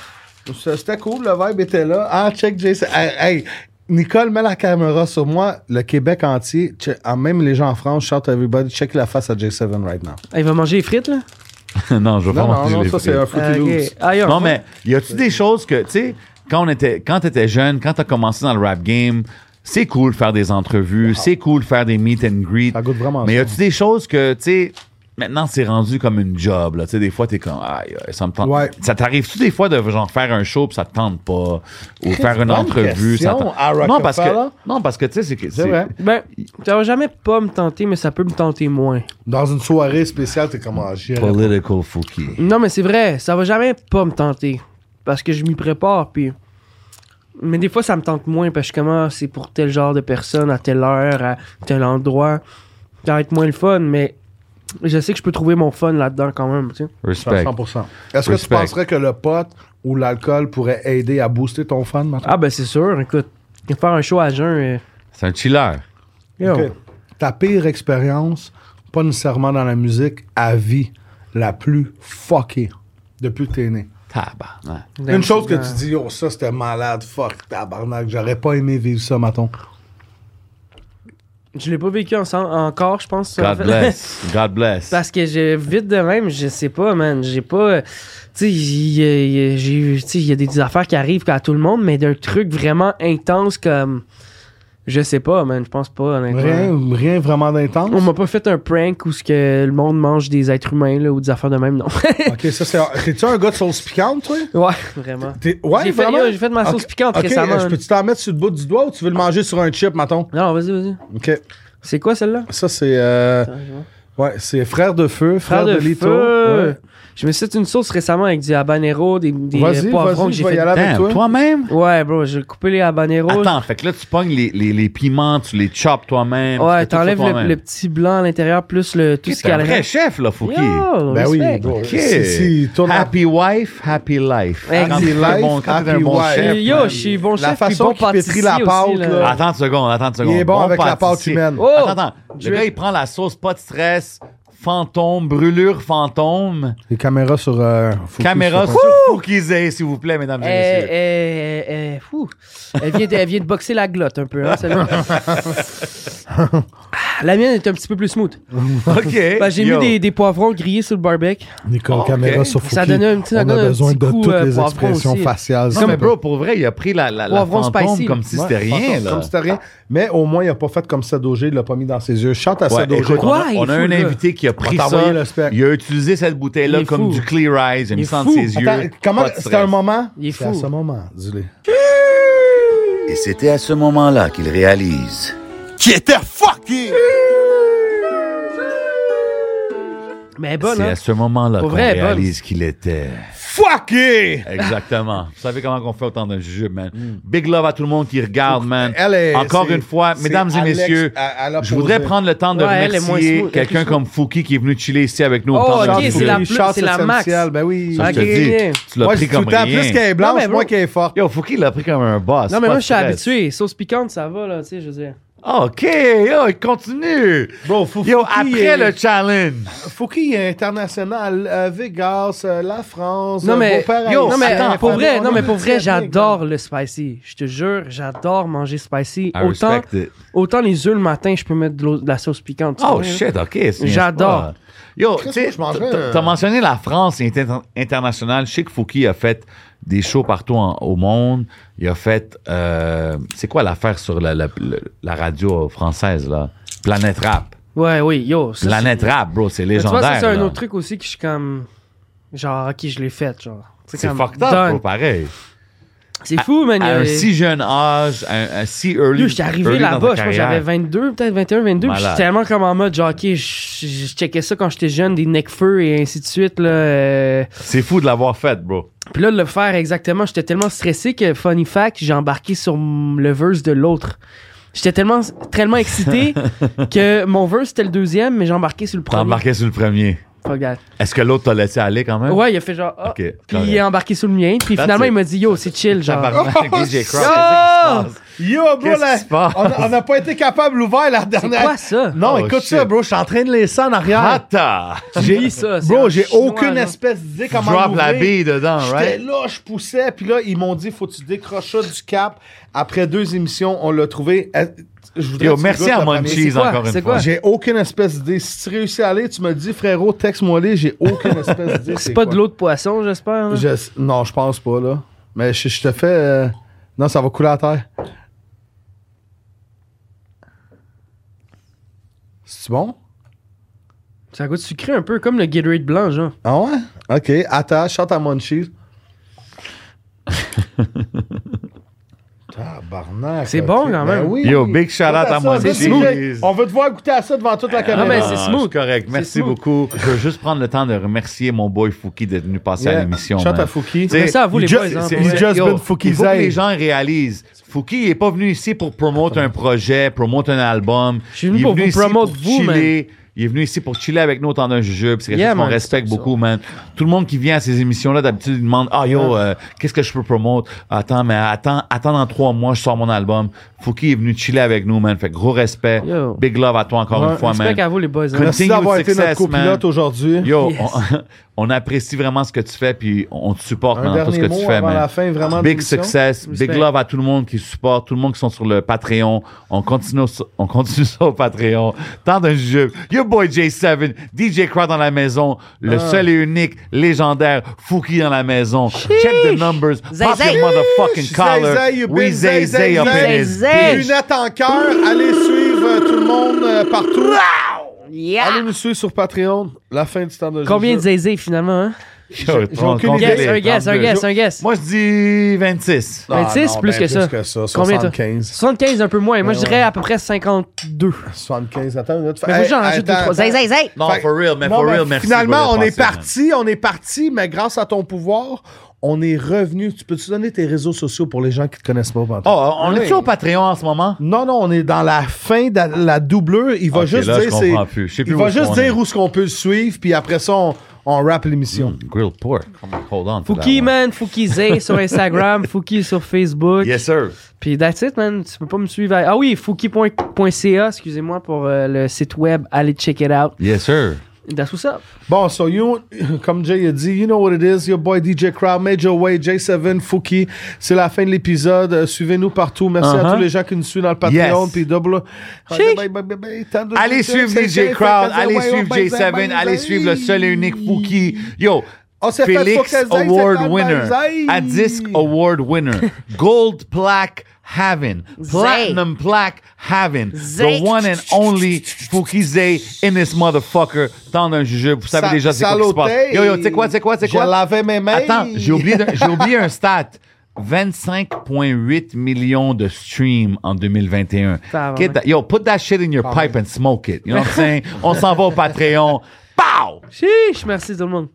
[SPEAKER 8] Ça, C'était cool, le vibe était là. Ah, check Jason. Hey, hey, Nicole, mets la caméra sur moi. Le Québec entier, che- ah, même les gens en France, shout everybody, check la face à J7 right now.
[SPEAKER 7] Ah, il va manger les frites, là?
[SPEAKER 5] non, je vais
[SPEAKER 8] Non,
[SPEAKER 5] pas
[SPEAKER 8] non,
[SPEAKER 5] manger
[SPEAKER 8] non,
[SPEAKER 5] les
[SPEAKER 8] ça
[SPEAKER 5] fruits.
[SPEAKER 8] c'est un Fruity
[SPEAKER 7] Ah, ok.
[SPEAKER 8] Loops.
[SPEAKER 7] Ah, il y a un
[SPEAKER 5] Non,
[SPEAKER 7] fou-
[SPEAKER 5] mais y a-tu des choses que, tu sais, quand on était, quand t'étais jeune, quand t'as commencé dans le rap game, c'est cool faire des entrevues, c'est cool faire des meet and greet.
[SPEAKER 8] Ah. Ça goûte vraiment
[SPEAKER 5] Mais y
[SPEAKER 8] ça.
[SPEAKER 5] a-tu des choses que, tu sais, maintenant c'est rendu comme une job, là. Tu sais, des fois t'es comme, aïe, aïe, ça me tente.
[SPEAKER 8] Ouais.
[SPEAKER 5] Ça t'arrive-tu des fois de genre faire un show pis ça te tente pas, ou faire une
[SPEAKER 8] bonne
[SPEAKER 5] entrevue, ça
[SPEAKER 8] question,
[SPEAKER 5] tente-
[SPEAKER 8] à
[SPEAKER 5] Non, parce que,
[SPEAKER 8] Rockefeller.
[SPEAKER 5] non, parce que, tu sais, c'est que,
[SPEAKER 8] C'est vrai.
[SPEAKER 7] Ben, ça va jamais pas me tenter, mais ça peut me tenter moins.
[SPEAKER 8] Dans une soirée spéciale, t'es comme ah, j'y irais.
[SPEAKER 5] Political Fouki.
[SPEAKER 7] Non, mais c'est vrai, ça va jamais pas me tenter. Parce que je m'y prépare, puis. Mais des fois, ça me tente moins, parce que comment c'est pour tel genre de personne, à telle heure, à tel endroit. Ça va être moins le fun, mais je sais que je peux trouver mon fun là-dedans quand même, tu sais.
[SPEAKER 5] Respect.
[SPEAKER 8] 100%. Est-ce que tu
[SPEAKER 5] Respect.
[SPEAKER 8] penserais que le pot ou l'alcool pourrait aider à booster ton fan maintenant?
[SPEAKER 7] Ah, ben c'est sûr, écoute. Faire un show à jeun, euh,
[SPEAKER 5] C'est un chiller.
[SPEAKER 7] yo.
[SPEAKER 8] Ok. Ta pire expérience, pas nécessairement dans la musique, à vie, la plus fuckée depuis que t'es né.
[SPEAKER 5] Tabarnak.
[SPEAKER 8] Une chose
[SPEAKER 7] Ben,
[SPEAKER 8] que tu dis, oh, ça c'était malade, fuck, tabarnak, j'aurais pas aimé vivre ça, maton.
[SPEAKER 7] Je l'ai pas vécu ensemble, encore, je pense. ça.
[SPEAKER 5] God bless. God bless.
[SPEAKER 7] Parce que j'ai vite de même, je sais pas, man. J'ai pas. euh, Tu sais, il y a- il y a- j'ai eu- tu sais, il y a des, des affaires qui arrivent à tout le monde, mais d'un truc vraiment intense comme. Je sais pas, man. Je pense pas, honnêtement.
[SPEAKER 8] Rien, rien vraiment
[SPEAKER 7] On
[SPEAKER 8] d'intense.
[SPEAKER 7] m'a pas fait un prank où ce que le monde mange des êtres humains là, ou des affaires de même, non.
[SPEAKER 8] ok, ça c'est. T'es-tu un gars de sauce piquante, toi?
[SPEAKER 7] ouais, vraiment.
[SPEAKER 8] T'es- Ouais,
[SPEAKER 7] J'ai fait-
[SPEAKER 8] vraiment?
[SPEAKER 7] yo, j'ai fait de ma sauce
[SPEAKER 8] Ok,
[SPEAKER 7] piquante
[SPEAKER 8] ok,
[SPEAKER 7] récemment.
[SPEAKER 8] Je peux-tu t'en mettre sur le bout du doigt ou tu veux le manger sur un chip, maton?
[SPEAKER 7] Non, vas-y, vas-y.
[SPEAKER 8] Ok.
[SPEAKER 7] C'est quoi celle-là?
[SPEAKER 8] Ça c'est. euh,
[SPEAKER 7] je vois.
[SPEAKER 8] Ouais, c'est frère de feu, frère, de, lito.
[SPEAKER 7] feu.
[SPEAKER 8] Ouais.
[SPEAKER 7] Je me suis fait une sauce récemment avec du habanero, des, des euh,
[SPEAKER 8] Vas-y,
[SPEAKER 7] poivrons
[SPEAKER 8] vas-y,
[SPEAKER 7] que
[SPEAKER 8] je
[SPEAKER 7] j'ai
[SPEAKER 8] vais
[SPEAKER 7] fait.
[SPEAKER 8] y aller avec
[SPEAKER 5] Damn,
[SPEAKER 8] toi.
[SPEAKER 5] toi-même?
[SPEAKER 7] Ouais, bro, j'ai coupé les habaneros.
[SPEAKER 5] Attends, fait que là, tu pognes les, les, les piments, tu les choppes toi-même. tu fais
[SPEAKER 7] Ouais,
[SPEAKER 5] tout ça
[SPEAKER 7] t'enlèves le,
[SPEAKER 5] toi-même.
[SPEAKER 7] le petit blanc à l'intérieur, plus le, tout
[SPEAKER 5] T'es
[SPEAKER 7] ce qu'il y a
[SPEAKER 5] un
[SPEAKER 7] à
[SPEAKER 5] vrai
[SPEAKER 7] l'intérieur.
[SPEAKER 5] chef, là, Fouki.
[SPEAKER 7] Yo,
[SPEAKER 8] Ben oui,
[SPEAKER 7] respect.
[SPEAKER 8] bro.
[SPEAKER 5] Ok.
[SPEAKER 8] Si, si, tourne la-
[SPEAKER 5] happy wife, happy life.
[SPEAKER 7] Exact.
[SPEAKER 5] Quand t'es un bon,
[SPEAKER 8] Life,
[SPEAKER 5] quand t'es un
[SPEAKER 8] happy
[SPEAKER 5] bon
[SPEAKER 8] wife.
[SPEAKER 5] chef.
[SPEAKER 7] Yo, je suis bon
[SPEAKER 8] La
[SPEAKER 7] chef,
[SPEAKER 8] façon
[SPEAKER 7] puis bon
[SPEAKER 8] qu'il pétrit
[SPEAKER 7] pâtissier
[SPEAKER 8] la pâte,
[SPEAKER 7] aussi, là.
[SPEAKER 8] là.
[SPEAKER 5] Attends une seconde, attends une seconde.
[SPEAKER 8] Il est bon avec la pâte
[SPEAKER 5] pâtissier.
[SPEAKER 8] humaine.
[SPEAKER 7] Oh!
[SPEAKER 5] Attends, attends. Le
[SPEAKER 7] Drip.
[SPEAKER 5] gars, il prend la sauce, pas de stress, fantôme, brûlure fantôme,
[SPEAKER 8] Les caméras sur. euh, Fouki,
[SPEAKER 5] caméra
[SPEAKER 8] sur-
[SPEAKER 5] sur Fouki Zay, s'il vous plaît, mesdames et
[SPEAKER 7] Eh,
[SPEAKER 5] messieurs.
[SPEAKER 7] eh, eh, eh, fou. Elle vient, de, elle vient de boxer la glotte un peu, hein,
[SPEAKER 5] (laughs)
[SPEAKER 7] celle-là. Ah, La mienne est un petit peu plus smooth.
[SPEAKER 5] OK.
[SPEAKER 7] Ben, j'ai
[SPEAKER 5] yo.
[SPEAKER 7] mis des, des poivrons grillés sur le barbecue.
[SPEAKER 8] Nicole,
[SPEAKER 5] Ok.
[SPEAKER 8] caméra sur
[SPEAKER 7] Ça
[SPEAKER 8] Fouki.
[SPEAKER 7] donnait un petit- ça
[SPEAKER 8] On
[SPEAKER 7] donne
[SPEAKER 8] a
[SPEAKER 7] un
[SPEAKER 8] besoin
[SPEAKER 7] petit
[SPEAKER 8] de
[SPEAKER 7] coup,
[SPEAKER 8] toutes
[SPEAKER 7] euh,
[SPEAKER 8] les
[SPEAKER 7] poivron
[SPEAKER 8] expressions
[SPEAKER 7] aussi.
[SPEAKER 8] faciales.
[SPEAKER 5] Non, mais bro, pour vrai, il a pris la, la, la
[SPEAKER 7] Poivron
[SPEAKER 5] fantôme
[SPEAKER 7] spicy.
[SPEAKER 5] comme si
[SPEAKER 8] Ouais,
[SPEAKER 5] c'était rien,
[SPEAKER 8] fantôme,
[SPEAKER 5] là.
[SPEAKER 8] Comme c'était rien. Mais au moins, il n'a pas fait comme Sadogé, il l'a pas mis dans ses yeux. Chante à
[SPEAKER 5] Ouais,
[SPEAKER 8] Sadogé.
[SPEAKER 5] écoute, on
[SPEAKER 7] Quoi?
[SPEAKER 5] a-
[SPEAKER 7] Il
[SPEAKER 5] on a,
[SPEAKER 7] est fou,
[SPEAKER 5] un
[SPEAKER 7] le gars.
[SPEAKER 5] invité qui a pris
[SPEAKER 8] t'a
[SPEAKER 5] ça.
[SPEAKER 8] envoyé le spec.
[SPEAKER 5] Il a utilisé cette bouteille-là
[SPEAKER 7] Il est
[SPEAKER 5] comme
[SPEAKER 7] fou.
[SPEAKER 5] du Clear Eyes. Il a
[SPEAKER 7] Il
[SPEAKER 5] mis
[SPEAKER 7] est
[SPEAKER 5] ça
[SPEAKER 7] fou.
[SPEAKER 5] entre ses yeux.
[SPEAKER 8] Attends, comment
[SPEAKER 5] Pas de
[SPEAKER 8] c'était
[SPEAKER 5] stress.
[SPEAKER 8] un moment
[SPEAKER 7] Il est
[SPEAKER 8] C'est
[SPEAKER 7] fou.
[SPEAKER 8] à ce moment, dis-le.
[SPEAKER 13] Et c'était à ce moment-là qu'il réalise.
[SPEAKER 14] Qui était fucké!
[SPEAKER 7] Mais elle est bonne,
[SPEAKER 5] C'est
[SPEAKER 7] hein?
[SPEAKER 5] à ce moment-là
[SPEAKER 7] Pour
[SPEAKER 5] qu'on
[SPEAKER 7] vrai, bonne.
[SPEAKER 5] réalise qu'il était.
[SPEAKER 3] Fucké!
[SPEAKER 7] (laughs)
[SPEAKER 5] Exactement. Vous savez comment on fait autant de jeu, man.
[SPEAKER 7] Mm.
[SPEAKER 5] Big love à tout le monde qui regarde, man.
[SPEAKER 8] Elle est-
[SPEAKER 5] Encore
[SPEAKER 8] c'est-
[SPEAKER 5] une fois,
[SPEAKER 8] c'est
[SPEAKER 5] mesdames et
[SPEAKER 8] Alex,
[SPEAKER 5] messieurs,
[SPEAKER 8] elle- elle a
[SPEAKER 5] je voudrais
[SPEAKER 8] posé.
[SPEAKER 5] prendre le temps de
[SPEAKER 7] Ouais, elle est moins
[SPEAKER 5] remercier
[SPEAKER 7] smooth,
[SPEAKER 5] quelqu'un
[SPEAKER 7] elle est
[SPEAKER 5] comme Fouki qui est venu chiller ici avec nous.
[SPEAKER 7] Oh,
[SPEAKER 5] autant de
[SPEAKER 7] ok,
[SPEAKER 5] jeux.
[SPEAKER 7] c'est la-
[SPEAKER 8] Fouki, chante
[SPEAKER 7] c'est la max.
[SPEAKER 8] essentielle. Ben oui.
[SPEAKER 5] Ça, je te
[SPEAKER 7] Ok,
[SPEAKER 5] dis,
[SPEAKER 7] ok.
[SPEAKER 5] tu l'as
[SPEAKER 8] Moi,
[SPEAKER 5] pris
[SPEAKER 8] je
[SPEAKER 5] comme
[SPEAKER 8] tout le temps plus qu'elle
[SPEAKER 5] rien.
[SPEAKER 8] est
[SPEAKER 7] Non, mais
[SPEAKER 8] blanche,
[SPEAKER 7] bro-
[SPEAKER 8] moins qu'elle est forte.
[SPEAKER 5] Yo, Fouki l'a pris comme un boss.
[SPEAKER 7] Non, mais
[SPEAKER 5] pas
[SPEAKER 7] moi,
[SPEAKER 5] de
[SPEAKER 7] je suis
[SPEAKER 5] stress.
[SPEAKER 7] habitué. Sauce piquante, ça va, là, tu sais, je veux dire.
[SPEAKER 5] OK, yo, il continue.
[SPEAKER 8] Bro, Fouki
[SPEAKER 5] Yo, après
[SPEAKER 8] est-
[SPEAKER 5] le challenge.
[SPEAKER 8] Fouki est international, euh, Vegas, euh, la France,
[SPEAKER 7] Non,
[SPEAKER 8] euh,
[SPEAKER 7] mais,
[SPEAKER 8] beau-père
[SPEAKER 5] yo,
[SPEAKER 7] non,
[SPEAKER 8] haïtien,
[SPEAKER 7] mais
[SPEAKER 5] attends,
[SPEAKER 7] pour vrai,
[SPEAKER 8] on
[SPEAKER 7] non,
[SPEAKER 8] a
[SPEAKER 7] mais
[SPEAKER 8] une
[SPEAKER 7] pour vrai,
[SPEAKER 8] petite technique, hein.
[SPEAKER 7] j'adore le spicy. Je te jure, j'adore manger spicy.
[SPEAKER 5] I
[SPEAKER 7] Autant,
[SPEAKER 5] respect it.
[SPEAKER 7] autant les œufs le matin, je peux mettre de, l'eau- de la sauce piquante. tu
[SPEAKER 5] Oh
[SPEAKER 7] sais.
[SPEAKER 5] shit, ok. c'est-
[SPEAKER 7] J'adore.
[SPEAKER 5] Yo, tu sais,
[SPEAKER 8] moi, je mangerais
[SPEAKER 5] t'as-
[SPEAKER 8] un-
[SPEAKER 7] euh,
[SPEAKER 5] t'as mentionné la France et inter- internationale. Je sais que Fouki a fait des shows partout en- au monde. Il a fait, euh, c'est quoi l'affaire sur la, la- la- la radio française là Planète Rap.
[SPEAKER 7] Ouais, oui, yo. ça, c'est-
[SPEAKER 5] Planète Rap, bro, c'est
[SPEAKER 7] Mais
[SPEAKER 5] légendaire.
[SPEAKER 7] Tu vois, ça, c'est un
[SPEAKER 5] là.
[SPEAKER 7] autre truc aussi que je suis comme. Genre, ok, je l'ai fait, genre.
[SPEAKER 5] C'est
[SPEAKER 7] comme
[SPEAKER 5] fucked
[SPEAKER 7] done.
[SPEAKER 5] up, bro, pareil.
[SPEAKER 7] C'est fou, man. il y
[SPEAKER 5] à un
[SPEAKER 7] a-
[SPEAKER 5] si jeune âge, à, un- à si early.
[SPEAKER 7] Yo, j'étais arrivé
[SPEAKER 5] early dans ta
[SPEAKER 7] là-bas, je pense que
[SPEAKER 5] carrière.
[SPEAKER 7] j'avais 22, peut-être 21, 22. puis
[SPEAKER 5] Malade.
[SPEAKER 7] J'étais tellement comme en mode, genre, ok, je- je je checkais ça quand j'étais jeune, des Necfeu et ainsi de suite. Là, euh.
[SPEAKER 5] C'est fou de l'avoir fait, bro.
[SPEAKER 7] Puis là, de le faire exactement, j'étais tellement stressé que, funny fact, j'ai embarqué sur m- le verse de l'autre. J'étais tellement,
[SPEAKER 5] (laughs)
[SPEAKER 7] tellement excité que mon verse c'était le deuxième, mais j'ai embarqué sur le
[SPEAKER 5] T'as
[SPEAKER 7] premier.
[SPEAKER 5] embarqué sur le premier.
[SPEAKER 7] Fuck that.
[SPEAKER 5] Est-ce que l'autre t'a laissé aller quand même?
[SPEAKER 7] Ouais, il a fait genre, ah,
[SPEAKER 5] Ok,
[SPEAKER 7] puis
[SPEAKER 5] correct.
[SPEAKER 7] il est embarqué sur le mien. Puis
[SPEAKER 5] That's
[SPEAKER 7] finalement,
[SPEAKER 5] it.
[SPEAKER 7] il m'a dit, yo, c'est chill, genre.
[SPEAKER 5] (laughs) Tabarnak, DJ Crowd, qu'est-ce qui
[SPEAKER 7] Oh!
[SPEAKER 5] se passe?
[SPEAKER 8] Yo, bro,
[SPEAKER 5] Qu'est-ce
[SPEAKER 8] la-
[SPEAKER 5] qui se passe?
[SPEAKER 8] on a- on n'a pas été capable l'ouvert la
[SPEAKER 7] C'est
[SPEAKER 8] dernière.
[SPEAKER 5] (laughs)
[SPEAKER 7] quoi ça?
[SPEAKER 8] Non,
[SPEAKER 5] Oh,
[SPEAKER 8] écoute
[SPEAKER 5] shit.
[SPEAKER 8] ça, bro. Je suis en train de laisser en arrière.
[SPEAKER 5] Attends!
[SPEAKER 7] J'ai ça. c'est en
[SPEAKER 8] Bro, j'ai
[SPEAKER 7] chinois,
[SPEAKER 8] aucune
[SPEAKER 7] genre.
[SPEAKER 8] espèce d'idée comment
[SPEAKER 5] Drop la
[SPEAKER 8] l'ouvrir.
[SPEAKER 5] bille dedans,
[SPEAKER 8] J'étais
[SPEAKER 5] right?
[SPEAKER 8] là, je poussais, puis là, ils m'ont dit, faut que tu décroches ça du cap. Après deux émissions, on l'a trouvé. Euh, Je voudrais
[SPEAKER 5] Yo,
[SPEAKER 8] que tu
[SPEAKER 5] merci
[SPEAKER 8] goûtes
[SPEAKER 5] à
[SPEAKER 8] la première.
[SPEAKER 5] Munchies
[SPEAKER 7] quoi?
[SPEAKER 5] encore une
[SPEAKER 7] C'est
[SPEAKER 5] fois.
[SPEAKER 7] quoi?
[SPEAKER 8] J'ai aucune espèce d'idée. Si tu réussis à aller, tu me dis, frérot, texte-moi les, j'ai aucune espèce d'idée.
[SPEAKER 7] (laughs) C'est pas
[SPEAKER 8] quoi.
[SPEAKER 7] de l'eau de poisson, j'espère. hein?
[SPEAKER 8] Je- Non, je pense pas, là. Mais je, je te fais. euh, Non, ça va couler à terre. C'est bon?
[SPEAKER 7] Ça goûte sucré un peu, comme le Gatorade blanc, genre.
[SPEAKER 8] Ah ouais? Ok, attends, chante à Munchies.
[SPEAKER 7] (laughs)
[SPEAKER 8] Tabarnak.
[SPEAKER 7] C'est
[SPEAKER 8] ok.
[SPEAKER 7] bon, quand même.
[SPEAKER 8] Ben oui.
[SPEAKER 5] Yo, big shout out à
[SPEAKER 8] Ça, ça,
[SPEAKER 5] Munchies.
[SPEAKER 8] c'est sujet. On veut te voir goûter à ça devant toute la caméra.
[SPEAKER 7] mais
[SPEAKER 5] Ah,
[SPEAKER 7] c'est smooth.
[SPEAKER 5] correct.
[SPEAKER 7] C'est
[SPEAKER 5] Merci
[SPEAKER 7] smooth.
[SPEAKER 5] beaucoup. Je veux juste prendre le temps de remercier mon boy Fouki d'être venu passer
[SPEAKER 8] Yeah.
[SPEAKER 5] à l'émission.
[SPEAKER 8] Chante
[SPEAKER 5] man.
[SPEAKER 8] à Fouki.
[SPEAKER 5] T'sais,
[SPEAKER 7] Merci à vous,
[SPEAKER 5] il
[SPEAKER 7] les
[SPEAKER 5] ju-
[SPEAKER 7] boys, hein,
[SPEAKER 5] c'est-
[SPEAKER 7] pour
[SPEAKER 5] il
[SPEAKER 7] vrai.
[SPEAKER 5] just
[SPEAKER 8] Yo,
[SPEAKER 5] been Fouki's Il faut que
[SPEAKER 8] aide.
[SPEAKER 5] les gens réalisent. Fouki n'est pas venu ici pour promote un projet, promote un album.
[SPEAKER 7] Je suis venu
[SPEAKER 5] Il est
[SPEAKER 7] pour vous
[SPEAKER 5] ici
[SPEAKER 7] promote
[SPEAKER 5] pour
[SPEAKER 7] vous, man.
[SPEAKER 5] chiller. Il est venu ici pour chiller avec nous au temps d'un jujube. C'est quelque
[SPEAKER 7] Yeah,
[SPEAKER 5] chose qu'on
[SPEAKER 7] man,
[SPEAKER 5] respecte
[SPEAKER 7] c'est ça.
[SPEAKER 5] beaucoup, man. Tout le monde qui vient à ces émissions-là, d'habitude, il demande, ah, yo, euh, qu'est-ce que je peux promote? Attends, mais attends, attends dans trois mois, je sors mon album. Fouki est venu chiller avec nous, man. Fait que gros respect.
[SPEAKER 7] Yo.
[SPEAKER 5] Big love à toi encore une fois, man.
[SPEAKER 7] Respect à vous, les boys. hein.
[SPEAKER 5] Continue
[SPEAKER 8] Merci d'avoir
[SPEAKER 5] le
[SPEAKER 8] été notre
[SPEAKER 5] success, man.
[SPEAKER 8] copilote aujourd'hui.
[SPEAKER 5] Yo,
[SPEAKER 7] Yes.
[SPEAKER 5] on, on (laughs) apprécie vraiment ce que tu fais, puis on te supporte
[SPEAKER 8] Un
[SPEAKER 5] dans tout ce que
[SPEAKER 8] dernier
[SPEAKER 5] tu
[SPEAKER 8] mot
[SPEAKER 5] fais,
[SPEAKER 8] avant
[SPEAKER 5] man.
[SPEAKER 8] la fin, vraiment. de
[SPEAKER 5] Big
[SPEAKER 8] l'émission.
[SPEAKER 5] success, big
[SPEAKER 7] Respect.
[SPEAKER 5] love à tout le monde qui supporte, tout le monde qui sont sur le Patreon. On continue, ça- on continue ça au Patreon. Tant d'un jeu. Your boy J7, DJ Crowd dans la maison, le
[SPEAKER 8] Ah.
[SPEAKER 5] seul et unique, légendaire, Fouki dans la maison. Check the numbers, pop
[SPEAKER 4] Zay.
[SPEAKER 5] your motherfucking
[SPEAKER 8] Zay,
[SPEAKER 5] collar.
[SPEAKER 8] Zay, you
[SPEAKER 5] We
[SPEAKER 8] big
[SPEAKER 5] zay
[SPEAKER 8] Zay,
[SPEAKER 5] zay
[SPEAKER 8] Zay,
[SPEAKER 5] up in
[SPEAKER 8] Zay,
[SPEAKER 5] his
[SPEAKER 4] Zay.
[SPEAKER 5] bitch.
[SPEAKER 8] Lunettes en cœur, allez suivre euh, tout le monde euh, partout.
[SPEAKER 4] Yeah!
[SPEAKER 8] Allez nous suivre sur Patreon, la fin du temps de jeu.
[SPEAKER 7] Combien de zézés, finalement? hein?
[SPEAKER 5] Yo,
[SPEAKER 8] J'ai aucune
[SPEAKER 5] compte-
[SPEAKER 8] idée.
[SPEAKER 7] Guess,
[SPEAKER 5] compte-
[SPEAKER 7] un guess, un
[SPEAKER 5] compte-
[SPEAKER 7] guess, un guess.
[SPEAKER 5] Moi, je dis 26.
[SPEAKER 8] Ah,
[SPEAKER 7] 26,
[SPEAKER 8] non,
[SPEAKER 7] plus
[SPEAKER 8] ben,
[SPEAKER 7] que ça. Combien, toi?
[SPEAKER 8] 75.
[SPEAKER 7] 75, un peu moins. Moi, je
[SPEAKER 8] Ouais, Ah,
[SPEAKER 7] dirais à peu près 52.
[SPEAKER 8] 75, attends une minute.
[SPEAKER 7] Mais faut que j'en
[SPEAKER 8] Hey,
[SPEAKER 7] rajoute deux,
[SPEAKER 8] attends,
[SPEAKER 7] trois.
[SPEAKER 4] Zay, zay, zay!
[SPEAKER 5] Non,
[SPEAKER 8] Fait-
[SPEAKER 5] for real, mais
[SPEAKER 8] Non,
[SPEAKER 5] for
[SPEAKER 8] mais
[SPEAKER 5] real, merci.
[SPEAKER 8] Finalement,
[SPEAKER 5] pour le
[SPEAKER 8] on est
[SPEAKER 5] passé, man.
[SPEAKER 8] parti, on est parti, mais grâce à ton pouvoir, on est revenu. Tu peux-tu donner tes réseaux sociaux pour les gens qui te connaissent pas? Pantoute?
[SPEAKER 5] Oh, on est
[SPEAKER 8] Oui.
[SPEAKER 5] toujours au Patreon en ce moment?
[SPEAKER 8] Non, non, on est dans la fin de la doubleur. Il va
[SPEAKER 5] Ok,
[SPEAKER 8] juste
[SPEAKER 5] là, je
[SPEAKER 8] dire,
[SPEAKER 5] comprends
[SPEAKER 8] c'est-
[SPEAKER 5] plus. Je sais plus
[SPEAKER 8] il
[SPEAKER 5] où
[SPEAKER 8] va
[SPEAKER 5] est-ce
[SPEAKER 8] juste
[SPEAKER 5] qu'on
[SPEAKER 8] dire
[SPEAKER 5] est.
[SPEAKER 8] où ce qu'on peut le suivre, puis après ça, on, on rappe l'émission.
[SPEAKER 5] Grilled pork. Hold on. to that
[SPEAKER 7] Fouki,
[SPEAKER 5] one.
[SPEAKER 7] man. Fouki Zay sur Instagram. Fouki sur Facebook.
[SPEAKER 5] Yes, sir.
[SPEAKER 7] Puis that's it, man. Tu peux pas me suivre. à- Ah oui, fouki.ca, excusez-moi, pour euh, le site web. Allez check it out.
[SPEAKER 5] Yes, sir.
[SPEAKER 7] That's what's up.
[SPEAKER 8] Bon, so you, (laughs) comme Jay a dit, you know what it is, your boy DJ Crowd, Major Way, J7, Fouki. C'est la fin de l'épisode. Euh, Suivez-nous partout. Merci
[SPEAKER 5] Uh-huh.
[SPEAKER 8] à tous les gens qui nous suivent dans le Patreon.
[SPEAKER 5] Yes.
[SPEAKER 8] Puis double.
[SPEAKER 7] Chic.
[SPEAKER 5] Allez suivre DJ Crowd, allez suivre J7, allez suivre le seul et unique Fouki. Yo,
[SPEAKER 8] On s'est fait
[SPEAKER 5] Félix
[SPEAKER 8] focaliser, c'est
[SPEAKER 5] Award
[SPEAKER 8] pas
[SPEAKER 5] winner,
[SPEAKER 8] baiser.
[SPEAKER 5] à disc Award
[SPEAKER 8] (laughs)
[SPEAKER 5] winner, Gold Plaque Havin, Platinum Plaque Havin, the
[SPEAKER 4] Zay.
[SPEAKER 5] one and only Fouki Zay in this motherfucker. Tant d'un jujube, vous savez
[SPEAKER 8] Sa-
[SPEAKER 5] déjà c'est quoi qui se passe.
[SPEAKER 8] saloté.
[SPEAKER 5] Yo, yo, c'est quoi, c'est quoi, c'est
[SPEAKER 8] Je
[SPEAKER 5] quoi?
[SPEAKER 8] lavais mes mains.
[SPEAKER 5] Attends, j'ai oublié, d'un- j'ai oublié un stat. 25.8 millions de streams en 2021.
[SPEAKER 7] Ça va, hein?
[SPEAKER 5] Get
[SPEAKER 7] man.
[SPEAKER 5] that- yo, put that shit in your pipe and smoke it. You know what I'm saying? On s'en va au Patreon. Pow!
[SPEAKER 7] Chiche, merci tout le monde.